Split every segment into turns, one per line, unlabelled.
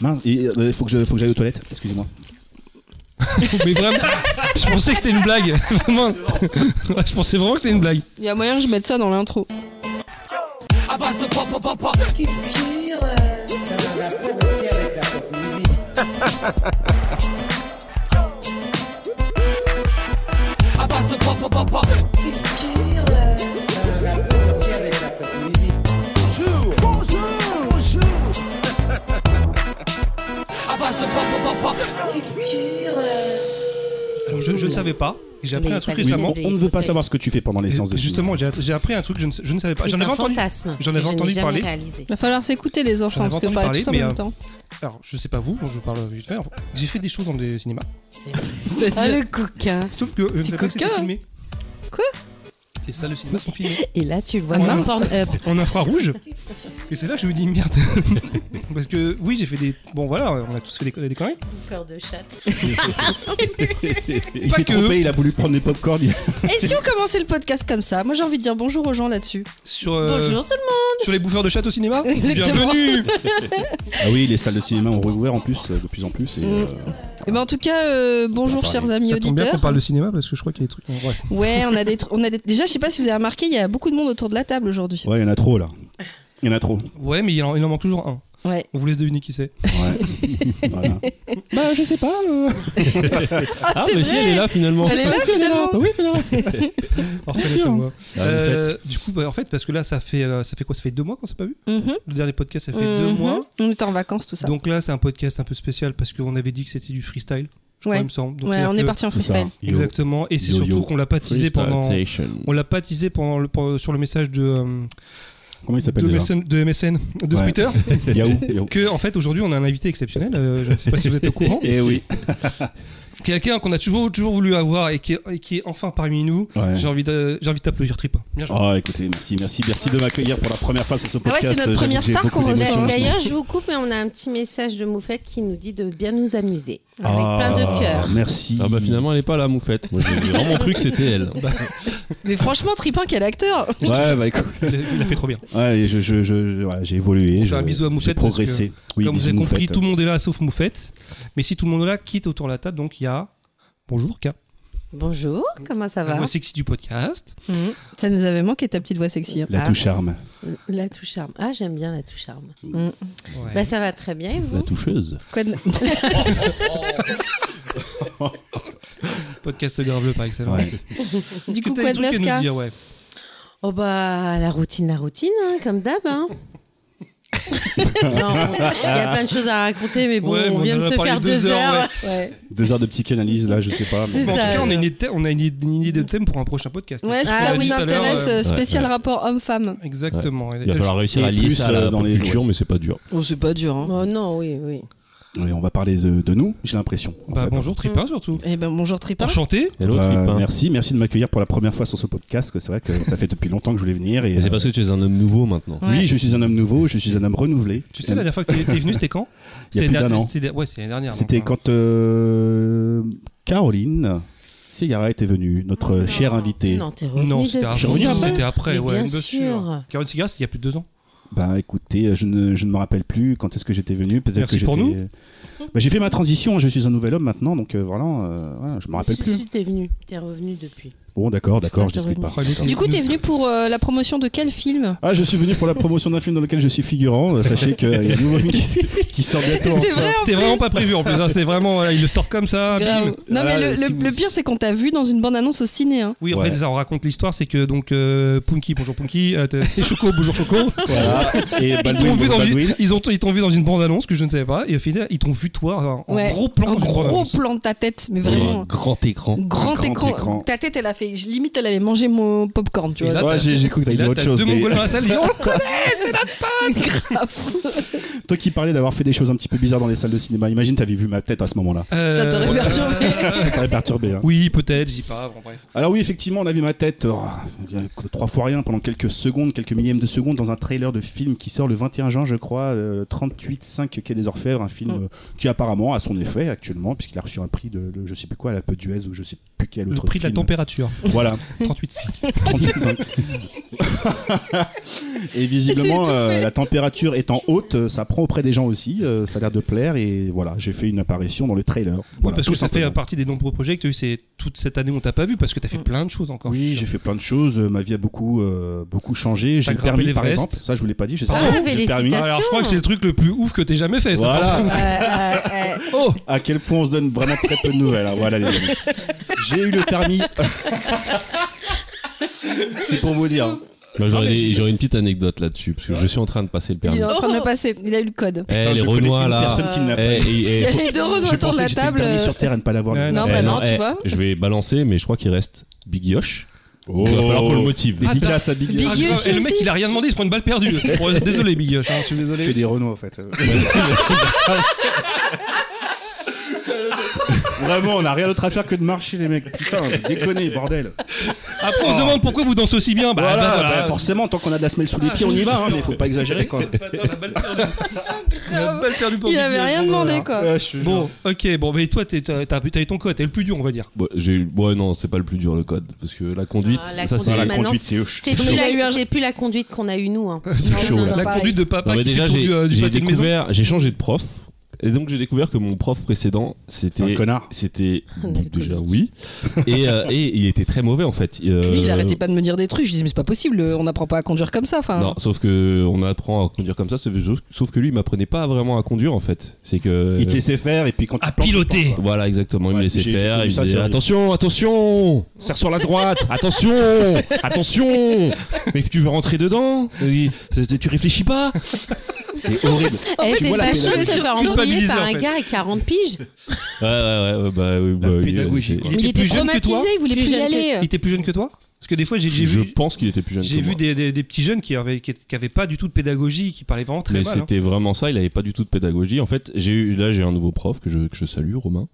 Mince, il euh, faut que je- faut que j'aille aux toilettes, excusez-moi.
Mais vraiment, je pensais que c'était une blague. Vraiment. Ouais, je pensais vraiment que c'était une blague.
Il y a moyen que je mette ça dans l'intro.
Euh, Je, je ne savais pas. J'ai appris
Mais
un truc
pas de
récemment.
Vas-y,
On ne veut pas
fauteuil.
savoir ce que tu fais pendant les séances de cinéma.
Justement, j'ai j'ai appris un truc, que je ne, je ne savais pas.
C'est
Bah, J'en
un
avais entendu.
fantasme.
j'en avais
que je n'ai
entendu
jamais
parler.
réalisé.
Il va falloir s'écouter les
J'en
enfants
avais
parce que
entendu parler,
parler tous en
mais,
même
euh,
temps.
Alors, je sais pas vous, donc je parle vite fait. Alors, J'ai fait des choses dans des cinémas.
Ah,
C'est-à-dire
le coquin.
Sauf que euh, je ne savais pas que c'était
coquin.
filmé.
Quoi
Les salles de cinéma sont filmées.
Et là, tu le vois
Ah,
dans
mince.
Pornhub.
en infrarouge. Et c'est là que je me dis merde. Parce que oui, j'ai fait des. Bon voilà, on a tous fait des, des conneries.
Bouffeur de chatte.
Il
Pas
s'est
que.
trompé, il a voulu prendre des pop-corn. il-
Et si on commençait le podcast comme ça Moi j'ai envie de dire bonjour aux gens là-dessus.
Sur, euh,
Bonjour tout le monde.
sur les bouffeurs de chatte au cinéma
Exactement.
Bienvenue
Ah oui, les salles de cinéma ont rouvert en plus, euh, de plus en plus. Et, euh,
Et ben en tout cas, euh, bonjour
Pareil.
chers amis
Ça tombe bien
auditeurs.
qu'on parle de cinéma parce que je crois qu'il y a des trucs. Bon, bref.
Ouais, on a des, tr- on a des- déjà, je sais pas si vous avez remarqué, il y a beaucoup de monde autour de la table aujourd'hui.
Ouais, il y en a trop là. Il y en a trop.
Ouais, mais il en, il en manque toujours un.
Ouais.
On vous laisse deviner qui c'est.
Ouais. voilà. Bah, je sais pas. euh,
Ah,
Ah,
c'est
mais
vrai.
si, elle est là finalement.
Elle est là,
si, elle est là.
finalement.
Bah oui, finalement.
Alors, reconnaissez-moi.
Ah,
Euh, du coup, bah, en fait, parce que là, ça fait, euh, ça fait quoi Ça fait deux mois qu'on s'est pas vu
Mhm.
Le dernier podcast, ça fait deux
Mhm.
mois.
On était en vacances, tout ça.
Donc là, c'est un podcast un peu spécial parce qu'on avait dit que c'était du freestyle, je crois,
Ouais.
il me semble. Donc, euh,
ouais,
c'est-à-dire
on est
que-
parti en
C'est ça.
freestyle.
Yo.
Exactement. Et c'est
Yo,
surtout
yo.
qu'on l'a pas teasé pendant.
Station.
On l'a pas teasé pendant le, pour- sur le message de, euh,
Comment il
de,
s'appelle déjà
MSN, de MSN, de
Ouais.
Twitter,
Yahoo. Yahoo.
que en fait aujourd'hui on a un invité exceptionnel. euh, je ne sais pas si vous êtes au courant.
Eh oui.
Quelqu'un qu'on a toujours, toujours voulu avoir et qui, est, et qui est enfin parmi nous.
Ouais.
J'ai envie de- j'ai envie de t'applaudir, Trip. Bien joué.
Ah, écoutez, merci, merci, merci de m'accueillir pour la première fois sur ce
Ah ouais,
podcast.
c'est notre
J'avoue
première
que j'ai
star
beaucoup
qu'on reçoit.
d'émotions en ce moment.
D'ailleurs, je vous coupe, mais on a un petit message de Moufette qui nous dit de bien nous amuser. Avec
Ah,
plein de cœur.
Merci.
Ah bah finalement elle est pas là moufette. Moi j'ai vraiment cru que c'était elle.
Mais franchement, Tripin, quel acteur
Ouais, bah écoute,
Il a- il a fait trop bien.
ouais, je, je, je- je- voilà, j'ai évolué,
On fait
je-
un bisou à
j'ai
Moufette parce
progressé. Oui,
Comme vous
bisous
avez compris,
Moufette.
tout le monde est là sauf Moufette. Mais si tout le monde est là, quitte autour de la table, donc il y a. Bonjour, K.
Bonjour, comment ça va
Moi, sexy du podcast.
Mhm. Ça nous avait manqué ta petite voix sexy. hein.
La
Ah.
touche charme.
La touche charme. Ah, j'aime bien la touche charme.
Ouais.
Bah, ça va très bien, et
La
vous
toucheuse.
Quoi de-
Podcast grave par excellence.
Ouais.
du
Que
coup,
t'as
quoi
des trucs
de neuf,
à nous
K
dire, ouais.
Oh, bah, la routine, la routine, hein, comme d'hab. hein. non, il y a plein de choses à raconter, mais bon,
Ouais, mais
on vient de
en a
se
parlé
faire deux heures.
ouais.
Ouais,
Deux heures de psychanalyse, là, je sais pas. mais-
C'est
Bon, en tout
ça,
cas, on a,
euh.
une idée, on a une idée- une idée de thème pour un prochain podcast.
Ouais,
On
si ça
l'a dit tout
vous
à l'heure,
intéresse,
euh,
euh, spécial
ouais.
rapport homme-femme.
Exactement. Et-
Il va falloir réussir à
Et
lier
plus,
ça à la
euh, dans
pop
les-
culture mais c'est pas dur.
Oh, c'est pas dur.
Oh non, oui, oui.
Oui, on va parler de, de nous, j'ai l'impression. en
Bah,
fait.
bonjour Tripin surtout.
Eh ben, bonjour Tripin.
Enchanté.
Et l'autre hein.
Bah,
il peint.
merci, merci de m'accueillir pour la première fois sur ce podcast. que C'est vrai que ça fait depuis longtemps que je voulais venir. Et, euh,
Mais c'est parce que tu es un homme nouveau maintenant.
Ouais.
Oui, je suis un homme nouveau, je suis un homme renouvelé.
Tu sais, la dernière fois que t'es t'es venu, c'était quand
Il y a
C'est
plus d'un
la-
an.
c'est la- Ouais, c'est l'année dernière.
C'était
donc, hein.
quand euh, Caroline Cigarette est venue, notre
Oh Non.
chère invitée.
Non, t'es revenu.
euh, Non, c'était
depuis.
après.
revenu après
C'était après,
Mais
ouais.
bien
bien sûr.
sûr.
Caroline Cigarette, c'était il y a plus de deux ans.
Bah écoutez, je ne, je ne me rappelle plus quand est-ce que j'étais venu. Peut-être
Merci
que j'étais.
pour
Bah, j'ai fait ma transition, je suis un nouvel homme maintenant, donc euh, voilà, euh, voilà, je me rappelle
Si,
plus.
si, t'es venu. T'es revenu depuis.
Bon, d'accord, d'accord, je
Ah,
discute pas.
t'es revenu.
D'accord.
Du coup, t'es venu pour euh, la promotion de quel film
Ah, je suis venu pour la promotion d'un film dans lequel je suis figurant. Euh, Sachez qu'il y a un nouveau film qui, qui sort bientôt.
C'est vrai, Ah, en
C'était
plus.
vraiment pas prévu en plus. hein, C'était vraiment. voilà, Ils le sortent comme ça.
Grave.
bim.
Non, mais
Ah,
le,
si
le-
vous-
le pire, c'est qu'on t'a vu dans une bande-annonce au ciné. hein.
Oui, en
Ouais.
fait, c'est ça, on raconte l'histoire, c'est que donc euh, Punky, bonjour Punky, euh, t'es- et Choco, bonjour Choco,
Voilà. Et
ils t'ont
Baldwin,
vu, dans
Baldwin.
une- ils ont- ils t'ont vu dans une bande-annonce que je ne savais pas, et au final, ils t'ont vu toi en- en
Ouais.
gros plan.
En
dans une
gros
bande-annonce.
plan de ta tête, mais
Un
vraiment.
grand écran.
Grand,
grand
écran.
écran.
Ta tête, elle a fait. je- Limite, elle allait manger mon popcorn, tu
Et
vois.
là,
Ouais,
t'as-
j'ai j'ai cru que t'allais
et là,
dire autre
t'as
chose.
deux
Mais
mongols dans la salle, ils disent, Oh,
toi qui parlais d'avoir fait des choses un petit peu bizarres dans les salles de cinéma, imagine t'avais vu ma tête à ce moment-là.
euh,
Ça t'aurait perturbé.
Ah.
Ça t'aurait perturbé. hein.
Oui, peut-être, je dis pas, bon, bref.
Alors oui, effectivement, on a vu ma tête oh, il y a trois fois rien pendant quelques secondes, quelques millièmes de secondes dans un trailer de film qui sort le 21 juin, je crois, euh, 38 5 Quai des Orfèvres, un film
Mm.
euh, qui apparemment a son effet actuellement puisqu'il a reçu un prix de, le- je sais plus quoi, à la Peu d'Huez ou je sais plus quel
Le
autre
prix de la
film.
température.
Voilà,
38,5.
38,5. et visiblement,
C'est
euh,
étouffé.
la température étant haute, euh, ça prend auprès des gens aussi. euh, ça a l'air de plaire. Et voilà, j'ai fait une apparition dans le trailer. Voilà,
parce
tout
que ça fait
simplement.
partie des nombreux projets que tu as eu ces- toute cette année on t'a pas vu parce que
Mm.
t'as fait plein de choses encore.
Oui, j'ai fait plein de choses. euh, Ma vie a beaucoup, euh, beaucoup changé. J'ai le
grimpé
permis, par
l'Everest.
exemple. Ça, je vous l'ai pas dit. J'ai
Ah,
j'ai le
félicitations.
Ah, alors je crois que c'est le truc le plus ouf que t'aies jamais fait. Ça, Ah,
Voilà.
Euh, euh,
Oh
à quel point on se donne vraiment très peu de nouvelles. hein. Voilà, les amis. J'ai eu le permis. C'est pour vous dire. hein.
Bah, J'aurais des- j'aurais une petite anecdote là-dessus, parce que je suis en train de passer le permis.
Il est en train de me passer. Il a eu le code.
Eh,
Putain,
les
je connais
Renois
une
là
Personne qui ne l'a
Eh,
pas.
eh, eh,
Il
faut-
y a eu deux renois
Je
autour de
pensais
la
que j'étais le
table. euh,
permis sur terre à ne pas l'avoir.
Ouais,
lu.
Non,
eh,
bah non,
eh,
tu vois.
Je vais balancer, mais je crois qu'il reste Big Yosh.
Oh.
Il va falloir qu'on le motive.
Dédicace à Big
Ah,
Yosh.
Big Yosh
et le mec
aussi.
il a rien demandé, il se prend une balle perdue. Bon, désolé Big Yosh, hein, je suis
Je fais
désolé.
des Renault en fait. Vraiment, on n'a rien d'autre à faire que de marcher, les mecs. Putain, vous déconnez, bordel.
Après on Ah, se demande pourquoi vous dansez aussi bien. Bah,
Oh. voilà,
bah,
bah, forcément, tant qu'on a de la semelle sous les
Ah,
pieds, on y
je-
va, hein,
non.
mais faut pas exagérer quoi.
Attends, la balle perdue. La balle perdue pour
Il
Big
avait
Yosh,
rien
bon, voilà.
demandé quoi.
Ouais, Ah, je te jure.
Bon, ok, bon, mais toi, t'es- t'as t'as- t'as eu ton code, t'es le plus dur, on va dire.
Bon, j'ai eu- ouais, non, c'est pas le plus dur le code, parce que la conduite,
Ah, la
ça
conduite,
c'est.
Ah, la
Maintenant,
conduite, c'est
C'est
c'est
plus,
chaud.
la- c'est plus la conduite qu'on a eue nous. hein.
C'est
Non,
chaud,
non,
là.
non,
La
pareil.
conduite de papa
Non, mais
qui
déjà,
fait le
j'ai
tour du, euh, du
j'ai
pâté de maison.
découvert, j'ai changé de prof, et donc j'ai découvert que mon prof précédent,
C'est un
c'était.
connard.
C'était.
On
donc
est
déjà,
tous
oui. Et, euh, et il était très mauvais en fait. Euh,
Lui, il arrêtait pas hein. de me dire des trucs. Je disais, mais c'est pas possible, on n'apprend pas à conduire comme ça. Enfin,
Non, sauf que on apprend à conduire comme ça, sauf- sauf que lui, il m'apprenait pas vraiment à conduire en fait. C'est que.
Il te laissait faire et puis quand tu
Euh, À
plantes, tu
piloter.
plantes, quoi.
Voilà, exactement. Il
Ouais,
me laissait
j'ai- j'ai
faire.
connu
Il
ça,
me disait
c'est vrai.
attention, attention, serre sur la droite, attention, attention. Mais tu veux rentrer dedans Il- c'est- Tu réfléchis pas
C'est horrible.
En fait,
Tu
Eh, c'est
vois la
pas chaud de
pédagogie.
se faire embrouiller
Culpabiliser,
par
en
un
fait.
gars à 40 piges.
Ouais, ouais, ouais. ouais, bah, oui, bah,
La
il-
pédagogie,
il-
quoi.
Mais il était
plus jeune que toi
traumatisé, il voulait
Plus
plus y
jeune que-
aller.
Il était plus jeune que toi Parce que des fois, j'ai j'ai
je
vu,
pense qu'il était plus jeune.
j'ai
que
vu
moi.
des, des- des petits jeunes qui avaient, qui, qui avaient pas du tout de pédagogie, qui parlaient vraiment très
Mais
mal. hein.
c'était vraiment ça. Il avait pas du tout de pédagogie. En fait, j'ai eu là, j'ai un nouveau prof que je, que je salue, Romain.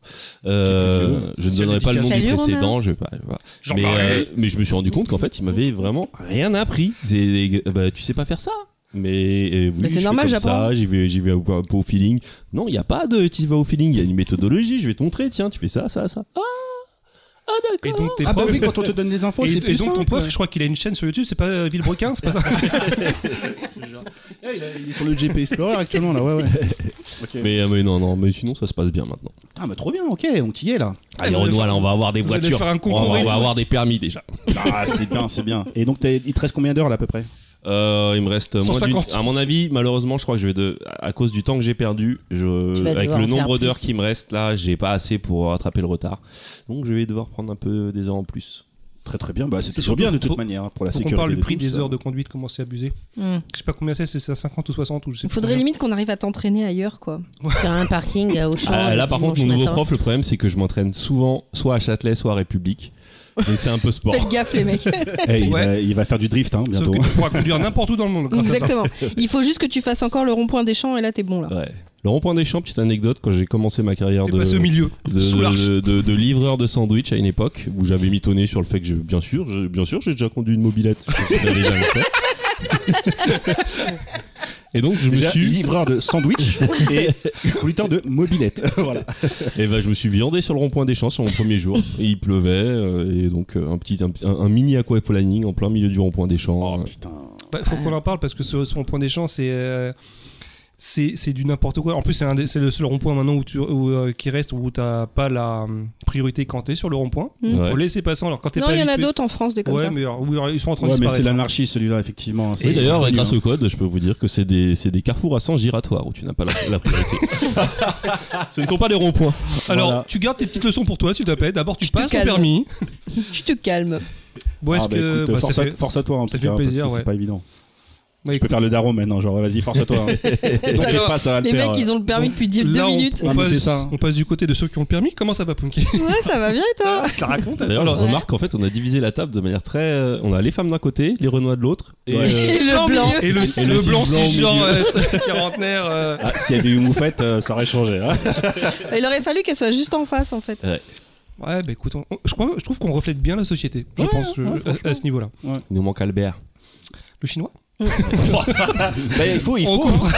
Qui
Euh,
te fait
hein.
je ne donnerai pas le nom
Salut,
du
Romain.
précédent. Je vais pas. je vais pas.
Jean
Mais,
Marais.
euh, mais je me suis rendu compte qu'en fait, il m'avait vraiment rien appris. C'est, bah, tu sais pas faire ça. Mais, euh, oui,
Mais c'est
je fais
normal,
comme
j'apprends.
ça, J'y vais, j'y vais un peu un peu au feeling. Non, il n'y a pas de. Tu vas au feeling. Il y a une méthodologie. Je vais te montrer. Tiens, tu fais ça, ça, ça. Ah, ah
Et
d'accord.
donc, tes
Ah bah
profs-
oui, quand on te donne les infos,
et-
c'est
et
plus
donc ton
simple.
prof, je crois qu'il a une chaîne sur YouTube, c'est pas euh, Villebrequin, c'est pas ça
Eh, il a- il est sur le GP Explorer actuellement là, ouais ouais. Ok.
Mais, euh, mais non, non. Mais sinon, ça se passe bien maintenant.
Ah bah trop bien, ok, on t'y est là.
Allez,
vous allez
Renoir,
faire-
là, on va avoir des
vous allez
voitures.
faire un
on
concours
va- on
rythme.
va avoir des permis déjà.
Ah c'est bien, c'est bien. Et donc t'as- il te reste combien d'heures là à peu près
Euh, il me reste moins
150.
d'une- À mon avis, malheureusement, je crois que je vais de, à cause du temps que j'ai perdu,
Tu
je,
vas
avec
devoir
le
en faire
nombre d'heures
plus.
qui me reste là, j'ai pas assez pour rattraper le retard. Donc, je vais devoir prendre un peu des heures en plus.
Très très bien, bah c'est
C'est
toujours bien de toute
surtout-
manière hein, pour la
Faut
sécurité.
qu'on parle du
de
prix
tous,
des
ça.
heures de conduite, comment c'est abusé.
Hmm.
Je sais pas combien c'est, c'est ça, 50 ou 60 ou je sais
Il
pas
faudrait
combien.
limite qu'on arrive à t'entraîner ailleurs quoi.
Sur un parking euh, au champ.
Ah,
le
là, par
dimanche
contre, mon nouveau
matin.
prof, le problème, c'est que je m'entraîne souvent, soit à Châtelet, soit à République. Donc, c'est un peu sport.
Faites gaffe les mecs.
Eh, il,
Ouais.
va, il va faire du drift hein,
Sauf
bientôt.
que tu pourras conduire n'importe où dans le monde grâce à ça.
Exactement. Il faut juste que tu fasses encore le rond-point des champs et là t'es bon là.
Ouais. Le rond-point des champs, petite anecdote, quand j'ai commencé ma carrière
T'es
de,
passé au milieu,
de,
sous l'arche.
de- de- de livreur de sandwich à une époque où j'avais mitonné sur le fait que j'ai- bien sûr, je- bien sûr, j'ai déjà conduit une mobilette. Je l'avais jamais fait. Et donc je me
Déjà,
suis,
livreur de sandwich et conducteur de mobilette. voilà.
et ben, je me suis viandé sur le rond-point des champs sur mon premier jour. Et il pleuvait euh, et donc euh, un petit, un, un- un mini aquaplaning en plein milieu du rond-point des champs. Euh,
Putain.
Bah, faut qu'on en parle parce que ce, ce rond-point des champs, c'est. euh, c'est c'est du n'importe quoi. En plus, c'est un des- c'est le seul rond-point maintenant où tu, où, euh, qui reste où t'as pas la hum, priorité quand t'es sur le rond-point.
Mm.
ouais.
Faut laisser passer alors quand t'es
Non,
pas
il y en a
habitué-
d'autres en France des comme
Ouais,
ça.
mais alors, vous- ils sont en train
Ouais,
de
mais c'est
disparaître.
l'anarchie celui-là effectivement.
Et
C'est
d'ailleurs,
connu,
grâce
hein.
au code, je peux vous dire que c'est des, c'est des carrefours à sens giratoire où tu n'as pas la, la priorité. Ce ne sont pas des ronds-points.
Alors,
Voilà.
tu gardes tes petites leçons pour toi, s'il te plaît. D'abord, tu
te
passes ton
calmes.
permis.
Tu te calmes.
Bon, est-ce
Ah, bah,
que.
écoute,
bah, ça
force, à,
fait-
force à toi en
ça
tout
fait
cas,
plaisir,
parce que
ouais.
c'est pas évident.
Bah,
Je peux
écoute,
faire le daron maintenant, genre vas-y force à toi. hein. T'inquiète
Alors,
pas, ça va le
Les
faire.
mecs ils ont le permis
donc,
depuis 10 deux
là, on-
minutes.
On,
Ah, mais
passe,
c'est ça.
on passe du côté de ceux qui ont le permis. Comment ça va, Punky
Ouais, ça va bien et toi
Je te la raconte.
D'ailleurs, je
Alors,
remarque qu'en fait, on a divisé la table de manière très. euh, on a les femmes d'un côté, les Renois de l'autre. Et,
Ouais.
Ah,
euh,
Et Ah, le blanc.
Et le,
Et
le
le
blanc,
cis blanc au
si genre
milieu.
euh, quarantenaire. euh,
Ah, s'il y avait eu moufette, euh, ça aurait changé. hein.
Il aurait fallu qu'elle soit juste en face en fait.
Ouais, bah écoute, on- on- je, crois, je trouve qu'on reflète bien la société, je
Ouais,
pense, je-
ouais,
à- à,
franchement.
ce niveau-là.
Il nous manque Albert.
Le chinois
Bah, il faut, il
On
faut.
comprend.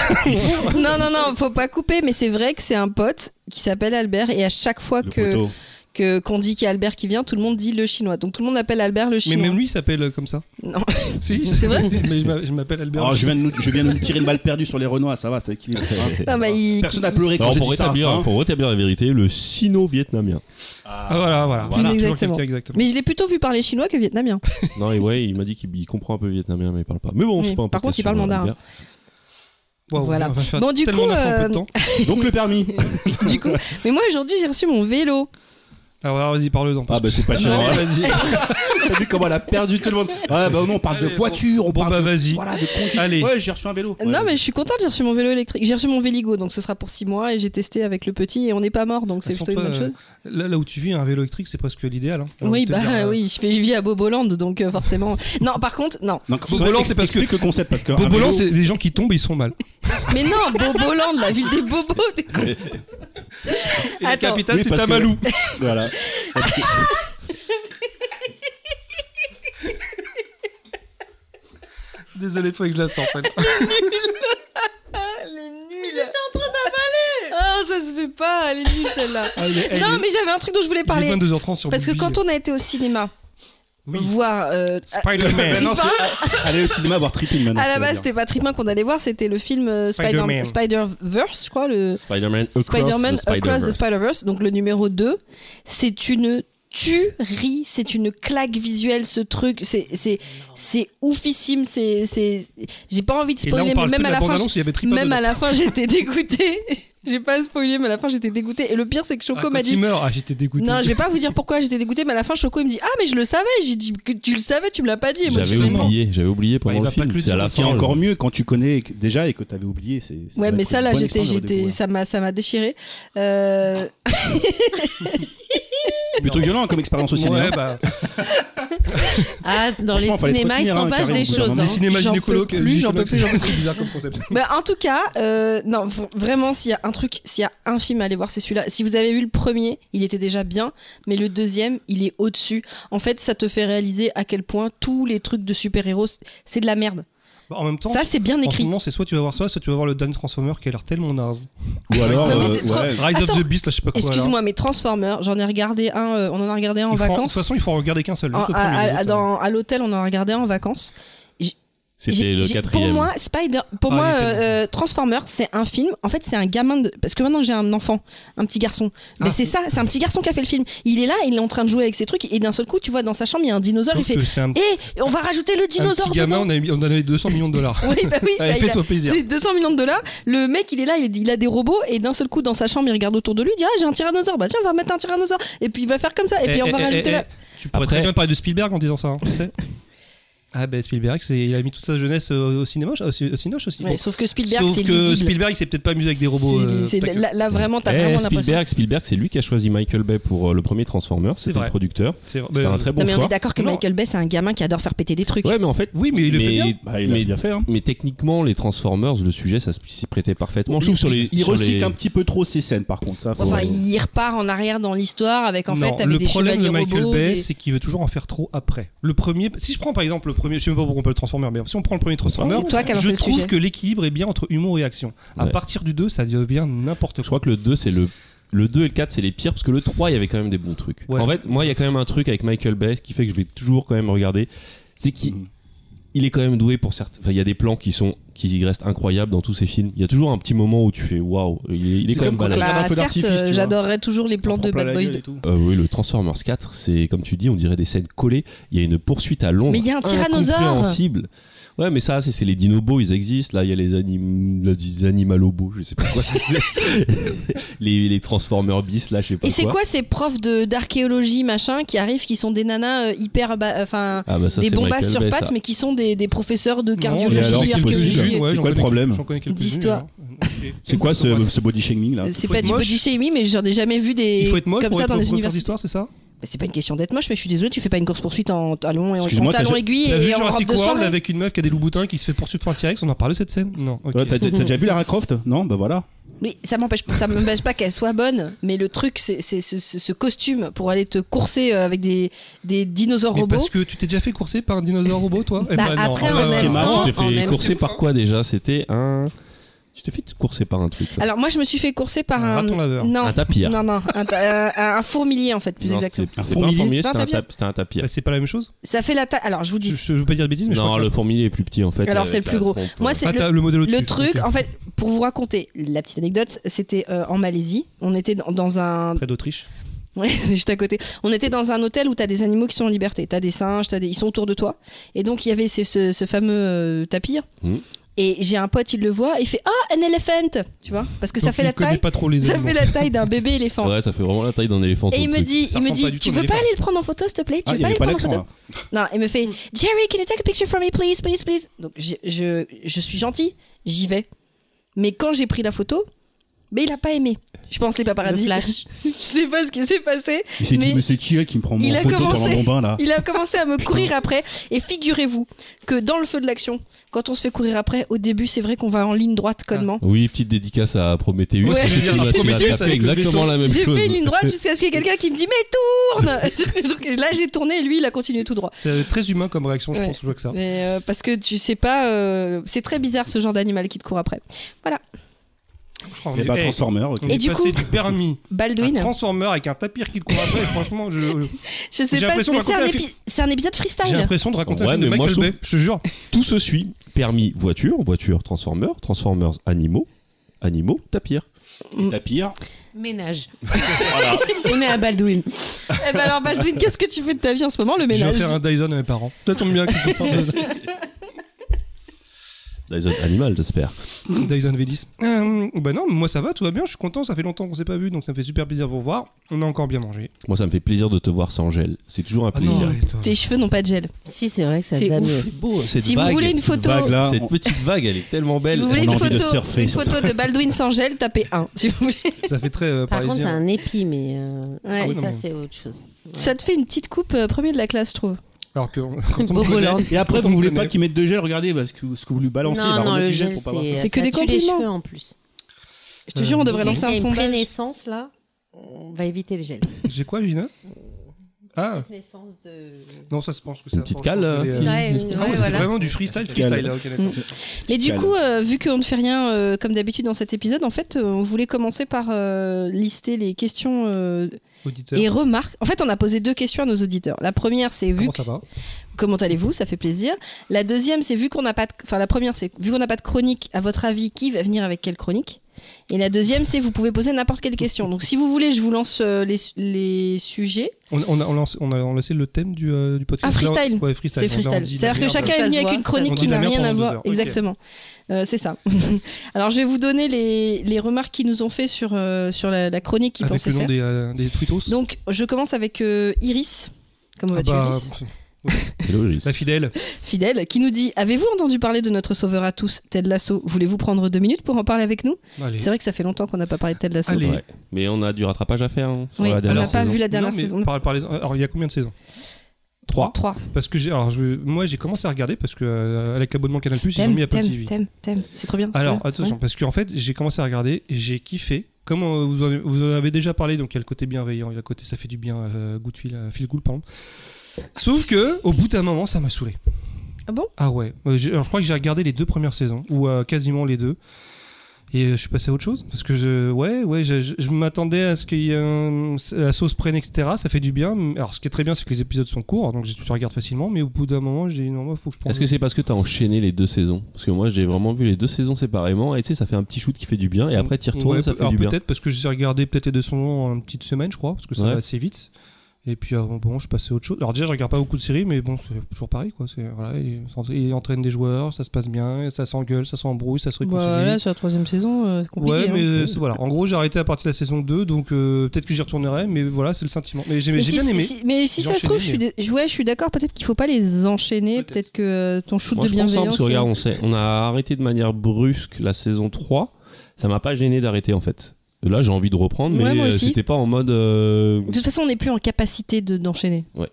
Non, non, non, faut pas couper, mais c'est vrai que c'est un pote qui s'appelle Albert et à chaque fois
Le
que,
poteau.
que qu'on dit qu'il y a Albert qui vient, tout le monde dit le chinois. Donc tout le monde appelle Albert le
Mais
chinois.
même lui, il s'appelle euh, comme ça.
Non.
Si,
C'est vrai
Mais je m'a- je m'appelle Albert.
Oh, je, viens de nous, je viens de nous tirer une balle perdue sur les Renois, ça va, c'est équilibré. hein.
Non, mais il-
Personne n'a pleuré quand
Alors,
j'ai
pour
dit ça.
rétablir,
hein.
pour rétablir la vérité, le sino-vietnamien.
Ah, voilà, voilà.
Voilà,
Toujours
exactement.
quelqu'un, exactement.
Mais je l'ai plutôt vu parler chinois que vietnamien.
non, et ouais, il m'a dit qu'il il comprend un peu vietnamien, mais il parle pas. Mais bon,
Oui.
c'est pas un
Par contre, il parle
podcast sur
mandarin.
Albert.
Waouh,
Voilà.
on va faire
Bon, du
tellement
coup,
d'infos en peu de
euh,
temps.
Donc le permis.
du coup. Mais moi aujourd'hui, j'ai reçu mon vélo.
Alors, alors, vas-y, parle-en.
Ah bah c'est pas cher.
Ouais,
hein.
vas-y.
T'as vu comment elle a perdu tout le monde. Ah bah non, on parle
Allez,
de
bon.
voiture, on
Bon,
parle
bah,
de
vas-y.
voilà de conduite.
Allez.
Ouais, j'ai reçu un vélo. Ouais,
non, mais
vas-y.
je suis contente, j'ai reçu mon vélo électrique. J'ai reçu mon Véligo, donc ce sera pour 6 mois et j'ai testé avec le petit et on n'est pas mort, donc c'est
Façon,
plutôt une
Ah, toi,
bonne chose.
Là, là où tu vis, un vélo électrique, c'est presque l'idéal. hein. J'ai envie de
Oui,
te
bah
dire, euh,
oui, je, fais, je vis à Boboland, donc euh, forcément. non, par contre, non.
Donc,
Bob Boland,
explique-
c'est parce que-
explique le concept parce que un
Boboland,
vélo-
c'est les gens qui tombent, ils sont mal.
Mais non, Boboland, la ville des bobos. des-
Et la
Attends.
capitale,
Oui,
c'est
parce que-
Tamalou.
voilà.
Désolé, faut que je la sorte. elle.
Ah, ça se fait pas, elle est nulle celle-là.
Ah, il est- il
Non,
est-
mais j'avais un truc dont je voulais
il est
parler.
22h30 sur
Parce que
Booby.
quand on a été au cinéma,
Oui.
voir. euh,
Ben
Spider-Man.
non, c'est- Allez au cinéma voir Tripping maintenant.
à
ça
la
veut
base,
dire.
c'était pas Trippin qu'on allait voir, c'était le film euh, Spider-
Spider-Man.
Spider-Verse, je crois, le
Spider-Man Across
Spider-Man
the
Across the
Spider-Verse.
Spider-Verse, donc le numéro 2. C'est une tuerie, c'est une claque visuelle, ce truc. C'est- C'est c'est oufissime, c'est. c'est- J'ai pas envie de
Et là,
spoiler,
on
mais
parle que
même
de
à
la
la fin,
bande-annonce, il y avait Trippin
Même
dedans.
à la fin, j'étais dégoûtée. J'ai pas spoilé, mais à la fin, j'étais dégoûtée. Et le pire, c'est que
Ah,
Choco
quand
m'a dit.
il meurt, ah, j'étais dégoûté.
Non, je vais pas vous dire pourquoi j'étais dégoûtée, mais à la fin, Choco, il me dit Ah, mais je le savais. J'ai dit que tu le savais, tu me l'as pas dit. Et moi, je
J'avais
suis vraiment-
oublié, j'avais oublié
Bah, il
pendant
va
le
pas te
film.
le
C'est à
dire,
la
c'est
C'est
fin,
encore
je-
mieux quand tu connais que- déjà et que t'avais oublié. C'est, ça
Ouais,
doit
mais
être
ça,
une
là,
bonne
j'étais,
expérience à
j'étais,
redécouvrir.
ça m'a, ça m'a déchiré. Euh,
Plutôt violent comme expérience au cinéma.
Ouais, bah,
Ah, dans les
Franchement, fallait se
cinémas, ils
retenir,
s'en
hein,
passent des
Karine, au bout d'un
choses.
moment.
hein.
les cinémas
J'en peux
gynécologues,
plus, j'en peux
gynécologues,
plus.
c'est bizarre comme concept.
bah, en tout cas, euh, non, v- vraiment, s'il y a un truc, s'il y a un film à aller voir, c'est celui-là. Si vous avez vu le premier, il était déjà bien, mais le deuxième, il est au-dessus. En fait, ça te fait réaliser à quel point tous les trucs de super-héros, c'est de la merde.
Bah, en même temps,
Ça, c'est bien
en ce
écrit.
moment, c'est soit tu vas voir ça, soit tu vas voir le dernier Transformer qui a l'air tellement naze.
Ou alors,
Non, mais
euh,
c'est trop-
ouais.
Rise
Attends,
of the Beast, là, je sais pas quoi. là.
Excuse-moi, mais Transformers, j'en ai regardé un, euh, on en a regardé un en
Il faut- De toute
vacances.
façon, il faut en regarder qu'un seul.
En-
juste le
à-
premier, les
à
autres, hein.
dans- à l'hôtel, on en a regardé un en vacances.
C'était
J'ai-
le
j'ai-
quatrième.
Pour moi, Spider, pour
Ah,
moi,
il était
euh, euh, Transformers, c'est un film. En fait, c'est un gamin de. Parce que maintenant que j'ai un enfant, un petit garçon. Mais
Ah.
c'est ça, c'est un petit garçon qui a fait le film. Il est là, il est en train de jouer avec ses trucs, et d'un seul coup, tu vois, dans sa chambre, il y a un dinosaure. Il
Sauf
fait.
que c'est un
Hé, on va rajouter le
un
dinosaure
petit gamin,
dedans.
on a mis- on a donné 200 millions de dollars.
Oui, bah oui, bah,
Allez,
il a-
fais-toi plaisir.
c'est 200 millions de dollars. Le mec, il est là, il, il a des robots, et d'un seul coup, dans sa chambre, il regarde autour de lui, il dit Ah, j'ai un tyrannosaure, bah tiens, on va mettre un tyrannosaure. Et puis il va faire comme ça, et puis
Eh,
on va
eh,
rajouter
eh,
là.
eh, Tu pourrais
Après-
très bien parler de Spielberg en disant ça, hein, tu sais. Ah ben Spielberg, c'est- il a mis toute sa jeunesse euh, au cinéma, au ci- au cinoche aussi.
Ouais,
Bon.
Sauf que Spielberg,
Sauf
c'est
que
lisible.
Spielberg, il s'est peut-être pas amusé avec des robots.
C'est-
euh,
c'est-
tels que-
là, là, vraiment, t'as
Eh,
vraiment l'impression.
Spielberg, Spielberg, c'est lui qui a choisi Michael Bay pour euh, le premier Transformer.
C'est
C'était
vrai.
le producteur.
C'est vrai.
C'était
Mais,
un très
euh,
bon
non mais on
choix.
est d'accord que
Non.
Michael Bay c'est un gamin qui adore faire péter des trucs.
Ouais, mais en fait,
Oui, mais il le fait bien.
Bah, il a
mais-
bien fait. Hein.
Mais techniquement, les Transformers, le sujet, ça s'y prêtait parfaitement. Je trouve sur les.
il
sur les-
recycle un petit peu trop ses scènes, par contre. Ça, faut-
Enfin, il repart en arrière dans l'histoire avec en
Non, le
fait avec des
problème
chevaliers
de Michael
robots.
Bay,
des-
c'est qu'il veut toujours en faire trop après. Le premier, si je prends par exemple le premier, je sais même pas pourquoi on peut le Transformer, mais si on prend le premier Transformer,
C'est toi qui as lancé
je
le
trouve
sujet.
que l'équilibre est bien entre humour et action. À
Ouais.
partir du 2, ça devient n'importe
Je
quoi.
crois que le 2, c'est le. Le 2 et le 4, c'est les pires parce que le 3, il y avait quand même des bons trucs.
Ouais.
En fait, moi, il y a quand même un truc avec Michael Bay qui fait que je vais toujours quand même regarder. C'est qu'il
Mhm.
il est quand même doué pour certains. Enfin, il y a des plans qui sont qui restent incroyables dans tous ses films. Il y a toujours un petit moment où tu fais waouh, il est, il est
C'est
quand même
comme quand
balade.
on regarde un
Bah,
feu
certes,
d'artifice, tu vois.
j'adorerais toujours les
T'en
plans
prends
de
plein
Bad
la
Boys
gueule
2.
et tout.
Euh, oui, le Transformers 4, c'est comme tu dis, on dirait des scènes collées. Il y a une poursuite à Londres.
Mais il y a un tyrannosaure.
incompréhensible. Ouais, mais ça, c'est c'est les dinobos, ils existent. Là, il y a les, anim... là, des animalobos, je sais pas quoi ça c'est. les, les Transformers bis, là, je sais pas
Et c'est quoi ces profs de d'archéologie machin qui arrivent qui sont des nanas euh, hyper bah, enfin
ah bah ça,
des
c'est
bombasses
Michael
sur
Bay,
pattes
ça.
mais qui sont des, des professeurs de
Et alors,
cardiologie,
c'est possible.
archéologie.
Ouais,
etc.
j'en quoi le problème
D'histoire.
C'est quoi ce, ce body shaming là
C'est
faut
pas
être
du
moche.
body shaming mais j'en ai jamais vu des
Il faut être moche
comme
pour
ça
être
dans les
professeur
universités.
d'histoire, c'est ça
Mais c'est pas une question d'être moche mais je suis désolée tu fais pas une course poursuite en talons et en, en
Excuse-moi, t'as
talons
ja-
aiguilles
T'as vu
et en robe
Jurassic
de
World
soirée.
avec une meuf qui a des loups boutins qui se fait poursuivre par un T-Rex On en parlait de cette scène Non. ok.
Ouais, T'as t'as déjà vu Lara Croft Non, bah voilà.
Oui, ça m'empêche, ça m'empêche pas qu'elle soit bonne, mais le truc, c'est c'est ce, ce- ce costume pour aller te courser euh, avec des, des dinosaures
Mais
robots.
parce que tu t'es déjà fait courser par un dinosaure robot, toi Eh
Bah,
ben non.
après,
Ah,
en fait,
ouais, ouais,
ce qui est
ouais.
marrant,
Tu
hein.
en
t'es fait
même
courser
temps-
par quoi déjà C'était un. Tu t'es fait courser par un truc. là.
Alors moi, je me suis fait courser par
Un
un.
raton laveur.
un
Ah, Non,
tapir.
non, non, un, ta- euh, un- un fourmilier en fait, plus
Non,
exactement.
c'était-
Un
c'était pas un
fourmilier
fourmilier,
C'est
c'était
un
un
tapir.
tap- c'était un tapir.
Bah, c'est pas la même chose
Ça fait la taille. Alors je vous
je,
dis,
je- je veux pas dire de bêtises, mais je
Non,
crois
le
que...
fourmilier est plus petit en fait.
Alors,
avec
c'est le plus
la
gros.
trompe,
Moi,
euh,
c'est
Ah,
le-
t'as le modèle au-dessus.
Le truc,
ok.
en fait, pour vous raconter la petite anecdote, c'était euh, en Malaisie. On était dans- dans un.
Près d'Autriche.
Ouais, c'est juste à côté. On était dans un hôtel où t'as des animaux qui sont en liberté. T'as des singes, t'as des... ils sont autour de toi. Et donc, il y avait ce, ce- ce fameux euh, tapir.
Hmm.
Mhm.
Et j'ai un pote, il le voit, il fait Ah, un elephant Tu vois Parce que ça
Donc,
fait
il
la
connaît
taille.
pas trop les
Ça
animaux.
fait la taille d'un bébé éléphant.
Ouais, ça fait vraiment la taille d'un éléphant.
Et
ton
il me
truc.
dit,
Ça
il
ressemble
me
pas
dit,
du tout
tu
à un
veux pas
éléphant.
aller le prendre en photo, s'il te plaît Tu
Ah,
veux
il
pas
avait
aller le
pas
prendre en
l'accent
photo
là.
Non, il me fait Jerry, can you take a picture for me, please, please, please Donc je, je, je suis gentil, j'y vais. Mais quand j'ai pris la photo, mais il a pas aimé. Je pense les
Le
paparazzis.
flash.
je sais pas ce qui s'est passé.
Il s'est dit,
Mais-
mais c'est qui elle qui me prend mon
Il a
photo pendant
commencé.
mon bain là
Il a commencé à me courir après. Et figurez-vous que dans le feu de l'action, quand on se fait courir après, au début, c'est vrai qu'on va en ligne droite connement.
Oui, petite dédicace à Prometheus.
Ouais,
Tu
c'est bien,
m'as- tu m'as
Prometheus
tapé
avec le
exactement
vaisseau.
la Ah, même
J'ai
chose.
fait ligne droite jusqu'à ce qu'il y ait quelqu'un qui me dit mais tourne. Donc Là j'ai tourné, et lui il a continué tout droit.
C'est euh, très humain comme réaction, je
Ouais.
pense, je vois que ça.
Mais euh, parce que tu sais pas, euh, c'est très bizarre ce genre d'animal qui te court après. Voilà,
Je crois, on
Et
est-
bah,
eh,
Transformer, ok.
on
Et
est
du
passé
coup-
du permis un
Baldwin.
transformer avec un tapir qui le court après, franchement, je-
Je sais
J'ai
pas, mais
l'impression de
c'est un,
raconter un
épi- c'est un épisode
j'ai
freestyle.
l'impression de raconter un
Ouais,
film de
mais moi,
Michael
je
Bay, je te jure.
Tout se suit. Permis voiture, voiture transformer, transformers animaux, animaux, tapir.
Tapir.
Ménage. On est à Baldwin.
Eh ben alors Baldwin, qu'est-ce que tu fais de ta vie en ce moment, le
Je vais
ménage
faire un Dyson à mes parents. Ça tombe bien qu'ils te parlent de
Dyson animal, j'espère.
Dyson V10. Euh, bah non, moi ça va, tout va bien, je suis content, ça fait longtemps qu'on s'est pas vu, donc ça me fait super plaisir de vous revoir. On a encore bien mangé.
Moi, ça me fait plaisir de te voir sans gel. C'est toujours un
Ah
plaisir.
Tes cheveux n'ont pas de gel.
Si, c'est vrai que ça
C'est
te va
ouf.
mieux.
C'est beau, cette
Si vous
vague,
voulez une
cette
photo-
vague là,
Vague-là,
cette
on-
petite vague, elle est tellement belle.
si vous voulez
on a
une
envie de
photo,
surfer,
une
surtout.
photo de Baldwin sans gel, tapez 1 si vous voulez.
Ça fait très euh,
Par contre, t'as
parisien.
un épi, mais, euh,
Ouais.
mais
Ah oui, non,
ça,
mais-
c'est autre chose. Ouais.
Ça te fait une petite coupe euh, premier de la classe, je trouve.
Alors que quand on me connaît-
Boboland.
Et après,
Quand
vous
on
voulez
connaît-
pas qu'il mette de gel, regardez bah, ce, que, ce que vous lui balancez, il va
Non, non,
remettre
le
du gel
gel,
pour
c'est
pas avoir ça.
C'est que
ça
des
tue les
compliments.
cheveux en plus.
Je te
Euh,
jure, on devrait
Dès
lancer
qu'il y
un
a une
sondage.
prénaissance, là, on va éviter le gel.
J'ai quoi, Gina Ah,
naissance de...
non, ça se pense que c'est
Une petite
un-
cale.
je pense que
euh,
c'est
qui-
des-
Ouais,
Ah ouais,
ouais,
c'est
voilà.
vraiment du freestyle,
Petite cale.
freestyle, hein, ok, d'accord.
Mais du
Calme.
coup, euh, vu qu'on ne fait rien euh, comme d'habitude dans cet épisode, en fait, euh, on voulait commencer par euh, lister les questions euh,
Auditeur,
et remarques. En fait, on a posé deux questions à nos auditeurs. La première, c'est vu
comment
que-
ça va
comment allez-vous, ça fait plaisir. La deuxième, c'est vu qu'on n'a pas, de... enfin la première, c'est vu qu'on n'a pas de chronique. À votre avis, qui va venir avec quelle chronique Et la deuxième, c'est vous pouvez poser n'importe quelle question. Donc, si vous voulez, je vous lance euh, les, su- les sujets.
on, on, a, on, lance- on a lancé le thème du, euh, du podcast.
Ah, freestyle.
Ouais, freestyle.
C'est
On a- on
freestyle.
dit
C'est-à-dire
merde.
que chacun est
Ça
venu
se
avec
voit,
une
ça
chronique
se
qui
voit.
n'a
On dit la
rien
merde
à
pendant
voir.
deux heures. Ok.
Exactement. Euh, c'est ça. Alors, je vais vous donner les, les remarques qu'ils nous ont fait sur, euh, sur la, la chronique qu'ils
Avec
pensaient
le nom
faire.
des, euh, des tweetos.
Donc, je commence avec euh, Iris. Comment
Ah
vas-tu,
bah,
Iris
C'est logique.
la fidèle.
Fidèle, qui nous dit Avez-vous entendu parler de notre sauveur à tous, Ted Lasso Voulez-vous prendre deux minutes pour en parler avec nous
Allez.
C'est vrai que ça fait longtemps qu'on n'a pas parlé de Ted Lasso.
Allez.
Ouais. Mais on a du rattrapage à faire. hein, sur
Oui,
la
on
dernière
n'a pas
saison.
vu la dernière
Non, mais
saison.
par- par les- Alors, il y a combien de saisons Trois.
Trois.
Parce que j'ai, alors, je- moi, j'ai commencé à regarder parce que euh, avec l'abonnement Canal Plus, ils ont
T'aimes,
mis Apple
t'aimes,
TV.
t'aimes, t'aimes. C'est trop bien. c'est
Alors,
trop bien.
attention, parce qu'en fait, j'ai commencé à regarder, j'ai kiffé. Comme euh, vous, en, vous en avez déjà parlé, donc il y a le côté bienveillant, il y a le côté ça fait du bien, euh, goût de fil, euh, feel good, pardon. Sauf que, au bout d'un moment, ça m'a saoulé.
Ah bon
Ah ouais. Euh, j'ai- alors, je crois que j'ai regardé les deux premières saisons, ou euh, quasiment les deux. Et euh, je suis passé à autre chose. Parce que je. Ouais, ouais, je, je- je m'attendais à ce que la sauce prenne, etc. Ça fait du bien. Alors, ce qui est très bien, c'est que les épisodes sont courts, donc je je regarde facilement, mais au bout d'un moment, j'ai dit non, moi, faut que je prenne.
Est-ce que c'est parce que t'as enchaîné les deux saisons Parce que moi j'ai vraiment vu les deux saisons séparément et tu sais ça fait un petit shoot qui fait du bien et après t'y retournes
Ouais,
ça fait
alors
du bien.
peut-être parce que j'ai regardé peut-être les deux saisons en une petite semaine, je crois, parce que ça
Ouais.
va assez vite. Et puis avant, bon, je passais à autre chose. Alors déjà, je regarde pas beaucoup de séries, mais bon, c'est toujours pareil, quoi. C'est voilà, ils s'entra- ils entraînent des joueurs, ça se passe bien, ça s'engueule, ça s'embrouille, ça se réconcilie.
Voilà, sur Bah, la troisième saison, euh, c'est compliqué.
ouais, mais
hein.
euh, c'est- voilà. En gros, j'ai arrêté à partir de la saison 2, donc euh, peut-être que j'y retournerai, mais voilà, c'est le sentiment. Mais j'ai
Mais
j'ai
si,
bien aimé.
si- mais si
J'ai
ça se trouve, je suis,
enchaîné,
dé- ouais, je suis d'accord. Peut-être qu'il faut pas les enchaîner.
Peut-être.
Peut-être que euh, ton shoot
Moi,
de
je pense, hein, parce
bienveillance.
que regarde, on, s'est- on a arrêté de manière brusque la saison 3. Ça m'a pas gêné d'arrêter en fait. Là, j'ai envie de reprendre,
Ouais,
mais
moi
euh,
aussi.
c'était pas en mode. euh,
De toute façon, on n'est plus en capacité de d'enchaîner.
Ouais.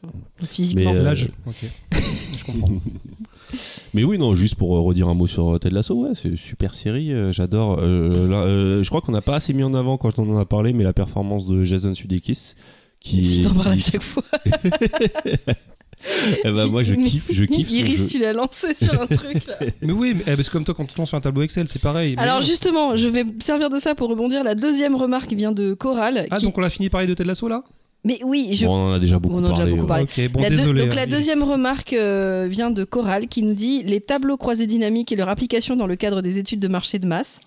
Physiquement.
Mais, euh,
L'âge. Ok. je comprends.
Mais oui, non, juste pour euh, redire un mot sur euh, Ted Lasso, ouais, c'est une super série, euh, j'adore. Euh, là, euh, je crois qu'on n'a pas assez mis en avant quand on en a parlé, mais la performance de Jason Sudeikis, qui
si
est-
t'en parles à
qui-
chaque fois.
Eh ben, moi, je
Mais-
kiffe, je kiffe. ce
Iris,
jeu.
tu l'as lancé sur un truc là.
Mais oui, mais, eh ben, c'est comme toi quand tu te lances sur un tableau Excel, c'est pareil. Mais
Alors
non.
justement, je vais me servir de ça pour rebondir. La deuxième remarque vient de Coral.
Ah,
qui-
donc on l'a fini par les deux têtes de l'assaut là
Mais oui, je...
Bon, on en a déjà beaucoup
On en a déjà
parlé. euh,
beaucoup
ouais.
parlé.
Ok, bon,
La deux-
désolé.
donc
hein,
la
Iris.
deuxième remarque euh, vient de Coral qui nous dit les tableaux croisés dynamiques et leur application dans le cadre des études de marché de masse.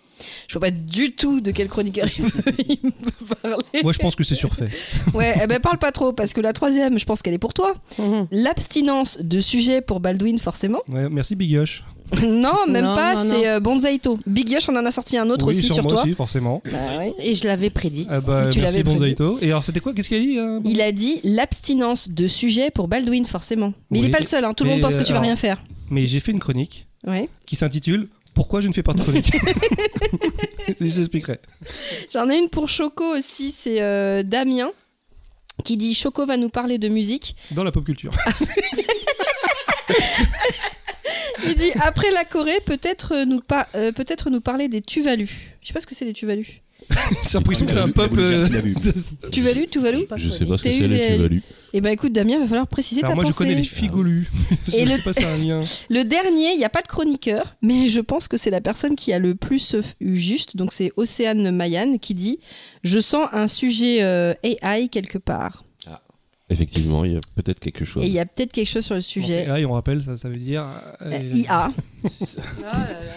Je vois pas du tout de quel chroniqueur il peut, il peut parler.
Moi, je pense que c'est surfait.
Ouais, eh ben parle pas trop parce que la troisième, je pense qu'elle est pour toi.
Mhm.
L'abstinence de sujet pour Baldwin forcément.
Ouais, merci, Bigoche.
non, même
Non,
pas.
non,
C'est euh, Bonzaito. Big Yosh en en a sorti un autre
oui,
aussi
sur
sur
moi
toi.
aussi, forcément.
Bah ouais.
Et je l'avais prédit.
Ah bah,
Mais
merci,
tu l'avais prédit.
Bonzaito. Et alors, c'était quoi Qu'est-ce qu'il a dit euh,
Il a dit l'abstinence de sujet pour Baldwin forcément. Mais il
Oui.
est pas le seul. hein. Tout le
Mais,
monde pense que
euh,
tu vas
alors-
rien faire.
Mais j'ai fait une chronique
Ouais.
qui s'intitule Pourquoi je ne fais pas de chronique J'expliquerai.
J'en ai une pour Choco aussi, c'est euh, Damien qui dit Choco va nous parler de musique.
Dans la pop culture.
Il dit après la Corée, peut-être euh, nous, par- euh, peut-être nous parler des Tuvalus. Je sais pas ce que c'est les Tuvalus.
J'ai l'impression que c'est un
Il a
peuple.
voulu dire
euh,
qu'il a vu.
de-
Tuvalus, Tuvalus
Je sais pas ce que
T'as
c'est,
eu
les
les-
Tuvalu.
Eh ben écoute Damien, va falloir préciser
Alors,
ta
moi, je
pensée.
connais les figolus. je
Et le-
sais pas si c'est un lien.
Le dernier, il n'y a pas de chroniqueur, mais je pense que c'est la personne qui a le plus euh, eu juste, donc c'est Océane Mayan qui dit je sens un sujet euh, AI quelque part.
Effectivement, il y a peut-être quelque chose.
Et il y a peut-être quelque chose sur le sujet.
Donc, AI, Ah, on rappelle, ça, ça veut dire. euh,
Euh, IA,
Oh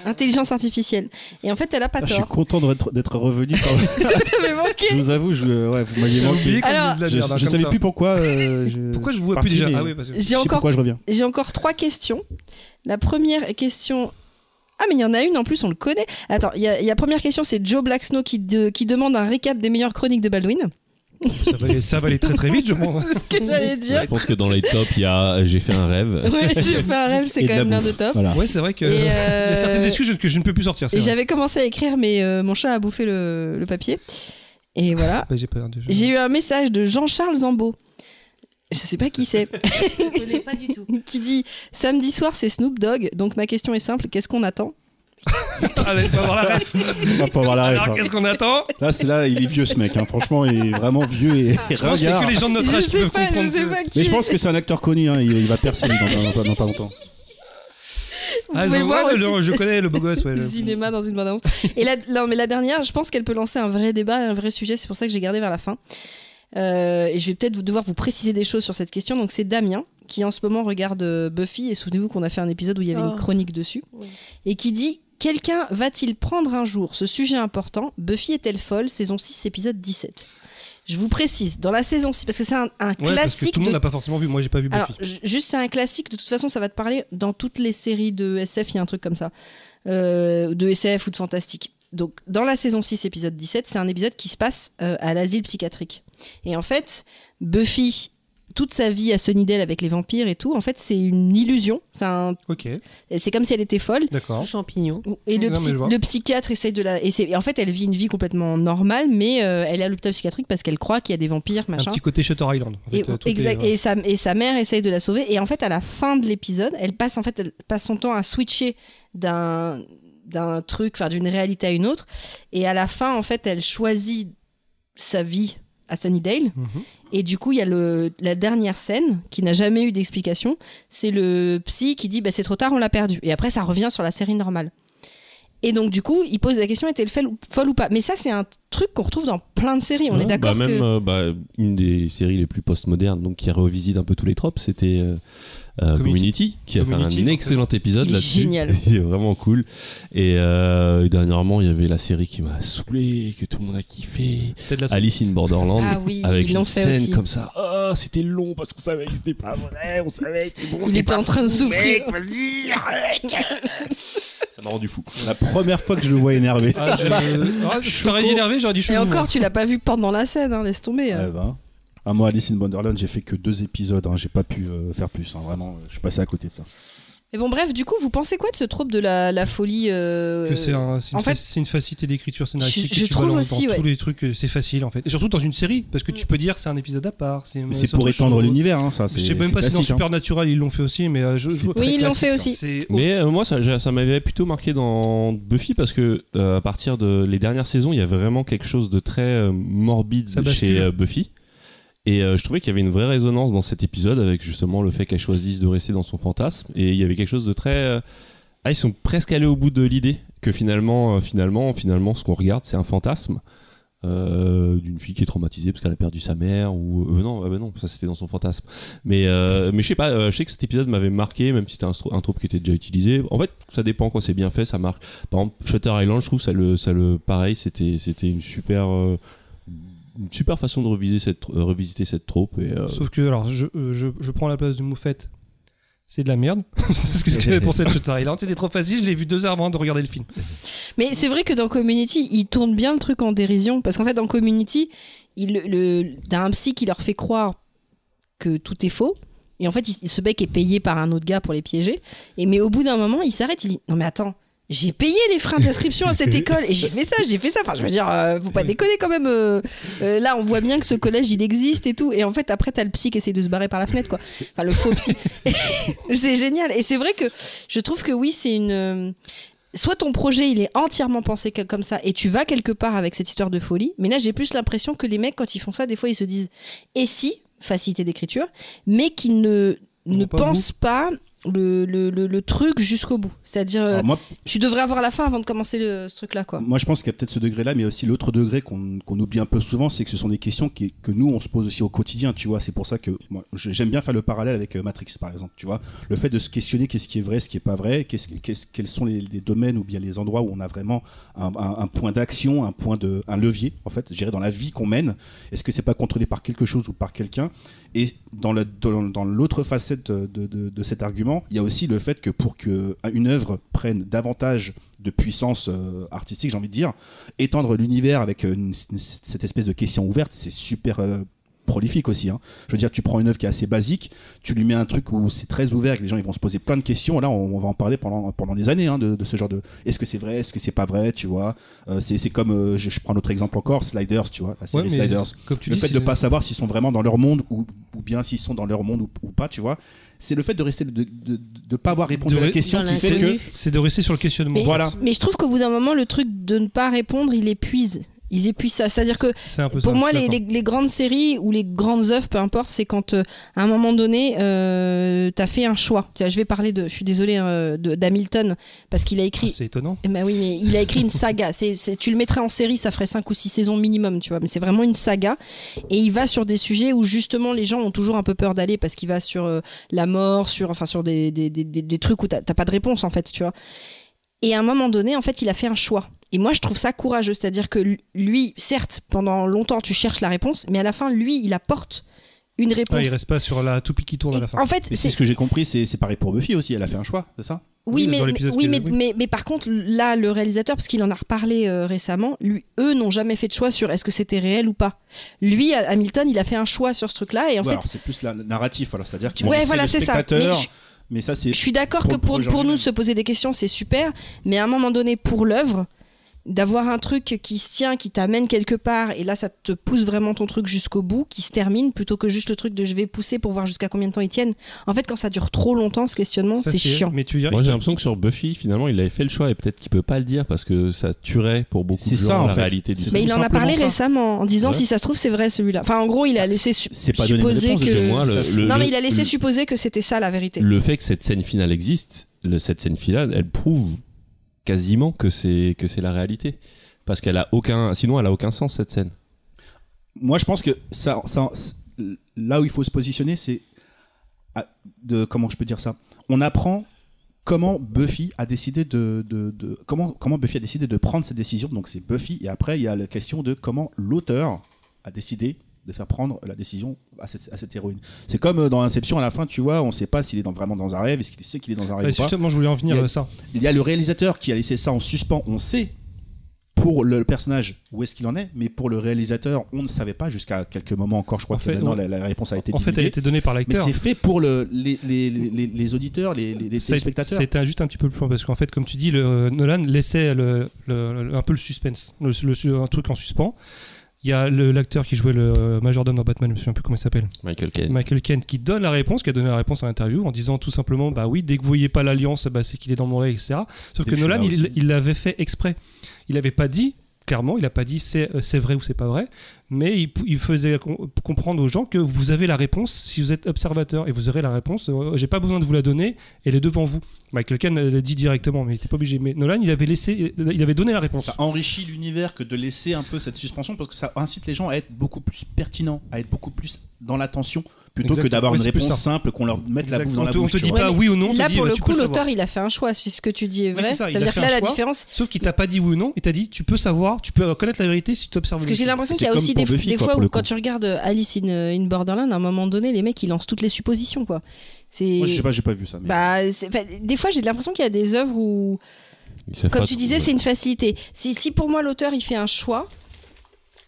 intelligence artificielle. Et en fait, elle a pas
Ah, je suis
tort.
content d'être d'être revenu. quand même.
T'avais manqué.
je vous avoue, je, ouais, vous m'aviez
J'ai oublié
manqué.
qu'on
Alors-
dit de la
Je,
merde, hein,
je
comme
savais
ça.
plus pourquoi. euh, je...
Pourquoi je vous vois plus
parti,
déjà
mais-
Ah oui, parce que-
Je
J'ai
sais
encore,
pourquoi je reviens.
j'ai encore trois questions. La première question. Ah, mais il y en a une en plus, on le connaît. Attends, il y a- il y a première question, c'est Joe Blacksnow qui, de- qui demande un récap des meilleures chroniques de Baldwin.
ça, va aller, ça va aller très très vite, je pense.
C'est ce que j'allais dire.
Je pense que dans les tops, il y a J'ai fait un rêve.
Ouais, j'ai fait un rêve, c'est
Et
quand
de la
même l'un de
bouffe.
top.
Voilà.
Ouais, c'est vrai que.
Et, euh,
Il y a certaines excuses que je ne peux plus sortir.
Et
c'est vrai.
j'avais commencé à écrire, mais euh, mon chat a bouffé le, le papier. Et voilà.
Bah, j'ai pas déjà.
J'ai eu un message de Jean-Charles Zambeau. Je sais pas qui c'est.
Je connais pas du tout.
qui dit Samedi soir, c'est Snoop Dogg. Donc ma question est simple qu'est-ce qu'on attend
Allez, faut avoir la ref.
Ah, pour avoir la ref,
Alors,
hein.
qu'est-ce qu'on attend
Là, c'est là, il est vieux ce mec. hein. Franchement, il est vraiment vieux et et
Je pense que
ringard.
les gens de notre âge
Je sais
peuvent
pas, je
comprendre.
sais
ce-
pas qui
Mais je
est.
pense que c'est un acteur connu. hein. Il, il va percer lui, dans, dans- dans pas longtemps.
Vous
Ah,
pouvez
je,
le voir
ouais,
aussi.
le- je connais le beau gosse. Ouais, le-
Cinéma dans une bande-annonce. Et la, non, mais la dernière, je pense qu'elle peut lancer un vrai débat, un vrai sujet. C'est pour ça que j'ai gardé vers la fin. Euh, et je vais peut-être vous- devoir vous préciser des choses sur cette question. Donc c'est Damien qui en ce moment regarde euh, Buffy et souvenez-vous qu'on a fait un épisode où il y avait
Oh.
une chronique dessus
Oui.
et qui dit quelqu'un va-t-il prendre un jour ce sujet important Buffy est-elle folle saison 6 épisode 17. Je vous précise dans la saison 6 parce que c'est un, un
Ouais, parce que
classique
tout le monde
de
n'a pas forcément vu. Moi, j'ai pas vu
alors,
Buffy.
ju- juste, c'est un classique. De toute façon, ça va te parler dans toutes les séries de SF. Il y a un truc comme ça. Euh, de SF ou de fantastique. Donc, dans la saison 6, épisode 17, c'est un épisode qui se passe euh, à l'asile psychiatrique. Et en fait, Buffy, toute sa vie à Sunnydale avec les vampires et tout, en fait, c'est une illusion. C'est un-
Ok,
c'est comme si elle était folle.
d'accord.
Sous champignon.
Et le,
Non, mais
psy-
je vois.
le psychiatre essaye de la. Et, c'est- et en fait, elle vit une vie complètement normale, mais euh, elle est à l'hôpital psychiatrique parce qu'elle croit qu'il y a des vampires,
Un
machin.
petit côté Shutter Island. En fait,
Et,
euh, tout est-
exact,
ouais.
et, sa, et sa mère essaye de la sauver. Et en fait, à la fin de l'épisode, elle passe en fait, elle passe son temps à switcher d'un d'un truc, enfin d'une réalité à une autre. Et à la fin, en fait, elle choisit sa vie à Sunnydale.
Mhm.
Et du coup, il y a le, la dernière scène qui n'a jamais eu d'explication. C'est le psy qui dit bah, c'est trop tard, on l'a perdu. Et après, ça revient sur la série normale. Et donc, du coup, il pose la question est-elle folle ou- folle ou pas Mais ça, c'est un truc qu'on retrouve dans plein de séries. On
Ouais,
est d'accord
bah, même
que...
euh, bah, une des séries les plus postmodernes, donc qui revisite un peu tous les tropes, c'était euh, euh,
Community.
Community. qui a
Community,
fait un excellent épisode
Il est
là-dessus.
génial.
Il est vraiment cool. Et euh, dernièrement, il y avait la série qui m'a saoulé, que tout le monde a kiffé,
Ted Lasso.
Alice in Borderland.
Ah oui,
Avec
ils l'ont
une
fait
scène
aussi.
comme ça, Ah, c'était long parce qu'on savait que c'était pas vrai, on savait que c'est bon.
Il
t'es
était
pas
en train de
fou,
souffrir.
mec, vas-y, arrête. Ça m'a rendu fou.
La première fois que je le vois énervé.
Ah, je- Ah, je t'aurais dit énervé, j'aurais dit
Et
chelou.
encore, tu l'as pas vu pendant la scène, hein, laisse tomber.
Ah, bah. Ah, moi, Alice in Wonderland, j'ai fait que deux épisodes. hein. J'ai pas pu euh, faire plus. hein. Vraiment, euh, je suis passé à côté de ça.
Mais bon, bref, du coup, vous pensez quoi de ce trope de la, la folie euh,
Que c'est un- c'est
en
une,
fait,
fa- c'est une facilité d'écriture scénaristique.
je-
que
je
tu
trouve
balances
aussi,
dans
ouais. Mm.
tous les trucs, euh, c'est facile en fait. Et surtout dans une série, parce que tu peux dire c'est un épisode à part. C'est
Mais c'est pour
autre
étendre
chose.
l'univers. hein, ça,
Je
c'est
sais même
c'est
pas si dans
classique, hein.
Supernatural ils l'ont fait aussi, mais euh, je.
C'est
je-
très
Oui, ils l'ont fait
classique, ça.
aussi.
C'est
Mais euh, moi, ça, j'ai- ça m'avait plutôt marqué dans Buffy parce que euh, à partir de les dernières saisons, il y a vraiment quelque chose de très euh, morbide
Ça
chez
bascule.
euh, Buffy. Et euh, je trouvais qu'il y avait une vraie résonance dans cet épisode avec justement le fait qu'elle choisisse de rester dans son fantasme. Et il y avait quelque chose de très. euh, Ah, ils sont presque allés au bout de l'idée que finalement, euh, finalement, finalement, ce qu'on regarde, c'est un fantasme euh, d'une fille qui est traumatisée parce qu'elle a perdu sa mère ou euh, non, ah bah non, ça c'était dans son fantasme. Mais euh, mais je sais pas, euh, je sais que cet épisode m'avait marqué, même si c'était un, stro- un trope qui était déjà utilisé. En fait, ça dépend quand c'est bien fait, ça marche. Par exemple, Shutter Island, je trouve ça le, ça le pareil, c'était, c'était une super, euh, une super façon de reviser cette, tr- euh, revisiter cette trope. Et, euh,
Sauf que, alors, je, euh, je, je prends la place de Moufette. C'est de la merde. c'est ce que j'avais pensé de Shutter Island. C'était trop facile. Je l'ai vu deux heures avant de regarder le film.
Mais c'est vrai que dans Community, ils tournent bien le truc en dérision. Parce qu'en fait, dans Community, il, le, t'as un psy qui leur fait croire que tout est faux. Et en fait, il- ce mec est payé par un autre gars pour les piéger. Et, mais au bout d'un moment, il s'arrête. Il dit Non, mais attends, j'ai payé les frais d'inscription à cette école. Et j'ai fait ça, j'ai fait ça. Enfin, je veux dire, euh, faut pas déconner quand même. euh, euh, là, on voit bien que ce collège, il existe et tout. Et en fait, après, t'as le psy qui essaie de se barrer par la fenêtre, quoi. Enfin, le faux psy. c'est génial. Et c'est vrai que je trouve que oui, c'est une. euh, soit ton projet il est entièrement pensé que- comme ça et tu vas quelque part avec cette histoire de folie, mais là j'ai plus l'impression que les mecs quand ils font ça, des fois ils se disent et si facilité d'écriture, mais qu'ils ne
Ils
ne
vont pas au
pensent pas le, le, le, le truc jusqu'au bout. C'est-à-dire euh,
Alors,
Ah,
moi,
tu devrais avoir la fin avant de commencer le- ce truc-là quoi.
Moi, je pense qu'il y a peut-être ce degré-là, mais aussi l'autre degré qu'on qu'on oublie un peu souvent, c'est que ce sont des questions qui, que nous, on se pose aussi au quotidien, tu vois. C'est pour ça que moi, je- j'aime bien faire le parallèle avec euh, Matrix, par exemple, tu vois. Le fait de se questionner qu'est-ce qui est vrai, ce qui est pas vrai, qu'est-ce que- qu'est-ce- quels sont les, les domaines ou bien les endroits où on a vraiment un, un- un point d'action, un point de, un levier, en fait, je dirais, dans la vie qu'on mène. Est-ce que c'est pas contrôlé par quelque chose ou par quelqu'un Et dans la- dans- dans l'autre facette de, de- de cet argument, il y a aussi le fait que pour que une œuvre prenne davantage de puissance euh, artistique, j'ai envie de dire, étendre l'univers avec euh, une- une- cette espèce de question ouverte, c'est super euh, prolifique aussi. hein. Je veux dire, tu prends une œuvre qui est assez basique, tu lui mets un truc où c'est très ouvert, que les gens ils vont se poser plein de questions. Là, on, on va en parler pendant, pendant des années hein, de, de ce genre de. Est-ce que c'est vrai Est-ce que c'est pas vrai Tu vois Euh, C'est c'est comme euh, je, je prends notre exemple encore, Sliders, tu vois, la série
Ouais, mais
Sliders
Comme tu
le
dis,
fait de
c'est-
pas savoir s'ils sont vraiment dans leur monde ou, ou bien s'ils sont dans leur monde ou, ou pas, tu vois, c'est le fait de rester de, de, de pas avoir répondu
De
à la
ré-
question
Dans
qui fait que
l'inconnu.
c'est de rester sur le questionnement.
Mais,
Voilà.
mais je trouve qu'au bout d'un moment le truc de ne pas répondre il épuise. Ils épuisent ça. C'est-à-dire que
C'est un peu ça,
Pour
je
moi,
suis
les,
d'accord.
les- les grandes séries ou les grandes œuvres, peu importe, c'est quand euh, à un moment donné, euh, t'as fait un choix. Tu vois, Je vais parler de, je suis désolée, hein, de- d'Hamilton, parce qu'il a
Ah,
écrit.
C'est étonnant.
Eh ben oui, mais il a écrit une saga. C'est, c'est- tu le mettrais en série, ça ferait 5 ou 6 saisons minimum, tu vois. Mais c'est vraiment une saga. Et il va sur des sujets où justement les gens ont toujours un peu peur d'aller parce qu'il va sur euh, la mort, sur, enfin, sur des, des, des- des- des trucs où t'as, t'as pas de réponse, en fait, tu vois. Et à un moment donné, en fait, il a fait un choix. Et moi, je trouve ça courageux. C'est-à-dire que lui- lui, certes, pendant longtemps, tu cherches la réponse, mais à la fin, lui, il apporte une réponse.
Ah, il reste pas sur la toupie qui tourne à la
Et ah,
fin.
en fait,
Et c'est
c'est-
ce que j'ai compris, c'est c'est pareil pour Buffy aussi, elle a fait un choix, c'est ça
Oui,
Oui, mais,
dans
mais-
l'épisode
oui,
que-
mais,
oui.
mais- mais par contre, là, le réalisateur, parce qu'il en a reparlé euh, récemment, lui, eux n'ont jamais fait de choix sur est-ce que c'était réel ou pas. Lui, à- Hamilton, il a fait un choix sur ce truc-là, et en
Ouais,
fait,
alors c'est plus la, le narratif, alors c'est-à-dire
Tu-
qu'il
ouais,
laissait
voilà,
le
c'est ça.
spectateur,
Mais je-
mais ça c'est
je suis d'accord
pour-
que
pour
pour,
le genre
pour nous,
lui-même.
se poser des questions, c'est super, mais à un moment donné, pour l'œuvre, d'avoir un truc qui se tient, qui t'amène quelque part, et là, ça te pousse vraiment ton truc jusqu'au bout, qui se termine, plutôt que juste le truc de je vais pousser pour voir jusqu'à combien de temps ils tiennent. En fait, quand ça dure trop longtemps, ce questionnement,
Ça,
c'est chiant.
Mais tu veux dire,
Moi j'ai l'impression que sur Buffy finalement il avait fait le choix et peut-être qu'il peut pas le dire parce que ça tuerait pour beaucoup de
C'est
gens
ça, en
la
fait.
réalité du
C'est-
truc.
Mais il en a
simplement
parlé
ça. Ah,
récemment en disant
Ouais.
si ça se trouve c'est vrai celui-là. Enfin en gros il a laissé su-
c'est pas donné de
supposer
réponse,
que.
parce que
moi, le- le-
non mais il a
le-
laissé supposer que c'était ça la vérité.
le fait que cette scène finale existe, le- cette scène finale, elle prouve quasiment que c'est que c'est la réalité, parce qu'elle a aucun, sinon elle a aucun sens cette scène.
moi je pense que ça, ça- là où il faut se positionner c'est à- de comment je peux dire ça on apprend comment Buffy a décidé de, de- de- comment comment Buffy a décidé de prendre cette décision donc c'est Buffy et après il y a la question de comment l'auteur a décidé de faire prendre la décision à cette, à cette héroïne c'est comme euh, dans Inception à la fin tu vois on sait pas s'il est dans- vraiment dans un rêve est-ce qu'il sait qu'il est dans un rêve
Ouais,
ou pas
Ah, justement, je voulais en venir
Il y a-
à ça.
il y a le réalisateur qui a laissé ça en suspens, on sait pour le personnage où est-ce qu'il en est, mais pour le réalisateur, on ne savait pas jusqu'à quelques moments encore, je crois
En
que
fait,
maintenant
ouais.
la, la réponse a été
En fait, elle
divulguée.
était donnée par
mais
l'acteur.
c'est fait pour le, les, les, les, les auditeurs, les, les, les
Ça a été-
téléspectateurs.
ça a été juste un petit peu plus loin parce qu'en fait, comme tu dis, le, Nolan laissait le, le- le- un peu le suspense, le, le- un truc en suspens. Il y a le- l'acteur qui jouait le euh, majordome dans Batman, je me souviens plus comment il s'appelle,
Michael Caine.
Michael Kent, qui donne la réponse, qui a donné la réponse à l'interview en disant tout simplement Bah oui, dès que vous voyez pas l'alliance, bah, c'est qu'il est dans mon rêve, etc. Sauf
Dès que
que
je suis
Nolan,
là aussi.
il il l'avait fait exprès. Il n'avait pas dit, clairement, il n'a pas dit c'est euh, c'est vrai ou c'est pas vrai, mais il, il faisait com- comprendre aux gens que vous avez la réponse si vous êtes observateur et vous aurez la réponse. euh, J'ai pas besoin de vous la donner, elle est devant vous. Michael Caine euh, l'a dit directement, mais il était pas obligé. Mais Nolan, il avait laissé, euh, il avait donné la réponse.
Ça enrichit l'univers que de laisser un peu cette suspension parce que ça incite les gens à être beaucoup plus pertinents, à être beaucoup plus dans l'attention plutôt que
Exactement.
d'avoir
Ouais,
une
c'est plus
réponse
ça.
simple qu'on leur mette la bouffe
Exactement.
dans
on
la
te, on
bouche.
te
tu
dit
vois.
pas oui ou non, on te
là,
dit,
pour
bah,
le
tu
coup,
peux savoir.
l'auteur, il a fait un choix. Si ce que tu dis est
Oui,
vrai,
c'est ça, il a
c'est-à-dire
fait
que
un
là, la
choix.
différence.
Sauf qu'il t'a pas dit oui ou non, il t'a dit tu peux savoir, tu peux connaître la vérité si tu observes.
Parce que j'ai l'impression qu'il y a
C'est
aussi
comme
des,
pour Buffy,
des
quoi,
fois
pour
où
le
quand
coup.
tu regardes euh, Alice in, euh, in Borderland, à un moment donné, les mecs ils lancent toutes les suppositions quoi. C'est
Moi, je sais pas, j'ai pas vu ça. mais-
bah, c'est- enfin, des fois j'ai l'impression qu'il y a des œuvres où,
Ils savent
comme
pas
tu
tout,
disais,
ouais.
c'est une facilité. Si, si pour moi l'auteur il fait un choix,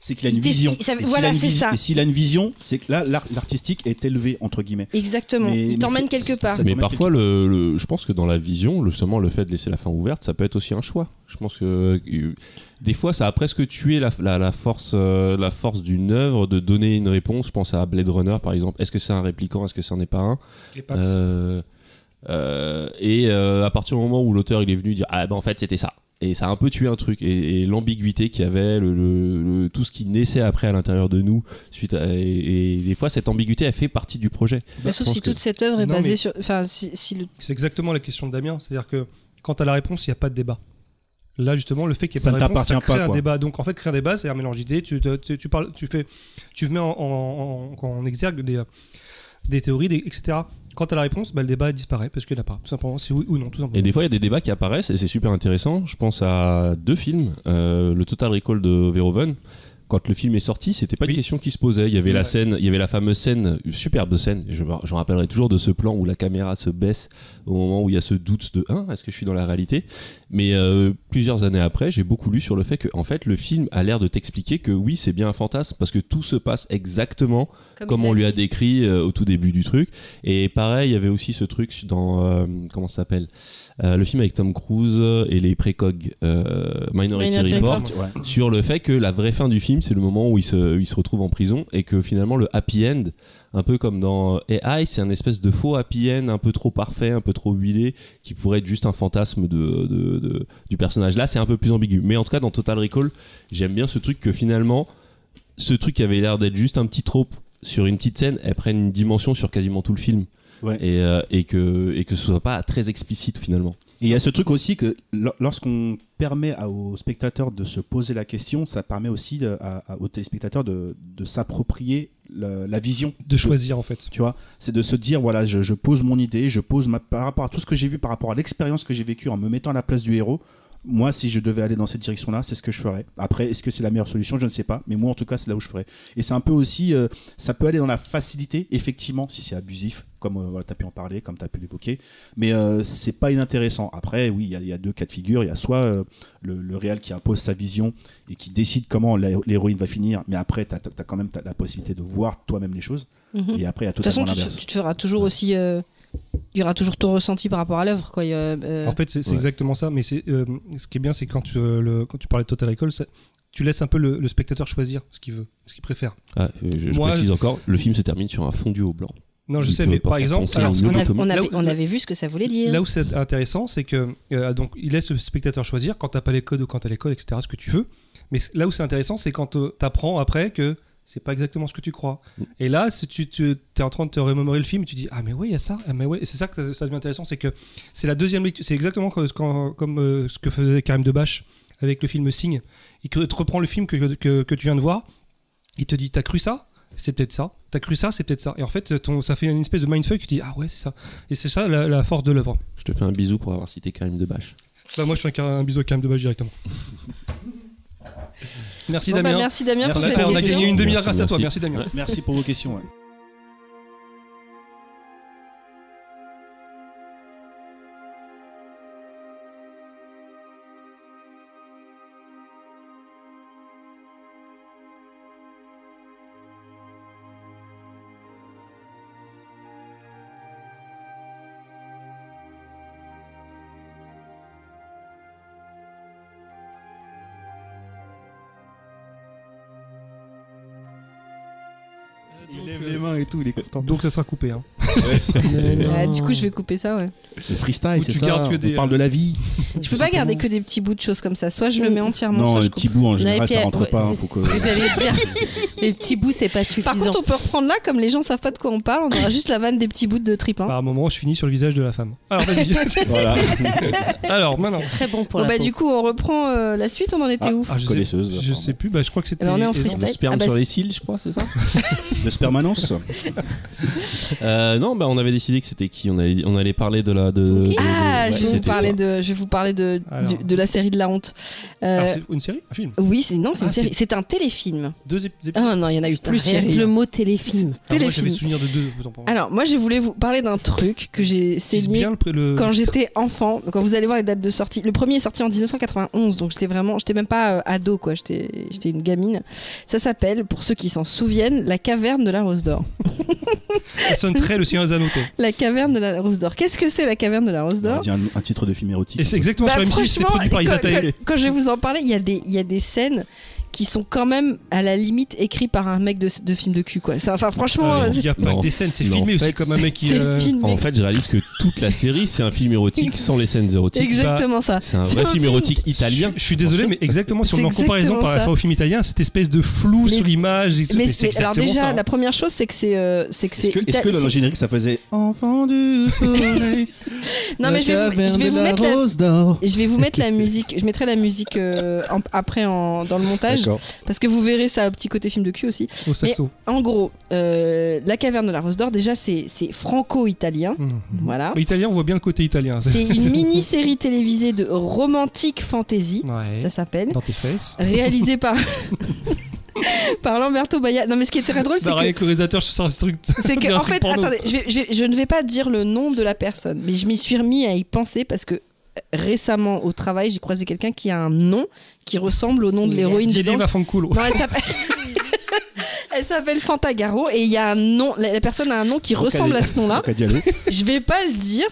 c'est qu'il a une
Il t'explique-
vision.
ça-
Et s'il
voilà,
a une
c'est
visi-
ça.
Et s'il a une vision, c'est que là, l'art- l'artistique est élevé, entre guillemets.
exactement,
Mais- mais
il t'emmène
c'est-
quelque
c'est-
part.
ça-
Mais
Thomas
parfois, le, le- je pense que dans la vision, le- justement, le fait de laisser la fin ouverte, ça peut être aussi un choix. Je pense que euh, des fois, ça a presque tué la, la- la force, euh, la force d'une œuvre de donner une réponse. Je pense à Blade Runner, par exemple. Est-ce que c'est un répliquant Est-ce que ça n'en est pas un Euh, euh, et euh, à partir du moment où l'auteur il est venu dire ah ben en fait c'était ça et ça a un peu tué un truc et, et l'ambiguïté qu'il y avait le, le- le- tout ce qui naissait après à l'intérieur de nous suite à- et, et des fois cette ambiguïté elle fait partie du projet
Bah, sauf
je pense
si
que-
toute cette œuvre est
Non,
basée
mais-
sur. Enfin, si, si le-
C'est exactement la question de Damien. C'est-à-dire que quand tu as la réponse, il n'y a pas de débat. Là, justement, le fait qu'il n'y ait
Ça
pas de
ne
réponse, ça
t'appartient
crée
pas,
un
quoi.
débat. Donc, en fait, créer un débat, c'est un mélange d'idées. Tu, te- tu, tu parles, tu fais, tu mets en, en- en- en exergue des, euh, des théories, des- etc. Quand tu as la réponse, bah, le débat disparaît parce qu'il n'y en a pas. Tout simplement, c'est oui ou non, tout simplement.
Et des fois, il y a des débats qui apparaissent et c'est super intéressant. Je pense à deux films. Euh, le Total Recall de Verhoeven. Quand le film est sorti, c'était pas
Oui.
une question qui se posait. Il y avait
C'est
la
vrai.
scène, il y avait la fameuse scène, une superbe scène. Je me j'en rappellerai toujours de ce plan où la caméra se baisse au moment où il y a ce doute de hein, est-ce que je suis dans la réalité Mais euh, plusieurs années après, j'ai beaucoup lu sur le fait que en fait, le film a l'air de t'expliquer que oui, c'est bien un fantasme parce que tout se passe exactement comme
il
on lui a
dit.
décrit euh, au tout début du truc. Et pareil, il y avait aussi ce truc dans euh, comment ça s'appelle Euh, le film avec Tom Cruise et les précogs euh, Minority,
Minority
Report,
Report.
Ouais.
sur le fait que la vraie fin du film, c'est le moment où il se, où il se retrouve en prison et que finalement le happy end, un peu comme dans euh, AI, c'est un espèce de faux happy end un peu trop parfait, un peu trop huilé, qui pourrait être juste un fantasme de, de- de- du personnage. Là, c'est un peu plus ambigu. Mais en tout cas, dans Total Recall, j'aime bien ce truc que finalement, ce truc qui avait l'air d'être juste un petit trope sur une petite scène, elle prenne une dimension sur quasiment tout le film.
Ouais.
Et, euh, et que, et que ce soit pas très explicite finalement.
Et il y a ce truc aussi que lo- lorsqu'on permet à- aux spectateurs de se poser la question, ça permet aussi de- à- à- aux téléspectateurs de, de s'approprier la, la vision.
de choisir, en fait.
Tu vois, c'est de se dire voilà, je, je pose mon idée, je pose ma, par rapport à tout ce que j'ai vu, par rapport à l'expérience que j'ai vécue en me mettant à la place du héros. Moi, si je devais aller dans cette direction-là, c'est ce que je ferais. Après, est-ce que c'est la meilleure solution Je ne sais pas. Mais moi, en tout cas, c'est là où je ferais. Et c'est un peu aussi, euh, ça peut aller dans la facilité, effectivement, si c'est abusif, comme euh, voilà, tu as pu en parler, comme tu as pu l'évoquer. Mais euh, c'est pas inintéressant. Après, oui, il y a- il y, a deux cas de figure. Il y a soit euh, le, le réel qui impose sa vision et qui décide comment l'hé- l'héroïne va finir, mais après, tu as, quand même t'as la possibilité de voir toi-même les choses.
Mhm.
Et après, il y a
De toute
totalement
façon, tu,
l'inverse.
tu te feras toujours aussi. euh, Il y aura toujours ton ressenti par rapport à l'œuvre quoi. Il y a, euh,
En fait, c'est c'est
Ouais.
exactement ça. Mais c'est euh, ce qui est bien, c'est quand tu, euh, le- quand tu parlais de Total Recall, ça- tu laisses un peu le, le spectateur choisir ce qu'il veut, ce qu'il préfère.
Ah, euh, je, je
Moi,
précise encore, le film se termine sur un fondu au blanc.
Non, je
Il
sais,
peut
mais
pas
par
faire
exemple,
penser à
alors,
une
ce
on,
qu'on
autre
a-
a-
Thomas.
on
là
avait,
où-
on avait vu ce que ça voulait dire.
Là où c'est intéressant, c'est que euh, donc il laisse le spectateur choisir quand t'as pas les codes ou quand t'as les codes, etc. Ce que tu veux. Mais c- là où c'est intéressant, c'est quand euh, t'apprends après que c'est pas exactement ce que tu crois.
Mm.
Et là, si tu, tu es en train de te remémorer le film, tu dis ah mais ouais il y a ça, ah mais ouais. Et c'est ça que ça- ça devient intéressant, c'est que c'est la deuxième lecture, c'est exactement que- quand- comme euh, ce que faisait Karim Debache avec le film Signe. Il te te reprend le film que, que, que tu viens de voir, il te dit t'as cru ça c'est peut-être ça, t'as cru ça, c'est peut-être ça. Et en fait, ton, ça fait une espèce de mindfuck, tu dis ah ouais, c'est ça. Et c'est ça la- la force de l'œuvre.
Je te fais un bisou pour avoir cité Karim Debache.
Bah moi je fais un, un bisou à Cam de base directement. merci
Bon, bah,
Damien.
merci Damien
Merci.
pour cette
on, a, on a
question.
gagné une demi-heure grâce
Merci,
à toi, merci
merci.
Damien.
Ouais.
Merci pour vos questions. ouais. Il lève les mains et tout, il est content.
Donc ça sera coupé. hein.
Mais non.
Ah, du coup, je vais couper ça, ouais.
Le freestyle,
Ou
c'est
tu
ça.
gardes que
on
des-
parle de la vie.
Je peux pas garder que des petits bouts de choses comme ça. Soit je le mets entièrement,
Non,
soit je
les
coupe.
petits bouts en
Non, et
général,
puis,
ça rentre
ouais,
euh,
pas. hein,
c'est
faut
ce
que-
que j'allais dire. Les petits bouts, c'est pas suffisant.
Par contre, on peut reprendre là, comme les gens savent pas de quoi on parle, on aura juste la vanne des petits bouts de hein. tripin.
Par moment, je finis sur le visage de la femme. Alors vas-y.
Voilà.
Alors maintenant.
C'est très bon pour
bon,
la
bah,
peau.
du coup, on reprend euh, la suite, on en était
Ah,
où
Ah, je
Connaisseuse,
Sais, je sais
apparemment.
plus. Bah, je crois que c'était.
Alors, on est en
énorme.
freestyle.
Le sperme
Ah bah,
sur
c'est-
les cils, je crois, c'est ça
De spermanence
Euh, Non, bah, on avait décidé que c'était qui on allait, on allait parler de la. De,
Ok.
de-
Ah,
ouais,
je, vais vous
c'était
parler
ça.
de, je vais vous parler de,
Alors.
du- de la série de la honte. Euh,
Alors, Ah, c'est une série Un film
oui, c'est non, c'est une
Ah,
série. C'est un téléfilm.
Deux ép- épisodes
Ah non, il y en a eu
Putain,
plus.
rien
chérie.
que le mot téléfilm.
Ah, Moi,
téléfilm. Ah,
j'avais souvenir de deux. autant pour moi.
Alors, moi, je voulais vous parler d'un truc que j'ai
C'est
saigné
bien le. pré- le...
quand j'étais enfant. Donc, Quand vous allez voir les dates de sortie, le premier est sorti en 1991, donc j'étais vraiment, j'étais même pas euh, ado, quoi. J'étais, j'étais une gamine. Ça s'appelle, pour ceux qui s'en souviennent, La Caverne de la Rose d'Or.
Ça sonne très le Seigneur des Anneaux. toi.
La Caverne de la Rose d'Or. Qu'est-ce que c'est la Caverne de la Rose
On aurait
d'Or
dit un, un titre de film érotique.
Et c'est exactement
Bah,
sur M6, c'est produit par
quand,
Isa
quand-
Taylor.
quand je vais vous en parler, il y, a des- il y a des scènes qui sont quand même à la limite écrites par un mec de, de film de cul, quoi. Ça- Enfin, franchement,
Euh,
euh,
Il n'y a pas
Non,
que des scènes, c'est
non,
filmé
en
aussi
fait,
comme un mec qui.
c'est
euh,
filmé.
En fait, je réalise que toute la série, c'est un film érotique sans les scènes érotiques.
Exactement ça.
C'est un vrai film érotique italien.
Je, je suis désolé, mais exactement si on
C'est
met en comparaison
exactement
par
ça.
rapport au film italien, cette espèce de flou
Mais-
sur l'image. et tout,
Mais,
mais c'est
mais alors
exactement
déjà,
ça, hein.
la première chose, c'est que c'est, euh, c'est que c'est.
Est-ce que, est-ce
Ita-
que dans le
c'est-
générique ça faisait Enfant du soleil
Non
la
mais je vais, vous-
caverne
je vais
de
vous
la
mettre la,
rose d'or.
je vais vous mettre la musique. Je mettrai la musique euh, en- après en- dans le montage
D'accord.
parce que vous verrez ça un petit côté film de cul aussi.
au saxo.
En gros, euh, la caverne de la rose d'or, déjà c'est c'est franco-italien,
Mhm.
voilà.
Mais italien, on voit bien le côté italien.
C'est une mini-série télévisée de romantique fantasy,
Ouais.
ça s'appelle,
Dans tes fesses.
réalisée par par Lamberto Baia. Non mais ce qui est très drôle, c'est
Bah,
que
avec le réalisateur, je sens un truc.
C'est
un
que, en
truc
fait,
porno.
attendez, je, vais- je vais- je ne vais pas dire le nom de la personne, mais je m'y suis remis à y penser parce que euh, récemment au travail, j'ai croisé quelqu'un qui a un nom qui ressemble au nom de
Similaire.
l'héroïne
Didier
dedans.
Vafanculo.
Non, elle s'appelle. Elle s'appelle Fantagaro et il y a un nom, la, la personne a un nom qui ressemble à ce nom-là.
Luca Diallo.
Je vais pas le dire,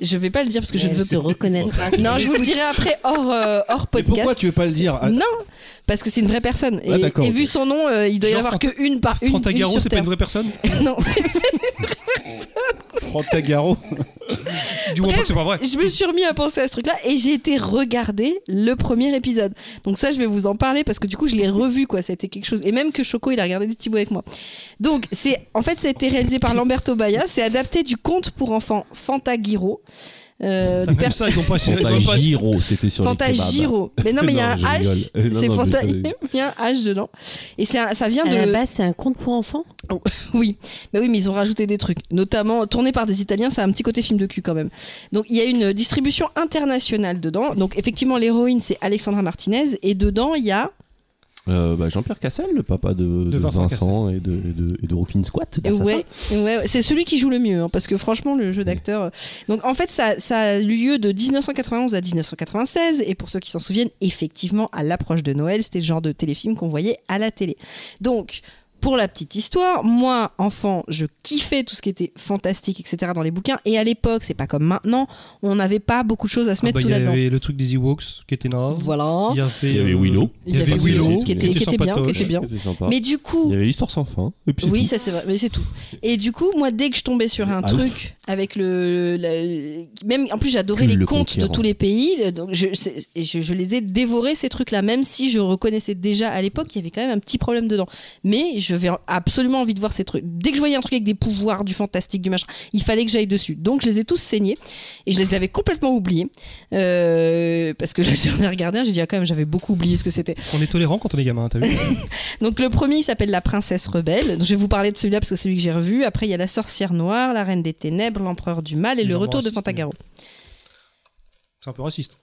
je vais Ah, pas le dire parce que je
Mais
ne
elle
veux
se reconnaîtra.
Non, je vous le dirai après hors, euh, hors
Mais pourquoi
podcast.
tu veux pas le dire Ah,
Non, parce que c'est une vraie personne.
Ah,
Et,
d'accord,
et
ok.
vu son nom, euh, il doit y
Genre
en avoir
Fanta-
que une par une.
Fantagaro,
une sur
c'est pas une
Terre.
vraie personne
Non, c'est
Franck Tagaro.
Du moins,
Bref,
que c'est pas vrai.
je me suis remis à penser à ce truc-là et j'ai été regarder le premier épisode. Donc ça, je vais vous en parler parce que du coup, je l'ai revu quoi. Ça a été quelque chose. Et même que Choco, il a regardé des petits bouts avec moi. Donc c'est, en fait, ça a été réalisé par Lamberto Baia. C'est adapté du conte pour enfants Fantagiro. Euh,
Même
pers-
ça, ils ont pas. ils ont pas-
Fantagiro, c'était sur les kebabs.
Fantagiro. Mais non, mais il y a un
Non, je
H.
rigole. Euh, non,
C'est
non, mais
Fanta-
je savais.
il y a un H dedans. Et c'est un- ça vient
À
de.
la base, c'est un conte pour enfants.
Oui, mais oui, mais ils ont rajouté des trucs, notamment tourné par des Italiens, ça a un petit côté film de cul quand même. Donc il y a une distribution internationale dedans. Donc effectivement, l'héroïne c'est Alexandra Martinez et dedans il y a
Euh, bah, Jean-Pierre Cassel, le papa de, de
Vincent
Vincent, et de, et de, et de Rockin' Squat. bah,
ouais,
d'Assassin.
ouais, ouais, c'est celui qui joue le mieux hein, parce que franchement le jeu d'acteur. euh, Donc en fait ça, ça a eu lieu de 1991 à 1996 et pour ceux qui s'en souviennent, effectivement à l'approche de Noël, c'était le genre de téléfilm qu'on voyait à la télé. Donc pour la petite histoire, moi, enfant, je kiffais tout ce qui était fantastique, etc. dans les bouquins. Et à l'époque, c'est pas comme maintenant, on n'avait pas beaucoup de choses à se
Ah
mettre
bah,
sous
Il y
la dent.
avait le truc des Ewoks qui était naze.
Voilà.
Il y avait,
Il y avait
euh,
Willow.
Il y avait
Il y avait
Willow
Willow, qui
était- qui était bien, qui
sympatoche.
était bien.
C'était sympa.
Mais du
Il
coup,
y avait l'histoire sans fin. Et puis c'est
oui,
tout.
ça c'est vrai, mais c'est tout. Et du coup, moi, dès que je tombais sur
Le
un
Alf.
truc avec le, la- même en plus j'adorais
Jules
les
le
contes de
Conquérant.
tous les pays, le- donc je, c'est- et je, je les ai dévorés ces trucs-là, même si je reconnaissais déjà à l'époque qu'il y avait quand même un petit problème dedans. Mais je vais absolument envie de voir ces trucs. Dès que je voyais un truc avec des pouvoirs, du fantastique, du machin, il fallait que j'aille dessus. Donc je les ai tous saignés et je les avais complètement oubliés Euh, parce que là j'en ai regardé, un, j'ai dit ah quand même j'avais beaucoup oublié ce que c'était.
On est tolérant quand on est gamin, t'as vu
Donc le premier il s'appelle La Princesse Rebelle. Donc, je vais vous parler de celui-là parce que c'est celui que j'ai revu. Après il y a La Sorcière Noire, La Reine des Ténèbres, L'Empereur du Mal et
Il est
Le
vraiment
Retour de
raciste,
Fantagaro.
C'est un peu raciste.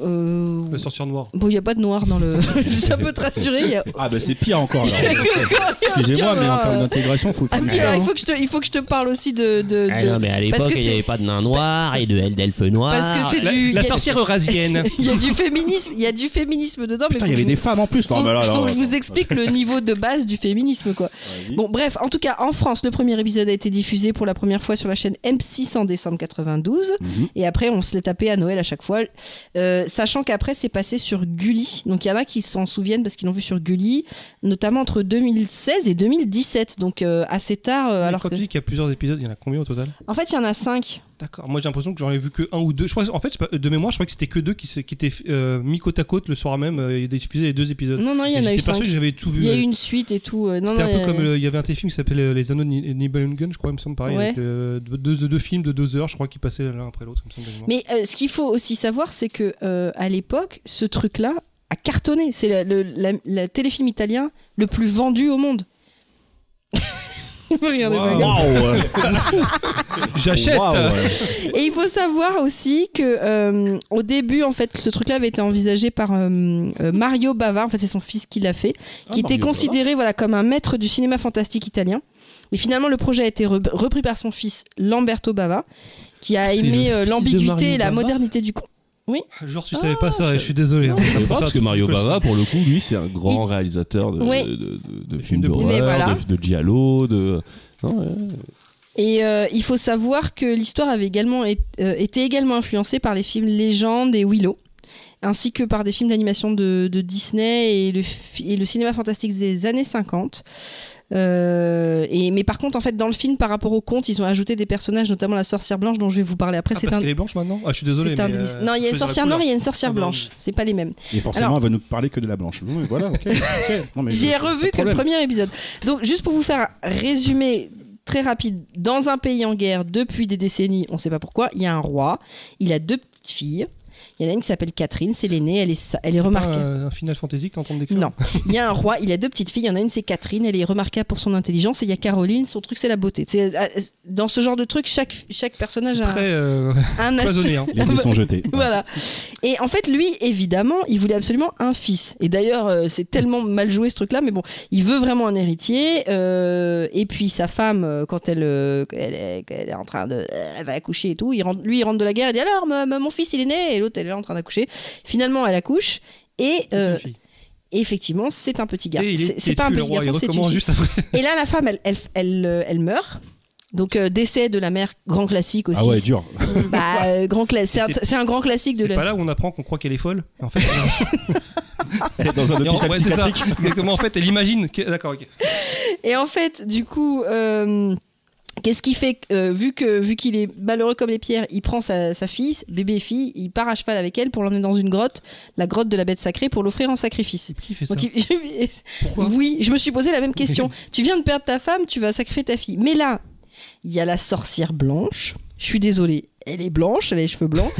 Euh...
Le sorcier noir.
Bon il n'y a pas de noir dans le... Ça peut te rassurer. il y a-
Ah bah c'est pire encore alors. Excusez-moi, mais en termes d'intégration, faut.
Ah,
faut-
putain, il, faut que je te, il faut que je te parle aussi de... de,
Ah,
de-
Ah mais à
parce que c'est-
avait pas de nain noir et de d'elfe noir.
Parce que c'est
La, la
du... il y a-
sorcière eurasienne.
Il y a du féminisme, il y a du féminisme dedans. mais
Putain, il
faut
y avait
que je
des femmes en plus.
vous-
Non, mais là,
faut-
alors,
faut que je vous
attends.
explique le niveau de base du féminisme, quoi.
Vas-y.
Bon, bref, en tout cas, en France, le premier épisode a été diffusé pour la première fois sur la chaîne M6 en décembre 92.
Mhm.
Et après, on se l'est tapé à Noël à chaque fois. Euh, sachant qu'après, c'est passé sur Gulli. Donc, il y en a qui s'en souviennent parce qu'ils l'ont vu sur Gulli, notamment entre 2016 et 2017. Donc, euh, assez tard. euh, alors
quand
que...
tu dis qu'il y a plusieurs épisodes, il y en a combien au total
En fait, il y en a cinq.
D'accord. Moi, j'ai l'impression que j'en ai vu que un ou deux. Je crois, en fait, je sais pas, de mémoire, je crois que c'était que deux qui, se- qui étaient euh, mis côte à côte le soir même euh, et diffusés les deux épisodes.
Non, non, il y
Et
en a eu
J'étais persuadé
cinq.
que j'avais tout vu. euh.
Il y a eu une suite et tout. euh, non,
C'était un
non,
peu
euh,
comme le- il y avait un téléfilm qui s'appelait euh, Les Anneaux de Ni- Nibelungen, je crois, il me semble pareil.
Ouais.
Avec, euh, deux, deux films de deux heures, je crois, qui passaient l'un après l'autre. il me semble, de mémoire.
Mais euh, ce qu'il faut aussi savoir, c'est que euh, à l'époque, ce truc-là a cartonné. C'est la- le la- la téléfilm italien le plus vendu au monde. Regardez
Wow.
pas.
Waouh
J'achète
Waouh, ouais.
Et il faut savoir aussi que euh, au début, en fait, ce truc-là avait été envisagé par euh, euh, Mario Bava. En fait, c'est son fils qui l'a fait,
Ah,
qui était considéré voilà comme un maître du cinéma fantastique italien. Mais finalement, le projet a été re- repris par son fils Lamberto Bava, qui a
C'est
aimé
le
euh,
fils de
l'ambiguïté
Mario
et la
Bava
modernité du con.
Genre, tu
Ah,
savais pas ça, et je suis désolé. hein.
Je savais
Ça,
pas, Ah, parce que
tout-
Mario
tout le-
Bava, pour le coup, lui, c'est un grand
Il-
réalisateur de,
Ouais.
de, de-
De
de
films
films
de
d'horreur,
Mais voilà.
de, de giallo, de. Non, ouais.
Et euh, il faut savoir que l'histoire avait également é- euh, été également influencée par les films Légende et Willow, ainsi que par des films d'animation de, de Disney et le, fi- et le cinéma fantastique des années 50. Euh, et, mais par contre, en fait, dans le film, par rapport au conte, ils ont ajouté des personnages, notamment la sorcière blanche dont je vais vous parler après.
Ah,
c'est
parce
un,
qu'elle est blanche maintenant Ah, je suis désolé.
c'est un
mais,
délice.
euh,
non,
faut
il y a une
choisir la
sorcière noire,
couleur.
il y a une sorcière
Ah bah
blanche.
oui.
C'est pas les mêmes.
Et forcément,
Alors-
elle va nous parler que de la blanche. Oui, voilà, ok. ok. Non, mais je-
J'ai
pas
revu
de
que le
problème.
premier épisode. Donc, juste pour vous faire un résumé très rapide, dans un pays en guerre depuis des décennies, on ne sait pas pourquoi, il y a un roi, il a deux petites filles. Il y en a une qui s'appelle Catherine, c'est l'aînée, elle est, sa- elle est,
C'est pas euh,
remarquable.
un, un Final Fantasy que t'es en train de décrire
Non, il y a un roi, il a deux petites filles, il y en a une c'est Catherine, elle est remarquable pour son intelligence, et il y a Caroline, son truc c'est la beauté. C'est- euh, Dans ce genre de truc, chaque, chaque personnage
C'est
a un-
très euh,
un atout.
cloisonné. hein.
Les dés sont jetés.
Voilà. Et en fait, lui, évidemment, il voulait absolument un fils. Et d'ailleurs, euh, c'est tellement mal joué ce truc-là, mais bon, il veut vraiment un héritier. euh, et puis sa femme, euh, quand elle, euh, elle, est, elle est en train de, elle va accoucher et tout, il rentre, lui, il rentre de la guerre, il dit alors, ma- ma- mon fils, il est né. Et l'autre, elle est là en train d'accoucher. Finalement, elle accouche. Et
C'est une
euh,
fille.
effectivement, c'est un petit garçon.
Et il est
C'est c'est pas un
têtu, le
petit
roi, il
garçon, c'est une
recommence
fille.
juste après.
Et là, la femme, elle, elle, elle, euh, elle meurt. Donc euh, décès de la mère, grand classique aussi.
Ah ouais, dur.
Bah, euh, grand cla- c'est un,
C'est-
c'est un grand classique de
C'est
la.
pas là où on apprend qu'on croit qu'elle est folle. En fait, elle-
Elle est dans un hôpital
Ouais, c'est ça.
psychiatrique.
Exactement. En fait, elle imagine. que- D'accord, ok.
Et en fait, du coup, euh, qu'est-ce qu'il fait euh, Vu que vu qu'il est malheureux comme les pierres, il prend sa, sa fille, bébé fille, il part à cheval avec elle pour l'emmener dans une grotte, la grotte de la bête sacrée, pour l'offrir en sacrifice.
Qui fait ça
Donc, il-
Pourquoi
oui, je me suis posé la même question. tu viens de perdre ta femme, tu vas sacrifier ta fille. Mais là, il y a la sorcière blanche. Je suis désolée, elle est blanche, elle a les cheveux blancs,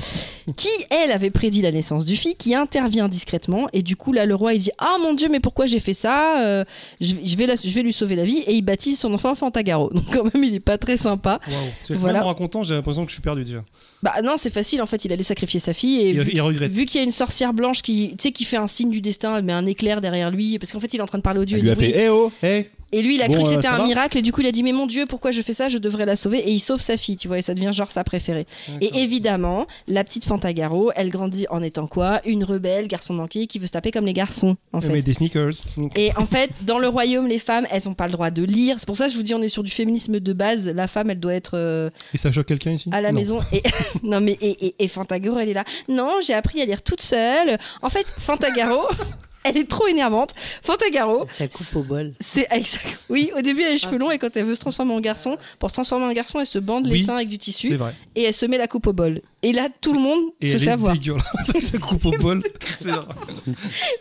qui, elle, avait prédit la naissance du fils, qui intervient discrètement. Et du coup, là, le roi, il dit Ah mon Dieu, mais pourquoi j'ai fait ça Euh, je, je vais la- je vais lui sauver la vie. Et il baptise son enfant Fantagaro. Donc, quand même, il est pas très sympa.
Waouh. C'est que
Voilà.
même en racontant, j'ai l'impression que je suis perdu déjà.
Bah non, c'est facile, en fait, il allait sacrifier sa fille. Et
Il,
vu-
il regrette.
vu qu'il y a une sorcière blanche qui, tu sais, qui fait un signe du destin, elle met un éclair derrière lui, parce qu'en fait, il est en train de parler au dieu.
Elle
il
lui
dit,
a fait
Oui.
Eh oh, eh
Et lui, il a
Bon,
cru que
euh,
c'était
ça
un
va
miracle, et du coup, il a dit Mais mon Dieu, pourquoi je fais ça Je devrais la sauver. Et il sauve sa fille, tu vois, et ça devient genre sa préférée. Et évidemment, la petite Fantagaro, elle grandit en étant quoi Une rebelle, garçon manqué, qui veut se taper comme les garçons, en
Elle met
fait.
des sneakers. Donc,
Et en fait, dans le royaume, les femmes, elles n'ont pas le droit de lire. C'est pour ça que je vous dis, on est sur du féminisme de base. La femme, elle doit être euh,
Et ça choque quelqu'un ici
à la
Non.
maison. Et non, mais et, et, et Fantagaro, elle est là. Non, j'ai appris à lire toute seule. En fait, Fantagaro, elle est trop énervante. Fantagaro,
Oh, Ça coupe au bol.
c'est exact. Oui, au début elle a les cheveux longs et quand elle veut se transformer en garçon, pour se transformer en garçon, elle se bande les
Oui,
seins avec du
C'est
tissu
vrai.
et elle se met la coupe au bol. Et là, tout le monde
Et
se
elle
fait
est
avoir.
dégueulasse avec sa coupe au bol. C'est vrai.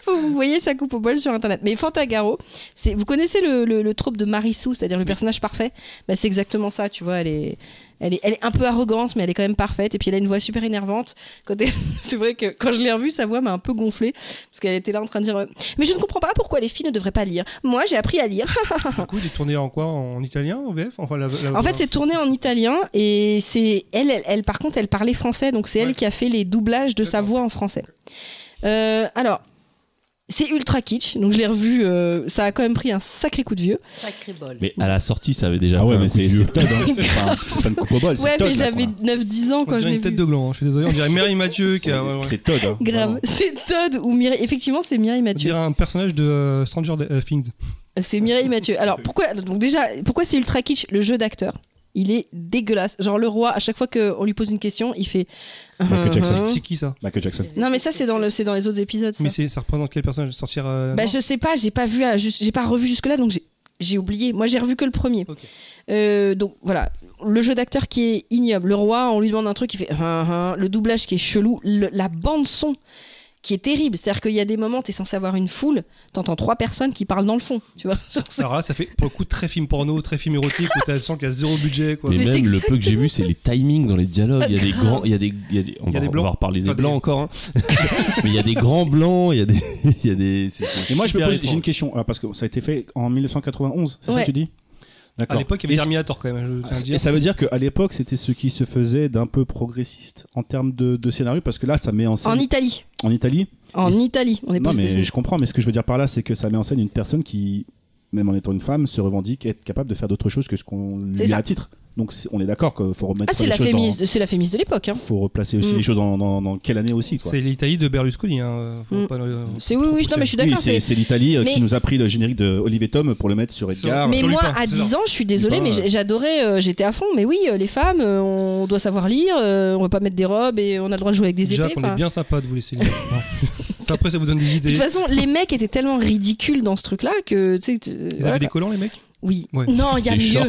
Faut que vous voyez sa coupe au bol sur internet. Mais Fantagaro, c'est vous connaissez le, le, le trope de Marissou, c'est-à-dire le personnage parfait. Bah, c'est exactement ça, tu vois. Elle est, elle est, elle est un peu arrogante, mais elle est quand même parfaite. Et puis elle a une voix super énervante. Quand elle- c'est vrai que quand je l'ai revue, sa voix m'a un peu gonflée parce qu'elle était là en train de dire. euh, Mais je ne comprends pas pourquoi les filles ne devraient pas lire. Moi, j'ai appris à lire.
Du coup, il est tourné en quoi En italien En VF Enfin, la- la-
En fait, c'est tourné en italien et c'est elle, elle, elle- par contre, elle parlait français, donc c'est
Ouais.
elle qui a fait les doublages de sa
D'accord.
voix en français. Euh, alors, c'est ultra kitsch, donc je l'ai revu, euh, ça a quand même pris un sacré coup de vieux.
Sacré bol.
Mais à la sortie, ça avait déjà
Ah ouais,
fait un
mais c'est
coup de vieux.
c'est Todd, hein. C'est pas- c'est pas une coupe au bol.
Ouais,
c'est
mais
Todd, là,
j'avais
quoi.
9-10 ans
On
quand je
dirait
l'ai
une tête
vu.
de gland, hein, je suis désolé. On dirait Mary Mathieu qui a. euh, ouais, ouais.
C'est Todd. hein.
Grave,
Vraiment.
c'est Todd ou Mireille. Effectivement, c'est Mireille
On
Mathieu.
dirait un personnage de euh, Stranger euh, Things.
C'est Mireille Mathieu. Alors pourquoi donc déjà pourquoi c'est ultra kitsch le jeu d'acteur il est dégueulasse. Genre le roi, à chaque fois qu'on lui pose une question, il fait.
Michael Jackson.
Hein
C'est qui ça
Michael Jackson.
Non mais ça c'est dans le c'est dans les autres épisodes. ça.
Mais c'est- ça représente quel personnage Sortir. euh,
Bah,
non
je sais pas, j'ai pas vu, à- juste- j'ai pas revu jusque là, donc j'ai- j'ai oublié. Moi, j'ai revu que le premier.
Ok.
Euh, donc voilà, le jeu d'acteur qui est ignoble. Le roi, on lui demande un truc, il fait Hein, hein. le doublage qui est chelou, le- la bande son qui est terrible. C'est-à-dire qu'il y a des moments, t'es censé avoir une foule, t'entends trois personnes qui parlent dans le fond. Tu vois Genre, c'est-
Alors là, ça fait pour le coup très film porno, très film érotique où t'as le sens qu'il y a zéro budget. Quoi.
Et
Mais c'est
même le peu que j'ai vu, c'est les timings dans les dialogues. Il y a des grands, il y a des, il y a des- on,
Il y a
va,
des
on
blancs.
va reparler des
Enfin, des-
blancs encore. hein. Mais il y a des grands blancs, il y a des, il y a des. c'est- c'est
Et moi, je me
super
pose, j'ai une
étrange.
question, alors, parce que ça a été fait en 1991, c'est ça
Ouais.
que tu dis
À
D'accord.
l'époque, il y avait
Et- Ah,
Terminator quand même. Je tiens à le dire.
Et ça veut dire qu'à l'époque, c'était ce qui se faisait d'un peu progressiste en termes de, de scénario, parce que là, ça met en
en
scène
Italie.
en Italie.
En
Et c'est-
Italie, on est pas
Non,
aux
mais
États-Unis.
je comprends, mais ce que je veux dire par là, c'est que ça met en scène une personne qui, même en étant une femme, se revendique être capable de faire d'autres choses que ce qu'on
C'est
lui
ça.
a à titre. Donc, c'est- on est d'accord qu'il faut remettre
Ah, c'est
les
la,
choses dans-
féministe, c'est la féministe de l'époque. Hein.
faut replacer aussi
Mm.
les choses dans, dans- dans quelle année aussi, quoi.
C'est l'Italie de Berlusconi. Hein. Faut
Mm.
pas le-
C'est oui,
trop
oui,
pousser.
non, mais je suis
Oui,
d'accord.
c'est
c'est-
c'est l'Italie euh,
Mais-
qui nous a pris le générique de Olivier Tom pour le mettre sur
Sur-
Edgar. euh,
Mais
Sur
moi,
Lupin,
à
Ah, c'est Bah
10 ans, je suis désolée,
Lupin,
mais
euh.
j'ai- j'adorais, euh, j'étais à fond. Mais oui, euh, les femmes, euh, on doit savoir lire, euh, on va pas mettre des robes et on a le droit de jouer avec des
Jacques,
épées.
on
enfin.
est bien sympa de vous laisser lire. Ça, après, ça vous donne des
De
idées.
toute
Vous
façon, les mecs étaient tellement ridicules dans ce truc-là que, tu sais, tu- euh, voilà,
avez des
quoi.
collants, les mecs
oui.
Ouais.
Non, Oh, il y a
Des
mieux.
shorts.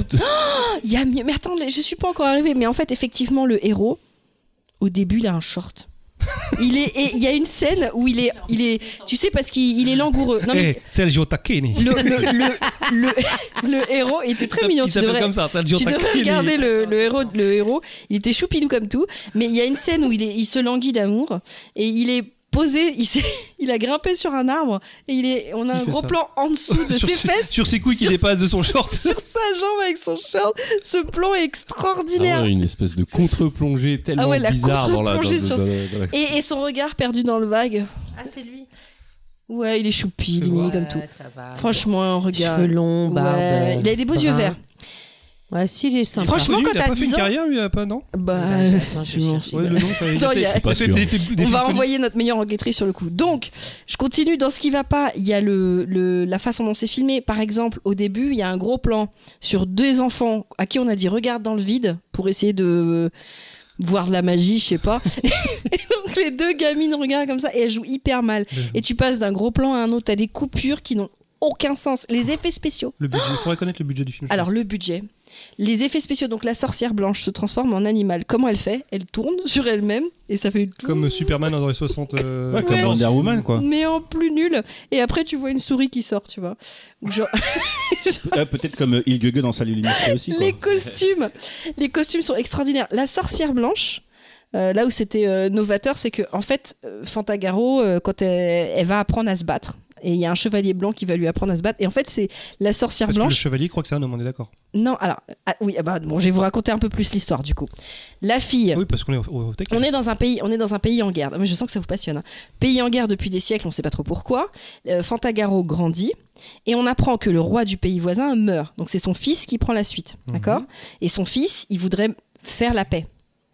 Il y a mieux. Mais attends, je suis pas encore arrivée. Mais en fait, effectivement, le héros, au début, il a un short. Il est, et il y a une scène où il est, il est, tu sais, parce qu'il il est langoureux. Non,
Eh,
mais
Sergio Tacchini.
le, le, le, le- le héros il était très mignon.
Eh. Il
Tu
s'appelle
devrais-
comme ça, Sergio
tu devrais
Tacchini.
regarder le, le héros, le héros. Il était choupinou comme tout, mais il y a une scène où il, est, il se languit d'amour et il est posé, il, s'est- il a grimpé sur un arbre et il est, on a
Qui
un
fait
gros
ça
plan en dessous de
sur,
ses
ses-
fesses.
sur ses couilles qui
Sur-
dépassent de son short.
Sur sa jambe avec son short, ce plan est extraordinaire.
Ah ouais, une espèce de contre-plongée tellement
Ah ouais, la
bizarre dans la. dans-
contre-plongée
dans-
sur-
dans- dans- dans-
et, et son regard perdu dans le vague.
Ah, c'est lui.
Ouais, il est choupi, il est
Ouais,
mignon comme tout.
Ça va.
Franchement, un regard.
Cheveux longs, barbe.
Ouais, il a des beaux yeux
brun.
verts.
Ouais, si, il est sympa.
Franchement,
Connu,
quand
il a
t'as
pas fait
10
une
ans-
carrière, lui, il a pas, non
Bah,
Bah, attends, je vais
je-
chercher.
Ouais, le nom, il
Attends, il y a-
a fait- il a fait
Pas
des-
sûr.
des- des
On va
films
envoyer notre meilleure enquêtrice sur le coup. Donc, je continue dans ce qui va pas. Il y a le, le- la façon dont c'est filmé. Par exemple, au début, il y a un gros plan sur deux enfants à qui on a dit regarde dans le vide pour essayer de voir de la magie, je sais pas. et donc les deux gamines regardent comme ça et elles jouent hyper mal.
connus.
Et tu passes d'un gros plan à un autre, t'as des coupures qui n'ont aucun sens. Les effets spéciaux.
Le budget, il faudrait connaître le budget du film. je
Alors le budget, les effets spéciaux. Donc la sorcière blanche se transforme en animal. Comment elle fait Elle tourne sur elle-même et ça fait
pense. Comme Superman dans les 60. euh,
Ouais, comme
Ouais.
Wonder Woman, quoi.
mais en plus nul. Et après, tu vois une souris qui sort, tu vois. Ou genre,
Euh, Peut-être comme euh, Il Gueule dans sa illuminée aussi, quoi.
les costumes, les costumes sont extraordinaires. La sorcière blanche. euh, là où c'était euh, novateur, c'est que en fait, euh, Fantagaro, euh, quand elle, elle va apprendre à se battre, et il y a un chevalier blanc qui va lui apprendre à se battre, et en fait, c'est la sorcière
Parce que le
blanche.
chevalier croit que c'est un homme, on est d'accord.
Non, alors, ah, oui, ah bah, bon, je vais vous raconter un peu plus l'histoire du coup. La fille,
Oui, parce qu'on est au, au- au tech.
On est dans un pays, on est dans un pays en guerre. Mais je sens que ça vous passionne. hein. Pays en guerre depuis des siècles, on ne sait pas trop pourquoi. Euh, Fantagaro grandit et on apprend que le roi du pays voisin meurt. Donc c'est son fils qui prend la suite,
Mhm.
d'accord Et son fils, il voudrait faire la paix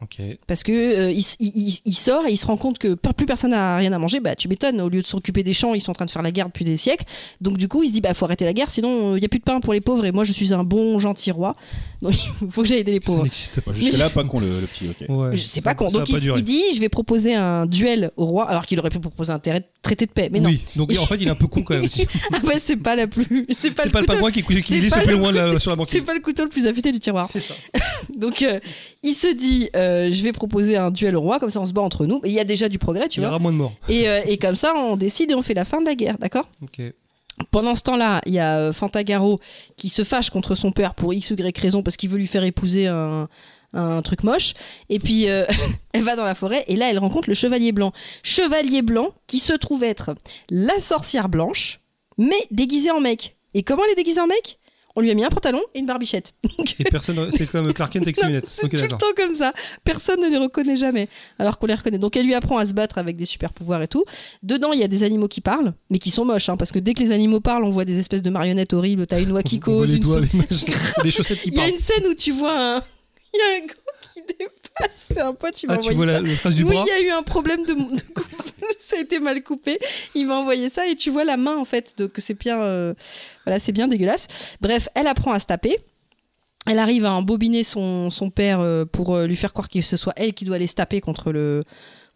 Ok.
parce que euh, il, s- il- il- il sort et il se rend compte que plus personne n'a rien à manger. Bah tu m'étonnes. Au lieu de s'occuper des champs, ils sont en train de faire la guerre depuis des siècles. Donc du coup, il se dit bah faut arrêter la guerre, sinon il n'y a plus de pain pour les pauvres. Et moi, je suis un bon gentil roi, donc il faut que j'aille aider les
Ça
pauvres.
n'existe pas.
Bon, Jusque-là, pas con le, le petit, ok.
Ouais,
Je sais
ça-
pas quand.
ça
Donc
a pas
il,
duré.
il dit je vais proposer un duel au roi alors qu'il aurait pu proposer un terra- traité de paix. Mais non.
Oui, donc en fait, il est un peu con quand même. aussi.
Ah ouais, c'est pas la plus. C'est pas,
C'est
le
pas le
couteau-
pingouin qui qui
C'est
glisse
pas
le plus
le
loin de la- sur la
C'est
banquise.
pas le couteau le plus affûté du tiroir.
C'est ça.
Donc euh, il se dit euh, je vais proposer un duel au roi comme ça on se bat entre nous. Et il y a déjà du progrès tu
Il y
vois.
aura moins de morts.
Et, euh, et comme ça on décide et on fait la fin de la guerre d'accord.
Ok.
Pendant ce temps-là il y a euh, Fantagaro qui se fâche contre son père pour x ou y raison parce qu'il veut lui faire épouser un un truc moche et puis euh, elle va dans la forêt et là elle rencontre le chevalier blanc chevalier blanc qui se trouve être la sorcière blanche, mais déguisée en mec. Et comment elle est déguisée en mec On lui a mis un pantalon et une barbichette. Donc,
Et personne. C'est comme Clark Kent avec ses
Non,
lunettes.
c'est
Ok,
tout le
d'accord.
temps comme ça. Personne ne les reconnaît jamais, alors qu'on les reconnaît. Donc elle lui apprend à se battre avec des super pouvoirs et tout. Dedans, il y a des animaux qui parlent, mais qui sont moches, hein, parce que dès que les animaux parlent, on voit des espèces de marionnettes horribles. T'as une oie qui
On voit
cause,
les
une
doigts,
souris.
les machins. C'est des chaussettes qui
Il y a
parlent.
une scène où tu vois un, il y a un gros qui dépasse. C'est un pote, il m'a
Ah, tu
envoyé
vois la,
ça.
le face du
Oui,
bras
il y a eu un problème de, de coupe. ça a été mal coupé. Il m'a envoyé ça et tu vois la main en fait de, que c'est bien, euh, voilà, c'est bien dégueulasse. Bref, elle apprend à se taper. Elle arrive à embobiner son, son père euh, pour euh, lui faire croire que ce soit elle qui doit aller se taper contre le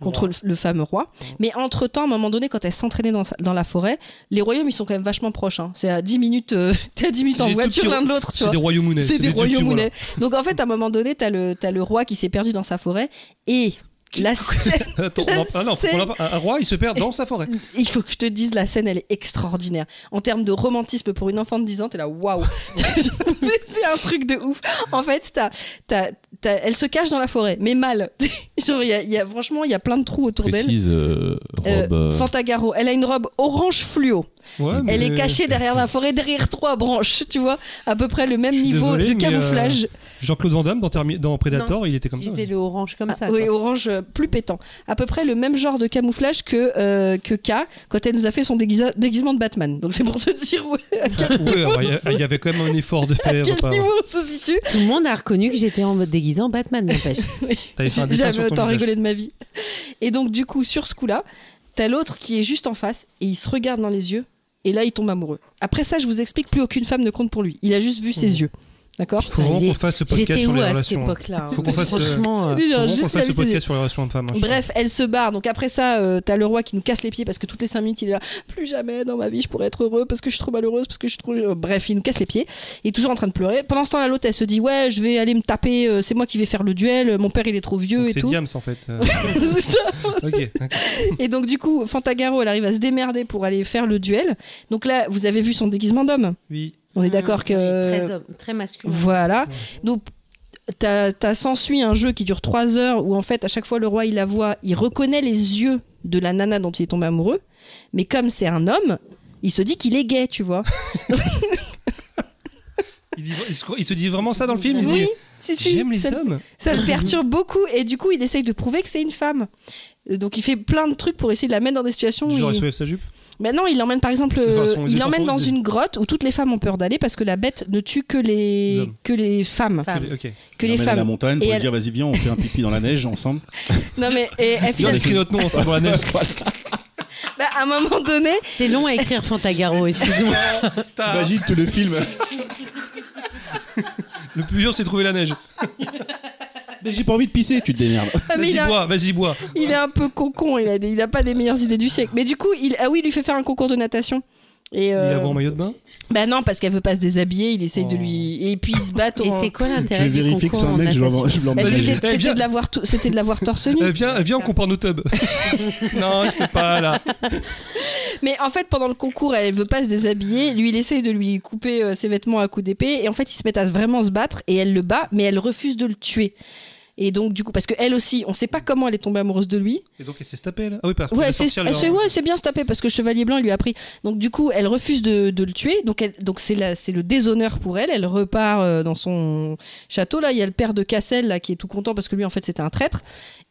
contre le, le fameux roi. Mais entre-temps, à un moment donné, quand elle s'entraînait dans, sa- dans la forêt, les royaumes, ils sont quand même vachement proches. hein. C'est à 10 minutes, euh, t'es à 10 minutes
C'est
en
des tout
voiture
petits-
l'un de l'autre, tu
C'est
vois.
des royaumes
C'est des royaumes moulets. Donc en fait, à un moment donné, t'as le, t'as le roi qui s'est perdu dans sa forêt et la scène,
Attends, on en- ah non,
C'est-
on en- un roi, il se perd dans sa forêt.
il faut que je te dise, la scène, elle est extraordinaire. En termes de romantisme pour une enfant de 10 ans, t'es là, waouh! c'est un truc de ouf. En fait, t'as, t'as, t'as- elle se cache dans la forêt, mais mal. Genre, il y a, il y a- franchement, il y a plein de trous autour d'elle.
Précise, euh,
Euh,
Rob. euh,
Fantagaro, elle a une robe orange fluo.
Ouais,
Elle
mais-
est cachée derrière la forêt, derrière trois branches, tu vois, à peu près le même
Je suis
niveau
désolé,
de
mais, euh,
camouflage.
Jean-Claude Van Damme dans, Termi- dans Predator, il était comme
Si
ça.
c'est le orange comme
Ah,
ça.
oui,
quoi.
orange euh, plus pétant. À peu près le même genre de camouflage que, euh, que K quand elle nous a fait son déguisa- déguisement de Batman. Donc c'est pour te dire où, à quel
Ouais, bah, il y a- il y avait quand même un effort de faire.
quel
pas-
niveau on se situe.
Tout le monde a reconnu que j'étais en mode déguisé en Batman, n'empêche.
T'avais fait un
J'ai
dessin
jamais
sur ton
autant
visage.
rigolé de ma vie. Et donc du coup, sur ce coup-là, t'as l'autre qui est juste en face et il se regarde dans les yeux et là il tombe amoureux. Après ça, je vous explique, plus aucune femme ne compte pour lui. Il a juste vu ses
Mmh.
yeux. D'accord
Faut vraiment
Putain, il
qu'on
est-
fasse ce podcast
J'étais
sur
où
les
à cette
relations. hein.
époque-là hein
Faut qu'on fasse, euh,
Franchement, euh,
Il
Faut
a
vraiment qu'on
juste la
fasse ce
vie de ses yeux.
podcast sur les relations hommes-femmes. hein, je
Bref, elle se barre. Donc après ça, euh, t'as le roi qui nous casse les pieds parce que toutes les 5 minutes, il est là. Plus jamais dans ma vie, je pourrais être heureux parce que je suis trop malheureuse, parce que je suis trop. euh, Bref, il nous casse les pieds. Il est toujours en train de pleurer. Pendant ce temps-là, l'autre, elle se dit Ouais, je vais aller me taper. euh, c'est moi qui vais faire le duel. euh, Mon père, il est trop vieux
trouve. Donc
et
C'est
tout.
Diams en fait. Euh,
C'est ça.
ok. hein. d'accord.
et donc, du coup, Fantagaro, elle arrive à se démerder pour aller faire le duel. Donc là, vous avez vu son déguisement d'homme.
Oui.
On est d'accord que.
Hmm, oui, Très, homme, très masculin.
Voilà. Donc, t'as t'as s'ensuit un jeu qui dure trois heures où, en fait, à chaque fois, le roi, il la voit, il reconnaît les yeux de la nana dont il est tombé amoureux, mais comme c'est un homme, il se dit qu'il est gay, tu vois.
Il, dit- il se, il se dit vraiment ça dans le film. Il
Oui,
dit
si, si.
J'aime les
ça,
hommes.
ça le perturbe beaucoup et du coup, il essaye de prouver que c'est une femme. Euh, Donc, il fait plein de trucs pour essayer de la mettre dans des situations où.
Genre, il
il-
soulève sa jupe.
Mais non, il l'emmène par exemple,
Enfin,
euh,
son-
il
son-
l'emmène
son-
dans
des-
une grotte où toutes les femmes ont peur d'aller parce que la bête ne tue que les,
Les hommes.
que les femmes.
Femme.
Ok.
Que
Il
les
emmène à la
femmes.
montagne
Et
pour lui
elle-
dire vas-y viens on fait un pipi dans la neige ensemble
Non mais et, elle
Viens,
finit-
on écrit notre nom ensemble dans la neige.
bah, à un moment donné,
C'est long à écrire Fantagaro, excuse-moi.
t'imagines que le film
Le plus dur, c'est de trouver la neige.
mais j'ai pas envie de pisser tu te démerdes
Ah, mais il
Vas-y,
a- Euh,
bois, vas-y, bois.
Il est un peu concon, il a, des- il a pas des meilleures idées du siècle. Mais du coup, il, ah oui, il lui fait faire un concours de natation. Et
Il
euh,
a beau en maillot de bain.
bah non, parce qu'elle veut pas se déshabiller, il essaye de lui. Et puis il se bat.
Et
en-
c'est quoi
je vais
l'intérêt du
vérifier que
concours
c'est un
en
mec je
natation
vais- je vais
Bah,
l'emmener
c'était
Eh bien-
c'était de l'avoir tou- c'était de l'avoir torse nu.
Euh, viens, viens, on compare nos tubs. non, je peux pas là.
Mais en fait, pendant le concours, elle veut pas se déshabiller. Lui, il essaye de lui couper euh, ses vêtements à coups d'épée. Et en fait, ils se mettent à vraiment se battre. Et elle le bat, mais elle refuse de le tuer. Et donc, du coup, parce que elle aussi, on sait pas comment elle est tombée amoureuse de lui.
Et donc, elle s'est tapée là. Ah oui, parce la
Ouais, c'est
sorcière,
elle
lui,
s'est-
hein.
ouais, c'est bien se taper parce que le Chevalier Blanc il lui a pris. Donc du coup, elle refuse de, de le tuer. Donc elle, donc c'est la- c'est le déshonneur pour elle. Elle repart euh, dans son château là. Il y a le père de Cassel là qui est tout content parce que lui en fait c'était un traître.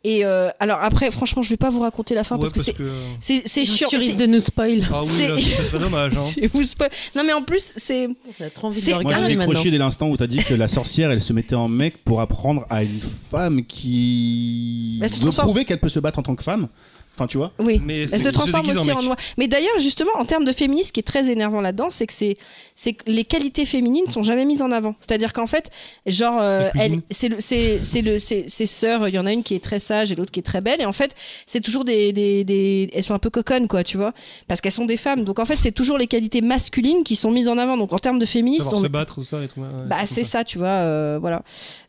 Et euh, alors après, franchement, je vais pas vous raconter la fin
Ouais, euh,
parce que c'est c'est c'est
Non,
chiant.
Tu risques
c'est-
de nous spoil.
Ah oui,
C'est-
là, ça serait dommage. Hein.
je vous spoil. Non mais en plus c'est
T'as trop envie de
C'est-
le
moi j'ai
regarder maintenant.
décroché dès l'instant où t'as dit que la sorcière elle se mettait en mec pour apprendre à une femme qui
Elle se
veut
transforme.
prouver qu'elle peut se battre en tant que femme enfin tu vois
oui.
Mais
Elle se transforme aussi en,
noir.
noir. Mais d'ailleurs, justement, en termes de féminisme, ce qui est très énervant là-dedans, c'est que c'est, c'est que les qualités féminines sont jamais mises en avant. C'est-à-dire qu'en fait, genre, euh,
La cuisine.
elle, c'est le, c'est, c'est le, c'est- ses sœurs. Il y en a une qui est très sage et l'autre qui est très belle. Et en fait, c'est toujours des, des, des- elles sont un peu coconnes, quoi, tu vois, parce qu'elles sont des femmes. Donc en fait, c'est toujours les qualités masculines qui sont mises en avant. Donc en termes de féminisme,
Savoir
on-
se battre, tout ça, les trucs. ouais, ouais,
bah
comme
c'est ça, tu vois, euh, voilà.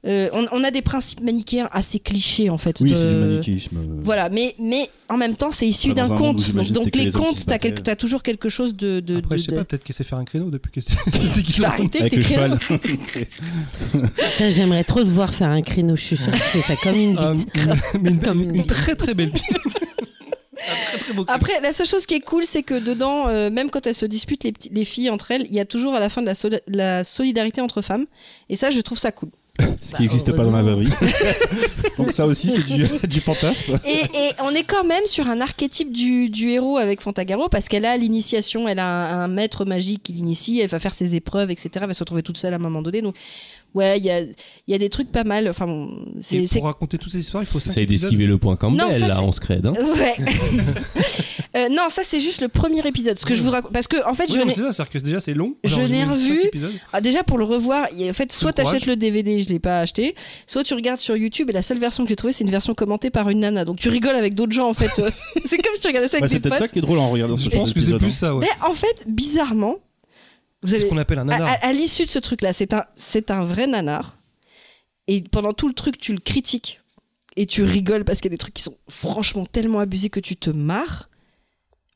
Euh, on, on a des principes manichéens assez clichés, en fait.
oui
de-
c'est du manichéisme euh,
voilà, mais, mais en même temps, c'est issu
Pas dans
d'un
un monde où
conte. Donc,
j'imagine
donc
c'était que
les
les hommes qui
contes,
se
t'as,
battaient.
quelque- t'as toujours quelque chose de. de,
Après,
de-
je sais
de-
pas, peut-être qu'elle sait faire un créneau depuis que c'est c'est qu'ils sont-
Bah, arrêtez
avec
tes
le
créneaux.
cheval
Putain, J'aimerais trop te voir faire un créneau. Je suis sûre que tu fais ça comme une
Euh,
Ah,
bite.
mais une,
Comme-
une- une très très belle pipe. Un très très beau crâne.
Après, la seule chose qui est cool, c'est que dedans, euh, même quand elles se disputent, les, petits- les filles entre elles, il y a toujours à la fin de la, soli- la solidarité entre femmes. Et ça, je trouve ça cool.
ce
Bah,
qui n'existe pas dans la vraie vie donc ça aussi c'est du, du fantasme
Et, et on est quand même sur un archétype du, du héros avec Fantagaro, parce qu'elle a l'initiation, elle a un, un maître magique qui l'initie, elle va faire ses épreuves, etc. Elle va se retrouver toute seule à un moment donné. Donc, ouais, il y a, il y a des trucs pas mal. Enfin, bon,
Et
c'est. c'est-
pour raconter toutes ces histoires, il faut ça.
Essaye d'esquiver le point
Non,
Campbell,
ça,
là,
c'est-
on se crée. Hein.
Ouais. Euh, non, ça c'est juste le premier épisode. Ce que je vous raconte, parce que en fait, je n'ai-
c'est ça, c'est-à-dire que déjà c'est long.
je
Genre,
n'ai
j'ai vu
revu-
cinq épisodes.
Ah, déjà pour le revoir, il y a- en fait, soit
courage.
t'achètes le DVD, je l'ai pas acheté, soit tu regardes sur YouTube et la seule version que j'ai trouvée, c'est une version commentée par une nana. Donc tu rigoles avec d'autres gens en fait. c'est comme si tu regardais ça avec
Bah, c'est
des
peut-être ça
potes.
qui est drôle en regardant ce
Je
genre
pense que c'est
d'épisode,
plus
hein.
ça, ouais.
Mais en fait, bizarrement, vous
C'est ce
avez,
qu'on appelle un
à,
nanar.
à- à l'issue de ce truc-là, c'est un, c'est un vrai nanar. Et pendant tout le truc, tu le critiques et tu rigoles parce qu'il y a des trucs qui sont franchement tellement abusés que tu te marres.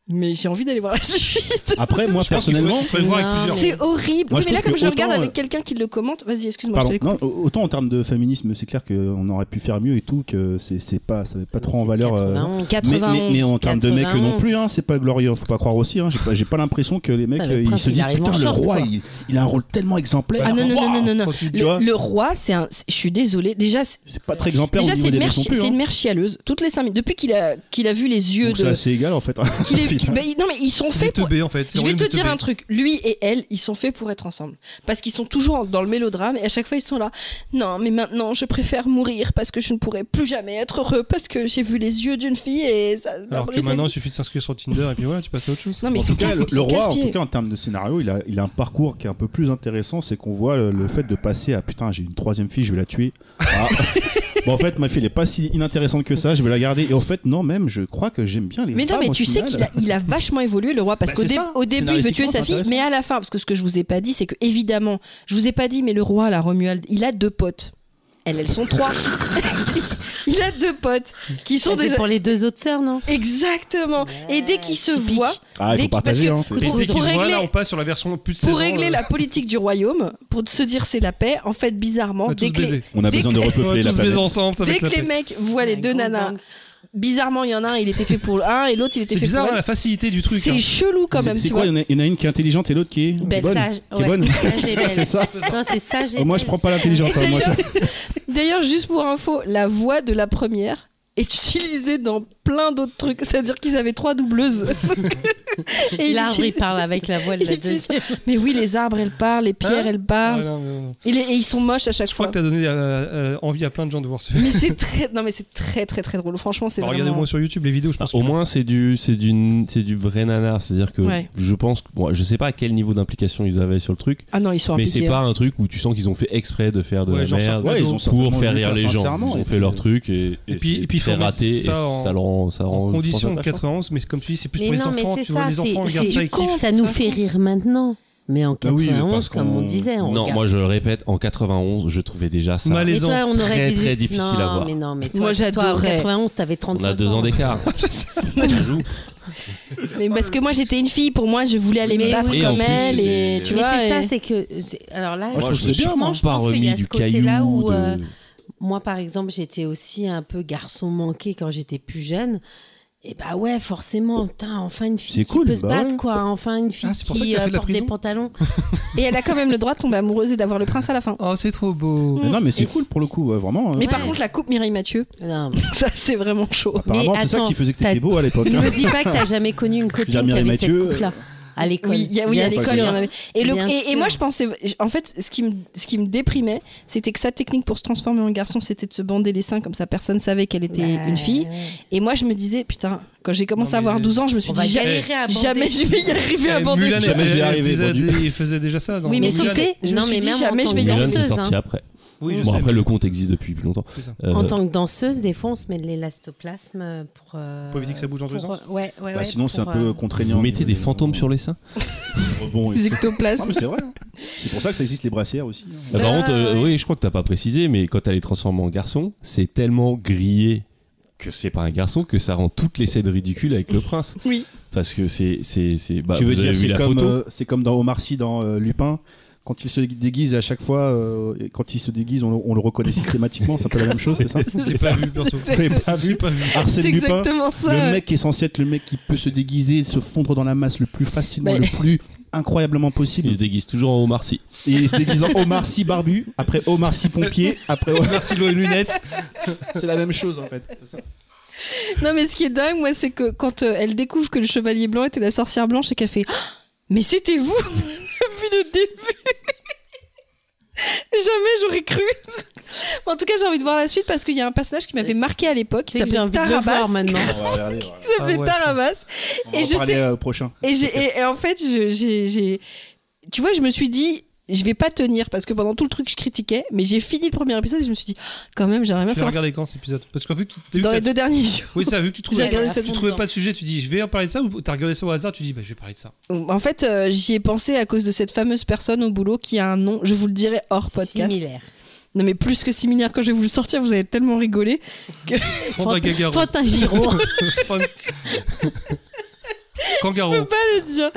Mais j'ai envie d'aller voir la suite.
hein. Après, moi, personnellement.
Faut le voir avec
Non,
plusieurs.
C'est horrible.
Moi,
Oui,
je
mais là,
trouve
comme
que
je le regarde
autant,
avec quelqu'un qui le commente, vas-y, excuse-moi, je
Pardon,
t'ai coupé.
non, au- autant en termes de féminisme, c'est clair qu'on aurait pu faire mieux et tout, que c'est c'est pas, ça met pas trop en valeur. euh,
91.
mais, mais- mais en termes de mecs
91.
non plus, hein, c'est pas glorieux, faut pas croire aussi. Hein, J'ai pas, j'ai pas l'impression que les mecs
Putain, le
euh, ils
prince,
se
il
disent
arrive en
putain, le
short,
roi
quoi.
il, il a un rôle tellement exemplaire.
Ah non, non, non,
Bah, Waouh
non, non, non.
Quand tu dis-
tu vois
Le, le roi, c'est un. Je suis désolée. Déjà, c'est-
C'est pas très exemplaire
déjà
au
c'est
niveau
une,
des
mère
mecs non
chi-
plus.
c'est une
hein.
mère chialeuse. Toutes les cinq minutes. Depuis qu'il a, qu'il a vu les yeux
Donc c'est
de.
assez égal en fait. hein.
qu'il est- qu'il-
Putain.
ben, non, mais ils sont
c'est
faits
des
pour.
teubés, en fait. C'est
Je vais
horrible
te
de
dire
teubés.
un truc, lui et elle, ils sont faits pour être ensemble. Parce qu'ils sont toujours dans le mélodrame et à chaque fois ils sont là. Non, mais maintenant je préfère mourir parce que je ne pourrai plus jamais être heureux parce que j'ai vu les yeux d'une fille et ça. m'a
Alors que
brisé.
maintenant, il suffit de s'inscrire sur Tinder et puis voilà, tu passes à autre chose.
Non, mais
en
ils
tout
sont
cas,
casse-
le,
ils
le
sont
roi, en
casse-pieds.
tout cas en termes de scénario, il a, il a un parcours qui est un peu plus intéressant, c'est qu'on voit le, le fait de passer à putain, j'ai une troisième fille, je vais la tuer. Ah. bon, en fait, ma fille elle est pas si inintéressante que ça, je vais la garder. Et en fait, non, même, je crois que j'aime bien les.
Mais non,
femmes,
mais
au
tu sais
final.
qu'il a, il a vachement évolué, le roi, parce
Bah,
qu'au
c'est
dé-
ça.
au début, il veut tuer
Scénaristiquement,
sa
c'est
fille, mais à la fin, parce que ce que je vous ai pas dit, c'est que, évidemment, je vous ai pas dit, mais le roi, la Romuald, il a deux potes. Elles, elles sont trois. il a deux potes qui sont
Ça, c'est
des.
pour les deux autres sœurs, non
Exactement. Et dès qu'ils se
typique.
voient,
Ah, il faut
dès qu'il- parce
partager.
que-
hein, c'est-
Et
Pour-
dès
pour
qu'ils se voient,
régler-
là, on passe sur la version plus de
pour
saison,
régler
euh,
la politique du royaume, pour se dire c'est la paix, en fait,
on
bizarrement,
va
dès
tous
que, les,
baiser.
On a
dès
besoin
que-
de
On va
repeupler la
tous baiser
planète.
ensemble, ça va
dès
être
que
la
les
paix.
mecs voient les
Ouais,
deux
gang,
nanas,
gang.
bizarrement, il y en a un, il était fait pour l'un et l'autre, il était
C'est
fait
bizarre, hein,
pour
la facilité du
l'autre.
truc.
C'est
hein.
chelou quand
C'est-
même,
C'est
tu
quoi
vois.
Il y en a- il y en a une qui est intelligente et l'autre qui est
Ben,
bonne.
sage.
Qui est
ouais,
bonne.
sage et belle.
C'est ça. Oh,
Non, c'est sage et
Moi, je
belle.
prends pas l'intelligente. hein, moi, ça-
D'ailleurs, juste pour info, la voix de la première est utilisée dans plein d'autres trucs. C'est-à-dire qu'ils avaient trois doubleuses. et ils
L'arbre, il
utilisent-
parle avec la voix de la
Il utilise-
deuxième.
Mais oui, les arbres, elles parlent, les pierres,
Hein
elles
Ah,
parlent.
non, non, non.
Et, les- et ils sont moches à chaque
Je crois
fois.
que t'as donné euh, euh, envie à plein de gens de voir ce film.
Mais c'est très, non mais c'est très très très drôle. Franchement, c'est
Regardez au
vraiment.
moins sur YouTube les vidéos, je
Bah,
pense.
au
que-
moins, c'est du, c'est du, c'est du vrai nanar. C'est-à-dire que
Ouais.
je pense, que- bon, je sais pas à quel niveau d'implication ils avaient sur le truc,
Ah non, ils sont
mais c'est
impliqués.
pas un truc où tu sens qu'ils ont fait exprès de faire de
Ouais,
la
genre
merde
Ouais, ils ont
pour
certainement
faire
voulu
rire les gens. Ils
sincèrement, et
ont fait
puis-
leur truc et,
Et puis- et puis,
c'est
faut mettre
raté et
ça en-
ça le rend, ça rend.
En
je pense,
condition
attachant.
91, mais comme tu dis, c'est plus
Mais
pour les
non, mais
enfants,
c'est
tu vois,
ça,
les
c'est-
enfants
c'est
regardent ça
du
et
con,
kiffent.
ça nous fait rire maintenant. Mais en
Ah oui,
91,
parce
comme on
qu'on-
disait, on
Non,
regarde.
moi je le répète, en 91, je trouvais déjà ça.
Mais
Malaisant.
toi, on aurait
Très,
dit...
très difficile
non,
à voir.
Mais non, mais toi,
Moi,
toi, en
j'adorais.
91, t'avais 35
On a deux ans d'écart. Je joue.
Mais parce que moi j'étais une fille, pour moi je voulais aller me
Mais
bah
battre
oui.
comme
Et en plus,
elle et
les-
tu
Mais
vois.
c'est ça,
et-
c'est que... c'est- Alors là,
Moi, je trouve que c'est bien,
franchement,
sûrement
je
pas
pense qu'il y
remis
a
du
ce côté-là
caillou.
où...
de-
euh, Moi, par exemple, j'étais aussi un peu garçon manqué quand j'étais plus jeune. Et bah ouais, forcément, putain, enfin une
C'est
fille qui
cool,
peut se
bah
battre,
ouais.
quoi. Enfin une fille
Ah, c'est pour ça que
qui euh,
t'as fait de la
porte des
prison
pantalons.
et elle a quand même le droit de tomber amoureuse et d'avoir le prince à la fin.
Oh, c'est trop beau.
Mais non, mais c'est
Et-
cool pour le coup, ouais, vraiment. hein.
Mais par
Ouais.
contre la coupe Mireille Mathieu,
Non,
ça c'est vraiment chaud.
Apparemment,
Mais
c'est ça
attends,
qui faisait que t'étais
t'as-
beau à l'époque.
Ne
hein.
me dis pas que t'as jamais connu une copine qui
Jamir et
avait
Mathieu,
cette coupe-là à l'école.
Oui, il y a- oui,
Bien
à l'école,
sûr.
il y en avait. Et, le-
Bien
et- et moi,
sûr.
je pensais. En fait, ce qui me, ce qui me déprimait, c'était que sa technique pour se transformer en garçon, c'était de se bander les seins, comme ça personne savait qu'elle était
Bah,
une fille.
ouais.
Et moi, je me disais, putain, quand j'ai commencé
Non,
à avoir
mais-
12 ans, je me suis
On va
dit, jamais,
galérer à bander.
jamais je vais y arriver à
Eh,
bander.
Mulan,
Jamais
elle-
je vais
elle
arriver,
faisait
bon Dieu.
des- il faisait déjà ça. dans
Oui, mais
Mulan.
sauf
Mulan,
que
je me
non,
suis
mais
dit,
même en
jamais je
tant
vais
que
y
Mulan est
danseuse,
sorti
danseuse, hein.
après.
Oui, je
Bon,
sais.
après, le compte existe depuis plus longtemps.
C'est ça.
Euh,
En tant que danseuse, des fois, on se met de l'élastoplasme pour. euh,
Pour éviter que ça bouge dans tous les
pour-
sens
Ouais, ouais,
Bah,
ouais,
sinon, c'est un
pour,
peu
euh,
contraignant.
vous mettez des
euh,
fantômes sur les seins
Bon,
Les
Ah,
ectoplasmes.
mais c'est vrai. hein. C'est pour ça que ça existe les brassières aussi. hein.
Ah, Par
Bah
Ah,
contre, euh,
ouais.
oui, je crois que t'as pas précisé, mais quand elle est transformée en garçon, c'est tellement grillé que c'est pas un garçon que ça rend toutes les scènes ridicules avec le prince.
Oui.
Parce que c'est. c'est, c'est bah,
tu veux
vous avez
dire,
vu
c'est
la
comme,
photo
euh, c'est comme dans Omar Sy, dans euh, Lupin, quand il se déguise à chaque fois, euh, et quand il se déguise, on, le- on le reconnaît systématiquement, c'est un peu la même chose, c'est ça
J'ai pas vu, perso.
Vous l'avez pas
J'ai
vu
pas vu.
C'est
Arsène Lupin,
exactement ça.
le mec qui est censé être le mec qui peut se déguiser, se fondre dans la masse le plus facilement,
Mais-
le plus incroyablement possible.
Il se déguise toujours en Omar Sy.
Et il se déguise en Omar Sy barbu, après Omar Sy pompier, après
Merci, Loé Lunettes.
c'est la même chose en fait.
Non, mais ce qui est dingue, moi, c'est que quand euh, elle découvre que le chevalier blanc était la sorcière blanche et qu'elle fait Ah, Mais c'était vous Depuis le début Jamais En tout cas, j'ai envie de voir la suite parce qu'il y a un personnage qui m'avait marqué à l'époque qui
C'est que j'ai
s'appelle
envie de le
Tarabas.
voir maintenant.
On va regarder, ouais.
Il s'appelle
Ah ouais.
Tarabas.
On
Et
va en
je
parler
sais-
euh, au prochain.
Et, j'ai- et- et en fait, je- j'ai, j'ai- tu vois, je me suis dit, je vais pas tenir parce que pendant tout le truc, je critiquais, mais j'ai fini le premier épisode et je me suis dit, Ah, quand même, j'aimerais bien
Tu l'as
savoir.
regardé quand cet épisode Parce que vu que t'as eu
Dans
ta-
les deux derniers jours.
Oui, ça, vu que tu
J'ai
trouvais,
regardé
tu
cette
bande
trouvais
dedans.
pas de sujet, tu dis je vais en parler de ça ou t'as regardé ça au hasard, tu dis bah, je vais parler de ça.
En fait, euh, j'y ai pensé à cause de cette fameuse personne au boulot qui a un nom, je vous le dirai hors podcast.
Similaire.
Non, mais plus que similaire, quand je vais vous le sortir, vous allez tellement rigoler.
Fanta Gagaro.
Fantin Giraud.
Kangaroo.
Je veux dire.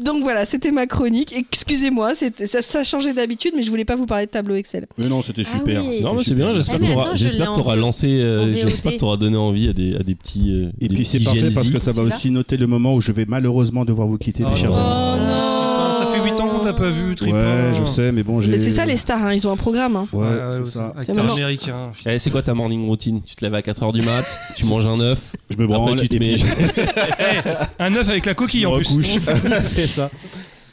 Donc voilà, c'était ma chronique. Excusez-moi, c'était- ça, ça changeait d'habitude, mais je voulais pas vous parler de tableau Excel.
Mais non, c'était
Ah
super.
oui.
c'était
Non, Eh, mais c'est
super.
bien,
Ah,
j'espère
mais
que
attends,
t'auras-
je l'ai
j'espère que
en-
t'auras lancé,
en
euh,
VOD.
j'espère que t'auras donné envie à des, à des petits. euh,
Et
des
puis c'est
petits
parfait
Gen
parce
Z.
que ça va
Celui-là
aussi noter le moment où je vais malheureusement devoir vous quitter,
Ah,
Oh
mes chers
non.
amis.
non.
Ça fait 8 ans qu'on t'a pas vu, Trip.
Ouais, je sais, mais bon, j'ai.
Mais c'est ça les stars, hein, ils ont un programme. hein.
Ouais, c'est ça.
Acteur
Maman.
américain. putain.
Eh, c'est quoi ta morning routine Tu te lèves à 4h du mat, tu manges un œuf,
Je me branle
Après, tu te
et puis
mets-
je
Eh, Un œuf avec la coquille en
me
plus.
recouche. c'est ça.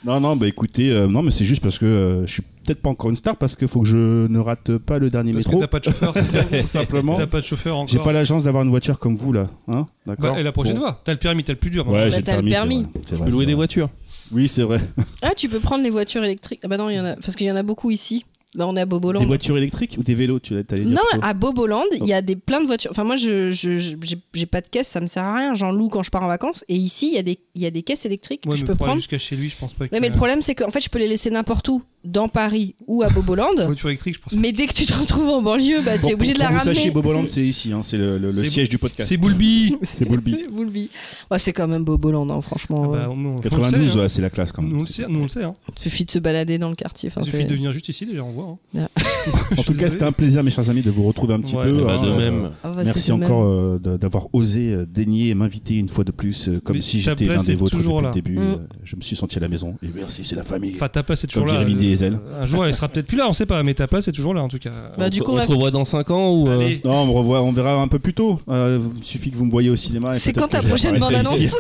Non, non, bah écoutez, euh, non, mais c'est juste parce que euh, je suis peut-être pas encore une star parce qu'il faut que je ne rate pas le dernier
Parce que
métro.
t'as pas de chauffeur, c'est ça
Tout simplement.
T'as pas de chauffeur encore.
J'ai pas la chance d'avoir une voiture comme vous là, hein
Bah,
D'accord.
et la prochaine
Bon.
fois, t'as le permis, t'as le plus dur. hein.
Ouais,
Bah,
j'ai le
t'as le
permis.
permis.
c'est vrai, C'est
tu
vrai.
peux louer
c'est
des
vrai.
voitures.
Oui, c'est vrai.
Ah, tu peux prendre les voitures électriques. Ah bah non, il y en a, parce qu'il y en a beaucoup ici. Bah, on est à Boboland.
Des voitures électriques ou des vélos, tu allais dire
Non,
plutôt.
à Boboland, il y
Oh.
a des plein de voitures. Enfin, moi, je je- je- j'ai j'ai pas de caisse, ça me sert à rien. J'en loue quand je pars en vacances. Et ici, il y a des il y a des caisses électriques
Ouais,
que je
mais
peux
pour aller
prendre.
jusqu'à chez lui, je pense pas que.
Ouais, mais le problème, c'est qu'en fait, je peux les laisser n'importe où, dans Paris ou à Boboland.
Voiture électrique, je pense.
mais dès que tu te retrouves en banlieue, bah,
Pour-
t'es obligé de
pour
la
que Vous sachiez,
ramener.
Boboland, c'est ici, hein, c'est le, le- le
C'est-
siège du podcast.
C'est Boulby
C'est Boulby.
Vous le dis. Ouais, c'est quand même Boboland, hein, franchement.
Ah
ouais.
bah, on- on- on le sait,
92,
hein.
ouais, c'est la classe quand même.
Nous on le sait, nous, on le sait, hein.
Il suffit de se balader dans le quartier. Enfin,
Il suffit
c'est-
de venir juste ici, déjà, on voit. hein.
En tout cas, c'était un plaisir, mes chers amis, de vous retrouver un petit
Ouais.
peu.
Bah,
hein,
de
euh,
même.
Ah bah,
Merci
c'est de même.
encore euh, de- d'avoir osé euh, daigner et m'inviter une fois de plus, euh, comme
Mais
si
ta
j'étais
place
l'un des
est
vôtres depuis
toujours
le
là.
début.
Mm.
euh, Je me suis senti à la maison. Et merci, c'est la famille.
Enfin, ta place est toujours
Comme
là.
Jérémy
euh,
Diesel.
Un jour, elle sera peut-être plus là, on sait pas, mais ta place est toujours là, en tout cas.
Bah,
on
du
te-
coup, on
on
va-
te revoit dans 5 ans ou. euh,
Allez.
Non, on me revoit, on verra un peu plus tôt. Euh, il suffit que vous me voyez au cinéma. et
C'est
peut-être
quand
que
ta
je vais
prochaine
apparaître
bande-annonce
ici.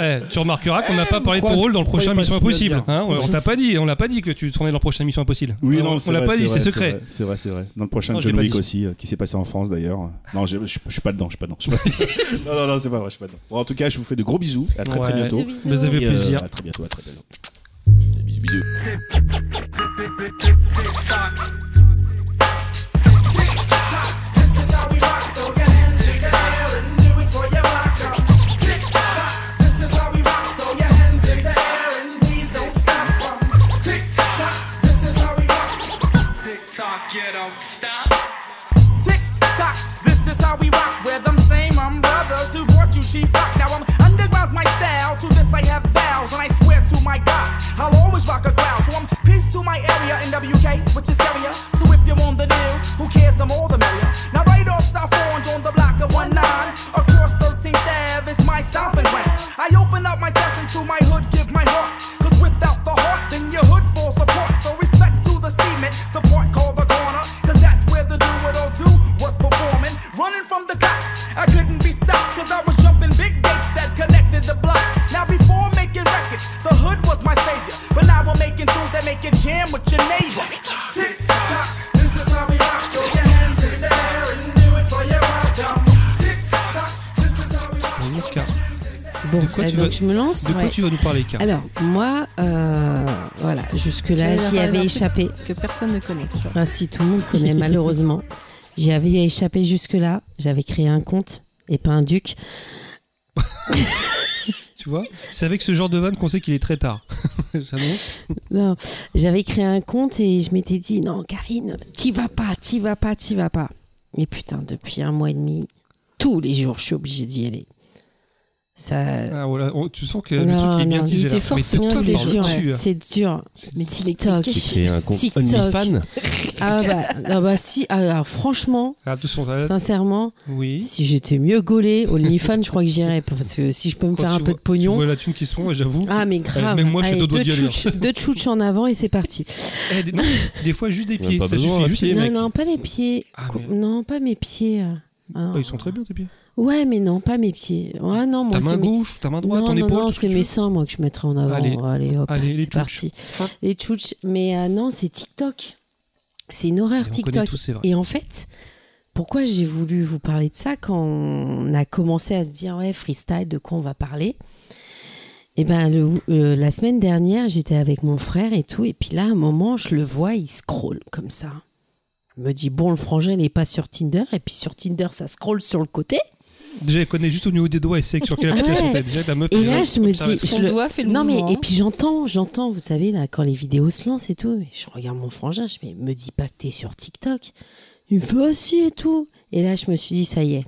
Eh, tu remarqueras qu'on n'a pas parlé de ton
croyez-
rôle dans le prochain
croyez pas
Mission
si bien
Impossible.
dire.
hein. on on t'a pas dit, on l'a pas dit que tu tournais dans le prochain Mission Impossible.
Oui,
On-
non,
on
c'est
l'a
vrai,
pas
c'est
dit,
vrai,
c'est secret.
vrai, C'est vrai, c'est vrai. Dans le prochain
Non, je l'ai
John
pas
Wick
dit.
aussi, euh, qui s'est passé en France d'ailleurs. Non, je, je- je suis pas dedans, je suis pas dedans. je suis pas dedans. non, non, non, c'est pas vrai, je suis pas dedans. Bon, en tout cas, je vous fais de gros bisous. À très très
Ouais.
bientôt.
Mais ça fait
Et, euh,
plaisir.
à très bientôt, à très bientôt.
bisous, bisous.
Tick-tock, you don't stop. Tick tock, this is how we rock with them same umbrellas who brought you she fuck. Now I'm underground's my style, to this I have vows, and I swear to my God, I'll always rock a crowd. So I'm peace to my area in WK, which is scarier. So if you're on the news, who cares, the more the merrier. Now right off South Orange on the block of 19, across 13th Ave is my stomping ground. I open up my chest into my hood, give my heart, cause without the heart, then your hood falls apart. So respect to the cement, the part called the corner, cause that's where the do what I'll do was performing. Running from the cops, I couldn't be stopped, cause I was jumping big gates that connected the blocks. Now, before making records, the hood was my savior, but now we're making tunes that make you jam with your neighbor. Tick tock, this is how we rock. Throw your hands in the air and do it for your rock. Tick tock, this is how we rock.
Bonjour, Car.
Bon,
De quoi
euh,
tu
donc
veux-
je me lance.
De quoi
Ouais.
tu vas nous parler, Car
Alors, moi, euh, voilà, jusque-là,
Tu vas leur
j'y
parler d'un
avais
truc
échappé.
que personne ne connaît. tu vois.
Enfin, Ah, si tout le monde connaît, malheureusement. J'y avais échappé jusque-là. J'avais créé un compte et pas un duc.
Tu vois C'est avec ce genre de vanne qu'on sait qu'il est très tard. J'annonce.
Non, j'avais créé un compte et je m'étais dit non, Karine, t'y vas pas, t'y vas pas, t'y vas pas. Mais putain, depuis un mois et demi, tous les jours, je suis obligée d'y aller. Ça,
Ah, voilà. On- tu sens que le
Non,
truc il est bien
non,
teasé.
il
là.
était fort,
Mais
ce
tout
Non,
le monde
c'est
parle
dur,
dessus,
ouais,
hein.
c'est dur. Mais TikTok.
Et un compte
TikTok.
OnlyFans.
Ah bah, ah bah si, ah, alors franchement,
Ah, de son talent.
sincèrement,
Oui.
si j'étais mieux gaulée, OnlyFans, je crois que j'irais. Parce que si je peux me
Quand
faire un
tu
peu
vois-
de pognon.
Tu vois la thune qui se font, et j'avoue.
Ah mais grave.
Euh, même moi, je suis
Allez,
dos de
deux,
doigt d'y aller,
tchouches, deux tchouches en avant et c'est parti.
Eh, des, non, des fois, juste des
Il y a
pieds.
pas
Ça
besoin,
suffit,
un
juste
pied,
des
non,
mec.
non, pas les pieds.
Ah,
Co-
mais-
Non, pas mes pieds. euh. Ah.
Bah, ils sont très bien, tes pieds.
Ouais, mais non, pas mes pieds. Ah non, moi
Ta main
c'est mes...
gauche, ta main droite,
non,
ton
non,
épaule.
non,
tout ce que
c'est
tu
mes
veux.
seins moi que je mettrais en avant.
Allez.
Allez, hop,
Allez, les
c'est
tchouches.
parti. Les tchouches, mais euh, non, c'est TikTok.
C'est une horreur
Et on connaît
TikTok.
tous, c'est vrai.
Et en fait, pourquoi j'ai voulu vous parler de ça quand on a commencé à se dire ouais freestyle de quoi on va parler Eh ben le- euh, la semaine dernière j'étais avec mon frère et tout et puis là à un moment je le vois il scrolle comme ça. Je me dis bon le frangin n'est pas sur Tinder et puis sur Tinder ça scrolle sur le côté.
Déjà, elle connaît juste au niveau des doigts et sait que sur quelle
Ouais.
application t'es. Déjà, la meuf.
Et
elle-
là je me dis
observation.
je
Son
le-
doigt fait le
non mais
mouvement.
et puis j'entends j'entends vous savez là quand les vidéos se lancent et tout et je regarde mon frangin je me me dis pas que t'es sur TikTok il me fait aussi et tout et là je me suis dit ça y est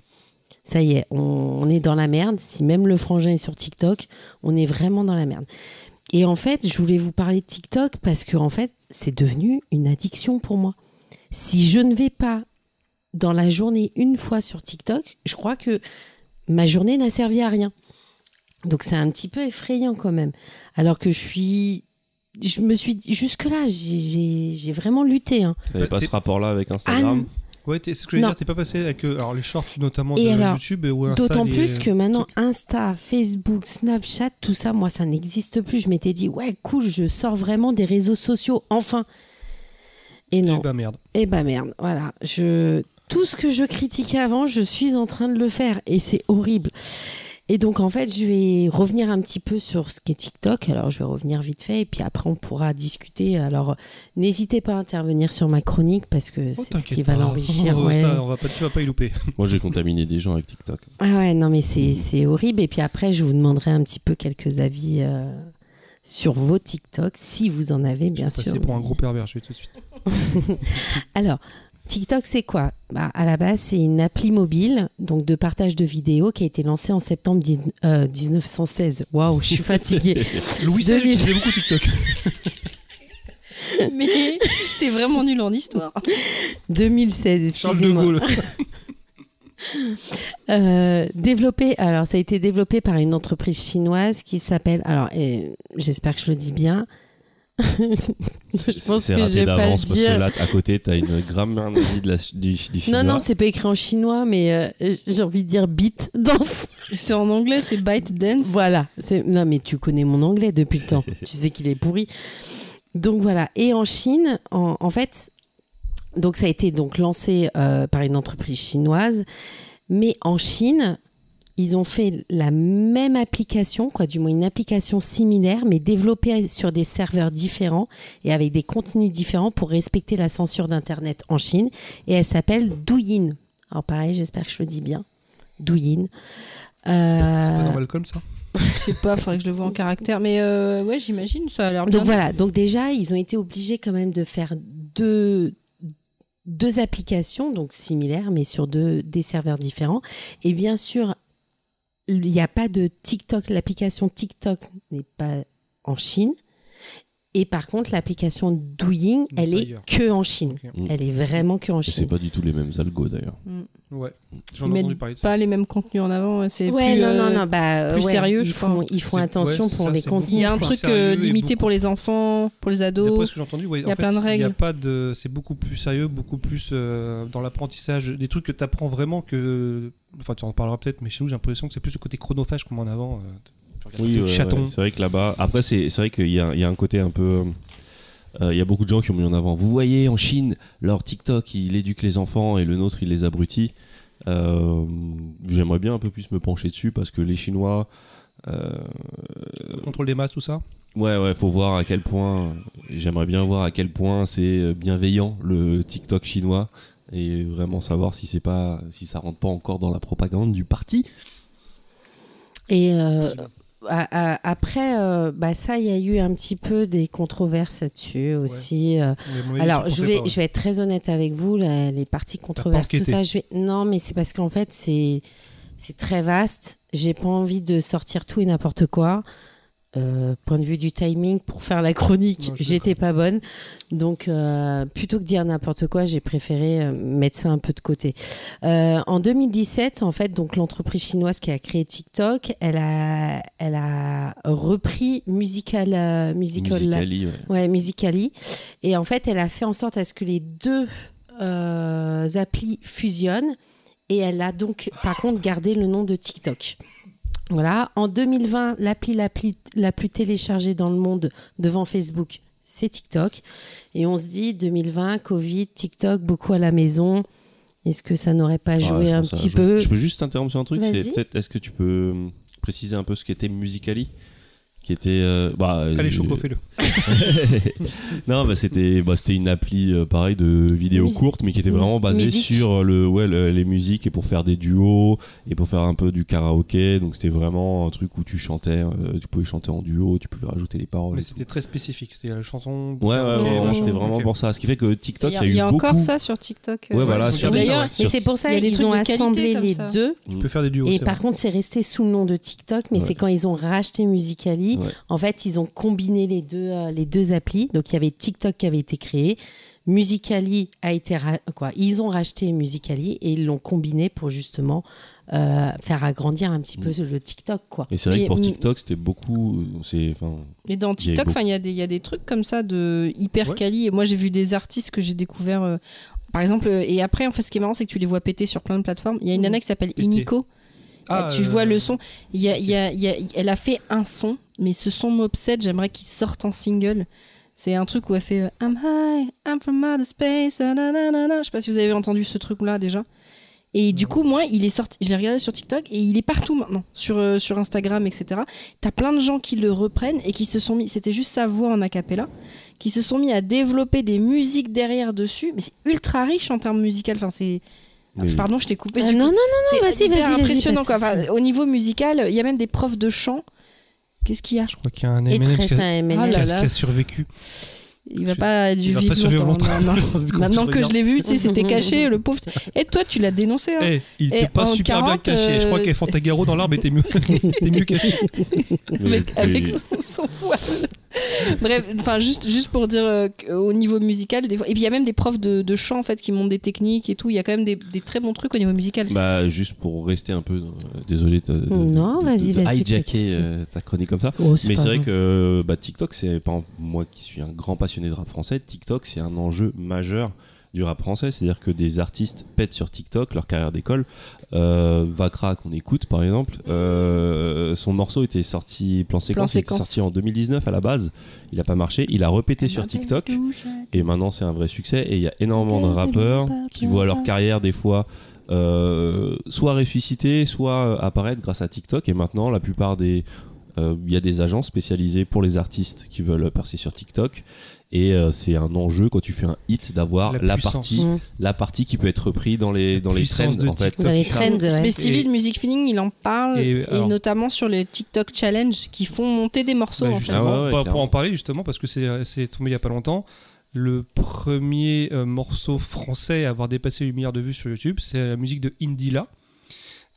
ça y est on, on est dans la merde si même le frangin est sur TikTok on est vraiment dans la merde et en fait je voulais vous parler de TikTok parce que en fait c'est devenu une addiction pour moi si je ne vais pas dans la journée une fois sur TikTok je crois que ma journée n'a servi à rien donc c'est un petit peu effrayant quand même. Alors que je suis, je me suis jusque là, j'ai j'ai vraiment lutté. hein.
T'avais pas
t'es-
ce rapport-là avec
Ah
Instagram
non.
Ouais, t'es- c'est ce que je veux
Non.
dire, t'es pas passé avec euh, alors, les shorts notamment
Et
de
alors,
YouTube ou Insta. euh,
D'autant
les-
plus que maintenant Insta, Facebook, Snapchat, tout ça, moi ça n'existe plus. Je m'étais dit ouais cool, je sors vraiment des réseaux sociaux enfin. Et
Eh
non,
bah merde.
Eh ben merde, voilà. Je... Tout ce que je critiquais avant, je suis en train de le faire et c'est horrible. Et donc en fait, je vais revenir un petit peu sur ce qu'est TikTok. Alors je vais revenir vite fait et puis après on pourra discuter. Alors n'hésitez pas à intervenir sur ma chronique parce que
Oh,
c'est ce
t'inquiète
qui va
pas.
l'enrichir.
Oh,
ouais.
ça, on va pas, tu vas pas y louper.
Moi, j'ai contaminé des gens avec TikTok.
Ah ouais, non mais c'est c'est horrible. Et puis après, je vous demanderai un petit peu quelques avis euh, sur vos TikTok, si vous en avez bien
je vais
sûr.
passer pour un gros pervers, je vais tout de suite.
Alors, TikTok, c'est quoi bah, À la base, c'est une appli mobile donc de partage de vidéos qui a été lancée en septembre dix- euh, 1916. Waouh, je suis fatiguée.
Louis XVI
2000.
utilisait beaucoup TikTok.
Mais t'es vraiment nul en histoire.
2016,
Charles de
excusez-moi.
Gaulle.
Euh, développé, alors ça a été développé par une entreprise chinoise qui s'appelle, alors et j'espère que je le dis bien. je pense
C'est
que je
raté
vais pas le
d'avance parce
dire.
que là, à côté, t'as une grammaire nazie de la, du, du chinois.
non, non, c'est pas écrit en chinois, mais euh, j'ai envie de dire bit danse.
C'est en anglais, c'est bite dance.
Voilà. C'est- Non, mais tu connais mon anglais depuis le temps. tu sais qu'il est pourri. Donc voilà. Et en Chine, en, en fait, donc ça a été donc lancé euh, par une entreprise chinoise, mais en Chine, ils ont fait la même application, quoi, du moins une application similaire, mais développée sur des serveurs différents et avec des contenus différents pour respecter la censure d'Internet en Chine. Et elle s'appelle Douyin. Alors pareil, j'espère que je le dis bien. Douyin.
C'est
Euh,
pas normal comme ça.
Je sais pas, faudrait que je le vois en caractère. Mais euh, ouais, j'imagine, ça a l'air bien.
Donc voilà, donc déjà, ils ont été obligés quand même de faire deux, deux applications, donc similaires, mais sur deux, des serveurs différents. Et bien sûr, il n'y a pas de TikTok, l'application TikTok n'est pas en Chine. Et par contre, l'application Douyin,
N'est
elle
pas
est
ailleurs.
que en Chine.
Ok.
Mm.
Elle est vraiment que en
Et C'est
Chine.
pas du tout les mêmes algos d'ailleurs.
Ouais.
Ils
J'en ai
mettent
entendu parler de ça.
pas les mêmes contenus en avant. C'est
Ouais,
plus,
non, non,
euh,
non, bah, euh,
plus
ouais,
sérieux,
ils
je
font,
crois.
ils font
C'est-
attention
ouais, c'est
pour
ça,
les
c'est beaucoup.
contenus.
Il y a un
Plus
truc
sérieux
euh,
et
limité
beaucoup-
pour les enfants, pour les
D'après
ados.
ce que j'ai entendu, ouais,
y
en
a
fait,
plein de
Il y a
règles.
pas de, c'est beaucoup plus sérieux, beaucoup plus euh, dans l'apprentissage, des trucs que t'apprends vraiment que, enfin tu en parleras peut-être, mais chez nous j'ai l'impression que c'est plus le côté chronophage qu'on met en avant. euh, tu regardes des
ouais,
chatons.
ouais, c'est vrai que là-bas. Après, c'est c'est vrai qu'il y a, il y a un côté un peu. euh, euh, Il y a beaucoup de gens qui ont mis en avant. Vous voyez, en Chine, leur TikTok, il éduque les enfants et le nôtre, il les abrutit. Euh, J'aimerais bien un peu plus me pencher dessus parce que les Chinois. euh,
Le contrôle des masses, tout ça.
ouais, ouais, faut voir à quel point. J'aimerais bien voir à quel point c'est euh, bienveillant le TikTok chinois et vraiment savoir si c'est pas, si ça rentre pas encore dans la propagande du parti.
Et euh, à- à- après, euh, bah ça, il y a eu un petit peu des controverses là-dessus aussi. euh.
Mais à mon avis,
Alors,
tu
je
le
vais,
conseilles pas,
je vais être très honnête avec vous, la- les parties controverses, tout
enquêté.
ça, je vais... Non, mais c'est parce qu'en fait, c'est c'est très vaste. J'ai pas envie de sortir tout et n'importe quoi. Euh, point de vue du timing pour faire la chronique,
Non, je suis
j'étais pas bonne. Donc, euh, plutôt que dire n'importe quoi, j'ai préféré euh, mettre ça un peu de côté. Euh, en 2017, en fait, donc l'entreprise chinoise qui a créé TikTok, elle a, elle a repris Musical, euh, Musical,
Musical.ly, ouais.
Ouais, Musicali. Et en fait, elle a fait en sorte à ce que les deux euh, applis fusionnent. Et elle a donc, par contre, gardé le nom de TikTok. Voilà. En 2020, l'appli la, pli- la plus téléchargée dans le monde devant Facebook, c'est TikTok. Et on se dit 2020, Covid, TikTok, beaucoup à la maison. Est-ce que ça n'aurait pas
Ouais,
joué
je
un
pense que ça
petit
joue.
peu
Je peux juste t'interrompre sur un truc.
Vas-y.
C'est peut-être. Est-ce que tu peux euh, préciser un peu ce qu'était Musicali, qui était. euh, bah,
Allez,
euh,
Choco, fais-le.
non, bah, c'était bah, c'était une appli euh, pareil de vidéos
Musique.
courtes, mais qui était vraiment basée
Musique.
sur euh, le, ouais, le- les musiques et pour faire des duos et pour faire un peu du karaoké. Donc c'était vraiment un truc où tu chantais, euh, tu pouvais chanter en duo, tu pouvais rajouter les paroles.
Mais
et tout.
c'était très spécifique. C'était la chanson.
Ouais, ouais,
Ok,
ouais,
machin.
ouais, c'était vraiment
Ok.
pour ça. Ce qui fait que TikTok,
Il y
il
a, il
eu
y a
beaucoup.
encore ça sur TikTok. euh,
Ouais,
ils
voilà.
ont
sur-
gardé
D'ailleurs,
sur-
et c'est pour ça
Il y a des
qu'ils
trucs
ont
de qualité
assemblé
comme
les
ça.
deux.
Tu peux faire des duos.
Et
c'est
par
vrai.
contre, c'est resté sous le nom de TikTok, mais
Ouais.
c'est quand ils ont racheté Musicali.
Ouais.
En fait, ils ont combiné les deux, euh, les deux applis. Donc, il y avait TikTok qui avait été créé. Musicali a été. ra- Quoi, ils ont racheté Musicali et ils l'ont combiné pour justement euh, faire agrandir un petit peu
Mm.
le TikTok. Quoi.
Et c'est vrai
Et,
que pour
mm.
TikTok, c'était beaucoup. euh, c'est enfin
Mais dans
Il y a eu
TikTok,
beaucoup.
enfin, il y, a des- il y a des trucs comme ça de hyper
Ouais.
quali. Et moi, j'ai vu des artistes que j'ai découvert. euh, par exemple, euh, et après, en fait, ce qui est marrant, c'est que tu les vois péter sur plein de plateformes. Il y a une
Mhm.
nana qui s'appelle
Péter.
Iniko.
Ah,
tu
euh,
vois le son. Il y a- il y a- il y a- elle a fait un son, mais ce son m'obsède. J'aimerais qu'il sorte en single. C'est un truc où elle fait euh, I'm high, I'm from outer space. ah, na, na, na, na. Je sais pas si vous avez entendu ce truc-là déjà. Et du coup, moi, il est sorti. Je l'ai regardé sur TikTok et il est partout maintenant, sur, euh, sur Instagram, etc. T'as plein de gens qui le reprennent et qui se sont mis. C'était juste sa voix en acapella, qui se sont mis à développer des musiques derrière dessus. Mais c'est ultra riche en termes musicaux. Enfin, c'est.
mais-
Ah, Pardon, je t'ai coupé.
Euh,
du coup.
non, non,
C'est
vas-y,
hyper
vas-y, vas-y,
impressionnant.
pas de
quoi. Enfin,
souci.
au niveau musical, il y a même des profs de chant. Qu'est-ce qu'il y a
Je crois qu'il y a un
Et
M&M
très
qui a-
sain,
Ah
M&M.
là
qui a
là.
qui a survécu.
Il va
Je-
pas du
Il va pas survivre longtemps.
Maintenant que je l'ai vu, tu sais, c'était caché, le pauvre. Et toi, tu l'as dénoncé. Hein.
Eh, il
Et
était pas
en
super
40,
bien caché. Je crois
euh,
qu'elle Fantagaro dans l'arbre était mieux, était mieux caché.
mais-
Eh,
avec,
mais-
avec son- son voile. Bref, enfin juste juste pour dire euh, qu'au niveau musical, des fois, et puis il y a même des profs de, de chant en fait qui montent des techniques et tout. Il y a quand même des, des très bons trucs au niveau musical.
Bah, juste pour rester un peu. dans- euh, désolé. de- de- de-
Non,
de-
vas-y,
de
vas-y, pas de
Hijacker
souci.
euh, ta chronique comme ça.
Oh, c'est
Mais
pas
c'est vrai
grave.
que euh, bah, TikTok, c'est par exemple, moi qui suis un grand passionné de rap français, TikTok, c'est un enjeu majeur du rap français. C'est-à-dire que des artistes pètent sur TikTok, leur carrière d'école. Euh, Vakra, qu'on écoute par exemple, euh, son morceau était sorti, plan séquence, il était
séquence.
sorti en 2019 à la base. Il a pas marché, il a repété
Ah,
sur
bah,
TikTok. Et maintenant, c'est un vrai succès. Et il y a énormément de rappeurs qui voient leur carrière des fois euh, soit ressusciter, soit euh, apparaître grâce à TikTok. Et maintenant, la plupart des. euh, Il y a des agences spécialisées pour les artistes qui veulent percer sur TikTok. Et euh, c'est un enjeu quand tu fais un hit d'avoir
La
la,
puissance.
partie,
Mmh.
la partie qui peut être reprise dans les, dans les trends.
puissance de
En fait.
TikTok.
Dans les
C'est ça.
trends, ouais.
Mais Stevie
Et-
de Music Feeling, il en parle
Et,
et,
alors-
notamment sur les TikTok challenge qui font monter des morceaux.
Bah,
en fait.
justement,
Ah ouais,
pas-
ouais,
pour
clairement.
en parler justement parce que c'est c'est tombé il y a pas longtemps. Le premier euh, morceau français à avoir dépassé 8 milliards de vues sur YouTube, c'est la musique de Indila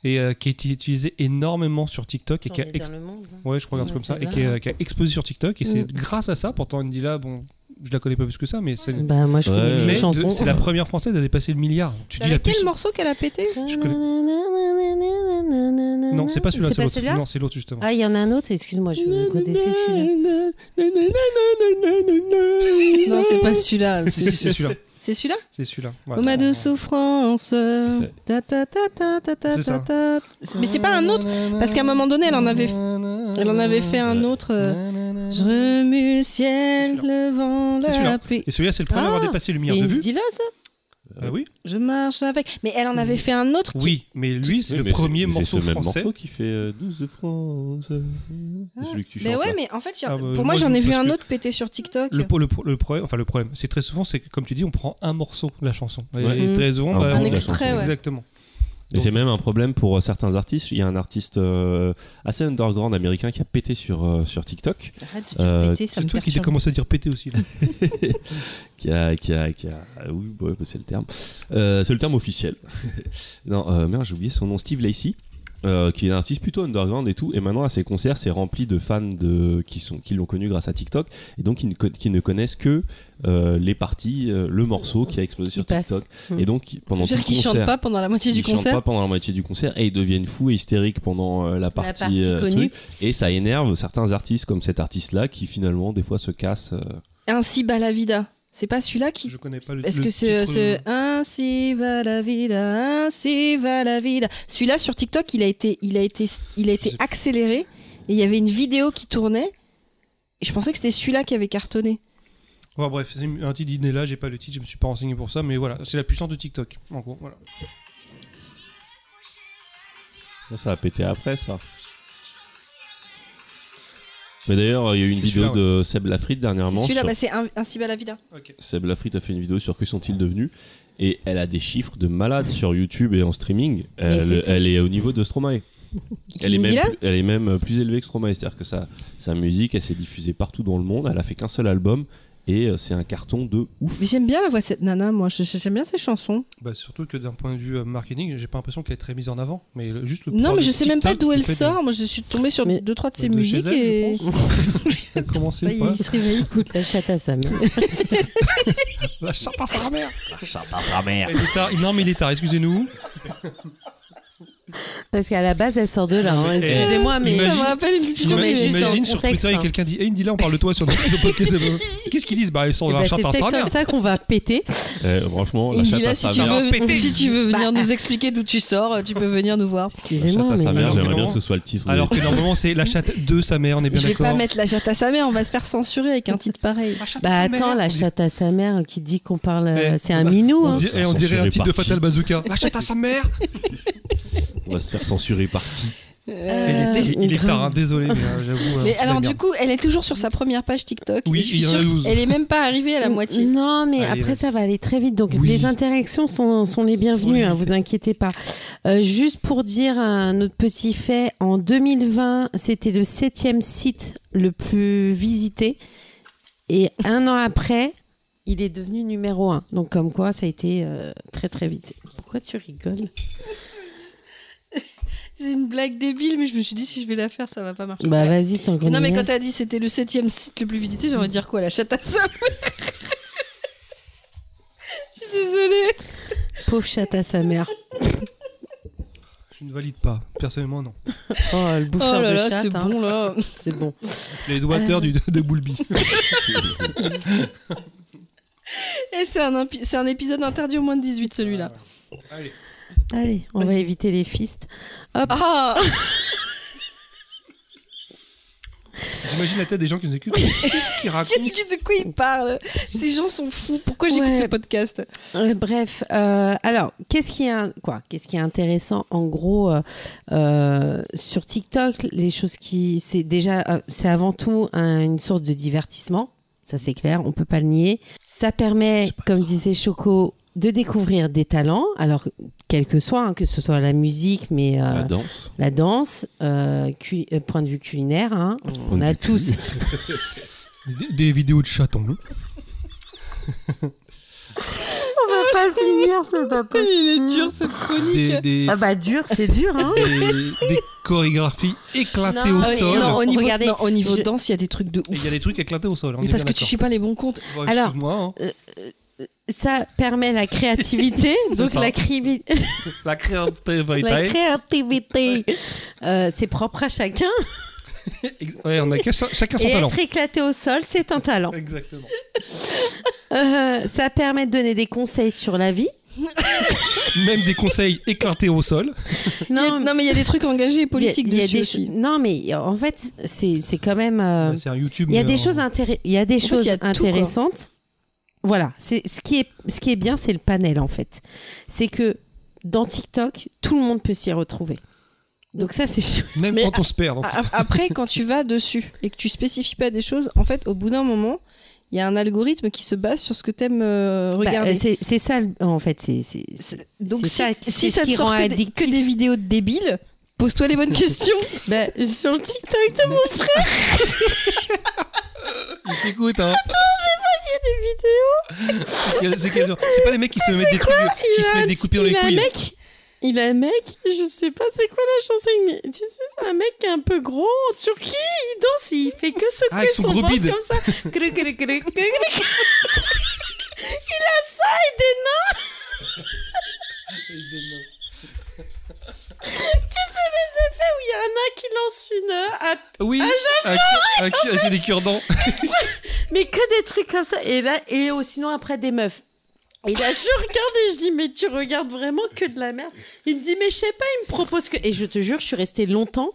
et euh, qui a été utilisée énormément sur TikTok et qui a ex-
hein.
Ouais, je crois un truc
Ouais,
comme ça, et
celle-là.
qui a, qui a explosé sur TikTok. Et
Mm.
c'est grâce à ça, pourtant, Indila, bon, je la connais pas plus que ça, mais c'est.
Bah, moi, je
Ouais,
connais
ouais.
une
mais
chanson.
de- c'est la première française à dépasser le milliard. Tu
C'est
dis la
avec quel
puissance-
morceau qu'elle a pété
je Non, c'est pas celui-là, c'est l'autre. Non, c'est l'autre justement.
Ah, il y en a un autre, excuse-moi, je connaissais que celui-là.
Non, c'est pas celui-là.
Si, si, c'est celui-là.
C'est celui-là
C'est celui-là. Ouais.
Au mât de souffrance. Ta ta ta ta ta ta
C'est ça.
ta. Mais c'est pas un autre. Parce qu'à un moment donné, elle en avait, elle en avait fait un
Ouais.
autre. euh, Je remue le ciel,
C'est
le vent,
C'est celui-là.
la pluie.
Et celui-là, c'est le premier à avoir
Ah,
dépassé le
C'est
milliard de
une
vues.
Dilla, ça
Ah oui,
Je marche avec. Mais elle en avait fait un autre. qui-
oui, mais lui, c'est
Oui,
le
mais
premier
c'est- mais
morceau
C'est ce même
français.
morceau qui fait euh, 12 de France. C'est celui que tu chantes.
Ah. Mais ouais,
là.
mais en fait, il y a-
Ah bah,
pour
moi,
moi, j'en ai
je-
vu
parce
un
que
autre pété sur TikTok.
Le, po- le, po- le problème, enfin le problème, c'est très souvent, c'est que, comme tu dis, on prend un morceau de la chanson. Et,
Ouais.
et très souvent,
Un
bah,
bout
on-
un
de la
extrait,
chanson.
ouais.
Exactement.
Et c'est même un problème pour euh, certains artistes. Il y a un artiste euh, assez underground américain qui a pété sur, euh, sur TikTok,
Arrête de
Euh,
dire pété, ça
C'est
me
toi qui t'es
perturbe.
commencé à dire péter aussi. là.
qui a, qui a, qui a- ah oui, bah ouais, bah c'est le terme, Euh, c'est le terme officiel. non, euh, merde, j'ai oublié son nom, Steve Lacey, euh, qui est un artiste plutôt underground et tout. Et maintenant à ses concerts, c'est rempli de fans de qui sont qui l'ont connu grâce à TikTok et donc qui ne, co- qui ne connaissent que euh, les parties, euh, le morceau qui a explosé
Qui
sur
passe.
TikTok.
Mm.
Et donc pendant tout
C'est-à-dire
le
qu'ils chantent
concert.
pas pendant la moitié
ils
du
chantent
concert.
pas pendant la moitié du concert et ils deviennent fous et hystériques pendant euh, la partie,
partie
euh,
connue.
truc. et ça énerve certains artistes comme cet artiste là qui finalement des fois se casse euh,
Ainsi Balavida. C'est pas celui-là qui
Je connais pas le
Est-ce
le
que euh, ce,
titre, euh,
ce ainsi va la vida, ainsi va la vida, celui-là sur TikTok, il a été, il a été, il a
Je
été
sais
accéléré et il y avait une vidéo qui tournait. Et je pensais que c'était celui-là qui avait cartonné.
Enfin, bref, c'est un titre d'idée là, j'ai pas le titre, je me suis pas renseigné pour ça, mais voilà, c'est la puissance de TikTok. En gros, voilà.
Ça, ça a pété après, ça. Mais d'ailleurs, il y a eu une
C'est
vidéo
celui-là,
de Seb Lafrite dernièrement.
Celui-là,
sur-
bah, c'est un- ainsi va la vida.
Seb Lafrite a fait une vidéo sur que sont-ils devenus et elle a des chiffres de malade sur YouTube et en streaming.
c'est
Elle,
tout.
elle est au niveau de Stromae. Elle est, même,
Indila
plus- elle est même euh, plus élevée que Stromae, c'est-à-dire que sa, sa musique, elle s'est diffusée partout dans le monde, elle a fait qu'un seul album et euh, c'est un carton de ouf.
Ah, Mais j'aime bien la voix de cette nana, moi. Je- je- J'aime bien ses chansons.
Bah, surtout que d'un point de vue euh, marketing, j'ai pas l'impression qu'elle est très mise en avant, mais le- juste le
Non,
pouvoir
mais
de
je sais même pas
TikTok,
d'où
le
elle
fait de-
sort. Moi, je suis tombée sur
Mais-
deux, trois de ses
de chez
musiques
elle,
et.
je pense. Comment
Ça y
c'est
est,
pas
il se réveille.
Écoute, la chatte à sa mère.
La chatte à sa mère.
J'entends sa mère.
Elle est tard. Non, mais il est tard, excusez-nous.
Parce qu'à la base, elle sort de là. hein.
Ah, Mais-
Excusez-moi, mais.
Imagine-
Ça me rappelle une discussion
mais
Imagine,
juste en
imagine sur
contexte,
Twitter, il y a
hein.
quelqu'un dit Hey Indila, on parle de toi sur notre sur le podcast. Qu'est-ce qu'ils disent Bah, ils sont
Eh
dans
ben,
la
c'est
chatte à sa
peut-être
mère.
comme ça qu'on va péter.
Euh, franchement, la chatte à
Indila, si
sa
tu,
mère,
veux,
Pété.
si tu veux venir
Bah,
nous expliquer d'où tu sors, tu peux venir nous voir.
la chatte
Excusez-moi,
à sa
mais.
mère,
Alors que
j'aimerais bien
non.
que ce soit le titre.
Alors que normalement, c'est la chatte de sa mère, on est bien
Je vais pas
d'accord.
mettre la chatte à sa mère, on va se faire censurer avec un titre pareil.
Bah attends, la chatte à sa mère qui dit qu'on parle. euh, C'est un minou,
Eh, On,
hein.
dit- eh, on dirait un
Censuré
titre de
par qui
Fatal Bazooka. La chatte à sa mère
On va se faire censurer par qui
Il
Euh,
est, il est
grave.
tard, hein, désolé, mais euh, j'avoue. euh,
Mais
c'est la
alors,
merde.
du coup, elle est toujours sur sa première page TikTok.
Oui,
et je suis
il y en a
sûre
12.
Elle est même pas arrivée à la moitié.
Non, mais
Allez,
après,
vas-y.
ça va aller très vite. Donc,
Ah, Oui.
les interactions sont, sont les
Sont les
bienvenues, hein, vous inquiétez pas. Euh, juste pour dire un autre petit fait, en 2020, c'était le septième site le plus visité. Et un an après, il est devenu numéro un. Donc, comme quoi, ça a été euh, très, très vite. Pourquoi tu rigoles
C'est une blague débile, mais je me suis dit, si je vais la faire, ça va pas marcher.
Bah, vas-y, t'en
Mm.
non, mais quand t'as dit c'était le septième site le plus visité, j'ai envie de dire quoi La chatte à sa mère Je suis désolée.
Pauvre chatte à sa mère.
Je ne valide pas, personnellement, non.
Oh, le bouffeur
Oh là
de
là,
chatte.
c'est
hein.
bon là.
C'est bon.
Les doigteurs
Euh.
du, de Boulby.
Et c'est un, impi- c'est un épisode interdit au moins de 18, celui-là.
Allez.
Allez, on va éviter les fistes.
Ah
J'imagine la tête des gens qui nous écoutent. Qu'est-ce qu'ils racontent
Qu'est-ce que- De quoi il parle Ces gens sont fous. Pourquoi j'écoute
Ouais.
ce podcast
Euh, bref, euh, alors qu'est-ce qui est un- quoi Qu'est-ce qui est intéressant en gros euh, euh, sur TikTok Les choses qui c'est déjà euh, c'est avant tout un- une source de divertissement, ça c'est clair, on peut pas le nier. Ça permet, comme disait Choco, de découvrir des talents, alors quel que soit, hein, que ce soit la musique, mais euh,
La danse
la danse, euh, cu- euh, point de vue culinaire, hein, on
de
a
vue
tous.
des, des vidéos de chatons. hein.
on va pas le finir, c'est pas possible.
dur cette chronique.
Des, des,
Ah bah dur, c'est dur, hein.
des, des chorégraphies éclatées
Non,
au
ah oui,
sol.
Non, au niveau,
Regardez,
non, au niveau
je-
danse, il y a des trucs de
Et Il y
ouf.
a des trucs éclatés au sol. on
Mais
est
parce que
bien
tu suis pas les bons comptes.
d'accord. Bon,
Alors-
Excuse-moi. hein.
ça permet la créativité.
C'est
donc
ça.
la, crivi-
La créativité.
la créativité, euh, c'est propre à chacun.
ouais, on a que- chacun son
Et
talent.
être éclaté au sol, c'est un talent.
Exactement.
Euh, ça permet de donner des conseils sur la vie.
Même des conseils éclatés au sol.
Il y a- non, mais il y a des trucs engagés et politiques
il y a- il y a
dessus
des
aussi.
cho- Non, mais en fait, c'est c'est quand même. euh,
C'est un YouTube.
Il y a
mais
des
en-
choses, intér- il y a des
fait,
choses
il y a tout, quoi.
intéressantes. Voilà, c'est ce qui est ce qui est bien, c'est le panel en fait. C'est que dans TikTok, tout le monde peut s'y retrouver. Donc ça, c'est chou-
Même
Mais
quand on se perd. donc.
A- a- Après, quand tu vas dessus et que tu spécifies pas des choses, en fait, au bout d'un moment, il y a un algorithme qui se base sur ce que t'aimes euh,
Bah,
regarder.
c'est c'est ça le- en fait. c'est- c'est-
C'est- Donc
c'est
si,
ça-
si
c'est
ça
ce
te
qui
sort
rend
que des,
addictif.
que des vidéos débiles, pose-toi les bonnes questions.
Bah,
Euh,
sur le TikTok de mon frère, ah.
Ils t'écoutent, hein. C'est quel- C'est quel genre C'est pas les mecs qui se mettent des trucs, qui
il
se
a,
mettent
un
des
petit-
coupures dans les
il a un
couilles.
mec. Il a un mec, je sais pas c'est quoi la chanson, mais tu sais, c'est un mec qui est un peu gros en Turquie, il danse, il fait que secouer
Ah, avec son
son,
gros
ventre
bide.
comme ça. Cru, cru, cru, cru, cru. Il a ça et des nains. Tu sais les effets où il y a un nain qui lance une euh, à
Oui,
Ah,
Ah, un cu- un cu- c'est des cure-dents.
Mais que des trucs comme ça. Et là, et oh, sinon après des meufs. Et là, je le regarde et je dis, mais tu regardes vraiment que de la merde. Il me dit, mais je sais pas, il me propose que. Et je te jure, je suis restée longtemps.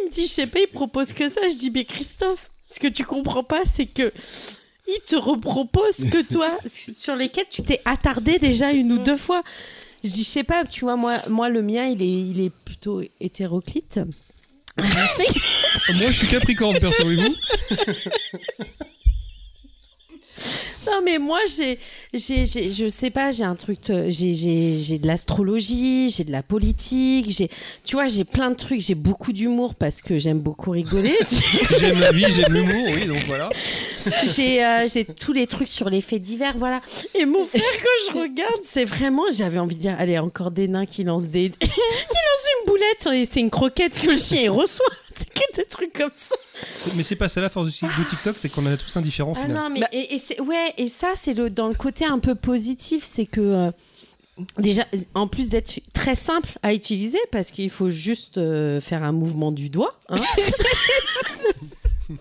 Il me dit, je sais pas, il propose que ça. Je dis, mais Christophe, ce que tu comprends pas, c'est que il te repropose que toi, sur lesquels tu t'es attardé déjà une ou deux fois. Je dis, je sais pas, tu vois, moi, moi le mien, il est, il est plutôt hétéroclite.
Moi, je suis Capricorne, perso, et vous
Non, mais moi, j'ai, j'ai, j'ai- je sais pas, j'ai un truc, euh, j'ai, j'ai, j'ai de l'astrologie, j'ai de la politique, j'ai, tu vois, j'ai plein de trucs, j'ai beaucoup d'humour parce que j'aime beaucoup rigoler.
J'aime la vie, j'aime l'humour, oui, donc voilà.
j'ai, euh, j'ai tous les trucs sur les faits divers, voilà. Et mon frère, quand je regarde, c'est vraiment, j'avais envie de dire, allez, encore des nains qui lancent des. qui lancent une boulette, et c'est une croquette que le chien il reçoit. C'est que des trucs comme ça.
Mais c'est pas ça la force du du TikTok, c'est qu'on en a tous indifférents,
Ah
finalement.
non, mais et, et c'est- ouais, et ça, c'est le, dans le côté un peu positif, c'est que euh, déjà, en plus d'être très simple à utiliser, parce qu'il faut juste euh, faire un mouvement du doigt. hein.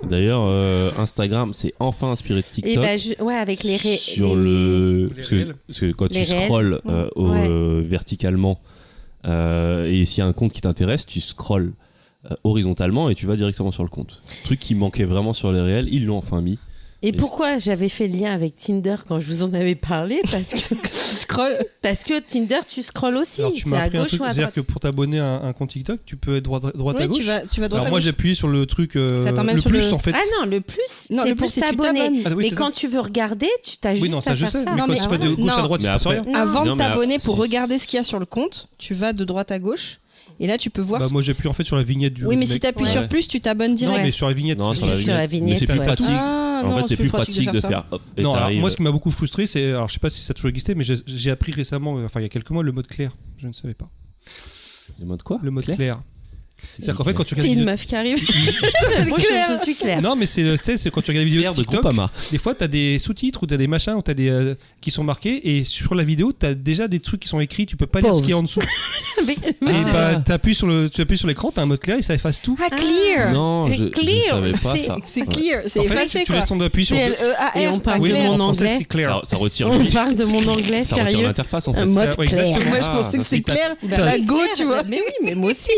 D'ailleurs, euh, Instagram, c'est enfin inspiré de TikTok.
et ben, je- ouais, avec les ré-
sur
les-
le
Les
parce que,
réels.
parce que quand
Les
tu scrolles
réels,
euh,
ouais.
au-
Ouais.
euh, verticalement euh, et s'il y a un compte qui t'intéresse tu scrolles euh, horizontalement et tu vas directement sur le compte truc qui manquait vraiment sur les réels ils l'ont enfin mis
Et pourquoi j'avais fait le lien avec Tinder quand je vous en avais parlé Parce que parce que Tinder, tu scrolles aussi.
Alors, tu
C'est
m'as
à
appris un
gauche
truc,
ou à
c'est-à-dire
droite.
que pour t'abonner à un, un compte TikTok, tu peux être droite, droite à
Ouais,
gauche.
tu vas, tu vas droit
Alors
à
moi,
gauche.
j'ai appuyé sur le truc euh,
Ça t'emmène
le
sur
plus
le-
en fait.
Ah non, le plus,
Non,
c'est
le
pour
plus, c'est tu
t'abonner.
t'abonnes.
Ah oui,
mais
c'est
quand tu veux regarder, tu t'as
ça.
juste
oui, non, ça
à
je
faire
sais. Mais
ça.
quand
Non, mais Ah,
tu vas de
avant-
gauche à
non.
droite,
Mais
c'est pas sur
après-
rien.
Non.
Avant
Non,
de
mais après-
t'abonner pour
si-
regarder ce qu'il y a sur le compte, tu vas de droite à gauche. Et là, tu peux voir.
Bah,
ce-
moi, j'appuie en fait sur la vignette du.
Oui, mais
du
si
mec.
t'appuies
Ouais.
sur plus, tu t'abonnes
Non,
direct.
mais sur la vignette.
non
je-
sur la
Juste sur
vignette,
la
mais
vignette,
c'est plus
ouais.
pratique
Ah,
en
non,
fait c'est
plus
plus
pratique de
pratique de
faire ça.
faire hop et
Non, alors,
t'arrives.
moi, ce qui m'a beaucoup frustré, c'est. Alors, je sais pas si ça a toujours existé, mais j'ai j'ai appris récemment, euh, enfin, il y a quelques mois, le mode clair. Je ne savais pas.
le mode quoi
Le mode clair.
Claire
C'est-à-dire qu'en fait, quand tu
C'est
regardes.
une
des
meuf qui arrive.
Moi,
Moi,
je-
je,
je
suis
vidéos-
claire.
Non, mais c'est le- tu sais, c'est quand tu regardes des vidéos
Claire
de
de
TikTok,
Groupama
des fois, t'as des sous-titres ou t'as des machins ou t'as des euh, qui sont marqués et sur la vidéo, t'as déjà des trucs qui sont écrits, tu peux pas lire
Pauvre.
ce qu'il y a en dessous. Et
Ah.
bah, t'appuies sur le, tu appuies sur l'écran, t'as un mode clair et ça efface tout.
Ah, clear
non
C'est
je, je
clear,
savais pas
c'est-
ça
C'est
Ouais.
clear, c'est
En fait,
effacé
tu, tu
quoi.
laisses ton appui sur.
C'est E L-E-A-R.
Et on parle
Oui,
de
mais
mon
en français,
anglais.
c'est
ça,
clair.
ça retire
On
vite,
parle de mon anglais,
ça retire
sérieux.
l'interface en
Un
fait
mode
Ouais, exactement.
clair.
Moi, je
Ah,
pensais que
ça,
c'était
c'est-
clair.
Bah,
Bah,
ouais,
go,
claire,
tu vois.
bah, Mais oui, mais moi aussi.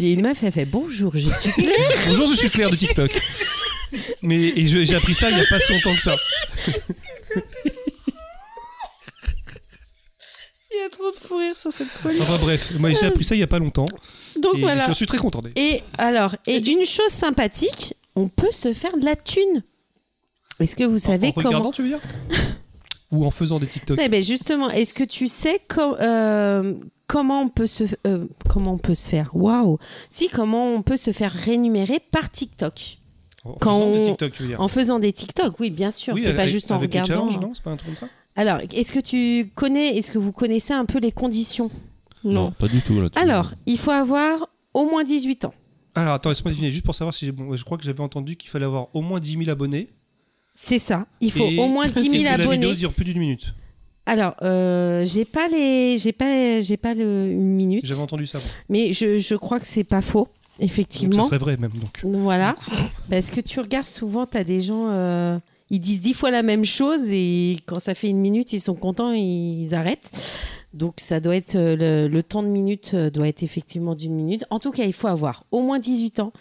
J'ai une meuf, elle fait bonjour, je suis claire.
Bonjour, je suis Claire de TikTok. Mais et je- j'ai appris ça il y a pas si longtemps que ça.
Il y a trop de fou rire sur cette colle.
Enfin bref, moi j'ai appris ça il y a pas longtemps.
Donc
et
voilà.
Je suis très content. d'ailleurs.
Et alors, et une chose sympathique, on peut se faire de la thune. Est-ce que vous savez
en, en regardant,
comment
tu veux dire Ou en faisant des TikTok.
Eh ben justement, est-ce que tu sais com- euh, comment on peut se euh, comment on peut se faire Waouh Si comment on peut se faire rémunérer par TikTok
En faisant
quand
des
on-
TikTok, tu veux dire
en faisant des TikTok Oui, bien sûr.
Oui,
c'est pas
avec-
juste en
avec des
regardant. hein.
challenges, non C'est pas un truc comme ça
Alors, est-ce que tu connais Est-ce que vous connaissez un peu les conditions
non pas du tout là tu-
Alors, il faut avoir au moins 18 ans.
Alors attends, laisse-moi deviner, juste pour savoir si j'ai- bon, je crois que j'avais entendu qu'il fallait avoir au moins 10 000 abonnés.
C'est ça. Il faut
Et-
au moins 10
et
000
que La vidéo
abonnés.
dure plus d'une minute.
Alors, euh, j'ai pas les, j'ai pas, les- j'ai pas le une minute,
J'avais entendu ça. moi.
mais je, je crois que c'est pas faux,
Donc, ça
effectivement.
serait vrai même donc.
Voilà, parce que tu regardes souvent, t'as des gens, euh, ils disent dix fois la même chose et quand ça fait une minute, ils sont contents, ils arrêtent. Donc ça doit être euh, le, le temps de minute euh, doit être effectivement d'une minute. En tout cas, il faut avoir au moins 18 ans.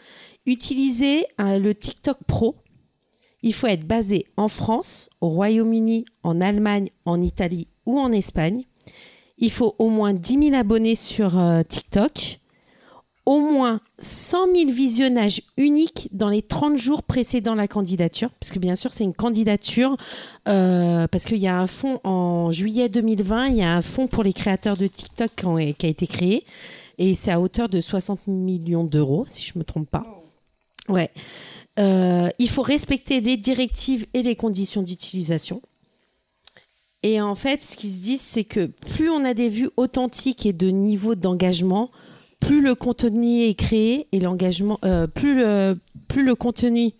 Utiliser euh, le TikTok Pro. Il faut être basé en France, au Royaume-Uni, en Allemagne, en Italie ou en Espagne. Il faut au moins 10 000 abonnés sur euh, TikTok. Au moins 100 000 visionnages uniques dans les 30 jours précédant la candidature. Parce que bien sûr, c'est une candidature. euh, parce qu'il y a un fonds en juillet 2020, il y a un fonds pour les créateurs de TikTok qui ont- qui a été créé. Et c'est à hauteur de 60 millions d'euros, si je ne me trompe pas. Ouais. Euh, il faut respecter les directives et les conditions d'utilisation. Et en fait, ce qu'ils se disent, c'est que plus on a des vues authentiques et de niveau d'engagement, plus le contenu est créé et l'engagement, euh, plus le plus le contenu.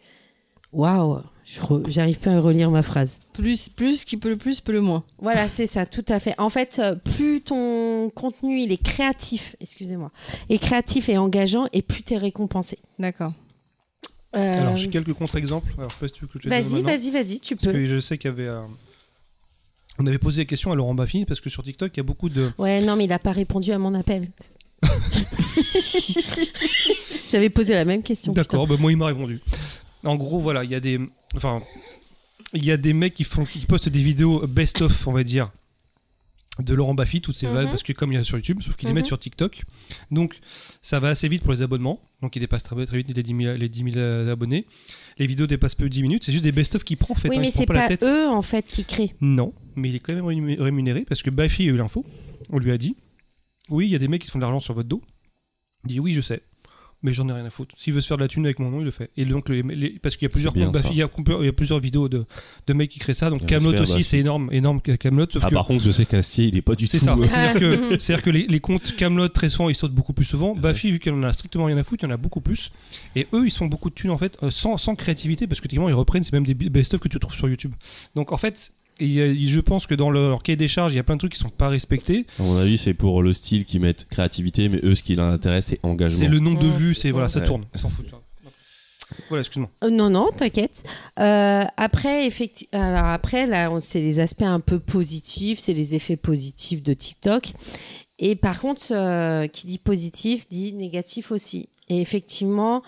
Waouh, je re- j'arrive pas à relire ma phrase.
Plus, plus, qui peut le plus, peut le moins.
Voilà, c'est ça, tout à fait. En fait, euh, plus ton contenu il est créatif, excusez-moi, est créatif et engageant, et plus t'es récompensé.
D'accord.
Euh,
Alors j'ai quelques contre-exemples. Alors je sais pas si tu veux que je te donne
vas-y,
maintenant.
vas-y, vas-y, tu
Parce
peux.
que je sais qu'il y avait. euh, On avait posé la question à Laurent Baffini parce que sur TikTok, il y a beaucoup de.
Ouais, non, mais il n'a pas répondu à mon appel. J'avais posé la même question. putain.
D'accord, bah moi il m'a répondu. En gros, voilà, il y a des. Enfin, il y a des mecs qui, font, qui postent des vidéos best-of, on va dire, de Laurent Baffy, toutes ces vannes,
Mhm.
parce que comme il y a sur YouTube, sauf qu'ils les
Mhm.
mettent sur TikTok. Donc ça va assez vite pour les abonnements. Donc ils dépassent très, très vite les 10, 000, les 10 000 abonnés. Les vidéos dépassent peu 10 minutes. C'est juste des best-of qu'il prend en fait.
oui,
hein,
mais
il se prend
c'est
pas
pas,
la tête.
eux en fait qui créent.
Non, mais il est quand même rému- rémunéré parce que Baffy a eu l'info. On lui a dit Oui, il y a des mecs qui se font de l'argent sur votre dos. Il dit Oui, je sais, mais j'en ai rien à foutre. S'il veut se faire de la thune avec mon nom, il le fait. Et donc, les- les- parce qu'il y a plusieurs
bien
comptes Baffy,
ça.
il y a, compl- il y a plusieurs vidéos de, de mecs qui créent ça.
Il y
Donc,
a
Camelot
Whisper
aussi,
Baffy.
c'est énorme, énorme Camelot. Sauf
Ah,
que
par contre, je sais qu'Astier, il est pas du
c'est
tout.
ça.
euh,
C'est-à-dire que, c'est-à-dire que les, les comptes Camelot très souvent ils sautent beaucoup plus souvent. Baffy vu qu'elle en a strictement rien à foutre, il y en a beaucoup plus. Et eux ils se font beaucoup de thunes en fait euh, sans, sans créativité parce que techniquement ils reprennent c'est même des best-of que tu trouves sur YouTube. Donc en fait il y a- il- je pense que dans leur cahier des charges il y a plein de trucs qui sont pas respectés.
À mon avis, c'est pour le style qu'ils mettent créativité, mais eux, ce qui les intéresse, c'est engagement.
C'est le nombre de vues, c'est voilà ça
Ouais.
tourne, ils s'en foutent. Voilà excuse-moi.
Euh, non, non, t'inquiète. Euh, après, effectivement, alors après, là, on- c'est les aspects un peu positifs, c'est les effets positifs de TikTok. Et par contre, euh, qui dit positif dit négatif aussi. Et effectivement,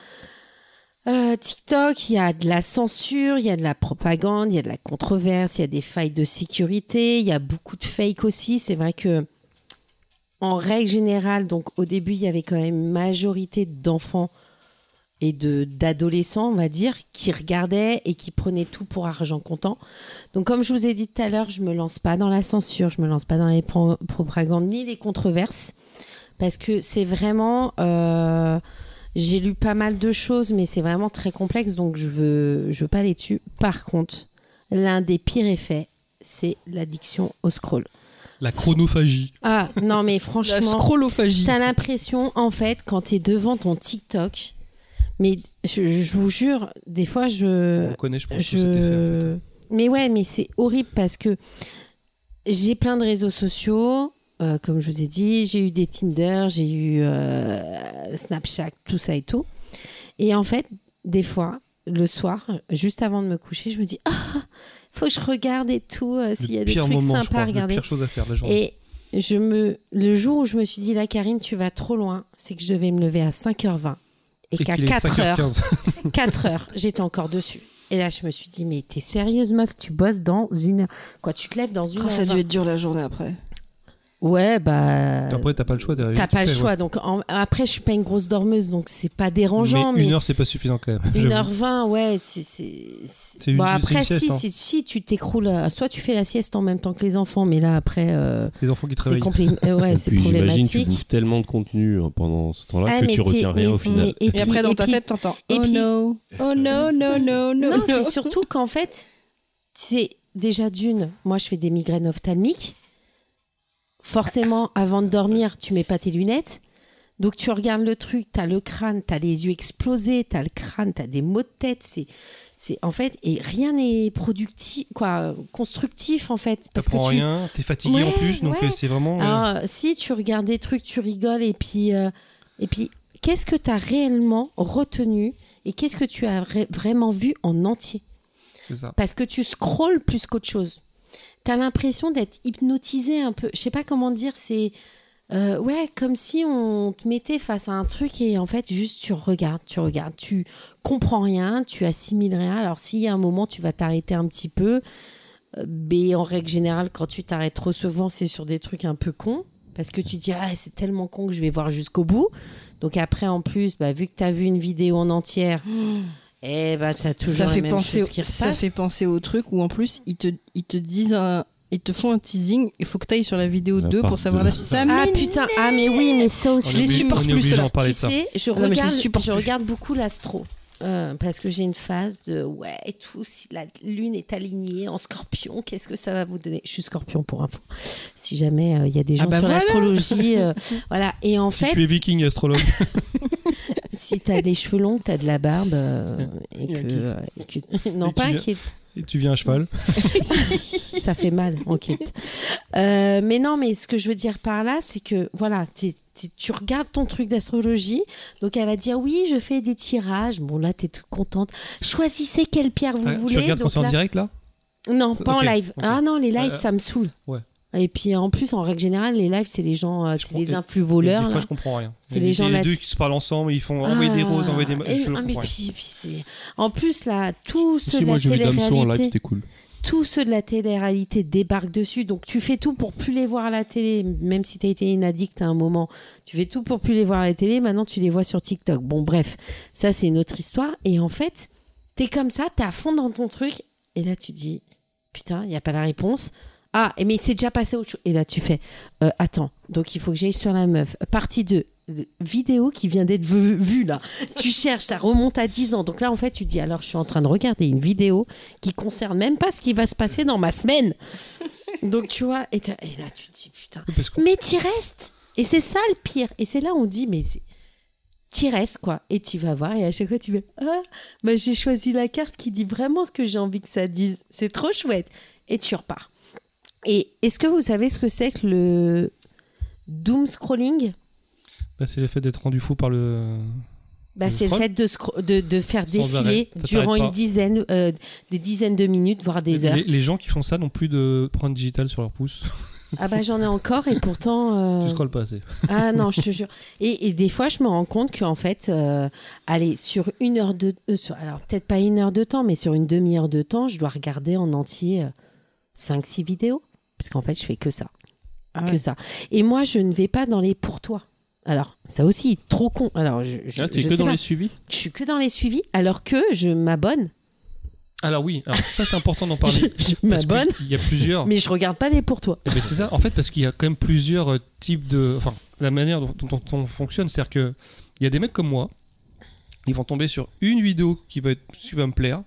euh, TikTok, il y a de la censure, il y a de la propagande, il y a de la controverse, il y a des failles de sécurité, il y a beaucoup de fake aussi. C'est vrai que, en règle générale, donc au début, il y avait quand même une majorité d'enfants et de d'adolescents, on va dire, qui regardaient et qui prenaient tout pour argent comptant. Donc, comme je vous ai dit tout à l'heure, je me lance pas dans la censure, je me lance pas dans les pro- propagandes ni les controverses, parce que c'est vraiment. euh, j'ai lu pas mal de choses, mais c'est vraiment très complexe, donc je veux, je veux pas les tuer. Par contre, l'un des pires effets, c'est l'addiction au scroll.
La chronophagie.
Ah non, mais
La
franchement.
scrolophagie.
T'as l'impression, en fait, quand t'es devant ton TikTok, mais je, je vous jure, des fois,
On
je.
le connaît je pense
Euh,
que
je...
cet effet, en fait. hein.
Mais ouais, mais c'est horrible parce que j'ai plein de réseaux sociaux. euh, comme je vous ai dit, j'ai eu des Tinder, j'ai eu euh, Snapchat, tout ça et tout. Et en fait, des fois, le soir, juste avant de me coucher, je me dis Ah, faut que je regarde et tout, euh,
Le
s'il y a des
pire
trucs
moment, je
sympas
crois,
à regarder.
La pire chose à faire la journée.
Et je me, le jour où je me suis dit, là, Karine, tu vas trop loin, c'est que je devais me lever à 5h20 et, qu'à
qu'il est
4h,
5h15.
4h, j'étais encore dessus. Et là, je me suis dit, mais t'es sérieuse, meuf, tu bosses dans une heure. Quoi, tu te lèves dans une
Oh,
heure.
ça a dû
vingt.
être dur la journée après.
Ouais, bah.
Après t'as pas le choix derrière.
T'as
tu
pas le
fais, ouais.
choix. Donc, en- après, je suis pas une grosse dormeuse, donc c'est pas dérangeant.
mais
Mais,
une heure c'est pas suffisant quand même.
une
j'avoue.
heure vingt, ouais, c'est- c'est.
C'est
c'est-
une-
Bon,
c'est une
après,
sieste,
si,
hein.
si, si, tu t'écroules. euh, Soit tu fais la sieste en même temps que les enfants, mais là, après, euh,
C'est les enfants qui
c'est
travaillent.
compli- euh, ouais,
Et
c'est
puis, j'imagine, tu
problématique.
bouffes tellement de contenu euh, pendant ce temps-là
Ah,
que
mais
tu
t'es-
retiens rien
mais-
au final.
mais- et
Et
puis-
après, dans
et
ta
puis-
tête, t'entends.
et
oh
puis-
no, oh no, no, no, no.
Non, c'est
no.
surtout qu'en fait, c'est déjà d'une. Moi, je fais des migraines ophtalmiques. Forcément, avant de dormir, tu mets pas tes lunettes. Donc, tu regardes le truc, t'as le crâne, t'as les yeux explosés, t'as le crâne, t'as des maux de tête. C'est, c'est en fait, et rien n'est productif, quoi, constructif en fait. Parce que
T'apprends
tu,
rien, t'es fatigué en
Ouais,
plus, donc
ouais.
euh, c'est vraiment. euh,
Alors, si tu regardes des trucs, tu rigoles et puis euh, et puis qu'est-ce que tu as réellement retenu et qu'est-ce que tu as ré- vraiment vu en entier
c'est ça.
Parce que tu scrolles plus qu'autre chose. Tu as l'impression d'être hypnotisé un peu. Je sais pas comment dire, c'est euh, ouais, comme si on te mettait face à un truc et en fait juste tu regardes, tu regardes, tu comprends rien, tu assimiles rien. Alors s'il y a un moment tu vas t'arrêter un petit peu, euh, mais en règle générale quand tu t'arrêtes trop souvent c'est sur des trucs un peu cons parce que tu dis ah c'est tellement con que je vais voir jusqu'au bout. Donc après en plus bah, vu que tu as vu une vidéo en entière, eh bah t'as toujours
ça
la
fait
même
penser
chose qui
ça
repasse.
fait penser au truc où en plus ils te ils te disent un- ils te font un teasing il faut que tu ailles sur la vidéo
La
2
part
pour savoir la
deux.
suite ça
Ah
m'énerve.
putain, ah mais oui, mais ça
On
aussi.
est obligé- on est obligé d'en parler
Tu
de ça.
sais, je
Ah Non, mais je les
regarde,
supporte
je
plus.
regarde beaucoup l'astro. euh, parce que j'ai une phase de ouais et tout si la lune est alignée en scorpion qu'est-ce que ça va vous donner je suis scorpion pour info si jamais euh, il y a des gens
Ah bah
sur
voilà.
l'astrologie euh, voilà et en
Si
fait
tu es viking et astrologue,
si t'as des cheveux longs t'as de la barbe euh, et,
Et un
que,
kilt.
euh, et que- non
Et
pas
tu
un
viens-
kilt
et tu viens à cheval,
ça fait mal en kilt. Euh, mais non, mais ce que je veux dire par là, c'est que voilà, t'es- t'es- tu regardes ton truc d'astrologie, donc elle va dire oui, je fais des tirages. Bon là, t'es toute contente. Choisissez quelle pierre vous
Ah,
voulez.
tu regardes quand
donc
c'est en
là-
direct là
Non,
Ça-
pas en
ok,
live.
ok.
Ah non, les lives,
Euh,
ça me saoule.
ouais.
Et puis en plus, en règle générale, les lives, c'est les gens, euh,
Je
c'est
crois-
les
et-
influx
Des
voleurs.
fois,
là.
je comprends rien.
C'est
Il y a
les gens
les
là-
deux qui se parlent ensemble, ils font envoyer des roses, envoyer des. ma-
Ah,
Je le
ah, mais
comprends rien.
puis- puis c'est- En plus, là, tous ceux
Si,
de
moi
la
j'ai vu Damso en live,
télé-réalité,
c'était cool.
tous ceux de la télé-réalité débarquent dessus. Donc tu fais tout pour plus les voir à la télé, même si t'as été inaddict à un moment. Tu fais tout pour plus les voir à la télé. Maintenant tu les vois sur TikTok. Bon bref, ça c'est une autre histoire. Et en fait, t'es comme ça, t'es à fond dans ton truc. Et là tu dis, putain, il y a pas la réponse. Ah, mais il s'est déjà passé autre chose. Et là tu fais, euh, attends, donc il faut que j'aille sur la meuf. Partie 2 vidéo qui vient d'être vue vue, là. Tu cherches, ça remonte à 10 ans. Donc là en fait tu dis alors je suis en train de regarder une vidéo qui concerne même pas ce qui va se passer dans ma semaine. Donc tu vois, et, t'as- et là tu te dis putain.
Oui, parce que-
Mais t'y restes Et c'est ça le pire. Et c'est là où on dit mais c'est- t'y restes quoi. Et tu vas voir et à chaque fois tu vas ah bah j'ai choisi la carte qui dit vraiment ce que j'ai envie que ça dise. C'est trop chouette. Et tu repars. Et est-ce que vous savez ce que c'est que le doom scrolling
Bah, c'est l'effet d'être rendu fou par le.
bah,
Le
c'est le
scroll
fait de, scro- de, de faire
Sans
défiler
arrêt. Ça
durant
s'arrête
une
pas.
dizaine, euh, des dizaines de minutes, voire des heures.
Les, les gens qui font ça n'ont plus de prendre digital sur leur pouce.
Ah bah j'en ai encore et pourtant... euh,
Tu scrolles pas assez.
Ah non, je te jure. Et, et des fois, je me rends compte qu'en fait, euh, allez, sur une heure de... euh, sur- alors peut-être pas une heure de temps, mais sur une demi-heure de temps, je dois regarder en entier 5-6 vidéos. Parce qu'en fait, je fais que ça. que ça. Et moi, je ne vais pas dans les pour toi. Alors, ça aussi, trop con. Alors, je, je,
Ah, t'es
je
que
sais
dans
pas.
les suivis
je suis que dans les suivis, alors que je m'abonne.
Alors oui, alors ça c'est important d'en
Je,
parler.
je
Parce que
m'abonne,
Il y a plusieurs.
mais je regarde pas les pour toi.
Eh ben, c'est ça. En fait, parce qu'il y a quand même plusieurs euh, types de. Enfin, la manière dont, dont- dont on fonctionne, c'est-à-dire que il y a des mecs comme moi, ils vont tomber sur une vidéo qui va, être, qui va me plaire.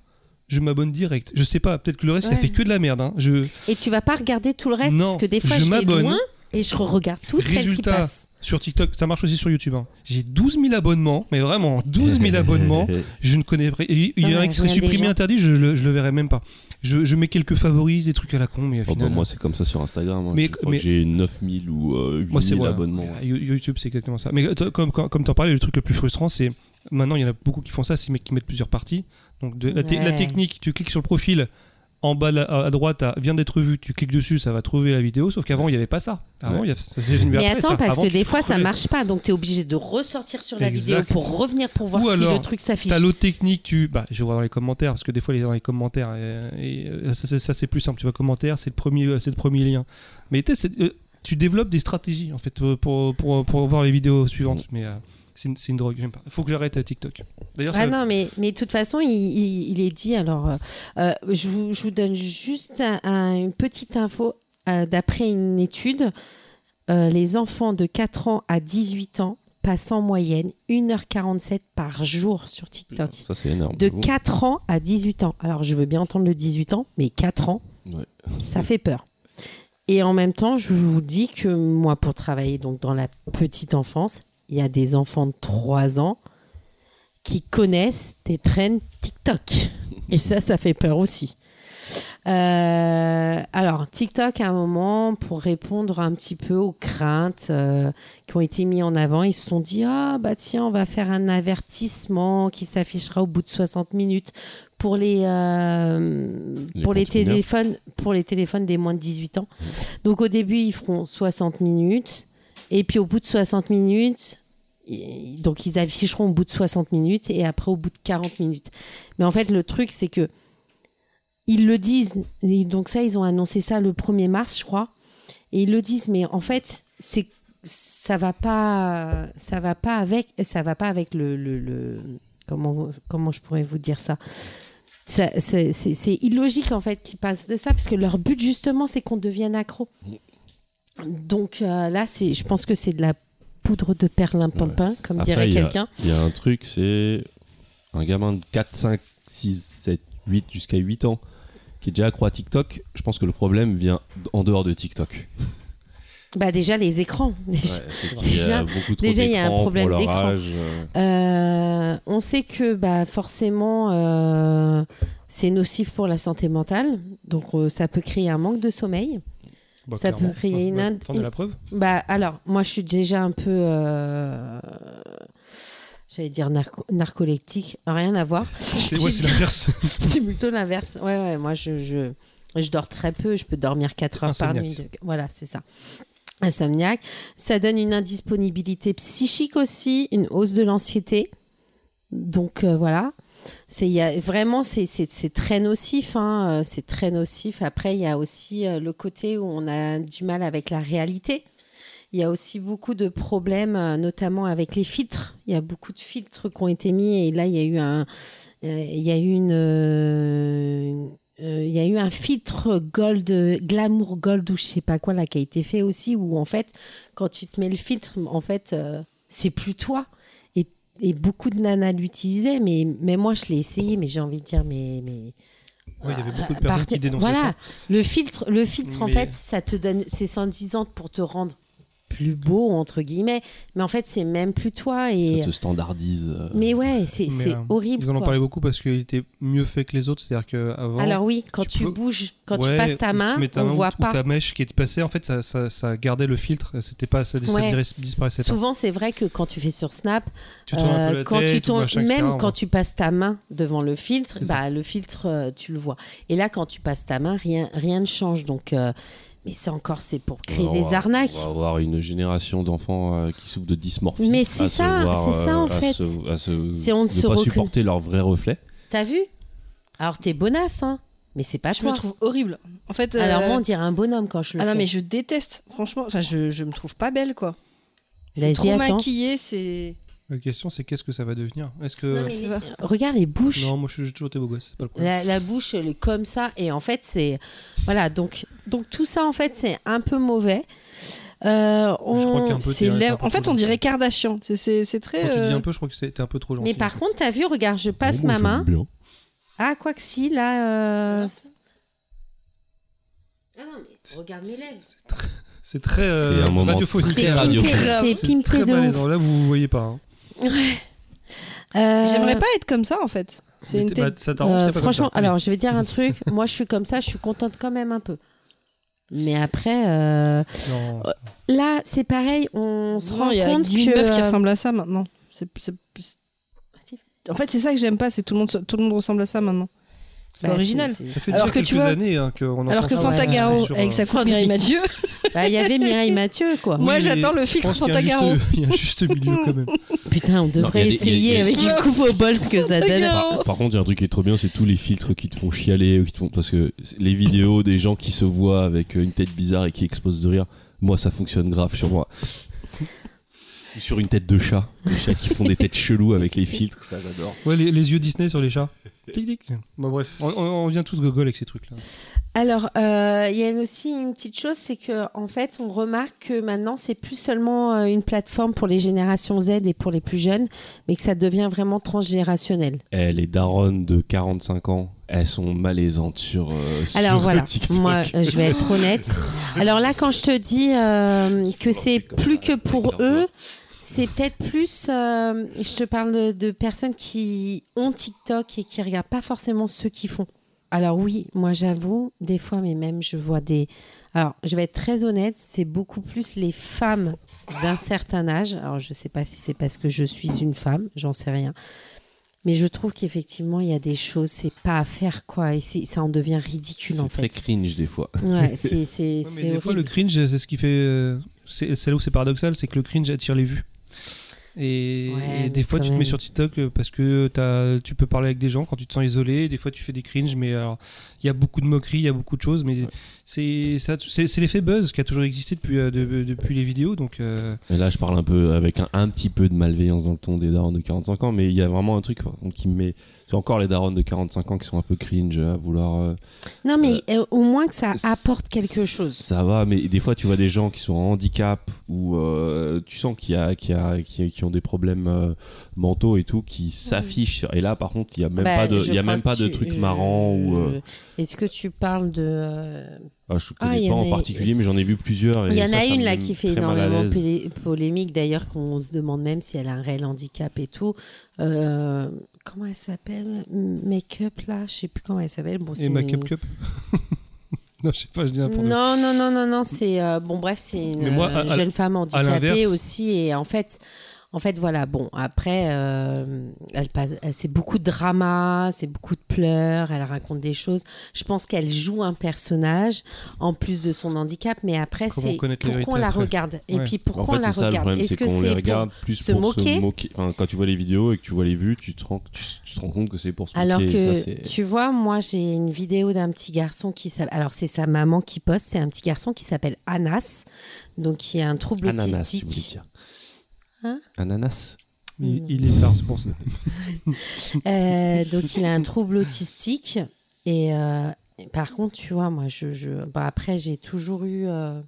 Je m'abonne direct. Je sais pas. Peut-être que le reste, ça
Ouais.
fait que de la merde. hein. Je
Et tu vas pas regarder tout le reste,
Non,
parce que des fois,
je
je, vais
m'abonne.
loin et je regarde toutes celles qui
Résultat.
passent.
sur TikTok, ça marche aussi sur YouTube. hein. J'ai 12 000 abonnements, mais vraiment 12 000 abonnements. Je ne connais pas. Il il y en a
Ouais,
qui seraient
rien des
supprimés,
gens.
interdits. Je, je le- je le verrai même pas. Je, je mets quelques favoris, des trucs à la con, mais au
Oh, bah,
final.
moi c'est comme ça sur Instagram. hein.
Mais-
Je crois
mais-
que J'ai 9000 ou euh,
Moi, c'est
8000
moi.
abonnements.
Ouais, You- YouTube, c'est exactement ça. Mais t- comme, comme, comme t'en parlais, le truc le plus frustrant, c'est maintenant, il y en a beaucoup qui font ça, c'est mais qui mettent plusieurs parties. Donc, de, la, te-
Ouais.
la technique, tu cliques sur le profil. En bas la- à à droite, t'as- vient d'être vu, tu cliques dessus, ça va trouver la vidéo. Sauf qu'avant, il n'y avait pas ça. Avant,
Ouais.
il y avait- ça s'est venu
Mais
après,
attends,
ça.
parce
Avant,
que
tu
des fois, ça
scrollais.
marche pas. Donc, tu es obligé de ressortir sur la
Exact.
vidéo pour revenir pour voir
Ou
si
alors,
le truc s'affiche.
T'as l'autre technique, tu. Bah, je vais voir dans les commentaires, parce que des fois, les dans les commentaires, euh, et, euh, ça, c'est- ça, c'est plus simple. Tu vas commentaire, c'est le premier, euh, c'est le premier lien. Mais tu sais, c'est, euh, tu développes des stratégies en fait euh, pour, pour, pour voir les vidéos suivantes. Mais euh, c'est, une, c'est une drogue. J'aime pas. Faut que j'arrête euh, TikTok. D'ailleurs,
Ah
ça-
non, mais mais de toute façon, il, il- il est dit. Alors, euh, euh, je, vous, je vous donne juste un- un- une petite info. euh, D'après une étude, euh, les enfants de 4 ans à 18 ans passent en moyenne 1h47 par jour sur TikTok.
Ça c'est énorme.
De 4 ans à 18 ans. Alors, je veux bien entendre le 18 ans, mais 4 ans,
Ouais.
ça fait peur. Et en même temps, je vous dis que moi, pour travailler donc dans la petite enfance, il y a des enfants de 3 ans qui connaissent des trends TikTok. Et ça, ça fait peur aussi. Euh, alors, TikTok, à un moment, pour répondre un petit peu aux craintes euh, qui ont été mises en avant, ils se sont dit Ah, bah tiens, on va faire un avertissement qui s'affichera au bout de 60 minutes pour les, euh,
Les
pour, les
comptes mineurs.
téléphones, pour les téléphones des moins de 18 ans. Donc, au début, ils feront 60 minutes. Et puis, au bout de 60 minutes, i- donc ils afficheront au bout de 60 minutes et après au bout de 40 minutes. Mais en fait, le truc, c'est que ils le disent. Et donc ça, ils ont annoncé ça le 1er mars, je crois. Et ils le disent, mais en fait, c'est ça va pas, ça va pas avec, ça va pas avec le, le- le- comment comment je pourrais vous dire ça. Ça- c'est- c'est c'est illogique en fait qu'ils passent de ça parce que leur but justement c'est qu'on devienne accro. Donc euh, là c'est je pense que c'est de la poudre de perlimpinpin comme
Après,
dirait
il y a-
quelqu'un.
Il y a un truc, c'est un gamin de 4, 5, 6, 7, 8 jusqu'à 8 ans qui est déjà accro à TikTok. Je pense que le problème vient en dehors de TikTok.
Bah déjà les écrans. déjà. Déjà-
beaucoup trop
déjà, il y a un
d'écran pour
problème
leur
d'écran.
âge, euh.
Euh, on sait que bah, forcément, euh, c'est nocif pour la santé mentale. Donc, euh, ça peut créer un manque de sommeil.
Bah,
ça
clairement.
peut créer une
Bah,
ind-
T'en as la preuve
Bah, alors, moi, je suis déjà un peu. euh, J'allais dire narco- narcoleptique, rien à voir.
C'est, ouais, c'est l'inverse.
C'est plutôt l'inverse. Ouais, ouais, moi, je, je, Je dors très peu, je peux dormir 4 heures par
Insomniaque.
nuit. donc- Voilà, c'est ça. Insomniaque. Ça donne une indisponibilité psychique aussi, une hausse de l'anxiété. Donc euh, voilà. C'est, il y a, vraiment, c'est, c'est- c'est très nocif. hein, euh, C'est très nocif. Après, il y a aussi euh, le côté où on a du mal avec la réalité. Il y a aussi beaucoup de problèmes, euh, notamment avec les filtres. Il y a beaucoup de filtres qui ont été mis et là, il y a eu un, euh, il y a eu une, euh, euh, il y a eu un filtre gold, euh, glamour gold ou je sais pas quoi là qui a été fait aussi où en fait quand tu te mets le filtre, en fait euh, c'est plus toi. Et, et beaucoup de nanas l'utilisaient, mais mais moi je l'ai essayé, mais j'ai envie de dire mais mais
Ouais, il y avait beaucoup de
à
personnes
partir-
qui dénonçaient
voilà,
ça.
le filtre, le filtre en
Mais-
fait, ça te donne c'est 110 ans pour te rendre
Mm.
plus beau entre guillemets, mais en fait c'est même plus toi et
Ça te standardise. euh,
mais ouais c'est
Mais,
c'est
euh,
horrible.
Ils en ont
quoi.
parlé beaucoup parce qu'il était mieux fait que les autres. C'est-à-dire qu'avant.
Alors oui, quand
tu
tu,
peux-
bouges, quand tu passes ta main, on voit pas.
ta mèche qui est passée, en fait, ça, ça, ça gardait le filtre. C'était pas, ça, ça
Ouais.
dirais- disparaissait pas.
Souvent, c'est vrai que quand tu fais sur Snap,
Tu tournes un peu
euh,
la
quand
tête,
tu
ou
tournes,
machin,
même
etc.,
quand
ouais.
tu passes ta main devant le filtre,
C'est ça.
bah le filtre, euh, tu le vois. Et là, quand tu passes ta main, rien, rien ne change. Donc, euh, mais c'est encore, c'est pour créer
on
des
va-
arnaques.
On va avoir une génération d'enfants euh, qui souffrent de dysmorphie.
Mais c'est
à
ça,
se voir, euh,
c'est ça, en
à
fait.
se- à se-
C'est on ne
de
se
pas
recule.
supporter leur vrai reflet.
T'as vu Alors, t'es bonasse, hein Mais c'est pas
Je
toi.
me trouve horrible. En fait, euh,
Alors moi, on dirait un bonhomme quand je le
ah non
fais.
mais je déteste. Franchement, enfin, je je me trouve pas belle quoi. C'est
Vas-y,
trop
attends.
maquillé, c'est.
La question, c'est qu'est-ce que ça va devenir Est-ce que.
Non, mais les- Euh, Regarde les bouches.
Euh, Non, moi, je- j'ai toujours été beau gosse. C'est pas le problème.
La, la bouche, elle est comme ça. Et en fait, c'est. Voilà, donc, donc tout ça, en fait, c'est un peu mauvais. Euh,
Je crois
on-
qu'un peu,
c'est
t'es- t'es
lèvres.
un peu
En fait,
trop
on dirait
gentil.
Kardashian. C'est- C'est c'est très.
Quand tu dis
euh,
un peu, je crois que c'était un peu trop gentil.
Mais par
en fait.
contre, t'as vu, regarde, je passe
Oh, moi,
ma
j'aime
main.
bien.
Ah, quoi que si, là. euh, Ah non, mais regarde mes lèvres.
C'est très.
C'est
euh,
un moment
radiophonique.
très
C'est
radio.
pimpé, c'est
C'est
pimpé
très
de ouf.
malaisant. Là, vous voyez pas. hein.
Euh,
J'aimerais pas être comme ça en fait. C'est
Mais
une
t'es- bah,
tête.
ça t'arrange,
euh,
t'es pas comme ça.
franchement, alors je vais dire un truc. Moi, je suis comme ça, je suis contente quand même un peu. Mais après, euh,
Non.
là, c'est pareil, on se
Vraiment,
rend
il y a
compte
10 000
que.
meufs qui
euh,
ressemblent à ça maintenant. C'est- c'est- c'est- En fait, c'est ça que j'aime pas, c'est tout le monde, se- tout le monde ressemble à ça maintenant. C'est
bah,
original.
c'est- c'est-
Ça fait
Alors
déjà
que tu
quelques
vois-
années hein, qu'on entend
Alors que
ça,
Fantagaro,
c'était sur,
avec
euh,
sa coupe Mireille Mathieu,
Bah, il y avait Mireille Mathieu, quoi.
moi
mais
j'attends le
Je
filtre
pense qu'il y a un
Fantagaro.
juste- Il y a un juste milieu quand même.
Putain, on devrait
il y a des- il y
essayer
a des-
avec une coupe au bol ce que ça donne.
Par, par contre, il y a un truc qui est trop bien, c'est tous les filtres qui te font chialer, ou qui te font parce que c'est- les vidéos des gens qui se voient avec euh, une tête bizarre et qui explosent de rire, moi ça fonctionne grave sur moi. Ou sur une tête de chat, les chats qui font des têtes cheloues avec les filtres, ça j'adore.
Ouais, les, les yeux Disney sur les chats. Tic tic. Bah bref, on, on- on vient tous gogol avec ces trucs-là.
Alors, euh, il y a aussi une petite chose, c'est que en fait, on remarque que maintenant, c'est plus seulement euh, une plateforme pour les générations Z et pour les plus jeunes, mais que ça devient vraiment transgénérationnel.
Eh, les daronnes de 45 ans, elles sont malaisantes sur, euh, sur
Alors voilà,
TikTok.
moi, euh, je vais être honnête. Alors là, quand je te dis euh, que c'est plus que pour eux, c'est peut-être plus. euh, je te parle de, de personnes qui ont TikTok et qui regardent pas forcément ceux qui font. Alors oui, moi j'avoue, des fois, mais même je vois des. Alors, je vais être très honnête, c'est beaucoup plus les femmes d'un certain âge. Alors, je sais pas si c'est parce que je suis une femme, j'en sais rien. Mais je trouve qu'effectivement, il y a des choses, c'est pas à faire, quoi. Et c'est- ça en devient ridicule, euh, en
C'est très
fait.
cringe des fois.
Ouais, c'est c'est-
Ouais,
c'est
mais des fois,
horrible.
le cringe, c'est ce qui fait. euh, C'est c'est là où c'est paradoxal, c'est que le cringe attire les vues. Et,
Ouais,
et des
mais
fois,
quand
tu te
même.
mets sur TikTok euh, parce que t'as- tu peux parler avec des gens quand tu te sens isolé. Des fois, tu fais des cringes, mais alors, il y a beaucoup de moqueries, il y a beaucoup de choses. Mais c'est ça- c'est c'est l'effet buzz qui a toujours existé depuis, euh, de- depuis les vidéos. Donc, euh,
Et là, je parle un peu avec un, un petit peu de malveillance dans le ton des darons de 45 ans, mais il y a vraiment un truc par contre, qui me met. C'est encore les darons de 45 ans qui sont un peu cringe à vouloir. euh,
Non, mais euh, au moins que ça
c-
apporte quelque chose.
Ça va, mais des fois, tu vois des gens qui sont en handicap ou euh, tu sens qu'il y a, qu'il y a, qu'il y a- qui ont des problèmes euh, mentaux et tout, qui s'affichent. sur- Et là, par contre, il n'y a même
Bah,
pas de,
je
il y a
crois
même
que
pas de
tu-
trucs
je-
marrants ou. euh,
Est-ce que tu parles de. euh,
ah, je
Ah,
connais
il y
pas
en
en
a-
particulier, mais j'en ai vu plusieurs. et
Il y en
ça,
a
ça
une
me
là
met
qui fait
très mal à
énormément
l'aise.
pélé- polémique, d'ailleurs, qu'on se demande même si elle a un réel handicap et tout. Euh, comment elle s'appelle Make-up là Je sais plus comment elle s'appelle. Bon,
et
Oh, c'est
ma
une-
cup cup. non, je sais pas, je dis n'importe quoi.
Non, non, non, non, non, c'est. euh, bon, bref, c'est une
Mais moi,
euh,
à- à-
jeune femme handicapée
l'inverse-
aussi. Et en fait, En fait, voilà, bon, après, euh, elle passe- elle- c'est beaucoup de drama, c'est beaucoup de pleurs, elle raconte des choses. Je pense qu'elle joue un personnage en plus de son handicap, mais après,
Comment
c'est
connaître la
pourquoi on
vérité
la
après
regarde Et
Ouais.
puis
En
pourquoi
fait,
on la
c'est ça le
regarde
problème,
Est-ce
c'est
que
qu'on les
c'est pour...
regarde plus
se
pour
moquer
se moquer. Enfin, quand tu vois les vidéos et que tu vois les vues, tu te rends, tu, tu te rends compte que c'est pour se
Alors
moquer. et
que,
ça, c'est-
tu vois, moi, j'ai une vidéo d'un petit garçon qui s'appelle. Alors, c'est sa maman qui poste, c'est un petit garçon qui s'appelle Anas, donc qui a un trouble
Ananas, tu voulais
autistique.
dire.
Hein
Ananas.
Mm.
Il, il est tard, c'est pour ça.
Bah, Euh, donc, il a un trouble autistique. Et, euh, et par contre, tu vois, moi, je, je- bah, après, j'ai toujours eu. euh,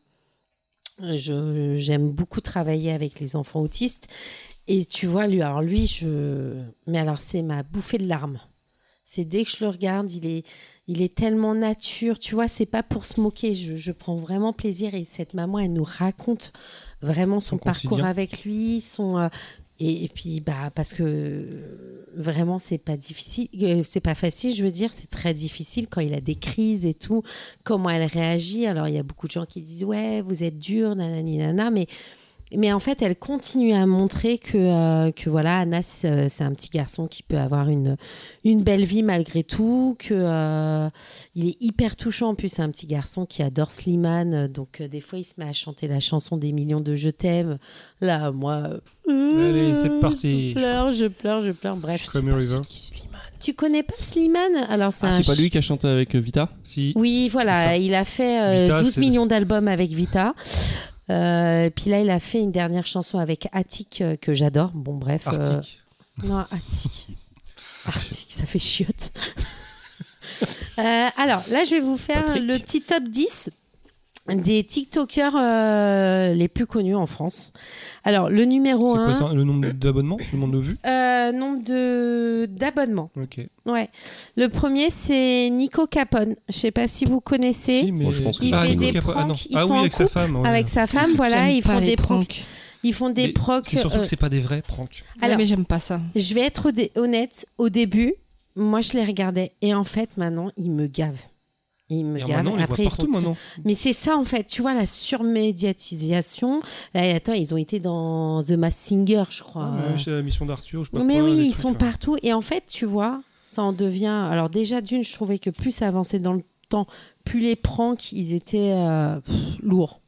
je- J'aime beaucoup travailler avec les enfants autistes. Et tu vois, lui, alors lui, je. Mais alors, c'est ma bouffée de larmes. C'est dès que je le regarde, il est, il est tellement nature. Tu vois, c'est pas pour se moquer. Je, je prends vraiment plaisir. Et cette maman, elle nous raconte vraiment son,
Son
parcours
quotidien.
avec lui, son. euh, et, et puis, bah, parce que euh, vraiment, c'est pas difficile, euh, c'est pas facile, je veux dire, c'est très difficile quand il a des crises et tout, comment elle réagit. Alors, il y a beaucoup de gens qui disent, ouais, vous êtes dur, nanani, nana, mais mais en fait, elle continue à montrer que, euh, que voilà, Anas, euh, c'est un petit garçon qui peut avoir une, une belle vie malgré tout, que euh, il est hyper touchant. En plus, c'est un petit garçon qui adore Slimane, euh, donc euh, des fois, il se met à chanter la chanson des millions de Je t'aime. Là, moi, euh,
Allez, c'est parti.
Je pleure, je pleure, je pleure. Bref,
Je suis comme River.
tu connais pas Slimane Alors, c'est
Ah,
un
c'est pas
ch-
lui qui a chanté avec euh, Vita
Si.
oui,
C'est
voilà,
ça.
il a fait euh,
Vita,
12
c'est-
millions d'albums avec Vita. Euh, puis là, il a fait une dernière chanson avec Attic euh, que j'adore. Bon, bref. euh,
Arctic.
non, Attic. Arctic, ça fait chiotte. Euh, alors là, je vais vous faire
Patrick.
le petit top 10 des TikTokers euh, les plus connus en France. Alors, le numéro
C'est quoi
1,
ça Le nombre d'abonnements Le nombre de vues
nombre de- d'abonnements.
Ok.
Ouais. Le premier, c'est Nico Capone. Je sais pas si vous connaissez.
Si, mais-
Bon, je pense que
Il
je
fait
connais.
des
Capone- ah, non.
pranks, ils
Ah
sont
oui,
en
avec sa
couple,
femme. ouais.
avec sa femme, voilà,
J'aime
ils
pas
font,
les
des procs,
pranks.
ils font des
Mais
procs.
C'est surtout
euh,
que c'est pas des vrais pranks.
Ouais,
Alors-
mais j'aime pas ça.
Je vais être honnête- honnête, au début, moi je les regardais et en fait maintenant ils me gavent. Ils me
Et
gavent.
maintenant, on les voit
Après, ils
partout
sont très-
maintenant.
Mais c'est ça en fait, tu vois, la surmédiatisation. Là, attends, ils ont été dans The Mass Singer, je crois.
Ah, ouais, c'est la mission d'Arthur, je sais pas
Mais
quoi, des
oui, ils
trucs, euh.
sont
là.
partout. Et en fait, tu vois, ça en devient. Alors, déjà, d'une, je trouvais que plus ça avançait dans le temps, plus les pranks, ils étaient euh, pff, lourds.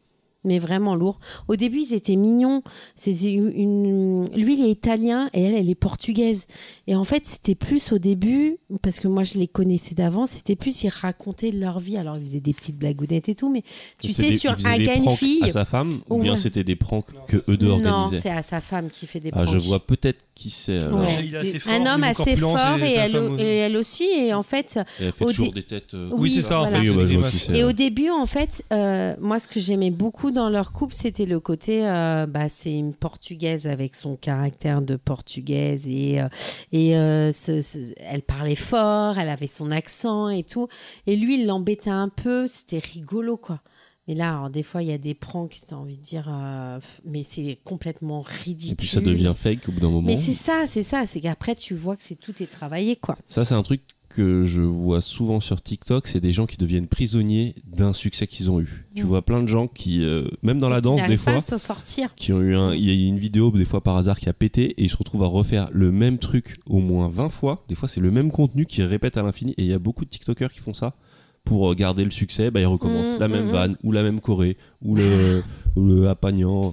Mais vraiment lourds. Au début, ils étaient mignons. C'est une... Lui, il est italien et elle, elle est portugaise. Et en fait, c'était plus au début, parce que moi, je les connaissais d'avant, c'était plus ils racontaient leur vie. Alors, ils faisaient des petites blagounettes et tout, mais tu
C'est
sais,
des-
sur
il faisait
un
des
gars, une
pranks
fille.
à sa femme ou
Ouais.
bien c'était des pranks
Non,
que
ça,
eux deux
Non,
organisaient
c'est à sa femme qui fait des
Ah,
pranks.
je vois peut-être qui c'est. alors.
Ouais.
Il est assez fort,
un
il est
homme
beaucoup
assez
corpulent,
fort
c'est-
et
c'est la
elle,
femme,
et elle aussi. Et en fait,
Et elle fait
Au
toujours
dé-
des têtes. euh,
Oui,
Oui,
c'est ça, en
voilà.
fait.
Oui,
c'est
bah,
des
je vois
meufs.
qui c'est.
et
ouais.
au début, en fait, euh, moi, ce que j'aimais beaucoup dans leur couple, c'était le côté, euh, bah, c'est une portugaise avec son caractère de portugaise et, euh, et euh, ce- ce- elle parlait fort, elle avait son accent et tout. Et lui, il l'embêtait un peu, c'était rigolo, quoi. Mais là, alors, des fois, il y a des pranks, t'as envie de dire, euh, pff, mais c'est complètement ridicule.
Et puis ça devient fake au bout d'un moment.
Mais c'est ça, c'est ça, c'est qu'après, tu vois que c'est tout est travaillé, quoi.
Ça, c'est un truc que je vois souvent sur TikTok, c'est des gens qui deviennent prisonniers d'un succès qu'ils ont eu. Tu
Mm.
vois plein de gens qui, euh, même dans
Et
la
qui
danse, des
n'arrivent pas
fois,
à s'en sortir.
qui ont eu un, il y a eu une vidéo des fois par hasard qui a pété et ils se retrouvent à refaire le même truc au moins 20 fois. Des fois, c'est le même contenu qu'ils répètent à l'infini et il y a beaucoup de TikTokers qui font ça pour euh, garder le succès. Bah, ils recommencent
Mm,
la
mm,
même
mm.
vanne ou la même choré ou le, ou le apagnant.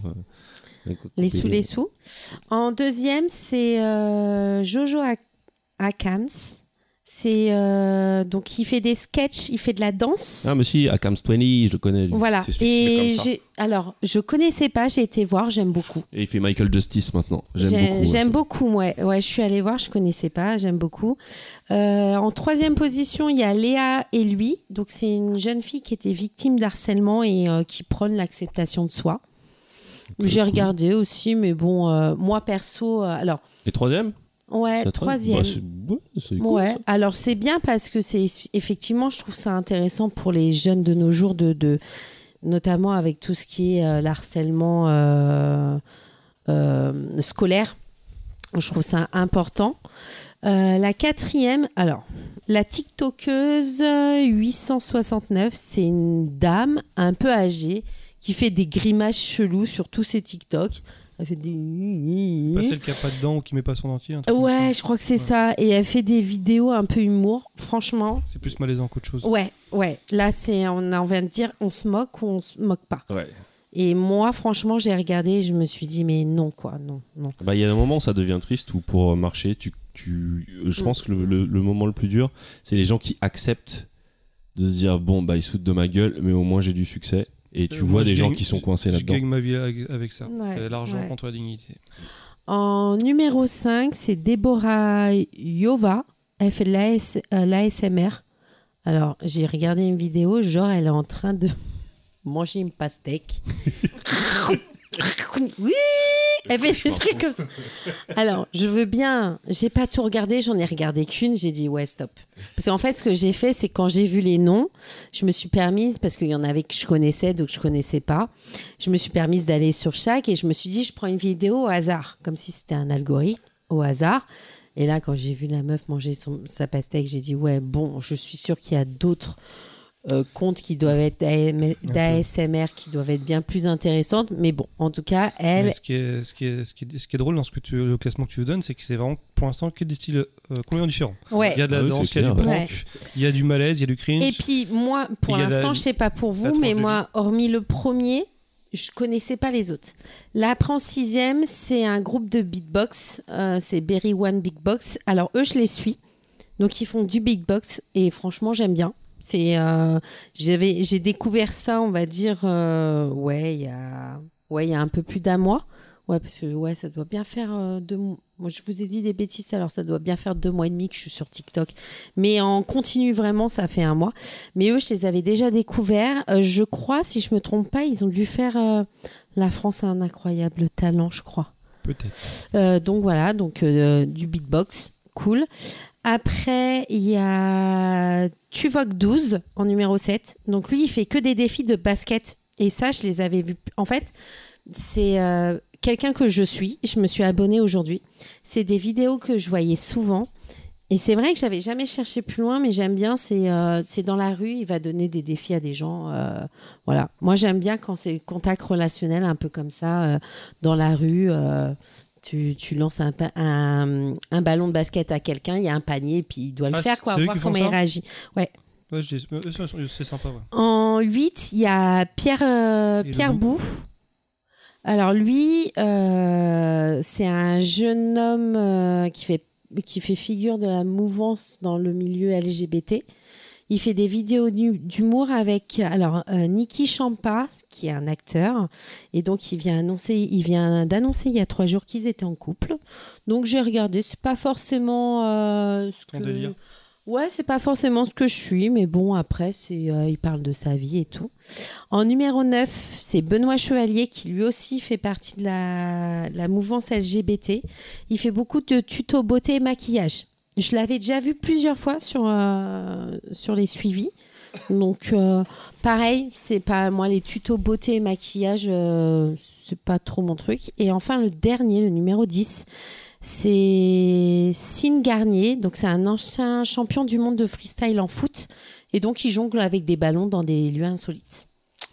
euh,
Les sous, les sous. En deuxième, c'est euh, Jojo Ak- Akams. C'est euh, donc il fait des sketchs, il fait de la danse.
Ah, mais si, Akams 20, je le connais. lui.
voilà.
C'est celui qui se met
Et
comme ça.
j'ai- alors, je connaissais pas, j'ai été voir, j'aime beaucoup.
Et il fait Michael Justice maintenant. J'aime
J'ai-
beaucoup. ouais.
J'aime beaucoup, ouais. ouais. Je suis allée voir, je connaissais pas, j'aime beaucoup. Euh, en troisième position, il y a Léa et lui. Donc, c'est une jeune fille qui était victime d'harcèlement et euh, qui prône l'acceptation de soi.
Ok,
J'ai
cool.
regardé aussi, mais bon, euh, moi perso, euh, alors,
Et troisième
ouais,
C'est la
Euh, troisième.
Bah, c'est- ouais, c'est cool,
Ouais,
ça.
alors c'est bien parce que c'est effectivement, je trouve ça intéressant pour les jeunes de nos jours, de, de- notamment avec tout ce qui est euh, l'harcèlement euh, euh, scolaire. Je trouve ça important. Euh, la quatrième, alors, la TikTokeuse euh, 869, c'est une dame un peu âgée qui fait des grimaces cheloues sur tous ses TikTok. Elle fait des.
Pas celle qui a pas de dents ou qui met pas son dentier. un truc comme
Ouais,
ça.
je crois que c'est
Ouais.
ça. Et elle fait des vidéos un peu humour. Franchement,
C'est plus malaisant qu'autre chose.
ouais, ouais. Là, c'est on, a- on vient de dire, on se moque ou on se moque pas.
Ouais.
Et moi, franchement, j'ai regardé et je me suis dit, mais non, quoi, non, non.
Bah, il y a un moment où ça devient triste où pour marcher, tu, tu, euh, je pense que le, le- le moment le plus dur, c'est les gens qui acceptent de se dire bon bah ils se foutent de ma gueule, mais au moins j'ai du succès. Et tu
Euh, moi,
vois
je
des gens
gagne-
qui sont coincés
Je
là-dedans.
gagne ma vie avec avec ça.
Ouais,
C'est l'argent
ouais.
contre la dignité.
En numéro 5, c'est Déborah Yova. Elle fait de l'AS, euh, l'ASMR. Alors, j'ai regardé une vidéo, genre, elle est en train de manger une pastèque. oui Elle fait des trucs comme ça. Alors, je veux bien. J'ai pas tout regardé, j'en ai regardé qu'une. J'ai dit, ouais, stop. Parce qu'en fait, ce que j'ai fait, c'est quand j'ai vu les noms, je me suis permise, parce qu'il y en avait que je connaissais, donc je connaissais pas je me suis permise d'aller sur chaque et je me suis dit, je prends une vidéo au hasard, comme si c'était un algorithme au hasard. Et là, quand j'ai vu la meuf manger son- sa pastèque, j'ai dit, ouais, bon, je suis sûre qu'il y a d'autres euh, comptes qui doivent être d'AM- d'ASMR, qui doivent être bien plus intéressantes. Mais bon, en tout cas, elle,
Mais Ce qui, est, ce, qui est, ce, qui est, ce qui est drôle dans ce que tu, le classement que tu donnes, c'est que c'est vraiment pour l'instant que des styles euh, complètement différents.
ouais.
Il y a de la
Ah oui,
danse,
c'est
il y a du
clair,
prank,
ouais.
il y a du malaise, il y a du cringe.
Et puis moi, pour
Il y a la-
l'instant, je sais pas pour
la
vous,
tranche
mais
de
moi, hormis le premier, je connaissais pas les autres. Là, après, en sixième, c'est un groupe de beatbox, euh, c'est Berry One Beatbox. Alors eux, je les suis, donc ils font du beatbox et franchement, j'aime bien. C'est, euh, j'avais, j'ai découvert ça, on va dire, euh, ouais, il y a, ouais, il y a un peu plus d'un mois. Ouais, parce que ouais, ça doit bien faire euh, deux. mois. Moi, je vous ai dit des bêtises, alors ça doit bien faire deux mois et demi que je suis sur TikTok. Mais en continu, vraiment, ça fait un mois. Mais eux, je les avais déjà découverts. Euh, je crois, si je me trompe pas, ils ont dû faire euh, La France a un incroyable talent, je crois.
Peut-être.
Euh, donc voilà, donc euh, du beatbox, cool. Après, il y a Tuvok 12 en numéro 7. Donc lui, il fait que des défis de basket. Et ça, je les avais vus. En fait, c'est euh, quelqu'un que je suis. Je me suis abonnée aujourd'hui. C'est des vidéos que je voyais souvent. Et c'est vrai que j'avais jamais cherché plus loin, mais j'aime bien. C'est euh, c'est dans la rue, il va donner des défis à des gens. euh, voilà. Moi, j'aime bien quand c'est le contact relationnel, un peu comme ça, euh, dans la rue. euh, tu, tu lances un, pa- un, un ballon de basket à quelqu'un, il y a un panier, puis il doit le
Ah,
faire,
c'est-
quoi,
c'est eux
voir
qui font
comment
ça
il réagit.
Ouais, je dis- euh, c'est c'est sympa. Ouais.
En 8, il y a Pierre, euh,
Et le
Pierre Bou. Alors lui, euh, c'est un jeune homme euh, qui, fait, qui fait figure de la mouvance dans le milieu LGBT. Il fait des vidéos d'hu- d'humour avec alors euh, Niki Champa, qui est un acteur, et donc il vient annoncer, il vient d'annoncer il y a trois jours qu'ils étaient en couple. Donc j'ai regardé, c'est pas forcément euh, ce
Ton
que
délire.
Ouais, c'est pas forcément ce que je suis, mais bon, après, c'est, euh, il parle de sa vie et tout. En numéro 9, c'est Benoît Chevalier qui lui aussi fait partie de la, la mouvance LGBT. Il fait beaucoup de tutos beauté et maquillage. Je l'avais déjà vu plusieurs fois sur, euh, sur les suivis. Donc, euh, pareil, c'est pas moi les tutos beauté et maquillage, euh, c'est pas trop mon truc. Et enfin, le dernier, le numéro 10, c'est Sine Garnier. Donc, c'est un ancien champion du monde de freestyle en foot. Et donc, il jongle avec des ballons dans des lieux insolites.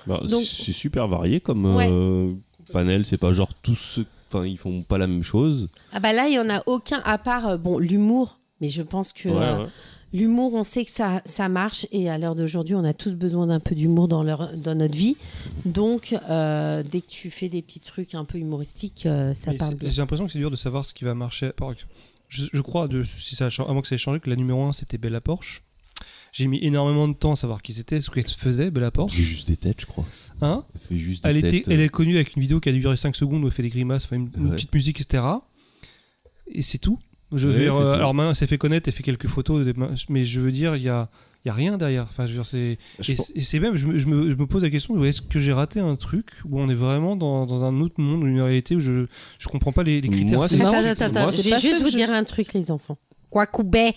Bah,
Donc-
c'est c'est super varié comme
Ouais.
euh, panel. C'est pas genre tous ceux. Enfin, ils font pas la même chose.
Ah, bah là, il y en a aucun, à part, euh, bon, l'humour. Mais je pense que.
Ouais,
euh,
ouais.
L'humour, on sait que ça, ça marche et à l'heure d'aujourd'hui, on a tous besoin d'un peu d'humour dans, leur- dans notre vie. Donc, euh, dès que tu fais des petits trucs un peu humoristiques, euh, ça
Et
parle
c'est-
bien.
J'ai l'impression que c'est dur de savoir ce qui va marcher. Par exemple, Je, je crois, de, si ça a, chang- à moins que ça ait changé, que la numéro 1 c'était Bella Porsche. J'ai mis énormément de temps à savoir qui c'était, ce qu'elle faisait, Bella
J'ai
Porsche.
juste des têtes, je crois.
Hein
Elle fait juste des
elle,
têtes. euh.
était, elle est connue avec une vidéo qui a duré 5 secondes où elle fait des grimaces, enfin, une, une
Ouais.
petite musique, etc. Et c'est tout. Je veux
Ouais,
dire,
c'est
euh,
tout.
alors maintenant, elle s'est fait connaître, elle fait quelques photos, des- mais je veux dire, il y a, il y a rien derrière. Enfin, je veux dire, c'est.
Bah, Je
Et
pense-
c'est- et c'est même, je me, je me- je me pose la question, est-ce que j'ai raté un truc où on est vraiment dans, dans un autre monde, une réalité où je je comprends pas les, les critères
Moi, c'est
C'est-
marrant,
Attends,
c'est-
attends,
moi,
attends, je
c'est
vais
pas
juste
ça
vous
que je-
dire un truc, les enfants. Kwakubé,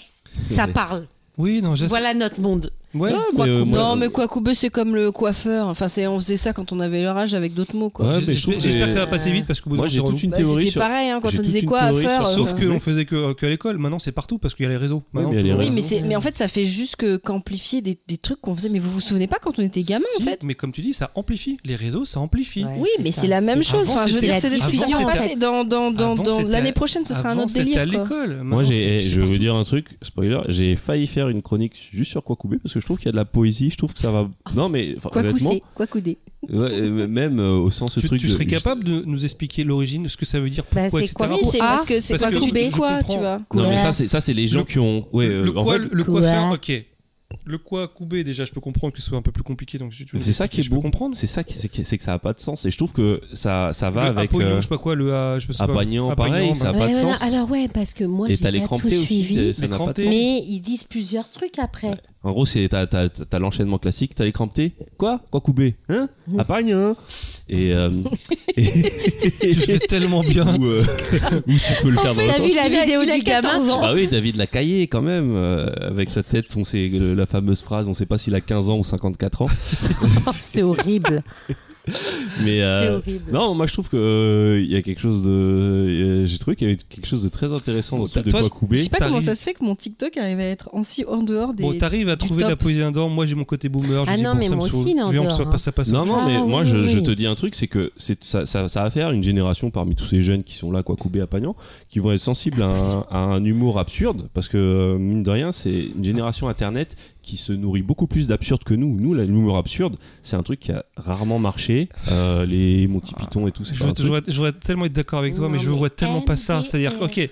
ça parle.
Oui, non, je-
Voilà notre monde.
Ouais.
mais, euh, moi,
non, mais Kwakubé, c'est comme le coiffeur. Enfin, c'est, on faisait ça quand on avait leur âge avec d'autres mots, quoi.
Ouais, Ah, mais je trouve
J'espère
que-
j'espère que ça va passer vite parce qu'au bout d'un
Moi,
moment,
j'ai
c'est relou.
toute une
Bah,
théorie
c'était
sur.
pareil, hein, quand
j'ai
on
toute
disait
une
quoi à
théorie
faire.
sur-
Sauf
euh,
que l'on faisait que, que à l'école. Maintenant, c'est partout parce qu'il y a les réseaux. Maintenant,
mais
tout
les
le monde-
réseaux.
Oui, mais, c'est, mais en fait, ça fait juste que, qu'amplifier des, des trucs qu'on faisait. Mais vous vous souvenez pas quand on était gamin,
Si,
en fait
Mais comme tu dis, ça amplifie. Les réseaux, ça amplifie.
Ouais,
Oui, mais
ça,
c'est la même chose.
Avant,
Enfin, je veux
c'était
dire,
la
c'est des trucs qui
diffusion,
sont
en
passés.
fait.
Dans, dans, dans,
Avant,
dans-
c'était
l'année
à-
prochaine, ce sera un
Avant,
autre
c'était
délire.
à
quoi.
l'école.
Moi,
Maintenant,
j'ai,
c'est-
eh,
c'est
je vais
partout.
vous dire un truc, spoiler, j'ai failli faire une chronique juste sur Kwakubé parce que je trouve qu'il y a de la poésie, je trouve que ça va. Non, mais enfin,
Quoi
honnêtement,
cousser, quoi couder.
ouais, euh, même euh, au sens ce
Tu,
truc.
tu
de-
serais
juste-
capable de nous expliquer l'origine, ce que ça veut dire,
Bah,
pourquoi,
c'est
etc.
quoi
Oui, c'est
Ah,
parce que c'est
parce
quoi
que
couper,
je
quoi,
comprends.
tu vois.
Non, mais
Ouais.
ça, c'est, ça, c'est les gens
Le-
qui ont. Ouais,
le,
euh,
le
en
quoi,
fait,
le
quoi.
coiffeur, ok. Le quoi coubé, déjà, je peux comprendre que ce soit un peu plus compliqué. Donc, si tu
mais
veux,
c'est ça qui est
je peux
beau.
comprendre.
C'est ça qui, c'est, que- c'est que ça a pas de sens. Et je trouve que ça, ça va
Le
avec.
Apognon,
euh,
je sais pas quoi, le A, je sais pas.
Apagnan,
Apagnan,
pareil, ça a
bah.
Ah, pas
Ouais,
de
voilà.
sens.
Alors ouais, parce que moi,
Et
j'ai
t'as les
pas tout
crampés aussi,
suivi.
c'est- ça
Les
n'a pas de
crampés.
sens.
Mais ils disent plusieurs trucs après.
En gros, c'est t'as, t'as, t'as l'enchaînement classique, t'as les crampés. Quoi Quoi coubé Hein À Pagne, hein Et. euh,
Tu le fais tellement bien.
ou, euh, ou tu peux le faire dans le
T'as
temps.
vu la vidéo du gamin
Bah oui, David Lacaillé quand même, euh, avec sa tête, on sait le- la fameuse phrase, on sait pas s'il a 15 ans ou 54 ans,
Oh, C'est horrible.
mais euh,
C'est horrible.
non, moi je trouve que euh, il y a quelque chose de, euh, j'ai trouvé qu'il y avait quelque chose de très intéressant dans
Bon,
ce truc de
toi,
quoi
Je
couper.
sais pas comment
T'arrives-
ça se fait que mon TikTok arrive à être en si en dehors des.
Bon, t'arrives à
du
trouver de la
top.
poésie dedans Moi, j'ai mon côté boomer. je
Ah
dis,
non,
bon,
mais
ça
moi
me saoule.
aussi, là, en
Viens, on
dehors,
se passe- ça passe à
Non,
autre
non,
Ah,
mais
oui,
moi je,
oui,
je
oui.
te dis un truc, c'est que c'est, ça, ça, ça va faire une génération parmi tous ces jeunes qui sont là, quoi couper à Pagnan, qui vont être sensibles à un, à un humour absurde, parce que euh, mine de rien, c'est une génération internet qui se nourrit beaucoup plus d'absurde que nous. Nous, la- l'humour absurde, c'est un truc qui a rarement marché. Euh, les Monty Python et tout, c'est
Je
pas un
veux-
truc.
j'aurais- J'aurais tellement être d'accord avec toi,
Non,
mais je
mais
vois tellement pas ça.
MDR.
C'est-à-dire, que, ok,
Et,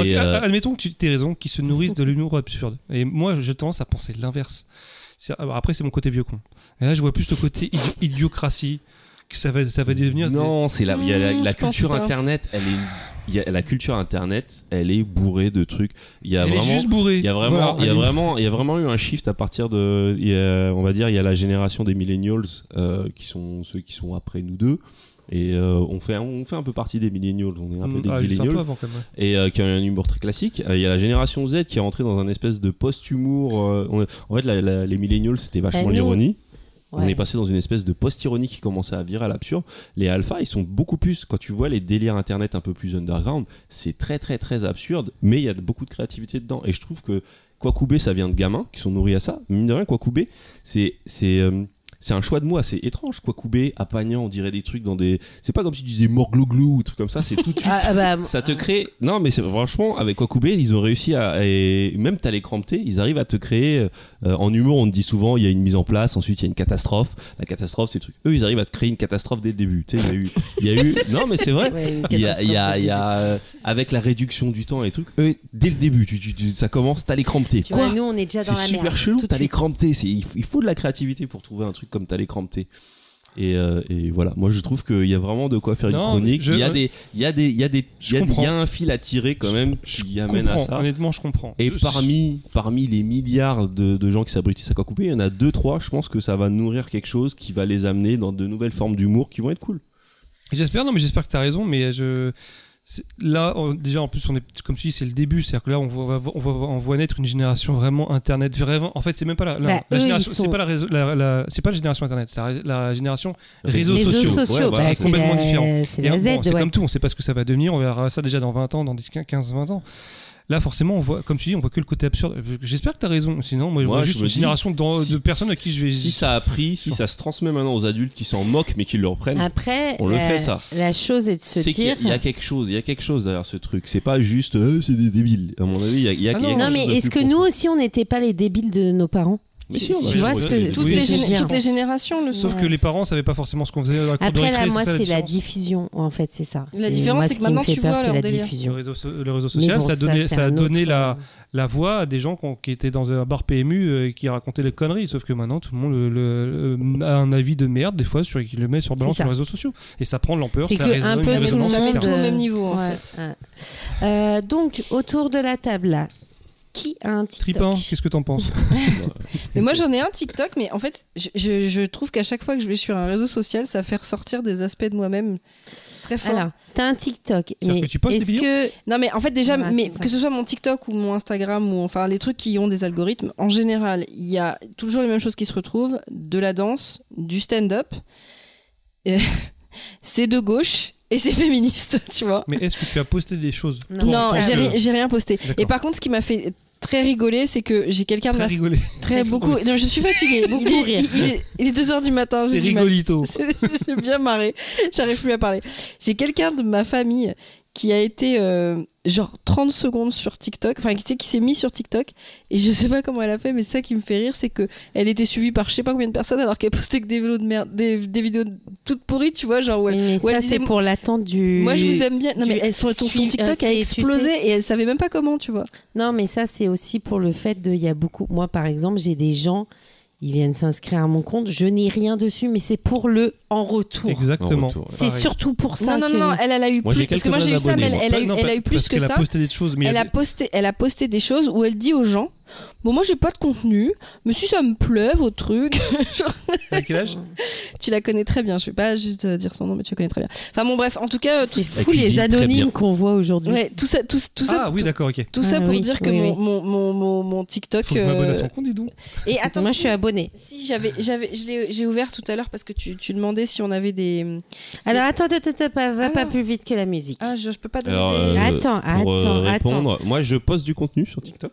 Ok, ah,
euh,
Admettons que tu aies raison, qui se nourrissent de l'humour absurde. Et moi, j'ai tendance à penser l'inverse. C'est- alors Après, c'est mon côté vieux con. Et là, je vois plus le côté idi- idiocratie que ça va, ça va devenir.
Non, c'est la, il y a la,
Hmm,
la
je pense
culture
pas.
internet, elle est, il y a- la culture internet, elle est bourrée de trucs. Il y a
Elle est
vraiment,
juste bourrée.
il y a vraiment,
Voilà,
il y a
elle est-
vraiment, il y a vraiment eu un shift à partir de, il y a- on va dire, il y a la génération des millennials euh, qui sont ceux qui sont après nous deux. Et euh, on, fait, on fait un peu partie des millennials, on est un peu
Mm,
des
ah, juste un peu
millennials.
avant, quand même.
et euh, qui a un humour très classique. Euh, Il y a la génération Z qui est rentrée dans un espèce de post-humour. euh, on- en fait, la- la- les millennials, c'était vachement
Bah, nous,
l'ironie. On
Ouais.
est passé dans une espèce de post-ironie qui commençait à virer à l'absurde. Les alphas, ils sont beaucoup plus. Quand tu vois les délires internet un peu plus underground, c'est très, très, très absurde, mais il y a de- beaucoup de créativité dedans. Et je trouve que Kwakubé, ça vient de gamins qui sont nourris à ça. Mine de rien, Kwakubé, c'est. c'est euh, c'est un choix de mots assez étrange, Kwakubé, Apagnan, on dirait des trucs dans des. C'est pas comme si tu disais morgloglou ou trucs comme ça, c'est tout de suite
Ah, ah, bah,
ça te crée. Non, mais c'est- franchement, avec Wakubé, ils ont réussi à. Et même t'as les cramptés, ils arrivent à te créer. euh, en humour, on te dit souvent, il y a une mise en place, ensuite il y a une catastrophe. La catastrophe, c'est le truc. Eux, ils arrivent à te créer une catastrophe dès le début. Tu sais, il y a eu. il y a eu... Non, mais c'est vrai.
ouais, une
Il y a, il y a-
catastrophe
il y
de-
a, euh, avec la réduction du temps et les trucs, eux, dès le début, tu, tu- tu- ça commence, t'as les cramptés.
Tu
Quoi
vois, nous, on est déjà dans
C'est
la
super
merde.
chelou,
tout de
t'as les
suite.
cramptés. c'est- Il, f- il faut de la créativité pour trouver un truc comme t'as les cramptés. Et, euh, et voilà, moi je trouve qu'il y a vraiment de quoi faire une
Non,
chronique.
je-
il, y a des, il y a des, il y a des, il
Je
y a, il y a
comprends.
un fil à tirer quand même qui
Je
amène à
comprends,
ça.
Honnêtement, je comprends.
Et
Je-
parmi, parmi les milliards de, de gens qui s'abrutissent à quoi couper, il y en a deux, trois. Je pense que ça va nourrir quelque chose qui va les amener dans de nouvelles formes d'humour qui vont être cool.
J'espère, non, mais j'espère que tu as raison, mais je. c'est- Là, on- déjà, en plus, on est, comme tu dis, c'est le début. C'est-à-dire que là, on va, on, va- on voit naître une génération vraiment Internet. Vraiment, en fait, c'est même pas la, la-
Bah,
la
eux,
génération.
ils
C'est
sont-
pas la, réseau- la- la- c'est pas la génération Internet. C'est la, la génération réseaux,
Réseaux
sociaux.
sociaux,
Ouais, voilà,
bah,
c'est
c'est
complètement différent.
la, c'est
Et
la
bon,
Z.
c'est
ouais.
comme tout, on sait pas ce que ça va devenir, on verra ça déjà dans 20 ans, dans 10, 15, 20 ans. Là, forcément, on voit, comme tu dis, on voit que le côté absurde. J'espère que tu as raison, sinon, moi, je
Moi,
vois
je
juste
me
une
dis,
génération d'en- de,
si-
personnes à qui je vais.
Si ça a pris, si ça se transmet maintenant aux adultes qui s'en moquent mais qui le reprennent,
Ah Après,
on le
la,
fait ça.
la chose est de se
C'est qu'il y a-
dire.
il y, a quelque chose, il y a quelque chose derrière ce truc. C'est pas juste, euh, c'est des débiles. À mon avis, il y a, il y a-
Ah
il y a
non,
quelque
Non, mais
chose de
est-ce que
plus
nous
profond.
aussi, on n'était pas les débiles de nos parents
Mais
tu-
si, on
tu vois
va jouer
ce
les
que-
débiles.
toutes
Toutes, les,
c'est
gén-
bien.
toutes les générations le sont.
Sauf que les parents savaient pas forcément ce qu'on faisait dans la cour de
Après,
récré,
là, moi,
ça,
c'est la
différence.
diffusion. En fait, c'est ça.
La
C'est-
différence,
moi,
c'est
ce
que
qui me
maintenant,
fait
tu
peur,
vois
c'est
leur
la
délire.
Le
diffusion.
réseau, so- le réseau
Mais
social,
bon,
ça a donné,
c'est
ça a
un
donné
autre- euh,
euh,
la, la voix à des gens qu'on- qui étaient dans un bar PMU euh, et qui racontaient les conneries. Sauf que maintenant, tout le monde le- le- a un avis de merde, des fois, sur, qui le met sur balance
C'est ça.
sur les réseaux sociaux. Et ça prend de l'ampleur,
C'est
ça
que
résonne,
un peu
ça
tout le
résonne,
Ça
monde-
etc.
met tout au
euh,
même niveau, en
Ouais,
fait.
ouais. Euh, donc, autour de la table, là, Qui a un TikTok
Tripin, qu'est-ce que t'en penses
Mais moi j'en ai un TikTok, mais en fait je, je- je trouve qu'à chaque fois que je vais sur un réseau social, ça fait ressortir des aspects de moi-même très fort.
Alors, t'as un TikTok,
C'est-à-dire
mais
que tu postes
est-ce
des
que
Non mais en fait déjà,
Voilà,
mais
c'est ça.
que ce soit mon TikTok ou mon Instagram ou enfin les trucs qui ont des algorithmes, en général il y a toujours les mêmes choses qui se retrouvent, de la danse, du stand-up, euh, c'est de gauche et c'est féministe, tu vois.
Mais est-ce que tu as posté des choses euh,
Non,
toi, en
Non,
tant
j'ai
que-
ri- j'ai rien posté.
D'accord.
Et par contre ce qui m'a fait très rigoler, c'est que j'ai quelqu'un de
Très
ma
rigolé.
Très beaucoup. Non, je suis fatiguée.
Beaucoup
il, est,
rire.
il est- il est 2h du matin.
C'est
J'ai du mal.
rigolito.
C'est- J'ai bien marré. J'arrive plus à parler. J'ai quelqu'un de ma famille qui a été euh, genre 30 secondes sur TikTok, enfin qui, tu sais, qui s'est mis sur TikTok et je sais pas comment elle a fait, mais ça qui me fait rire, c'est que elle était suivie par je sais pas combien de personnes alors qu'elle postait que des vélos de merde, des, des vidéos toutes pourries, tu vois, genre ouais.
Oui, mais
Ouais,
ça,
disais-
c'est pour l'attente du.
Moi je vous aime bien. Non
du-
mais elle, sur son, son
suis- euh,
TikTok a
c'est- tu
explosé et elle savait même pas comment, tu vois.
Non, mais ça, c'est aussi pour le fait de. Il y a beaucoup. Moi, par exemple, j'ai des gens, ils viennent s'inscrire à mon compte. Je n'ai rien dessus, mais c'est pour le en retour.
En
Exactement.
retour, ouais.
C'est surtout pour ça.
Non non non,
que-
non, elle, elle a eu
Moi,
plus
j'ai
parce que
quelques
moi j'ai eu ça, mais
abonnés,
elle,
moi.
elle a eu,
Non,
elle a eu
parce
plus que
qu'elle
ça.
a posté des choses, mais il y
elle,
a
a
des-
posté, elle a posté des choses où elle dit aux gens Bon, moi j'ai pas de contenu, mais si ça me plaît, vos trucs. Genre,
à quel âge
tu la connais très bien, je vais pas juste euh, dire son nom, mais tu la connais très bien. Enfin, bon, bref, en tout cas, euh, tout,
C'est
La
fou
cuisine,
les
très bien.
anonymes qu'on voit aujourd'hui.
ouais, tout ça, tout, tout ça,
Ah oui,
tout,
d'accord, ok.
tout ça
Ah,
pour
oui,
dire que
oui,
mon,
oui.
mon, mon, mon, mon TikTok.
Faut que je m'abonne à
euh,
son compte, dis donc.
Et attends,
Moi,
si,
je suis abonnée.
si, j'avais, j'avais, je l'ai- j'ai ouvert tout à l'heure parce que tu, tu demandais si on avait des.
Alors, attends, attends, attends, pas- va
Ah,
pas
non.
plus vite que la musique.
Ah, je, je peux pas donner
Alors,
des.
euh,
attends,
Pour euh,
attends, attends.
répondre, moi je poste du contenu sur TikTok.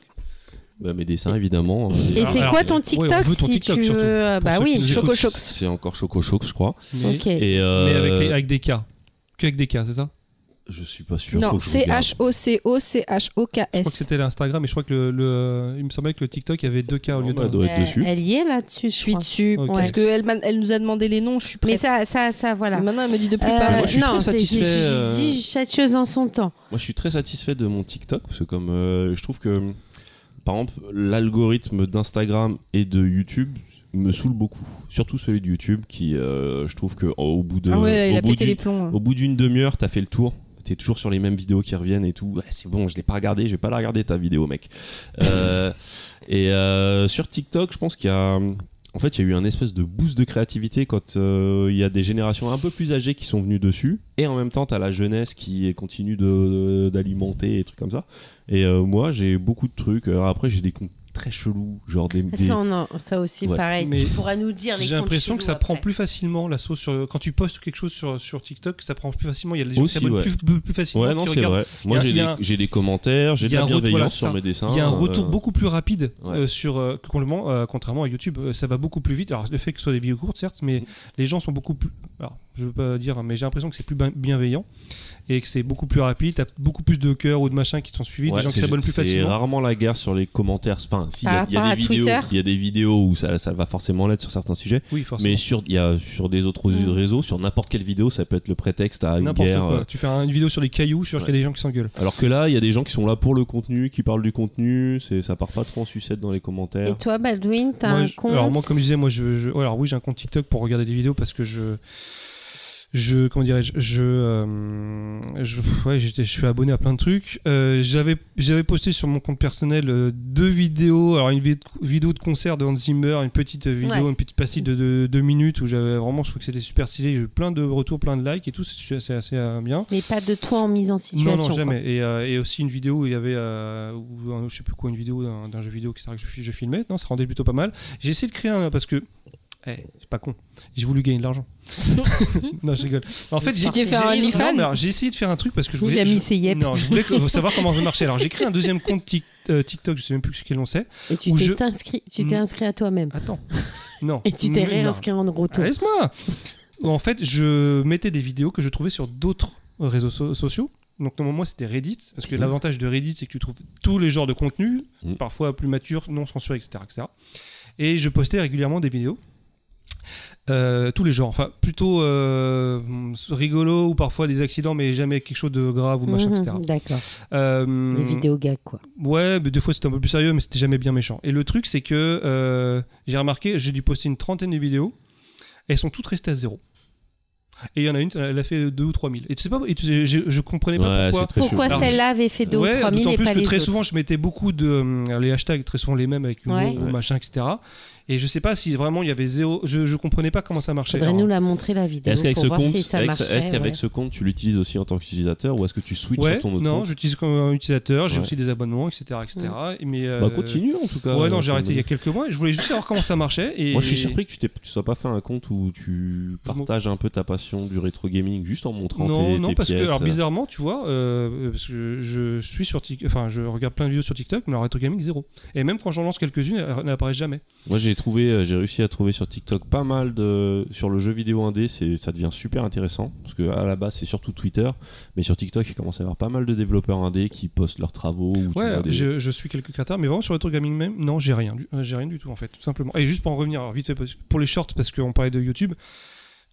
Bah, mes dessins évidemment.
Et
Alors,
c'est
alors,
quoi ton
ouais,
TikTok
on veut ton
si
TikTok,
tu
surtout,
veux
Ah
pour
Bah
ceux qui
oui.
nous écoutent.
Choco Chocs.
C'est encore Choco Chocs, je crois.
Mais-
Ok.
Et euh,
Mais avec, les- avec des cas. Que avec des cas, c'est ça
je suis pas sûr. faut
Non,
que je regarde.
Je crois que
C-H-O-C-O-C-H-O-K-S.
c'était l'Instagram et je crois que le, le- il me semblait que le TikTok il y avait deux cas au lieu
Bah,
d'un.
doit être
Euh,
dessus.
Elle y est là-dessus, je
Je
suis.
suis dessus
Ok.
parce que elle, m'a- elle nous a demandé les noms, je suis prête.
Mais ça, ça, ça, voilà.
Mais maintenant, elle me dit de plus
Euh,
pas.
moi, je suis
non,
très
c'est-
satisfait,
j'ai j'ai
euh,
dit chaque chose en son temps.
Moi, je suis très satisfait de mon TikTok parce que comme euh, je trouve que par exemple l'algorithme d'Instagram et de YouTube me saoule beaucoup, surtout celui de YouTube qui euh, je trouve que oh, au bout
Euh,
de
Ah ouais, il
au
a
bout
pété
du-
les plombs. hein.
au bout d'une demi-heure, t'as fait le tour. T'es toujours sur les mêmes vidéos qui reviennent et tout. Ouais, c'est bon, je l'ai pas regardé, je vais pas la regarder ta vidéo, mec. Euh, et euh, sur TikTok, je pense qu'il y a. En fait, il y a eu un espèce de boost de créativité quand euh, il y a des générations un peu plus âgées qui sont venues dessus. Et en même temps, t'as la jeunesse qui continue de- d'alimenter et trucs comme ça. Et euh, moi, j'ai beaucoup de trucs. Alors après, j'ai des comptes très chelous, genre des. des-
Ça, on en- ça aussi,
Ouais.
pareil.
Mais
tu pourras nous dire les
J'ai
comptes
l'impression que
chelous
ça prend
après.
plus facilement la sauce sur quand tu postes quelque chose sur, sur TikTok, ça prend plus facilement. Il y a des gens qui
Aussi,
s'abonnent
ouais.
plus, plus- plus facilement.
Ouais, non,
qui
c'est
regardent.
vrai. Moi,
Il y a-
j'ai
il y
des,
a un-
j'ai des commentaires, j'ai
il
de
y a
la
un retour,
bienveillance
voilà,
sur
ça.
mes dessins.
Il y a un
euh,
retour beaucoup plus rapide
ouais.
euh, sur euh, que complètement, euh, contrairement à YouTube. Euh, ça va beaucoup plus vite. Alors le fait que ce soit des vidéos courtes, certes,
Mm.
mais les gens sont beaucoup plus. Alors je veux pas dire, mais j'ai l'impression que c'est plus bin- bienveillant et que c'est beaucoup plus rapide. T'as beaucoup plus de cœurs ou de machins qui sont suivis,
Ouais,
des gens qui
c'est-
s'abonnent plus
C'est
facilement.
rarement la guerre sur les commentaires. Enfin, si, il y a-
Par
il y, a
rapport
des
à
vidéos-
Twitter
il y a des vidéos où ça, ça va forcément l'être sur certains sujets.
Oui,
Mais
forcément.
sur, il y a, sur des autres
Mm.
réseaux, sur n'importe quelle vidéo, ça peut être le prétexte à une
N'importe
guerre.
quoi.
euh,
Tu fais un- une vidéo sur les cailloux, sur qu'il y a des gens qui s'engueulent.
Alors que là, il y a des gens qui sont là pour le contenu, qui parlent du contenu. C'est, ça part pas trop en sucette dans les
Et
commentaires.
toi, Baldwin, t'as
Moi,
un
je-
compte
Alors moi, comme je disais, moi, je, je- ouais, alors oui, j'ai un compte TikTok pour regarder des vidéos parce que je, je, comment dirais-je, je, euh, je, ouais, j'étais, je suis abonné à plein de trucs. Euh, j'avais, j'avais posté sur mon compte personnel euh, deux vidéos, alors une vid- vidéo de concert de Hans Zimmer, une petite vidéo,
Ouais.
une petite pastille de deux, deux minutes où j'avais vraiment, je trouve que c'était super stylé. J'ai eu plein de retours, plein de likes et tout, c'est, c'est assez euh, bien.
Mais pas de toi en mise en
Non,
situation.
non,
quoi.
jamais. Et, euh, et aussi une vidéo où il y avait, euh, où un- je sais plus quoi, une vidéo d'un d'un jeu vidéo, etc., que je, fi- je filmais. Non, ça rendait plutôt pas mal. J'ai essayé de créer un. Parce que. Eh, c'est pas con. J'ai voulu gagner de l'argent. non, je rigole. En fait,
Tu
j'ai
t'es fait un
j'ai-
OnlyFans
non, mais alors, j'ai essayé de faire un truc parce que je
Il
voulais.
a mis
je-
ses yep.
Non, je voulais que- savoir comment ça marchait. Alors, j'ai créé un deuxième compte Tik- euh, TikTok, je sais même plus ce qu'il en sait.
Et tu
Ou
t'es
je-
inscrit, tu t'es
Mm.
inscrit à toi-même.
Attends. Non.
Et tu t'es
Mais non.
réinscrit en retour.
Ah, Laisse-moi En fait, je mettais des vidéos que je trouvais sur d'autres euh, réseaux so- sociaux. Donc, normalement, moi, c'était Reddit. Parce que
Mmh.
Mhm.
l'avantage de Reddit, c'est que tu trouves tous les genres de contenus,
Mhm.
parfois plus matures, non censurés, etc., etc. Et je postais régulièrement des vidéos. Euh, tous les genres, enfin plutôt euh, rigolo ou parfois des accidents, mais jamais quelque chose de grave ou machin,
Mhm,
etc.
D'accord.
Euh,
Des vidéos gags, quoi.
Ouais, mais des fois c'était un peu plus sérieux, mais c'était jamais bien méchant. Et le truc, c'est que euh, j'ai remarqué, j'ai dû poster une trentaine de vidéos, elles sont toutes restées à zéro. Et il y en a une, elle a fait 2 ou 3 000. Et tu sais pas, et tu sais, je, je comprenais pas
Ouais,
pourquoi.
c'est très
Pourquoi
chelou.
Alors, celle-
celle-là avait fait 2
Ouais,
ou 3 000
d'autant
et
plus
pas
que
les
très
autres
souvent je mettais beaucoup de euh, les hashtags très souvent les mêmes avec humour
Ouais.
ou
Ouais.
machin etc et je sais pas si vraiment il y avait zéro je, je comprenais pas comment ça marchait
Faudrait nous
Alors,
la montrer la
Et
vidéo
Est-ce qu'avec
pour
ce
voir
compte,
si ça
avec ce- est-ce
marcherait.
qu'avec
ouais.
ce compte, tu l'utilises aussi en tant qu'utilisateur ou est-ce que tu switches
ouais
sur ton autre
non
compte
j'utilise comme un utilisateur j'ai
Ouais.
aussi des abonnements etc etc mais euh,
Bah continue en tout cas.
ouais
euh,
non j'ai arrêté il y a
Sandrine.
quelques mois et je voulais juste savoir comment ça marchait et
Moi je suis surpris que tu t'es- tu sois pas fait un compte où tu
Je m'en-
partages un peu ta passion du rétro gaming juste en montrant
non,
tes,
non,
tes
parce que
pièces.
alors bizarrement, tu vois, euh, euh, parce que je suis sur Tik- enfin, je regarde plein de vidéos sur TikTok, mais la rétro gaming zéro. Et même quand j'en lance quelques-unes, elles n'apparaissent jamais.
Moi j'ai trouvé, euh, j'ai réussi à trouver sur TikTok pas mal de sur le jeu vidéo indé, c'est ça devient super intéressant parce que à la base c'est surtout Twitter, mais sur TikTok il commence à y avoir pas mal de développeurs indé qui postent leurs travaux. Ou tu
Ouais,
vois, des-
je, je suis quelques créateurs, mais vraiment sur le rétro gaming même, non, j'ai rien, du- euh, j'ai rien du tout en fait, tout simplement. Et juste pour en revenir, alors vite fait, parce- pour les shorts, parce qu'on parlait de YouTube,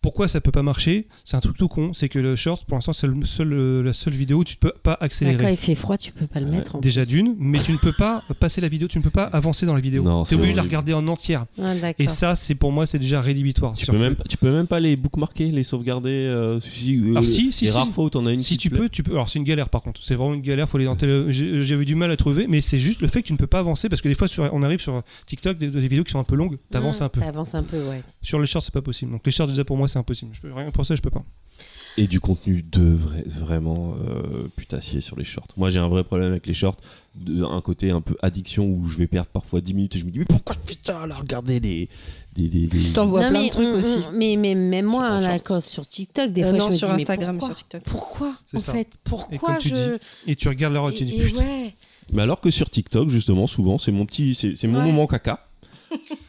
pourquoi ça peut pas marcher C'est un truc tout con, c'est que le short, pour l'instant, c'est le seul, euh, la seule vidéo où tu peux pas
Ah, Quand
accélérer.
il fait froid, tu peux pas le
Ouais,
mettre. en
Déjà
plus.
d'une, mais tu ne peux pas passer la vidéo, tu ne peux pas avancer dans la vidéo.
Non,
T'es
c'est
obligé de la
horrible.
regarder en entière.
Ah,
Et
d'accord.
ça, c'est pour moi, c'est déjà rédhibitoire.
Tu
Sur-
peux, même, tu peux même pas les bookmarker, les sauvegarder. euh, si, euh,
Ah, si, si,
les
si.
rares fois où t'en as une
Si
qui
tu
te plaît.
peux, tu peux. Alors c'est une galère par contre. C'est vraiment une galère. Faut les dans télé- J'ai J'avais du mal à trouver, mais c'est juste le fait que tu ne peux pas avancer parce que des fois sur- on arrive sur TikTok des, des vidéos qui sont un peu longues. T'avances
Mmh,
un peu.
T'avances un peu, ouais.
Sur les shorts, c'est pas possible. Donc les shorts déjà pour moi c'est impossible. Je peux rien pour ça, je peux pas.
Et du contenu de vrai- vraiment euh, putassier sur les shorts. Moi, j'ai un vrai problème avec les shorts. De, un côté un peu addiction où je vais perdre parfois 10 minutes et je me dis, mais pourquoi je fais ça là Regardez les. Des, des, des-
Je t'envoie
Non,
plein
mais,
de trucs
on-
aussi.
on- mais, mais même moi,
Sur un
hein, la
short.
cause sur TikTok, des
Euh,
fois,
non,
je me
sur
dis, mais
Instagram,
pourquoi
sur TikTok.
Pourquoi,
C'est
en
ça.
fait Pourquoi
tu
je...
Et tu regardes l'heure et tu
Et-
dis
et
putain.
ouais.
Mais alors que sur TikTok, justement, souvent, c'est mon petit. C'est c'est mon
Ouais.
moment caca.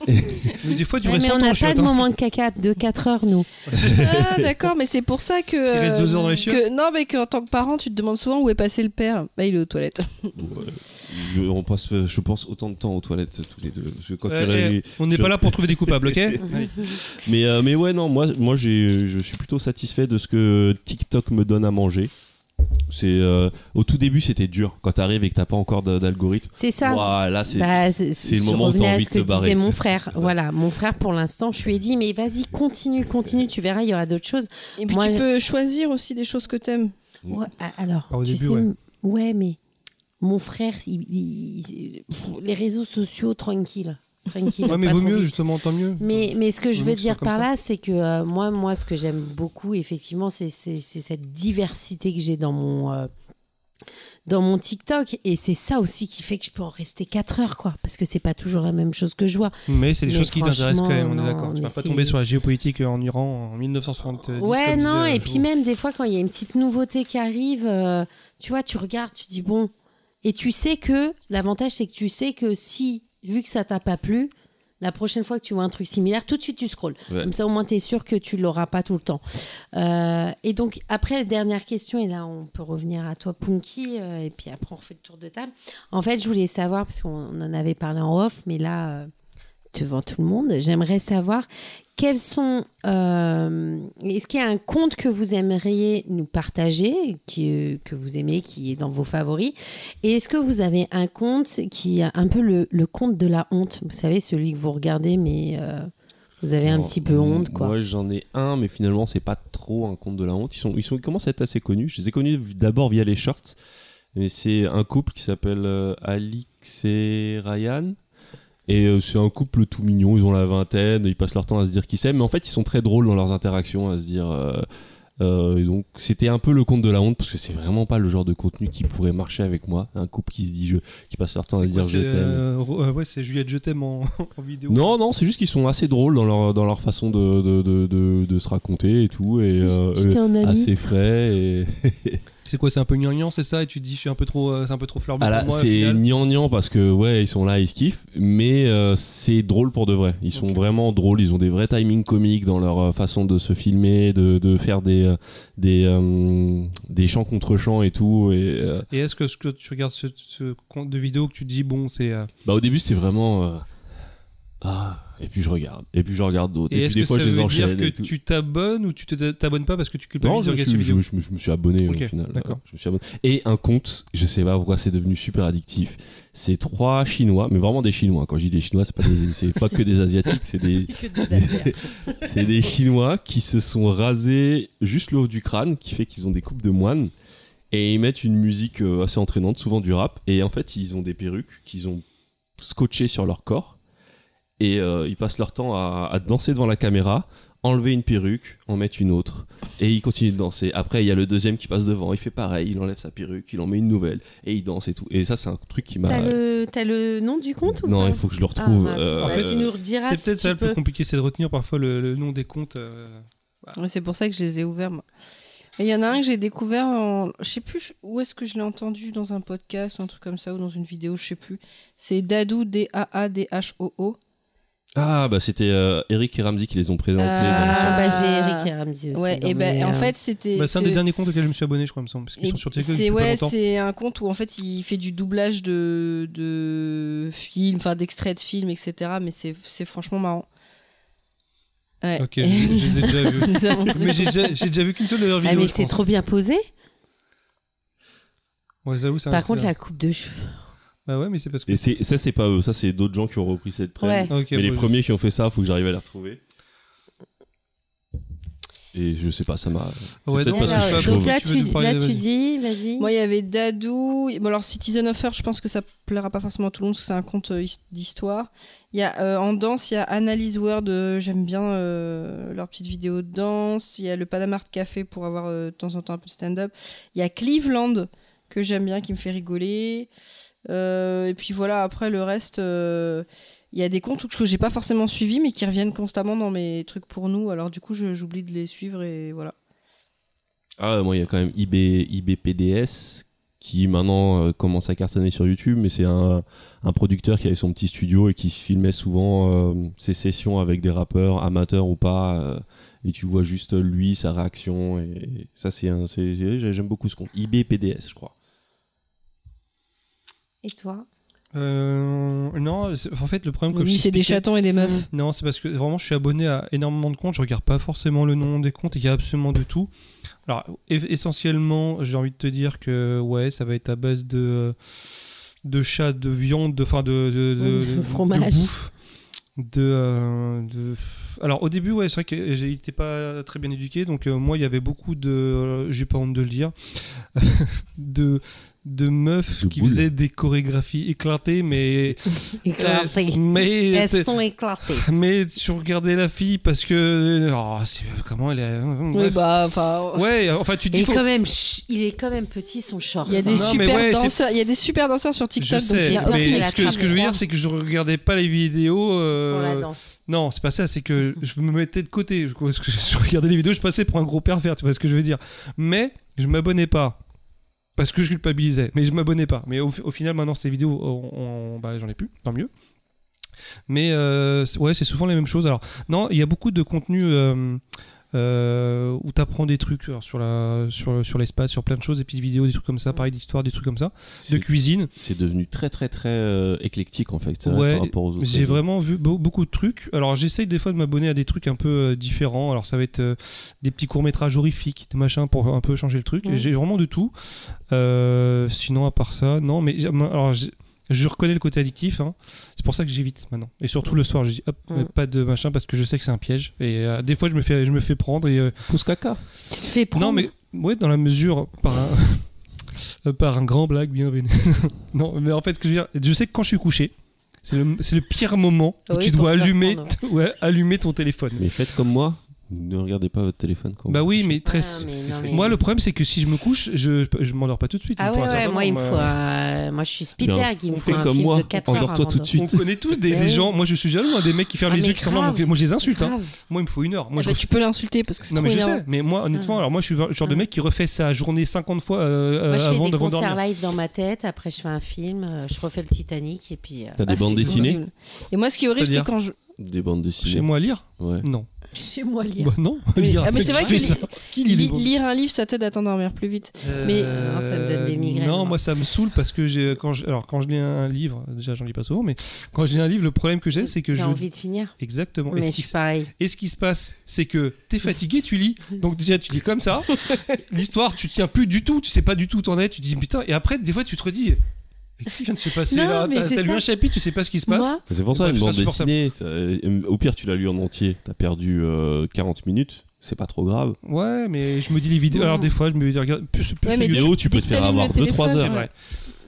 Mais des fois tu
Ouais,
restes
mais on
longtemps en
n'a pas
short,
de
hein.
moment de caca de 4 heures, nous.
Ah, d'accord, mais c'est pour ça que.
Il reste
euh,
deux heures dans les chiottes.
que- Non, mais qu'en tant que parent, tu te demandes souvent où est passé le père. Bah, il est aux toilettes.
Ouais. euh, Je, on passe, euh, je pense, autant de temps aux toilettes tous les deux. Parce que quand tu
Euh,
réunis-
eh, on n'est
je-
pas là pour trouver des coupables, ok
Mais, euh, mais ouais, non, moi, moi j'ai, je suis plutôt satisfait de ce que TikTok me donne à manger. C'est, euh, au tout début, c'était dur. Quand t'arrives et que t'as pas encore d- d'algorithme,
C'est ça.
Ouah, là, c'est.
Bah, c'est
le
je
moment où
revenais
t'as
à
envie
ce
de
que
te barrer.
disait mon frère. Voilà, mon frère, pour l'instant, je lui ai dit, mais vas-y, continue, continue, tu verras, il y aura d'autres choses.
Et puis
Moi,
tu
j'ai-
peux choisir aussi des choses que t'aimes.
Ouais,
a- alors,
Ah, au
tu
début,
sais,
ouais.
m- ouais, mais mon frère, il- il- il- les réseaux sociaux, tranquille. Tranquille.
Ouais, mais
pas
vaut
trop
mieux
vite.
justement, tant mieux.
Mais, mais ce que je
Vaut
veux
mieux que ce
dire
soit comme
par
ça.
là, c'est que euh, moi, moi, ce que j'aime beaucoup, effectivement, c'est c'est- c'est cette diversité que j'ai dans mon euh, dans mon TikTok, et c'est ça aussi qui fait que je peux en rester 4 heures, quoi, parce que c'est pas toujours la même chose que je vois.
Mais c'est des
Mais
choses qui t'intéressent quand même, on
franchement,
est d'accord. Tu
non,
vas
mais
pas
c'est-
tomber sur la géopolitique euh, en Iran en 1970.
Ouais,
comme
non,
disait, euh,
et
Joe.
puis même des fois, quand il y a une petite nouveauté qui arrive, euh, tu vois, tu regardes, tu dis bon. Et tu sais que l'avantage, c'est que tu sais que si, vu que ça t'a pas plu, la prochaine fois que tu vois un truc similaire, tout de suite tu scrolles.
Ouais.
Comme ça, au moins, tu es sûr que tu l'auras pas tout le temps. Euh, et donc, après, la dernière question, et là, on peut revenir à toi, Punky, euh, et puis après, on refait le tour de table. En fait, je voulais savoir, parce qu'on on en avait parlé en off, mais là, euh, devant tout le monde, j'aimerais savoir quels sont. euh, Est-ce qu'il y a un compte que vous aimeriez nous partager, qui, euh, que vous aimez, qui est dans vos favoris Et est-ce que vous avez un compte qui est un peu le, le compte de la honte Vous savez, celui que vous regardez, mais euh, vous avez un
Alors,
petit peu honte, quoi.
Moi, j'en ai un, mais finalement, c'est pas trop un compte de la honte. Ils, sont, ils, sont, ils commencent à être assez connus. Je les ai connus d'abord via les shorts. Mais c'est un couple qui s'appelle euh, Alix et Ryan. Et euh, c'est un couple tout mignon. Ils ont la vingtaine. Ils passent leur temps à se dire qu'ils s'aiment. Mais en fait, ils sont très drôles dans leurs interactions, à se dire. euh, euh, et donc c'était un peu le compte de la honte parce que c'est vraiment pas le genre de contenu qui pourrait marcher avec moi un couple qui se dit je qui passe leur temps à
C'est
se dire
quoi,
je
c'est,
t'aime
euh, Ro- euh, ouais, c'est Juliette, je t'aime en, en vidéo.
non, non, c'est juste qu'ils sont assez drôles dans leur, dans leur façon de, de, de, de, de se raconter et tout, et euh,
J'étais
euh,
un ami.
assez frais. Et...
C'est quoi, c'est un peu gnangnan, c'est ça Et tu te dis, je suis un peu trop, euh, c'est un peu trop fleur bleue
Ah là,
pour moi. au
c'est
final.
gnangnan parce que ouais, ils sont là, ils se kiffent, mais euh, c'est drôle pour de vrai. Ils sont
Ok.
vraiment drôles, ils ont des vrais timings comiques dans leur euh, façon de se filmer, de, de faire des, euh, des, euh, des chants contre chants et tout. Et, euh,
Et est-ce que, ce que tu regardes ce, ce compte de vidéo que tu te dis, bon, c'est. euh,
bah, au début, c'était vraiment. euh, Ah, et puis je regarde. Et puis je regarde d'autres.
Et,
Et,
est-ce
puis
que
des fois,
ça
je les
veut
enchaîne.
dire que
et tout.
tu t'abonnes ou tu te- t'abonnes pas parce que tu culpabilises
Non,
de
je me,
regarder
suis,
cette
je,
vidéo
me- je me suis abonné
Ok,
au final.
d'accord.
Je me suis abonné. Et un compte, je sais pas pourquoi c'est devenu super addictif. C'est trois Chinois, mais vraiment des Chinois. Quand je dis des Chinois, c'est pas, des- c'est pas que des Asiatiques, c'est des, c'est des Chinois qui se sont rasés juste le haut du crâne, qui fait qu'ils ont des coupes de moines. Et ils mettent une musique euh, assez entraînante, souvent du rap. Et en fait, ils ont des perruques qu'ils ont scotchées sur leur corps. Et euh, ils passent leur temps à, à danser devant la caméra, enlever une perruque, en mettre une autre. Et il continue de danser. Après, il y a le deuxième qui passe devant, il fait pareil, il enlève sa perruque, il en met une nouvelle, et il danse et tout. Et ça, c'est un truc qui m'a.
T'as le, t'as le nom du compte ou
Bah, Non,
pas
il faut que je le retrouve.
Ah, mince.
euh,
En fait,
tu nous rediras.
C'est
si
peut-être
tu
ça le
peux.
plus compliqué, c'est de retenir parfois le, le nom des comptes. euh.
Ouais, c'est pour ça que je les ai ouverts. moi. Et il y en a un que j'ai découvert, en... je sais plus où est-ce que je l'ai entendu dans un podcast ou un truc comme ça ou dans une vidéo, je sais plus. C'est Dadou D A A D H O O.
Ah, bah c'était euh, Eric et Ramsey qui les ont présentés.
Ah.
Ah, bah, j'ai Eric et Ramsey aussi.
Ouais,
dans
et ben
mes,
en
euh,
fait c'était.
Bah, c'est un
c'est-
des derniers comptes auxquels je me suis abonné, je crois, il me semble, parce qu'ils
Et
sont sur TikTok
C'est
depuis pas
ouais,
longtemps.
c'est un compte où en fait il fait du doublage de, de films, enfin d'extraits de films, etc. Mais c'est c'est franchement marrant. Ouais.
Ok, je je les ai déjà vus.
Il nous a montré
Mais
ça.
j'ai déjà, j'ai déjà vu qu'une seule de leurs
Ah,
vidéos.
mais
je
c'est
pense.
trop bien posé.
Ouais, j'avoue, c'est un
Par contre,
style.
la coupe de cheveux.
Bah ouais, mais c'est parce que. Ah,
Et c'est- ça, c'est pas eux, ça, c'est d'autres gens qui ont repris cette trend.
Ouais.
Ok,
mais les
bon, je-
premiers qui ont fait ça, faut que j'arrive à les retrouver. Et je sais pas, ça m'a.
Ouais,
c'est
non,
peut-être
parce
que
que je
je suis
suis
chauve.
chauve.
donc là,
veux
tu,
nous parler
là,
de-
tu
vas-y.
dis, vas-y.
Moi, il y avait Dadou. Bon, alors Citizen of Her, je pense que ça plaira pas forcément à tout le monde parce que c'est un conte euh, his- d'histoire. Il y a euh, en danse, il y a Analyse World. euh, J'aime bien euh, leurs petites vidéos de danse. Il y a le Panama Art Café pour avoir euh, de temps en temps un peu de stand-up. Il y a Cleveland que j'aime bien, qui me fait rigoler. Euh, et puis voilà, après le reste, euh, il y a des comptes que j'ai pas forcément suivis, mais qui reviennent constamment dans mes trucs pour nous. Alors du coup, je- j'oublie de les suivre et voilà.
Ah, moi, il y a quand même IB, IBPDS qui maintenant euh, commence à cartonner sur YouTube, mais c'est un, un producteur qui avait son petit studio et qui se filmait souvent euh, ses sessions avec des rappeurs, amateurs ou pas, euh, et tu vois juste lui, sa réaction, et ça, c'est un. c'est- c'est- J'aime beaucoup ce compte. IBPDS, je crois.
Et toi
Euh, non, c'est- en fait, le problème, comme
Lui,
je
c'est des
t'expliquais-
chatons et des meufs.
Mm.
Non, c'est parce que vraiment, je suis abonné à énormément de comptes. Je regarde pas forcément le nom des comptes. et Il y a absolument de tout. Alors, e- essentiellement, j'ai envie de te dire que ouais, ça va être à base de de chats, de viande, de enfin de de, de-
De
de
fromage.
bouffe, de, euh, de- Alors au début, ouais, c'est vrai que j'étais pas très bien éduqué, donc euh, moi, il y avait beaucoup de, euh, j'ai pas honte de le dire, de de meufs
De
qui
boules.
faisaient des chorégraphies éclatées, mais
Éclatées.
euh, mais
Elles sont éclatées.
mais tu regardais la fille parce que. Oh, c'est- comment elle est. euh,
Oui,
Bref.
bah, enfin.
Ouais, enfin, tu
Il
dis.
est,
faut-
quand même, ch- il est quand même petit son short.
Il y a des
hein.
Non, mais
super
ouais, c'est-
danseurs, il y a des super danseurs sur
Je
TikTok. donc
sais,
j'ai peur
mais
qu'elle
ce que,
attrape
ce que je veux
froid.
dire, c'est que je regardais pas les vidéos. euh,
Pour la danse.
Non, c'est pas ça, c'est que je me mettais de côté. Je, parce que je regardais les vidéos, je passais pour un gros pervers, tu vois ce que je veux dire. Mais je m'abonnais pas. Parce que je culpabilisais, mais je m'abonnais pas. Mais au, au final, maintenant, ces vidéos, on- on- bah, j'en ai plus, tant mieux. Mais euh, c'est- ouais, c'est souvent les mêmes choses. Alors, non, il y a beaucoup de contenu euh, euh, où tu apprends des trucs alors, sur la- sur, sur l'espace, sur plein de choses, des petites vidéos, des trucs comme ça, pareil, d'histoire, des trucs comme ça, de
C'est
cuisine.
c'est devenu très, très, très euh, éclectique, en fait, c'est vrai,
Ouais,
par rapport aux autres.
J'ai vraiment vu beau- beaucoup de trucs. Alors j'essaye des fois de m'abonner à des trucs un peu euh, différents. Alors ça va être euh, des petits courts métrages horrifiques, des machins pour un peu changer le truc.
Mhm.
J'ai vraiment de tout. Euh, sinon à part ça, non. Mais j'ai- alors j'ai- je reconnais le côté addictif. hein. C'est pour ça que j'évite maintenant. Et surtout le soir, je dis hop,
Mhm.
pas de machin parce que je sais que c'est un piège. Et euh, des fois je me fais, je me fais prendre. Et euh,
Pousse caca.
Tu te fais prendre.
non mais ouais dans la mesure par un euh, par un grand blague bien véné. non mais en fait ce que je veux dire, je sais que quand je suis couché c'est le, c'est le pire moment où
Oui,
tu
pour
dois
se faire
allumer,
prendre.
t- ouais, allumer ton téléphone.
Mais faites comme moi, ne regardez pas votre téléphone quand
Bah
vous
oui,
couchez.
mais très.
Ah, mais non, mais-
Moi, le problème, c'est que si je me couche, je, je m'endors pas tout de suite.
Ah
me faut
ouais,
un
ouais,
certain
moi, il me
moment,
faut.
euh,
euh, Moi, je suis Spielberg, il me
on
faut
fait
un
comme
film
moi,
de 4 heures.
endors-toi
avant
tout de
de-
suite.
On connaît tous des,
Mais
des
Bah oui.
gens. Moi, je suis jaloux hein, des mecs qui ferment
Ah,
les
mais
yeux, qui sont là.
grave.
Moi, je les insulte. hein.
Grave.
Moi, il me faut une heure. Moi,
Ah
je
bah, tu peux l'insulter parce que c'est
Non, mais
trop
je
énervant.
sais. Mais moi, honnêtement,
Ah.
alors moi, je suis le genre de
Ah.
mec qui refait sa journée 50 fois euh,
Moi, je
avant
fais des
de
concerts
dormir.
live dans ma tête, après je fais un film, euh, je refais le Titanic et puis... euh,
T'as des
Ah,
bandes
c'est
dessinées
horrible. Et moi, ce qui est horrible,
C'est-à-dire
c'est quand je.
Des bandes
Chez
dessinées.
moi, lire
Ouais.
Non.
Chez moi, lire.
Bah non,
Mais-
lire un
ah, mais
truc
c'est vrai
qui
que
fait ça. Qui lit des
Li-
bouquins
lire un livre, ça t'aide à t'endormir plus vite. mais-
Euh,
Non, ça me donne des migraines,
Non,
moi.
moi ça me saoule parce que j'ai quand je alors quand je lis un livre, déjà j'en lis pas souvent, mais quand je lis un livre, le problème que j'ai, c'est que
J'ai
je
envie de finir.
exactement.
Mais
Et
je
ce, qui,
suis pareil.
et ce qui se passe, c'est que t'es fatigué, tu lis. Donc déjà tu lis comme ça. L'histoire, tu tiens plus du tout, tu sais pas du tout où t'en es. Tu te dis putain. Et après, des fois, tu te redis. Mais Qu'est-ce qui vient de se passer
Non,
là
mais
T'as
c'est
t'as lu
ça.
un chapitre, tu sais pas ce qui se passe.
Moi,
C'est pour ça,
Ouais,
une
Bah, c'est
bande
insupportable.
dessinée, t'as- euh, au pire, tu l'as lu en entier, t'as perdu euh, 40 minutes, c'est pas trop grave.
Ouais, mais je me dis les vidéos. Alors des fois, je me dis regarde plus, plus
Ouais,
sur
mais
YouTube.
Vidéo, tu peux te faire
t'allumes
avoir
le
2-3
C'est
téléphone,
téléphone,
heures.
vrai.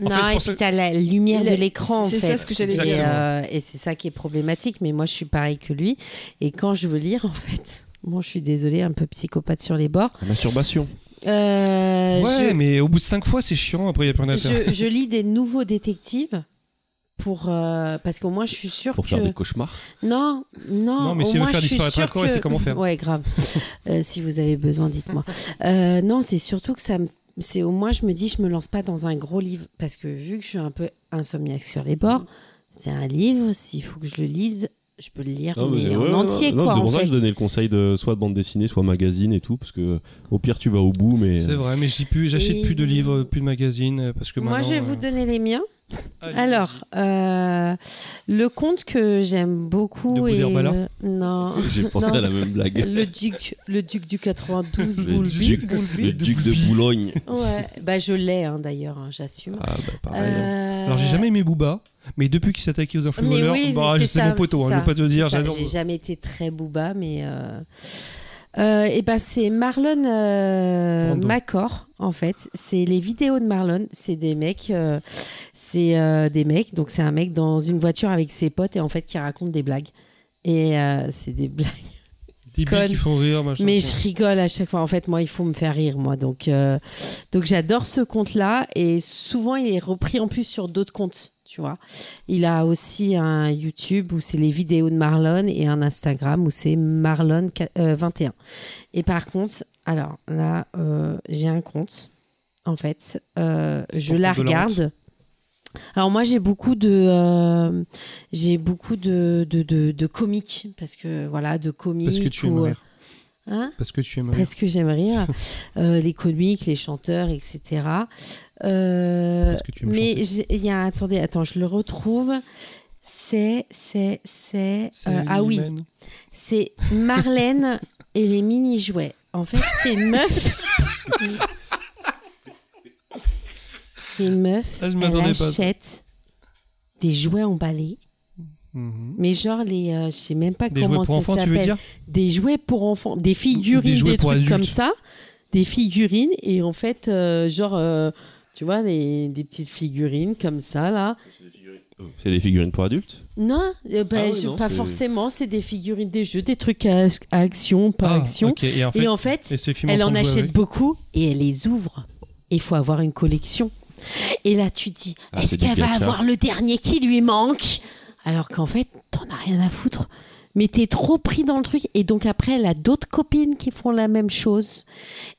non,
fait, c'est
et
pour
puis
ça-
t'as la lumière
Il a-
de l'écran, en
c'est
fait.
ça ce que j'allais
Et,
dire.
euh, et c'est ça qui est problématique. Mais moi, je suis pareil que lui. Et quand je veux lire, en fait, bon, je suis désolée, un peu psychopathe sur les bords.
La Masturbation.
Euh,
Ouais,
je-
mais au bout de 5 fois, c'est chiant. Après, il n'y a plus rien à faire.
je, je lis des nouveaux détectives pour euh, parce qu'au moins je suis sûre
Pour
que
faire des cauchemars.
non non
Non, mais
au
s'il veut
moins,
faire
je suis
disparaître un
sûre
corps, il
que-
sait comment faire.
ouais grave Euh, si vous avez besoin dites-moi Euh, non c'est surtout que ça me c'est au moins je me dis je me lance pas dans un gros livre parce que vu que je suis un peu insomniaque sur les bords c'est un livre s'il faut que je le lise je peux le lire
Ah,
mais
mais
en
ouais,
entier
ouais, non,
quoi
C'est pour
en
ça que
fait
je donnais le conseil de soit de bande dessinée, soit magazine et tout, parce que au pire, tu vas au bout, mais.
C'est vrai, mais je dis plus, j'achète
Et-
plus de livres, plus de magazines, euh, parce que
moi je vais
maintenant,
vous
euh,
donner les miens
allez,
alors euh, le conte que j'aime
De
beaucoup et
Boudherbala
euh, non
J'ai pensé
Non.
à la même blague.
Le duc, le duc du 92,
Le
Boulby.
duc-
Boulby.
Le duc de Boulogne.
Ouais, bah je l'ai hein, d'ailleurs, hein, j'assume.
Ah, bah pareil. hein.
Euh,
Alors j'ai jamais aimé Booba, mais depuis qu'il s'attaquait aux
Mais
influenceurs,
oui,
bah,
mais
c'est
ça,
mon poteau, hein, je
ça,
vais pas te
c'est
dire,
ça.
j'adore.
J'ai jamais été très booba, mais. euh, euh, et ben c'est Marlon euh,
Brando.
Macor en fait. C'est les vidéos de Marlon. C'est des mecs, euh, c'est euh, des mecs. Donc c'est un mec dans une voiture avec ses potes et en fait qui raconte des blagues. Et euh, c'est des blagues.
Des billes qui font rire, machin.
Mais je rigole à chaque fois. En fait, moi, il faut me faire rire, moi. Donc, euh, donc j'adore ce compte-là. Et souvent, il est repris en plus sur d'autres comptes, tu vois. Il a aussi un YouTube où c'est les vidéos de Marlon et un Instagram où c'est Marlon21. Et par contre, alors là, euh, j'ai un compte, en fait. Euh, je
ton
la
compte de la honte.
regarde. Alors moi j'ai beaucoup de euh, j'ai beaucoup de de, de de comiques parce que voilà de comiques
Parce que tu
ou,
aimes
euh,
rire.
hein
Parce que tu aimes rire.
parce que j'aime rire, euh, les comiques, les chanteurs, etc. Euh,
Parce que tu aimes
mais j'ai- il y a attendez, attends, je le retrouve. C'est c'est c'est
C'est
euh, ah oui,
Lil-Man.
c'est Marlène et les mini jouets. En fait, c'est une meuf. c'est une meuf.
Ah, je
elle
m'attendais pas à ça.
achète des jouets emballés,
Mhm.
mais genre les, euh, je sais même pas
Des jouets
comment
pour
ça
enfants, tu veux
s'appelle
dire
des jouets pour enfants, des figurines,
Des
des,
jouets pour
trucs
adultes.
comme ça, des figurines et en fait, euh, genre, euh, tu vois, des, des petites figurines comme ça là.
Oh, C'est des figurines pour adultes
Non, euh, bah,
Ah oui,
je-
non,
pas
c'est-
forcément. C'est des figurines, des jeux, des trucs à, à action, par
Ah,
action.
ok, Et en fait,
et en fait,
et Sophie
elle
Montrand
en
joue
achète
avec.
beaucoup et elle les ouvre. Il faut avoir une collection. Et là, tu te dis,
Ah,
est-ce
c'est du
qu'elle va
gacha.
avoir le dernier qui lui manque Alors qu'en fait, t'en as rien à foutre. Mais t'es trop pris dans le truc. Et donc après, elle a d'autres copines qui font la même chose.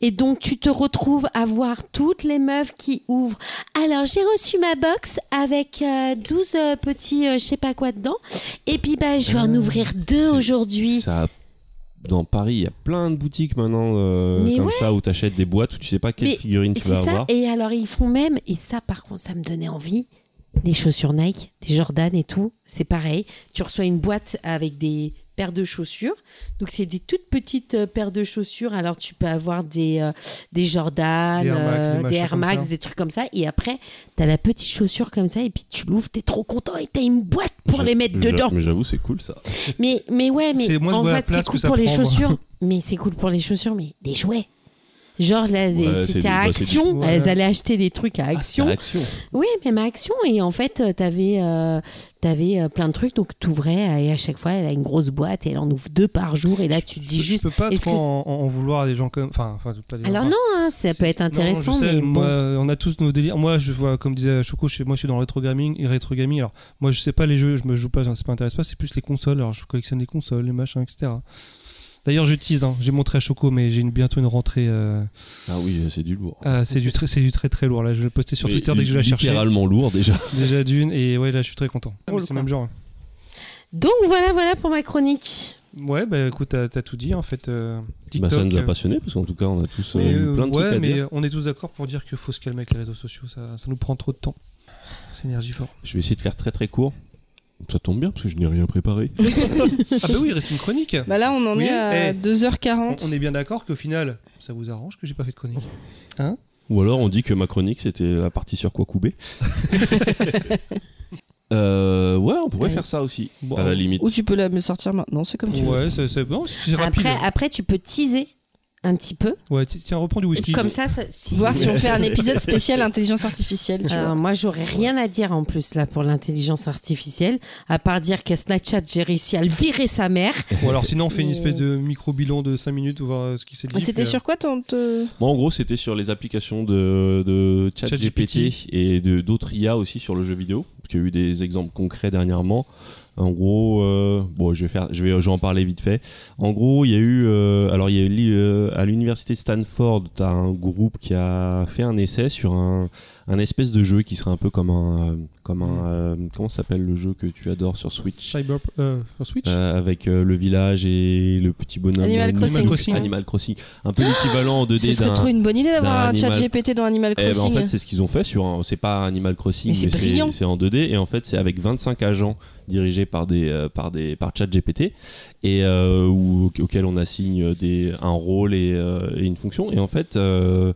Et donc, tu te retrouves à voir toutes les meufs qui ouvrent. Alors, j'ai reçu ma box avec euh, 12 euh, petits euh, je sais pas quoi dedans. Et puis, bah, je vais en
Euh,
ouvrir deux
c'est-
aujourd'hui.
Ça. Dans Paris, il y a plein de boutiques maintenant euh,
Mais
comme ça où t'achètes des boîtes où tu sais pas quelle
Mais
figurine
Et
tu
c'est
vas
ça.
avoir.
Et alors, ils font même, et ça, par contre, ça me donnait envie, des chaussures Nike, des Jordan et tout. C'est pareil. Tu reçois une boîte avec des paires de chaussures. Donc, c'est des toutes petites euh, paires de chaussures. Alors, tu peux avoir des, euh, des Jordan,
Des Air Max,
euh,
des machins
Air
comme
Max,
ça.
des trucs comme ça. Et après, t'as la petite chaussure comme ça. Et puis, tu l'ouvres, t'es trop content. Et t'as une boîte pour
Je-
les mettre
je-
dedans.
Mais j'avoue, c'est cool ça.
Mais, mais ouais, mais
C'est- moi, je
en
vois la
fait, c'est
place que
cool
ça
pour les
prend, moi.
chaussures. Mais c'est cool pour les chaussures, mais les jouets. Genre, là, les-
Ouais, c'est
c'était
du-
à
bah, c'est du-
Action.
Ouais.
Elles allaient acheter des trucs à Action.
Ah, c'est Action.
oui, même à Action. Et en fait, euh, t'avais euh, avais, plein de trucs. Donc, t'ouvrais. euh, Et à chaque fois, elle a une grosse boîte. Et elle en ouvre deux par jour. Et là, tu te dis
Je-
juste.
Je peux pas
est-ce
trop
que-
en, en- en vouloir à des gens comme. Enfin, enfin, pas des gens-
Alors,
enfin,
non, hein, ça peut être intéressant.
Non, je sais,
mais
moi,
bon.
on a tous nos délires. Moi, je vois, comme disait Choco, je, suis- moi, je suis dans le rétro gaming. et rétro gaming. Alors, moi, je sais pas les jeux, je me joue pas, ça m'intéresse pas. C'est plus les consoles. Alors, je collectionne les consoles, les machins, etc. D'ailleurs, je tease, hein, j'ai montré à Choco, mais j'ai une- bientôt une rentrée. euh,
Ah oui, c'est du lourd.
ah, c'est du très, c'est du très très lourd. Là, je vais le poster sur
Mais
Twitter dès que je vais la chercher.
Littéralement lourd déjà.
Déjà d'une. Et ouais, là, je suis très content. Ah, mais
Drôle,
c'est
quoi.
le même genre.
Donc voilà, voilà pour ma chronique.
Ouais, bah écoute, t'as t'as tout dit en fait. euh,
Bah,
TikTok.
ça nous a
euh,
passionné parce qu'en tout cas, on a tous euh,
mais,
eu
euh,
plein de
ouais,
trucs à
mais
dire.
on est tous d'accord pour dire qu'il faut se calmer avec les réseaux sociaux. Ça, ça nous prend trop de temps. C'est énergivore.
Je vais essayer de faire très très court. Ça tombe bien parce que je n'ai rien préparé.
ah bah oui, il reste une chronique.
Bah là, on en
Oui,
est à
eh, on,
2h40.
on est bien d'accord qu'au final, ça vous arrange que j'ai pas fait de chronique.
Ou alors on dit que ma chronique c'était la partie sur quoi couper. euh, ouais, on pourrait
Ouais.
faire ça aussi,
Bon.
à la limite.
Ou tu peux la me sortir maintenant, c'est comme tu veux.
Ouais, c'est c'est- non, c'est c'est rapide.
Après, après, tu peux teaser un petit peu.
Ouais, ti- tiens, reprends du whisky.
Comme ça, ça- si-
Voir si on fait un épisode spécial intelligence artificielle. Tu vois.
Alors,
Euh, Moi, j'aurais rien à dire en plus là pour l'intelligence artificielle, à part dire que Snapchat, j'ai réussi à le virer sa mère.
Ou alors sinon, on fait une espèce de micro-bilan de 5 minutes, voir euh, ce qui s'est dit.
Euh, C'était
puis, euh,
sur quoi ton. te-
Moi, en gros, c'était sur les applications de, de ChatGPT et de d'autres IA aussi sur le jeu vidéo. Parce qu'il y a eu des exemples concrets dernièrement. En gros, euh, bon, je vais faire, je vais, je vais en parler vite fait. En gros, il y a eu, euh, alors il y a eu l'i- euh, à l'université de Stanford, t'as un groupe qui a fait un essai sur un, un espèce de jeu qui serait un peu comme un, euh, comme un, euh, comment s'appelle le jeu que tu adores sur Switch
Cyber, euh, sur Switch.
Euh, avec euh, le village et le petit bonhomme euh,
Animal
Animal
Crossing.
Crossing, Animal Crossing. un peu l'équivalent en 2D
Ce serait
d'un-
trop une bonne idée d'avoir
d'un
un chat
animal.
GPT dans Animal
eh ben,
Crossing.
en fait, c'est ce qu'ils ont fait sur un- c'est pas Animal Crossing,
Mais c'est
mais
brillant.
c'est- c'est en 2D et en fait, c'est avec 25 agents dirigés par des euh, par des par ChatGPT et euh, ou- auxquels on assigne des un rôle et, euh, et une fonction et en fait euh,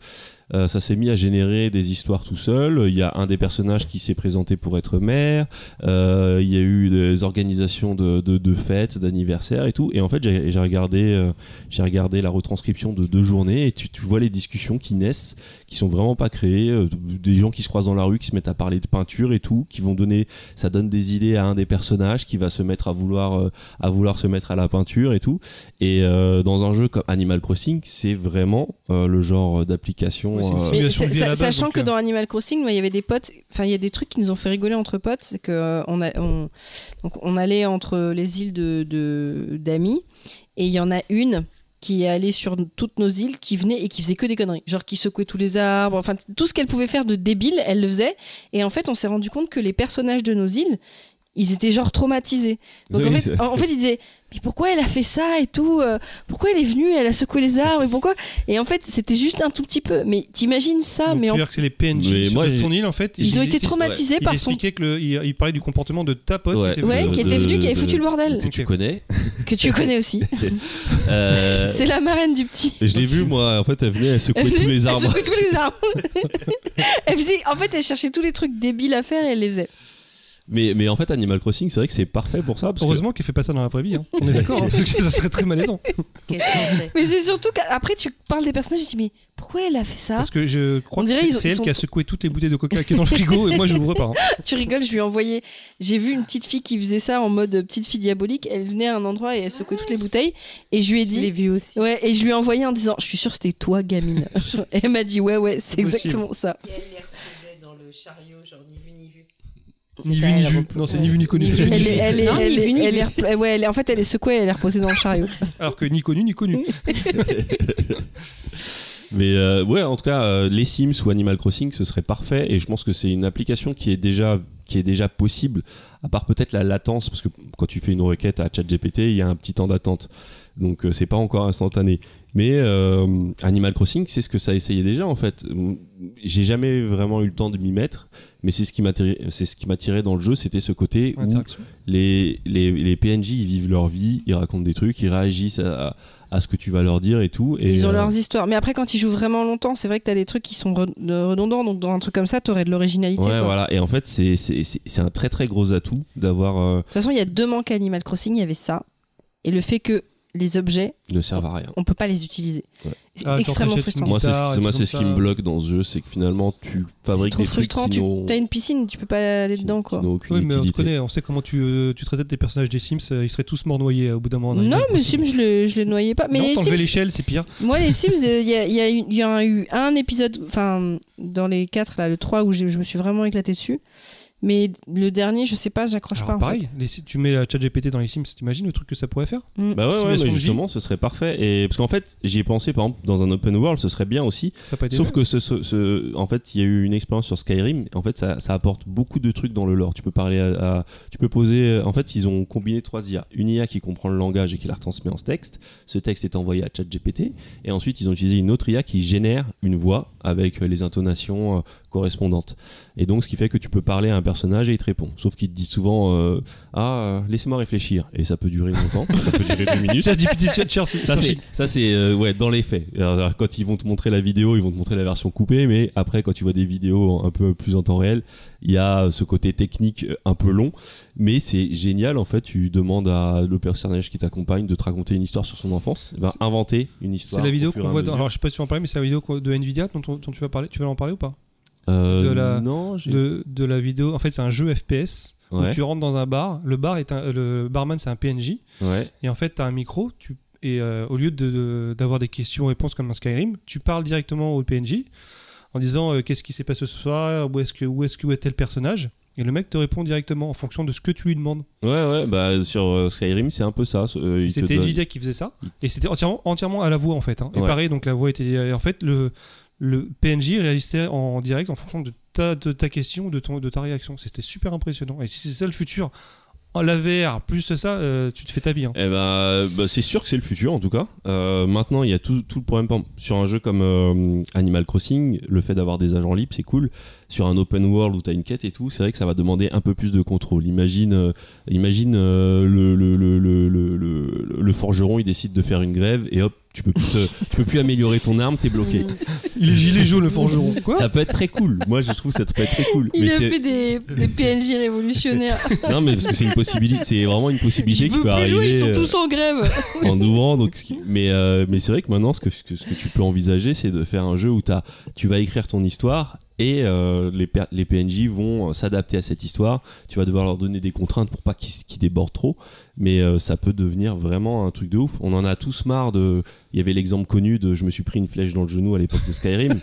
euh, ça s'est mis à générer des histoires tout seul. Il y a un des personnages qui s'est présenté pour être maire. Euh, il y a eu des organisations de, de- de fêtes, d'anniversaires et tout. Et en fait, j'ai j'ai regardé, euh, j'ai regardé la retranscription de deux journées et tu, tu vois les discussions qui naissent, qui sont vraiment pas créées. euh, des gens qui se croisent dans la rue, qui se mettent à parler de peinture et tout, qui vont donner, ça donne des idées à un des personnages qui va se mettre à vouloir, euh, à vouloir se mettre à la peinture et tout. Et euh, dans un jeu comme Animal Crossing, c'est vraiment euh, le genre d'application.
Ouais, c'est une
euh,
simulation. simulation
Mais sa-
de vie à la
sa-
base,
sachant
donc,
que
euh.
dans Animal Crossing, moi, il y avait des potes, enfin il y a des trucs qui nous ont fait rigoler entre potes, c'est que euh, on, a- on- donc on allait entre les îles de de- d'amis et il y en a une qui est allée sur toutes nos îles, qui venait et qui faisait que des conneries, genre qui secouait tous les arbres, enfin tout ce qu'elle pouvait faire de débile, elle le faisait. Et en fait, on s'est rendu compte que les personnages de nos îles, ils étaient genre traumatisés. Donc
Oui,
en, fait,
c'est-
oh,
en, en fait, ils disaient mais pourquoi elle a fait ça et tout euh, Pourquoi elle est venue Elle a secoué les arbres et pourquoi Et en fait, c'était juste un tout petit peu. Mais t'imagines ça
Donc,
Ah,
Ah,
Mais
tu
en-
veux dire que c'est les PNJ
Mais
sur
moi,
ton île en fait.
ils ont été
expliquaient-
traumatisés
il
par son
expliquait que le- il, il parlait du comportement de ta pote
Ouais.
qui était
ouais
de-
qui était
de-
venu, qui avait
de-
foutu le bordel
que tu
Ok.
connais.
que tu connais aussi.
Euh,
C'est la marraine du petit.
je l'ai vu moi, en fait elle venait, elle secouait tous
Ah,
les
Elle
arbres.
secouait tous les arbres. Elle faisait- en fait, elle cherchait tous les trucs débiles à faire et elle les faisait.
Mais, mais en fait Animal Crossing c'est vrai que c'est parfait pour ça. Parce que-
Heureusement qu'elle fait pas ça dans la vraie vie. hein. On est d'accord, hein, parce que ça serait très malaisant.
Ah. Mais c'est surtout qu'après, tu parles des personnages et tu dis mais pourquoi elle a fait ça
Parce que je crois
On
que
dirait
c'est
ils ont-
c'est
ils
elle
sont-
qui a secoué toutes les bouteilles de coca qui est dans le frigo et moi je l'ouvre pas. hein.
Tu rigoles, je lui ai envoyé. J'ai vu une petite fille qui faisait ça en mode petite fille diabolique. Elle venait à un endroit et elle secouait toutes les bouteilles. Et je lui ai
Ah Je l'ai
dit.
vu aussi.
Ouais, et je lui ai envoyé en disant Je suis sûre que c'était toi, gamine. et elle m'a dit Ouais, ouais, c'est
Possible.
exactement ça.
dans le chariot, genre ni vu ni vu.
Ni vu ni vu. Non, c'est ni vu ni connu.
Elle est, elle est,
Non,
elle
ni
est-
vu, ni
elle
vu.
est repla- ouais, elle est- en fait, elle est secouée, elle est reposée dans le chariot.
Alors que ni connu ni connu.
Mais euh, ouais, en tout cas, euh, les Sims ou Animal Crossing, ce serait parfait. Et je pense que c'est une application qui est déjà qui est déjà possible, à part peut-être la latence, parce que quand tu fais une requête à ChatGPT, il y a un petit temps d'attente, donc euh, c'est pas encore instantané. Mais euh, Animal Crossing, c'est ce que ça essayait déjà en fait. J'ai jamais vraiment eu le temps de m'y mettre, mais c'est ce qui m'attirait, c'est ce qui m'attirait dans le jeu, c'était ce côté où
Interaction.
les, les, les PNJ ils vivent leur vie, ils racontent des trucs, ils réagissent à, à ce que tu vas leur dire et tout. Et,
Ils ont
euh,
leurs histoires. Mais après, quand ils jouent vraiment longtemps, c'est vrai que t'as des trucs qui sont re- de- redondants. Donc, dans un truc comme ça, t'aurais de l'originalité.
Ouais,
quoi.
voilà. Et en fait, c'est- c'est c'est- c'est un très très gros atout d'avoir euh,
De toute façon, il y a deux manques à Animal Crossing il y avait ça. Et le fait que les objets,
ne servent à rien.
on peut pas les utiliser.
Ouais.
C'est
Ah, genre,
extrêmement
t'achètes une
frustrant.
Moi, c'est
guitare,
ce, moi,
tout
c'est ce
comme
qui
ça.
me bloque dans ce jeu, c'est que finalement, tu
C'est
fabriques
trop
des trucs
frustrant.
qui
Tu
n'ont
as une piscine, tu peux pas aller dedans, quoi.
qui n'ont aucune
Oui, mais on te
utilité.
connaît, on sait comment tu, euh, tu traitais tes personnages des Sims, euh, ils seraient tous morts noyés euh, au bout d'un moment.
Non, mais Sims, je le, je le noyais pas. Mais
non,
les
t'enlevais
Sims,
l'échelle, c'est pire.
moi, les Sims, il y, a- y a eu- y a eu un épisode, enfin, dans les quatre, là, le 3, où j'ai- je me suis vraiment éclatée dessus. Mais le dernier, je sais pas, j'accroche
Alors,
pas. en fait.
pareil, les- si tu mets la chat GPT dans les Sims, t'imagines le truc que ça pourrait faire
Mm.
Bah ouais,
Simulation
ouais, mais
de vie.
justement, ce serait parfait. Et parce qu'en fait, j'y ai pensé, par exemple, dans un open world, ce serait bien aussi.
Ça a pas été
Sauf
fait.
que ce, ce- ce- en fait, il y a eu une expérience sur Skyrim. En fait, ça, ça apporte beaucoup de trucs dans le lore. Tu peux parler à, à- tu peux poser. En fait, ils ont combiné trois IA. Une IA qui comprend le langage et qui la retransmet en texte. Ce texte est envoyé à ChatGPT. Et ensuite, ils ont utilisé une autre IA qui génère une voix avec euh, les intonations euh, correspondantes. Et donc, ce qui fait que tu peux parler à un personnage et il te répond. Sauf qu'il te dit souvent euh, Ah, euh, laissez-moi réfléchir. Et ça peut durer longtemps. ça peut durer deux minutes.
ChatGPT, chat- chat-
Ça
chat-
c'est, ça c'est euh, ouais dans les faits. Alors, alors, quand ils vont te montrer la vidéo, ils vont te montrer la version coupée, mais après quand tu vois des vidéos un peu plus en temps réel, il y a ce côté technique euh, un peu long, mais c'est génial en fait. Tu demandes à le personnage qui t'accompagne de te raconter une histoire sur son enfance, Eh ben, inventer une
C'est
histoire.
la vidéo
au fur et
qu'on
à
voit.
mesure.
Dans... Alors, je sais pas si tu vas en parler, mais c'est la vidéo qu'on- de Nvidia dont, on- dont tu vas parler. Tu vas en parler ou pas
Euh,
de la-
non, j'ai-
de, de la vidéo. En fait, c'est un jeu FPS
Ouais.
où tu rentres dans un bar. Le bar est un, euh, le barman, c'est un PNJ.
ouais.
Et en fait, tu as un micro. Tu, et euh, au lieu de- de- d'avoir des questions-réponses comme un Skyrim, tu parles directement au PNJ en disant euh, qu'est-ce qui s'est passé ce soir, où est-ce que où est-ce que où est tel personnage. Et le mec te répond directement en fonction de ce que tu lui demandes.
ouais, ouais, bah sur euh, Skyrim c'est un peu ça. Euh, il te
C'était
donne-
Nvidia qui faisait ça. Et c'était entièrement, entièrement à la voix en fait. hein. Et
Ouais.
pareil, donc la voix était. et En fait, le, le PNJ réagissait en direct en fonction de ta, de ta question ou de, ton, de ta réaction. C'était super impressionnant. Et si c'est ça le futur, en la VR plus ça, euh, tu te fais ta vie. hein.
Eh ben, bah, c'est sûr que c'est le futur en tout cas. Euh, maintenant, il y a tout, tout le problème par exemple, sur un jeu comme euh, Animal Crossing, le fait d'avoir des agents libres, c'est cool. Sur un open world où t'as une quête et tout, c'est vrai que ça va demander un peu plus de contrôle. Imagine, euh, imagine euh, le, le, le, le, le, le- le forgeron, il décide de faire une grève et hop, tu peux plus, te- tu peux plus améliorer ton arme, t'es bloqué.
Il est gilet jaune le forgeron. Quoi
ça peut être très cool. Moi, je trouve que ça peut être très cool.
Il
mais
a
c'est-
fait des, des PNJ révolutionnaires.
non, mais parce que c'est une possibilité, c'est vraiment une
Je
possibilité qui
veux
peut
plus
arriver.
jouer, ils sont
euh,
tous en grève.
en ouvrant. Donc, ce qui- mais euh, mais c'est vrai que maintenant, ce que, ce que- ce que tu peux envisager, c'est de faire un jeu où t'as- tu vas écrire ton histoire et euh, les, per- les PNJ vont euh, s'adapter à cette histoire. Tu vas devoir leur donner des contraintes pour pas qu'ils s- qu'ils débordent trop. Mais euh, ça peut devenir vraiment un truc de ouf. On en a tous marre de. Il y avait l'exemple connu de je me suis pris une flèche dans le genou à l'époque de Skyrim.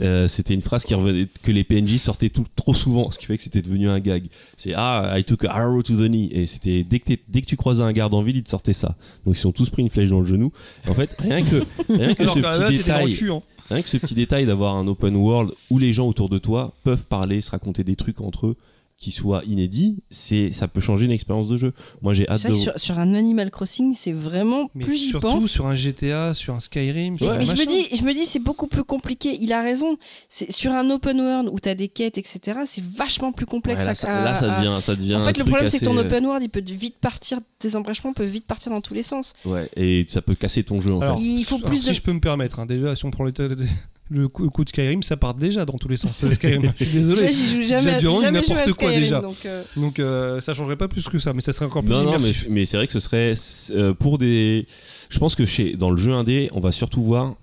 Euh, c'était une phrase qui revenait, que les PNJ sortaient tout, trop souvent, ce qui fait que c'était devenu un gag. C'est Ah, I took a arrow to the knee. Et c'était dès que, t'es- dès que tu croisais un garde en ville, il te sortait ça. Donc ils sont tous pris une flèche dans le genou. Et en fait, rien que, rien que
Alors
ce
que là,
petit
c'était dans le
détail.
cul. hein.
Rien que ce petit détail d'avoir un open world où les gens autour de toi peuvent parler, se raconter des trucs entre eux qui soient inédits, c'est ça peut changer une expérience de jeu. Moi j'ai hâte
C'est
de
vrai que sur, sur un Animal Crossing, c'est vraiment
Mais
plus j'y
surtout
pense.
sur un GTA, sur un Skyrim. Sur
Ouais.
un
Mais je me
machin.
dis, je me dis, c'est beaucoup plus compliqué. Il a raison. C'est sur un open world où t'as des quêtes, etc. C'est vachement plus
Ouais,
complexe.
là,
à-
ça, là,
à-
ça
à-
devient ça devient
En
un
fait, le
truc
problème, c'est que ton
assez- euh,
open world, il peut vite partir. Tes embranchements peuvent vite partir dans tous les sens.
euh, ouais et ça peut casser ton jeu en
Alors,
fait.
Il faut
alors,
plus
si
de-
je peux me permettre, hein, déjà, si on prend le, le coup, le coup de Skyrim, ça part déjà dans tous les sens. euh, Skyrim, je suis
Tu vois,
désolé.
j'y joue
C'est déjà
jamais,
du
j'ai
rang,
jamais joué à
n'importe quoi,
Skyrim,
déjà.
donc, euh,
Donc euh, ça changerait pas plus que ça, mais ça serait encore plus
Non, non, mais,
immersif.
mais c'est vrai que ce serait euh, pour des. Je pense que chez, dans le jeu indé, on va surtout voir.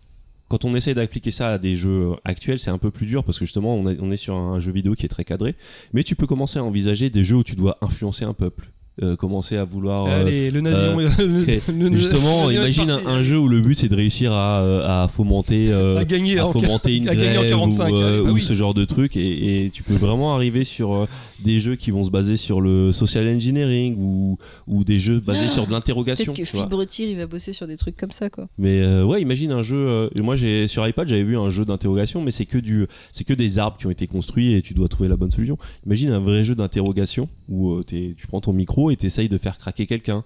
Quand on essaie d'appliquer ça à des jeux actuels, c'est un peu plus dur parce que justement, on, est- on est sur un jeu vidéo qui est très cadré. Mais tu peux commencer à envisager des jeux où tu dois influencer un peuple. Euh, commencer à vouloir. euh,
Allez, le nazillon. le-
créer-
le- le-
justement,
le- le-
imagine un, un jeu où le but c'est de réussir à, euh, à fomenter. euh,
à gagner
à
en
fomenter une
à gagner en
grève
45,
ou, euh,
allez, bah
ou
oui.
ce genre de truc et, et tu peux vraiment arriver sur euh, des jeux qui vont se baser sur le social engineering ou, ou des jeux basés sur
Ah,
de l'interrogation
Peut-être que
tu vois.
Fibre Tir, il va bosser sur des trucs comme ça, quoi.
mais euh, ouais imagine un jeu euh, et moi j'ai sur iPad j'avais vu un jeu d'interrogation mais c'est que du c'est que des arbres qui ont été construits et tu dois trouver la bonne solution imagine un vrai jeu d'interrogation où euh, t'es- tu prends ton micro et t'essayes de faire craquer quelqu'un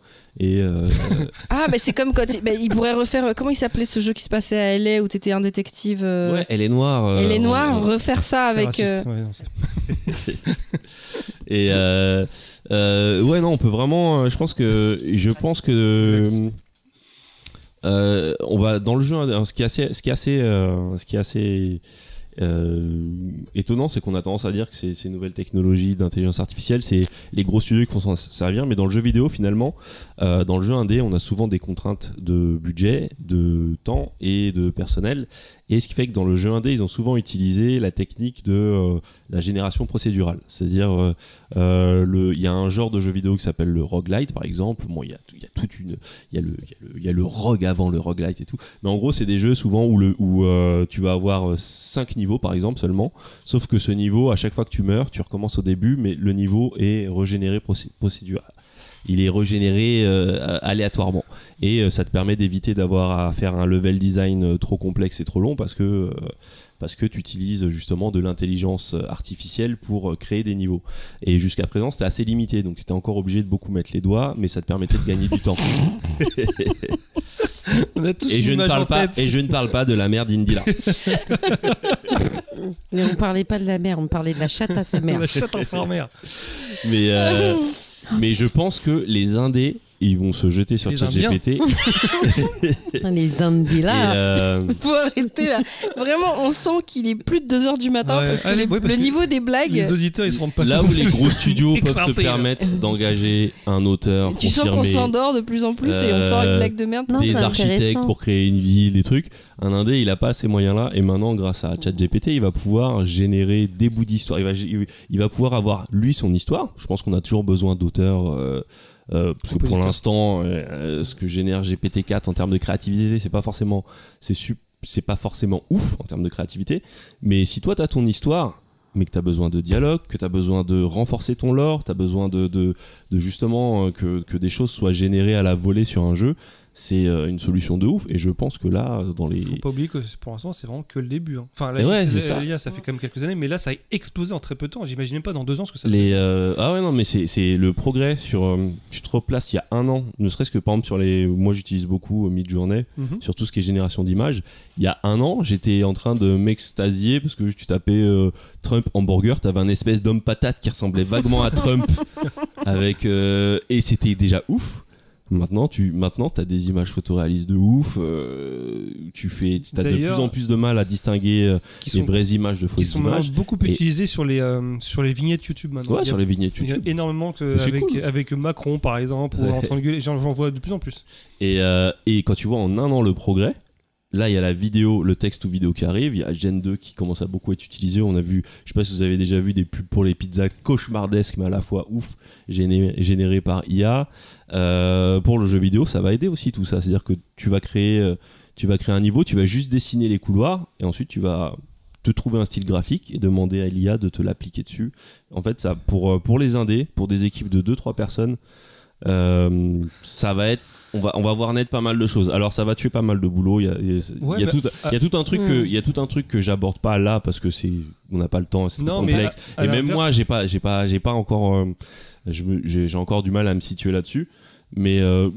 et euh,
Ah, mais c'est comme quand il, bah, il pourrait refaire. euh, Comment il s'appelait ce jeu qui se passait à LA où t'étais un détective euh,
ouais elle est noire euh,
Elle est
on-
noire,
on-
refaire ça
C'est
avec.
raciste,
euh,
ouais, non, c'est-
Et euh, euh, ouais, non, on peut vraiment. euh, Je pense que je pense que euh, on va dans le jeu. hein, Ce qui est assez, ce qui est assez, euh, ce qui est assez euh, étonnant, c'est qu'on a tendance à dire que ces, ces nouvelles technologies d'intelligence artificielle, c'est les gros studios qui vont s'en servir. Mais dans le jeu vidéo, finalement, euh, dans le jeu indé, on a souvent des contraintes de budget, de temps et de personnel. Et ce qui fait que dans le jeu indé, ils ont souvent utilisé la technique de euh, la génération procédurale. C'est-à-dire, euh, euh, le- il y a un genre de jeu vidéo qui s'appelle le roguelite, par exemple. Bon, il y a, il y a toute une, il y a le, il y a le- il y a le rogue avant le roguelite et tout. Mais en gros, c'est des jeux souvent où le, où euh, tu vas avoir 5 niveaux niveaux par exemple seulement. Sauf que ce niveau, à chaque fois que tu meurs, tu recommences au début, mais le niveau est régénéré procé- procédural. Il est régénéré euh, aléatoirement. Et euh, ça te permet d'éviter d'avoir à faire un level design euh, trop complexe et trop long parce que, euh, parce que tu utilises justement de l'intelligence euh, artificielle pour euh, créer des niveaux. Et jusqu'à présent, c'était assez limité, donc tu étais encore obligé de beaucoup mettre les doigts, mais ça te permettait de gagner du temps.
On a tous
et,
une
je ne
image en
parle pas,
tête.
et je ne parle pas de la merde d'Indila.
Mais on parlait pas de la mère, on parlait de la chatte à sa mère.
La chatte en sa mère.
Mais, euh, mais je pense que les Indés, ils vont se jeter sur
Les
ChatGPT.
Putain, Hein, Les Indies
Et,
là.
euh,
Faut arrêter là. Vraiment, on sent qu'il est plus de 2h du matin
Ouais,
parce que
allez,
le,
ouais, parce
le
que
niveau des blagues.
Les auditeurs, ils se rendent pas
là où les gros studios peuvent se
Éclaté, là.
permettre d'engager un auteur
Tu sens qu'on
confirmé,
s'endort de plus en plus et on sort une
Euh,
blague de merde.
Non,
des
c'est
architectes
intéressant.
pour créer une ville, des trucs. Un Indé, il n'a pas ces moyens-là. Et maintenant, grâce à ChatGPT, il va pouvoir générer des bouts d'histoire. Il va, gé- il va pouvoir avoir, lui, son histoire. Je pense qu'on a toujours besoin d'auteurs. euh, euh, parce que pour
Compositeurs.
l'instant, euh, ce que génère GPT-4 en termes de créativité, c'est pas forcément, c'est sup- c'est pas forcément ouf en termes de créativité. Mais si toi, tu as ton histoire, mais que tu as besoin de dialogue, que tu as besoin de renforcer ton lore, tu as besoin de, de, de justement euh, que, que des choses soient générées à la volée sur un jeu, c'est euh, une solution de ouf. Et je pense que là, euh, dans les.
Faut pas oublier que c'est- pour l'instant, c'est vraiment que le début. hein. Enfin,
Mais
la
ouais,
l'IA,
c'est ça.
ça fait quand même quelques années, mais là, ça a explosé en très peu de temps. J'imagine même pas dans deux ans ce que ça.
Les, euh, ah ouais, non, mais c'est c'est le progrès sur. euh, tu te replaces il y a un an, ne serait-ce que par exemple sur les. Moi, j'utilise beaucoup mid journée
Mhm.
sur tout ce qui est génération d'images. Il y a un an, j'étais en train de m'extasier parce que tu tapais euh, Trump hamburger, t'avais un espèce d'homme patate qui ressemblait vaguement à Trump, avec euh, et c'était déjà ouf. Maintenant, tu maintenant t'as des images photoréalistes de ouf. euh, tu fais, t'as de plus
D'ailleurs-
en plus de mal à distinguer euh,
qui
les
sont,
vraies images de
qui
fausses
sont maintenant
images.
beaucoup
Et-
utilisés sur les, euh, sur les vignettes YouTube maintenant.
Ouais,
Il y a-
sur les vignettes
il y a
YouTube.
énormément que,
Mais c'est
avec,
cool.
avec Macron par exemple, ou
Ouais.
en train de gueuler, j'en j'en vois de plus en plus.
Et, euh, et quand tu vois en un an le progrès, là il y a la vidéo, le texte ou vidéo qui arrive, il y a Gen 2 qui commence à beaucoup être utilisé. On a vu, je sais pas si vous avez déjà vu des pubs pour les pizzas cauchemardesques, mais à la fois ouf, géné- générées par IA. Euh, pour le jeu vidéo, ça va aider aussi tout ça. C'est-à-dire que tu vas créer, euh, tu vas créer un niveau, tu vas juste dessiner les couloirs et ensuite tu vas te trouver un style graphique et demander à l'IA de te l'appliquer dessus. En fait, ça pour euh, pour les indés, pour des équipes de 2-3 personnes, euh, ça va être on va, on va voir naître pas mal de choses. Alors ça va tuer pas mal de boulot. Il y a, il y a-
Ouais,
il y a
bah,
tout,
ah.
il y a tout un truc que, il y a tout un truc que j'aborde pas là parce que c'est, on n'a pas le temps, c'est trop complexe.
à- à
Et même
l'inverse-
moi, j'ai pas, j'ai pas, j'ai pas encore, euh, je me- j'ai j'ai encore du mal à me situer là-dessus. Mais, euh,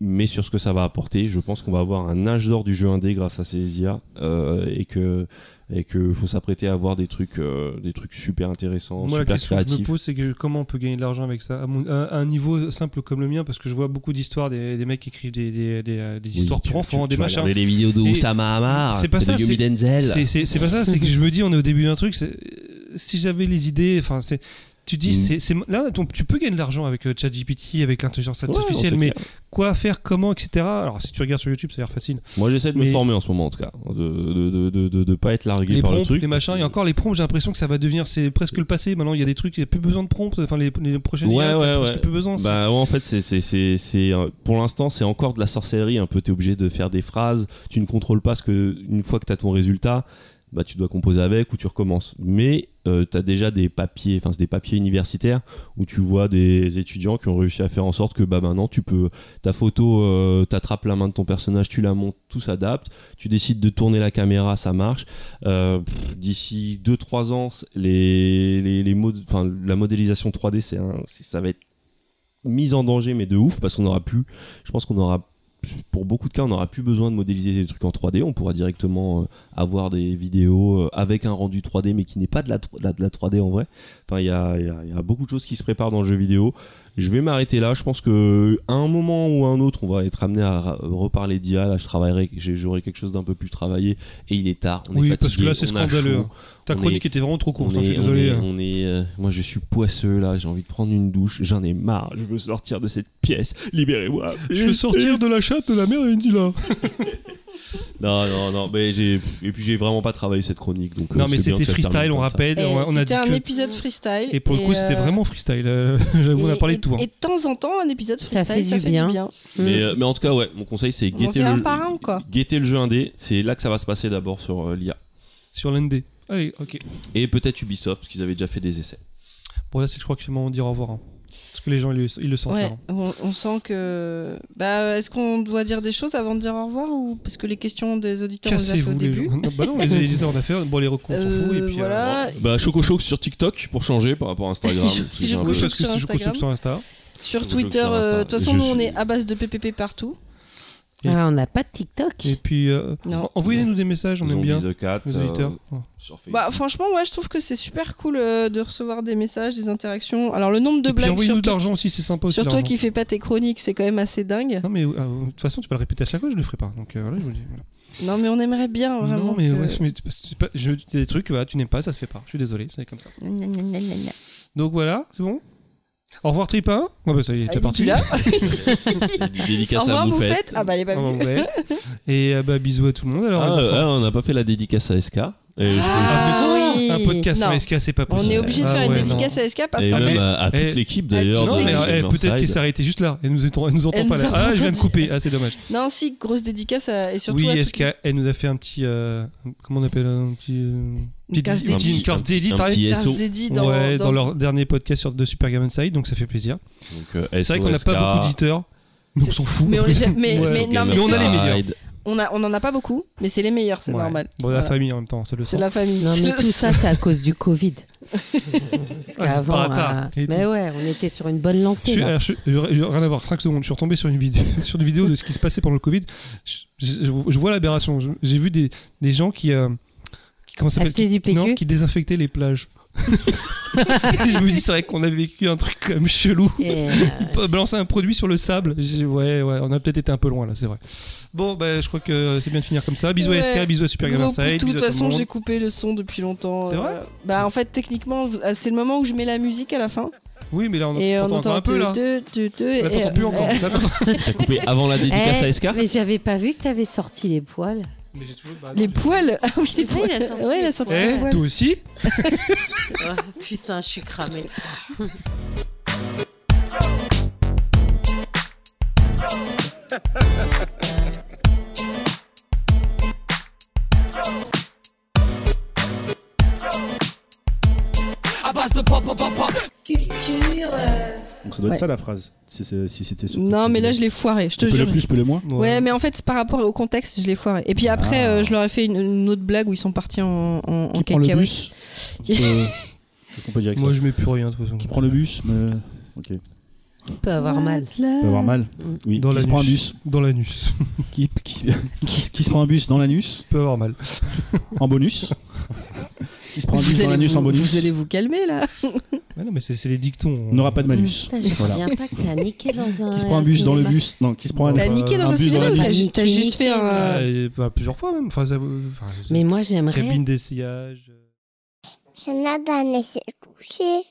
mais sur ce que ça va apporter, je pense qu'on va avoir un âge d'or du jeu indé grâce à ces IA euh, et que, et que faut s'apprêter à avoir des trucs, euh, des trucs super intéressants,
Moi, la question
super
que je me
créatifs.
pose, c'est que comment on peut gagner de l'argent avec ça à, mon- à- à un niveau simple comme le mien, parce que je vois beaucoup d'histoires des, des mecs qui écrivent des, des, des, euh, des
Oui,
histoires
tu-
pour enfants,
tu-
des
tu vas
machins.
regarder les vidéos de
Et
Oussama Hamar,
c'est pas
de
ça,
Yomi
c'est-
Denzel.
C'est- C'est c'est pas ça, c'est que je me dis, on est au début d'un truc. c'est- Si j'avais les idées, enfin, c'est. Tu dis,
Mm.
c'est c'est- là, ton- tu peux gagner de l'argent avec euh, ChatGPT, avec l'intelligence
Ouais,
artificielle,
non, c'est
mais
clair.
quoi faire, comment, etc. Alors, si tu regardes sur YouTube, ça a l'air facile.
moi j'essaie de me
mais-
former en ce moment en tout cas, de de de, de, de- de pas être largué
les
par
prompts,
le truc.
les machins, et encore les prompts, j'ai l'impression que ça va devenir, c'est presque le passé. Maintenant, il y a des trucs, il n'y a plus besoin de prompts. Enfin, les, les prochaines
Ouais,
IA, t'as
ouais,
presque
ouais.
plus besoin. c'est-
Bah ouais, en fait, c'est, c'est, c'est, c'est, euh, pour l'instant, c'est encore de la sorcellerie. Un peu, t'es obligé de faire des phrases. Tu ne contrôles pas ce que, une fois que t'as ton résultat, bah tu dois composer avec ou tu recommences. Mais euh, t'as déjà des papiers, enfin c'est des papiers universitaires où tu vois des étudiants qui ont réussi à faire en sorte que bah maintenant tu peux ta photo, euh, t'attrapes la main de ton personnage, tu la montes, tout s'adapte. Tu décides de tourner la caméra, ça marche. Euh, pff, D'ici 2-3 ans, les, les, les mod- enfin, la modélisation 3D, c'est un, c'est- ça va être mise en danger, mais de ouf, parce qu'on aura plus. Je pense qu'on aura, pour beaucoup de cas, on aura plus besoin de modéliser des trucs en 3D. On pourra directement euh, avoir des vidéos euh, avec un rendu 3D, mais qui n'est pas de la, tro- la- de la 3D en vrai. Enfin, il y a, il y a- il y a beaucoup de choses qui se préparent dans le jeu vidéo. Je vais m'arrêter là. Je pense que à un moment ou à un autre, on va être amené à ra- reparler d'IA. Là, je travaillerai, j'ai- j'aurai quelque chose d'un peu plus travaillé. Et il est tard. On est
oui, parce que
fatigué,
là, c'est
on a
scandaleux.
chaud.
hein. Ta
on est-
chronique était vraiment trop courte,
On
hein, je
est,
suis désolé.
on est-
hein.
on est, euh, moi je suis poisseux là, j'ai envie de prendre une douche, j'en ai marre, je veux sortir de cette pièce, libérez-moi.
de la chatte de la mère là.
Non, non, non, mais j'ai, et puis j'ai vraiment pas travaillé cette chronique donc. euh,
Non, mais
c'est bien
c'était
que ça se
freestyle,
termine
on
comme ça.
rappelle.
Et
on a- on a dit
C'était un
que-
épisode freestyle.
Et pour le coup, c'était
euh,
vraiment freestyle. euh, J'avoue, on a
et-
parlé
et-
de tout. hein.
Et de temps en temps, un épisode freestyle, ça fait du bien.
Mais, euh, mais en tout cas, ouais, mon conseil c'est
On en
guetter
fait un
le,
par un ou quoi
guetter le jeu indé, c'est là que ça va se passer d'abord sur euh, l'IA.
Sur l'ND. Allez, ok.
Et peut-être Ubisoft, parce qu'ils avaient déjà fait des essais.
Bon, là, c'est je crois que c'est le moment de dire au revoir. hein. Parce que les gens, ils, le- ils le sentent.
Ouais,
là, hein.
on, on sent que. Bah, est-ce qu'on doit dire des choses avant de dire au revoir ou parce que les questions des auditeurs on les a fait au
Cassez-vous, les
début.
gens. Non, bah non, les éditeurs d'affaires, bon, les recours, on s'en fout. Et
Euh,
puis, euh,
voilà.
Bah, Choco Choc sur TikTok pour changer par rapport à Instagram.
Je-
parce que j'ai un
je-
peu-
Oui, parce que
sur
c'est Choco
Instagram.
Choc sur Insta.
Sur
Je-
Twitter,
je- sur Insta.
euh, de toute façon,
Je
nous on
suis-
est à base de PPP partout.
Et-
Ah, on n'a pas de TikTok.
Et puis, euh,
Non.
envoyez-nous des messages, on aime
Zombie
bien.
the Cat,
Les
euh,
auditeurs. Ouais.
sur Facebook.
Bah, franchement, ouais, je trouve que c'est super cool euh, de recevoir des messages, des interactions. Alors, le nombre de
Et puis,
blagues
envoyez-nous
sur,
de l'argent aussi, c'est sympa aussi.
sur toi
l'argent.
qui fais pas tes chroniques, c'est quand même assez dingue.
Non, mais euh, de toute façon, tu vas le répéter à chaque fois, je le ferai pas. Donc, euh, voilà, je vous le dis. voilà.
Non, mais on aimerait bien, Oh, vraiment.
Non, mais
que-
ouais, mais tu- c'est pas- je- il y a des trucs, voilà, tu n'aimes pas, ça se fait pas. Je suis désolé, c'est comme ça.
Gna, gna, gna, gna, gna.
Donc voilà, c'est bon Au revoir Tripin Ouais, bah ça y est,
Ah,
t'es
il est
parti.
plus là. Au
Dédicace à
revoir,
Moufette.
Moufette. Ah, bah, elle est pas
Au revoir,
venue.
Moufette. Et euh, bah, bisous à tout le monde. Alors,
Ah,
les enfants.
euh, ah, on n'a pas fait la dédicace à SK. Et je-
Ah oui.
un podcast
Non.
sur SK, c'est pas
On
possible.
est obligé de
Ah
faire une
ouais,
dédicace à SK parce
et
qu'en
même
fait,
à, à toute
eh,
l'équipe d'ailleurs.
Non,
toute
de-
mais
de
eh, peut-être
Inside.
qu'elle s'est arrêtée juste là. Elle nous, entend- elle nous entend
Elle
pas
nous
là.
a
Ah, je viens de
entendu.
couper. Ah, c'est dommage.
non, si, grosse dédicace à- et surtout
oui,
à toutes
SK, elle nous a fait un petit. euh, comment on appelle Un petit. euh, petit-
case
une
dédiée.
petite case dédiée,
Un
t'arrives
petit
les
SO.
cartes
Donc,
dédiées dans,
Ouais,
dans-
dans leur dernier podcast sur de Super Game Inside, donc ça fait plaisir.
euh,
C'est vrai qu'on n'a
SOSK,
pas beaucoup d'éditeurs, mais on
C'est-
s'en fout.
Mais on les aime- mais-
Ouais.
mais- non,
Gamer
mais
on a les
Inside.
meilleurs.
On a, on en a pas beaucoup, mais c'est les meilleurs, c'est
Ouais.
normal.
Bon, la
Voilà.
famille en même temps, c'est le
C'est
sens.
la famille.
Non, mais tout ça, c'est à cause du Covid. Parce
Ah, c'est par
qu'avant,
hasard.
euh, mais ouais, on était sur une bonne
Je
lancée.
suis-
là.
alors, je suis- je- je- rien à voir, 5 secondes, je suis retombé sur une vidéo, sur une vidéo de ce qui se passait pendant le Covid. Je, je- je vois l'aberration. Je- J'ai vu des, des gens qui. euh, qui- comment ça s'appelle
Acheter du
qui-
PQ.
Non, qui désinfectaient les plages. Et je me dis, c'est vrai qu'on a vécu un truc comme chelou.
Et, euh,
Balancer un produit sur le sable. J'ai- Ouais, ouais, on a peut-être été un peu loin là, c'est vrai. Bon, bah, je crois que c'est bien de finir comme ça. Bisous à
Ouais.
SK, bisous à Super Game
Gros,
Inside.
de
bisous
toute
à tout le
façon,
monde.
j'ai coupé le son depuis longtemps.
C'est
euh,
vrai
Bah en fait, techniquement, vous- ah, c'est le moment où je mets la musique à la fin.
Oui, mais là, on
et
entend Ah, bah, encore un peu
deux,
là.
deux, deux, deux,
On
et- euh,
n'entend plus encore. Là, t'entends-
T'as coupé avant la dédicace
eh,
à SK
mais j'avais pas vu que t'avais sorti les poils.
Mais j'ai toujours- bah,
Les
non,
poils Ah oui, les
vrai,
poils.
il a sorti
Ouais,
les
il a sorti
j'ai-
les
Eh,
poils.
toi aussi
Ah, putain, je suis cramée.
Donc ça doit être
Ouais.
ça la phrase. Si, c'est- si c'était sur
Non,
Twitter.
mais là, je l'ai foiré, je te
Tu peux
jure.
le plus, peu le moins.
Ouais, mais en fait, c'est par rapport au contexte, je l'ai foiré. Et puis après,
Ah.
euh, je leur ai fait une, une autre blague où ils sont partis en, en, en
Qui prend le
cacahuète.
bus Euh, qu'est-ce qu'on peut dire avec
Moi,
ça
je mets plus rien de toute façon.
Qui prend le bus mais... Ok.
Tu peux avoir mal.
On peut avoir mal. Oui.
Dans
qui
l'anus.
se prend un bus
Dans l'anus.
qui, qui, qui se- qui se prend un bus dans l'anus
peut avoir mal.
En bonus Qui se prend un bus dans
Vous allez
l'anus
vous,
en bonus
vous allez vous calmer là.
Ouais, non, mais c'est c'est les dictons. hein.
On n'aura pas de malus.
Putain, je
Voilà.
reviens pas que t'as niqué dans un. euh,
Qui se prend un bus dans le
cinéma.
bus Non, qui se prend un.
T'as
un
niqué dans un
bus
cinéma ou
l'anus.
t'as ju-
Niqué,
t'as juste
niqué,
fait un.
Ah, et, bah, plusieurs fois même. Enfin, ça, euh, enfin,
Mais moi, j'aimerais.
cabine d'essayage.
Canada ne s'est couché.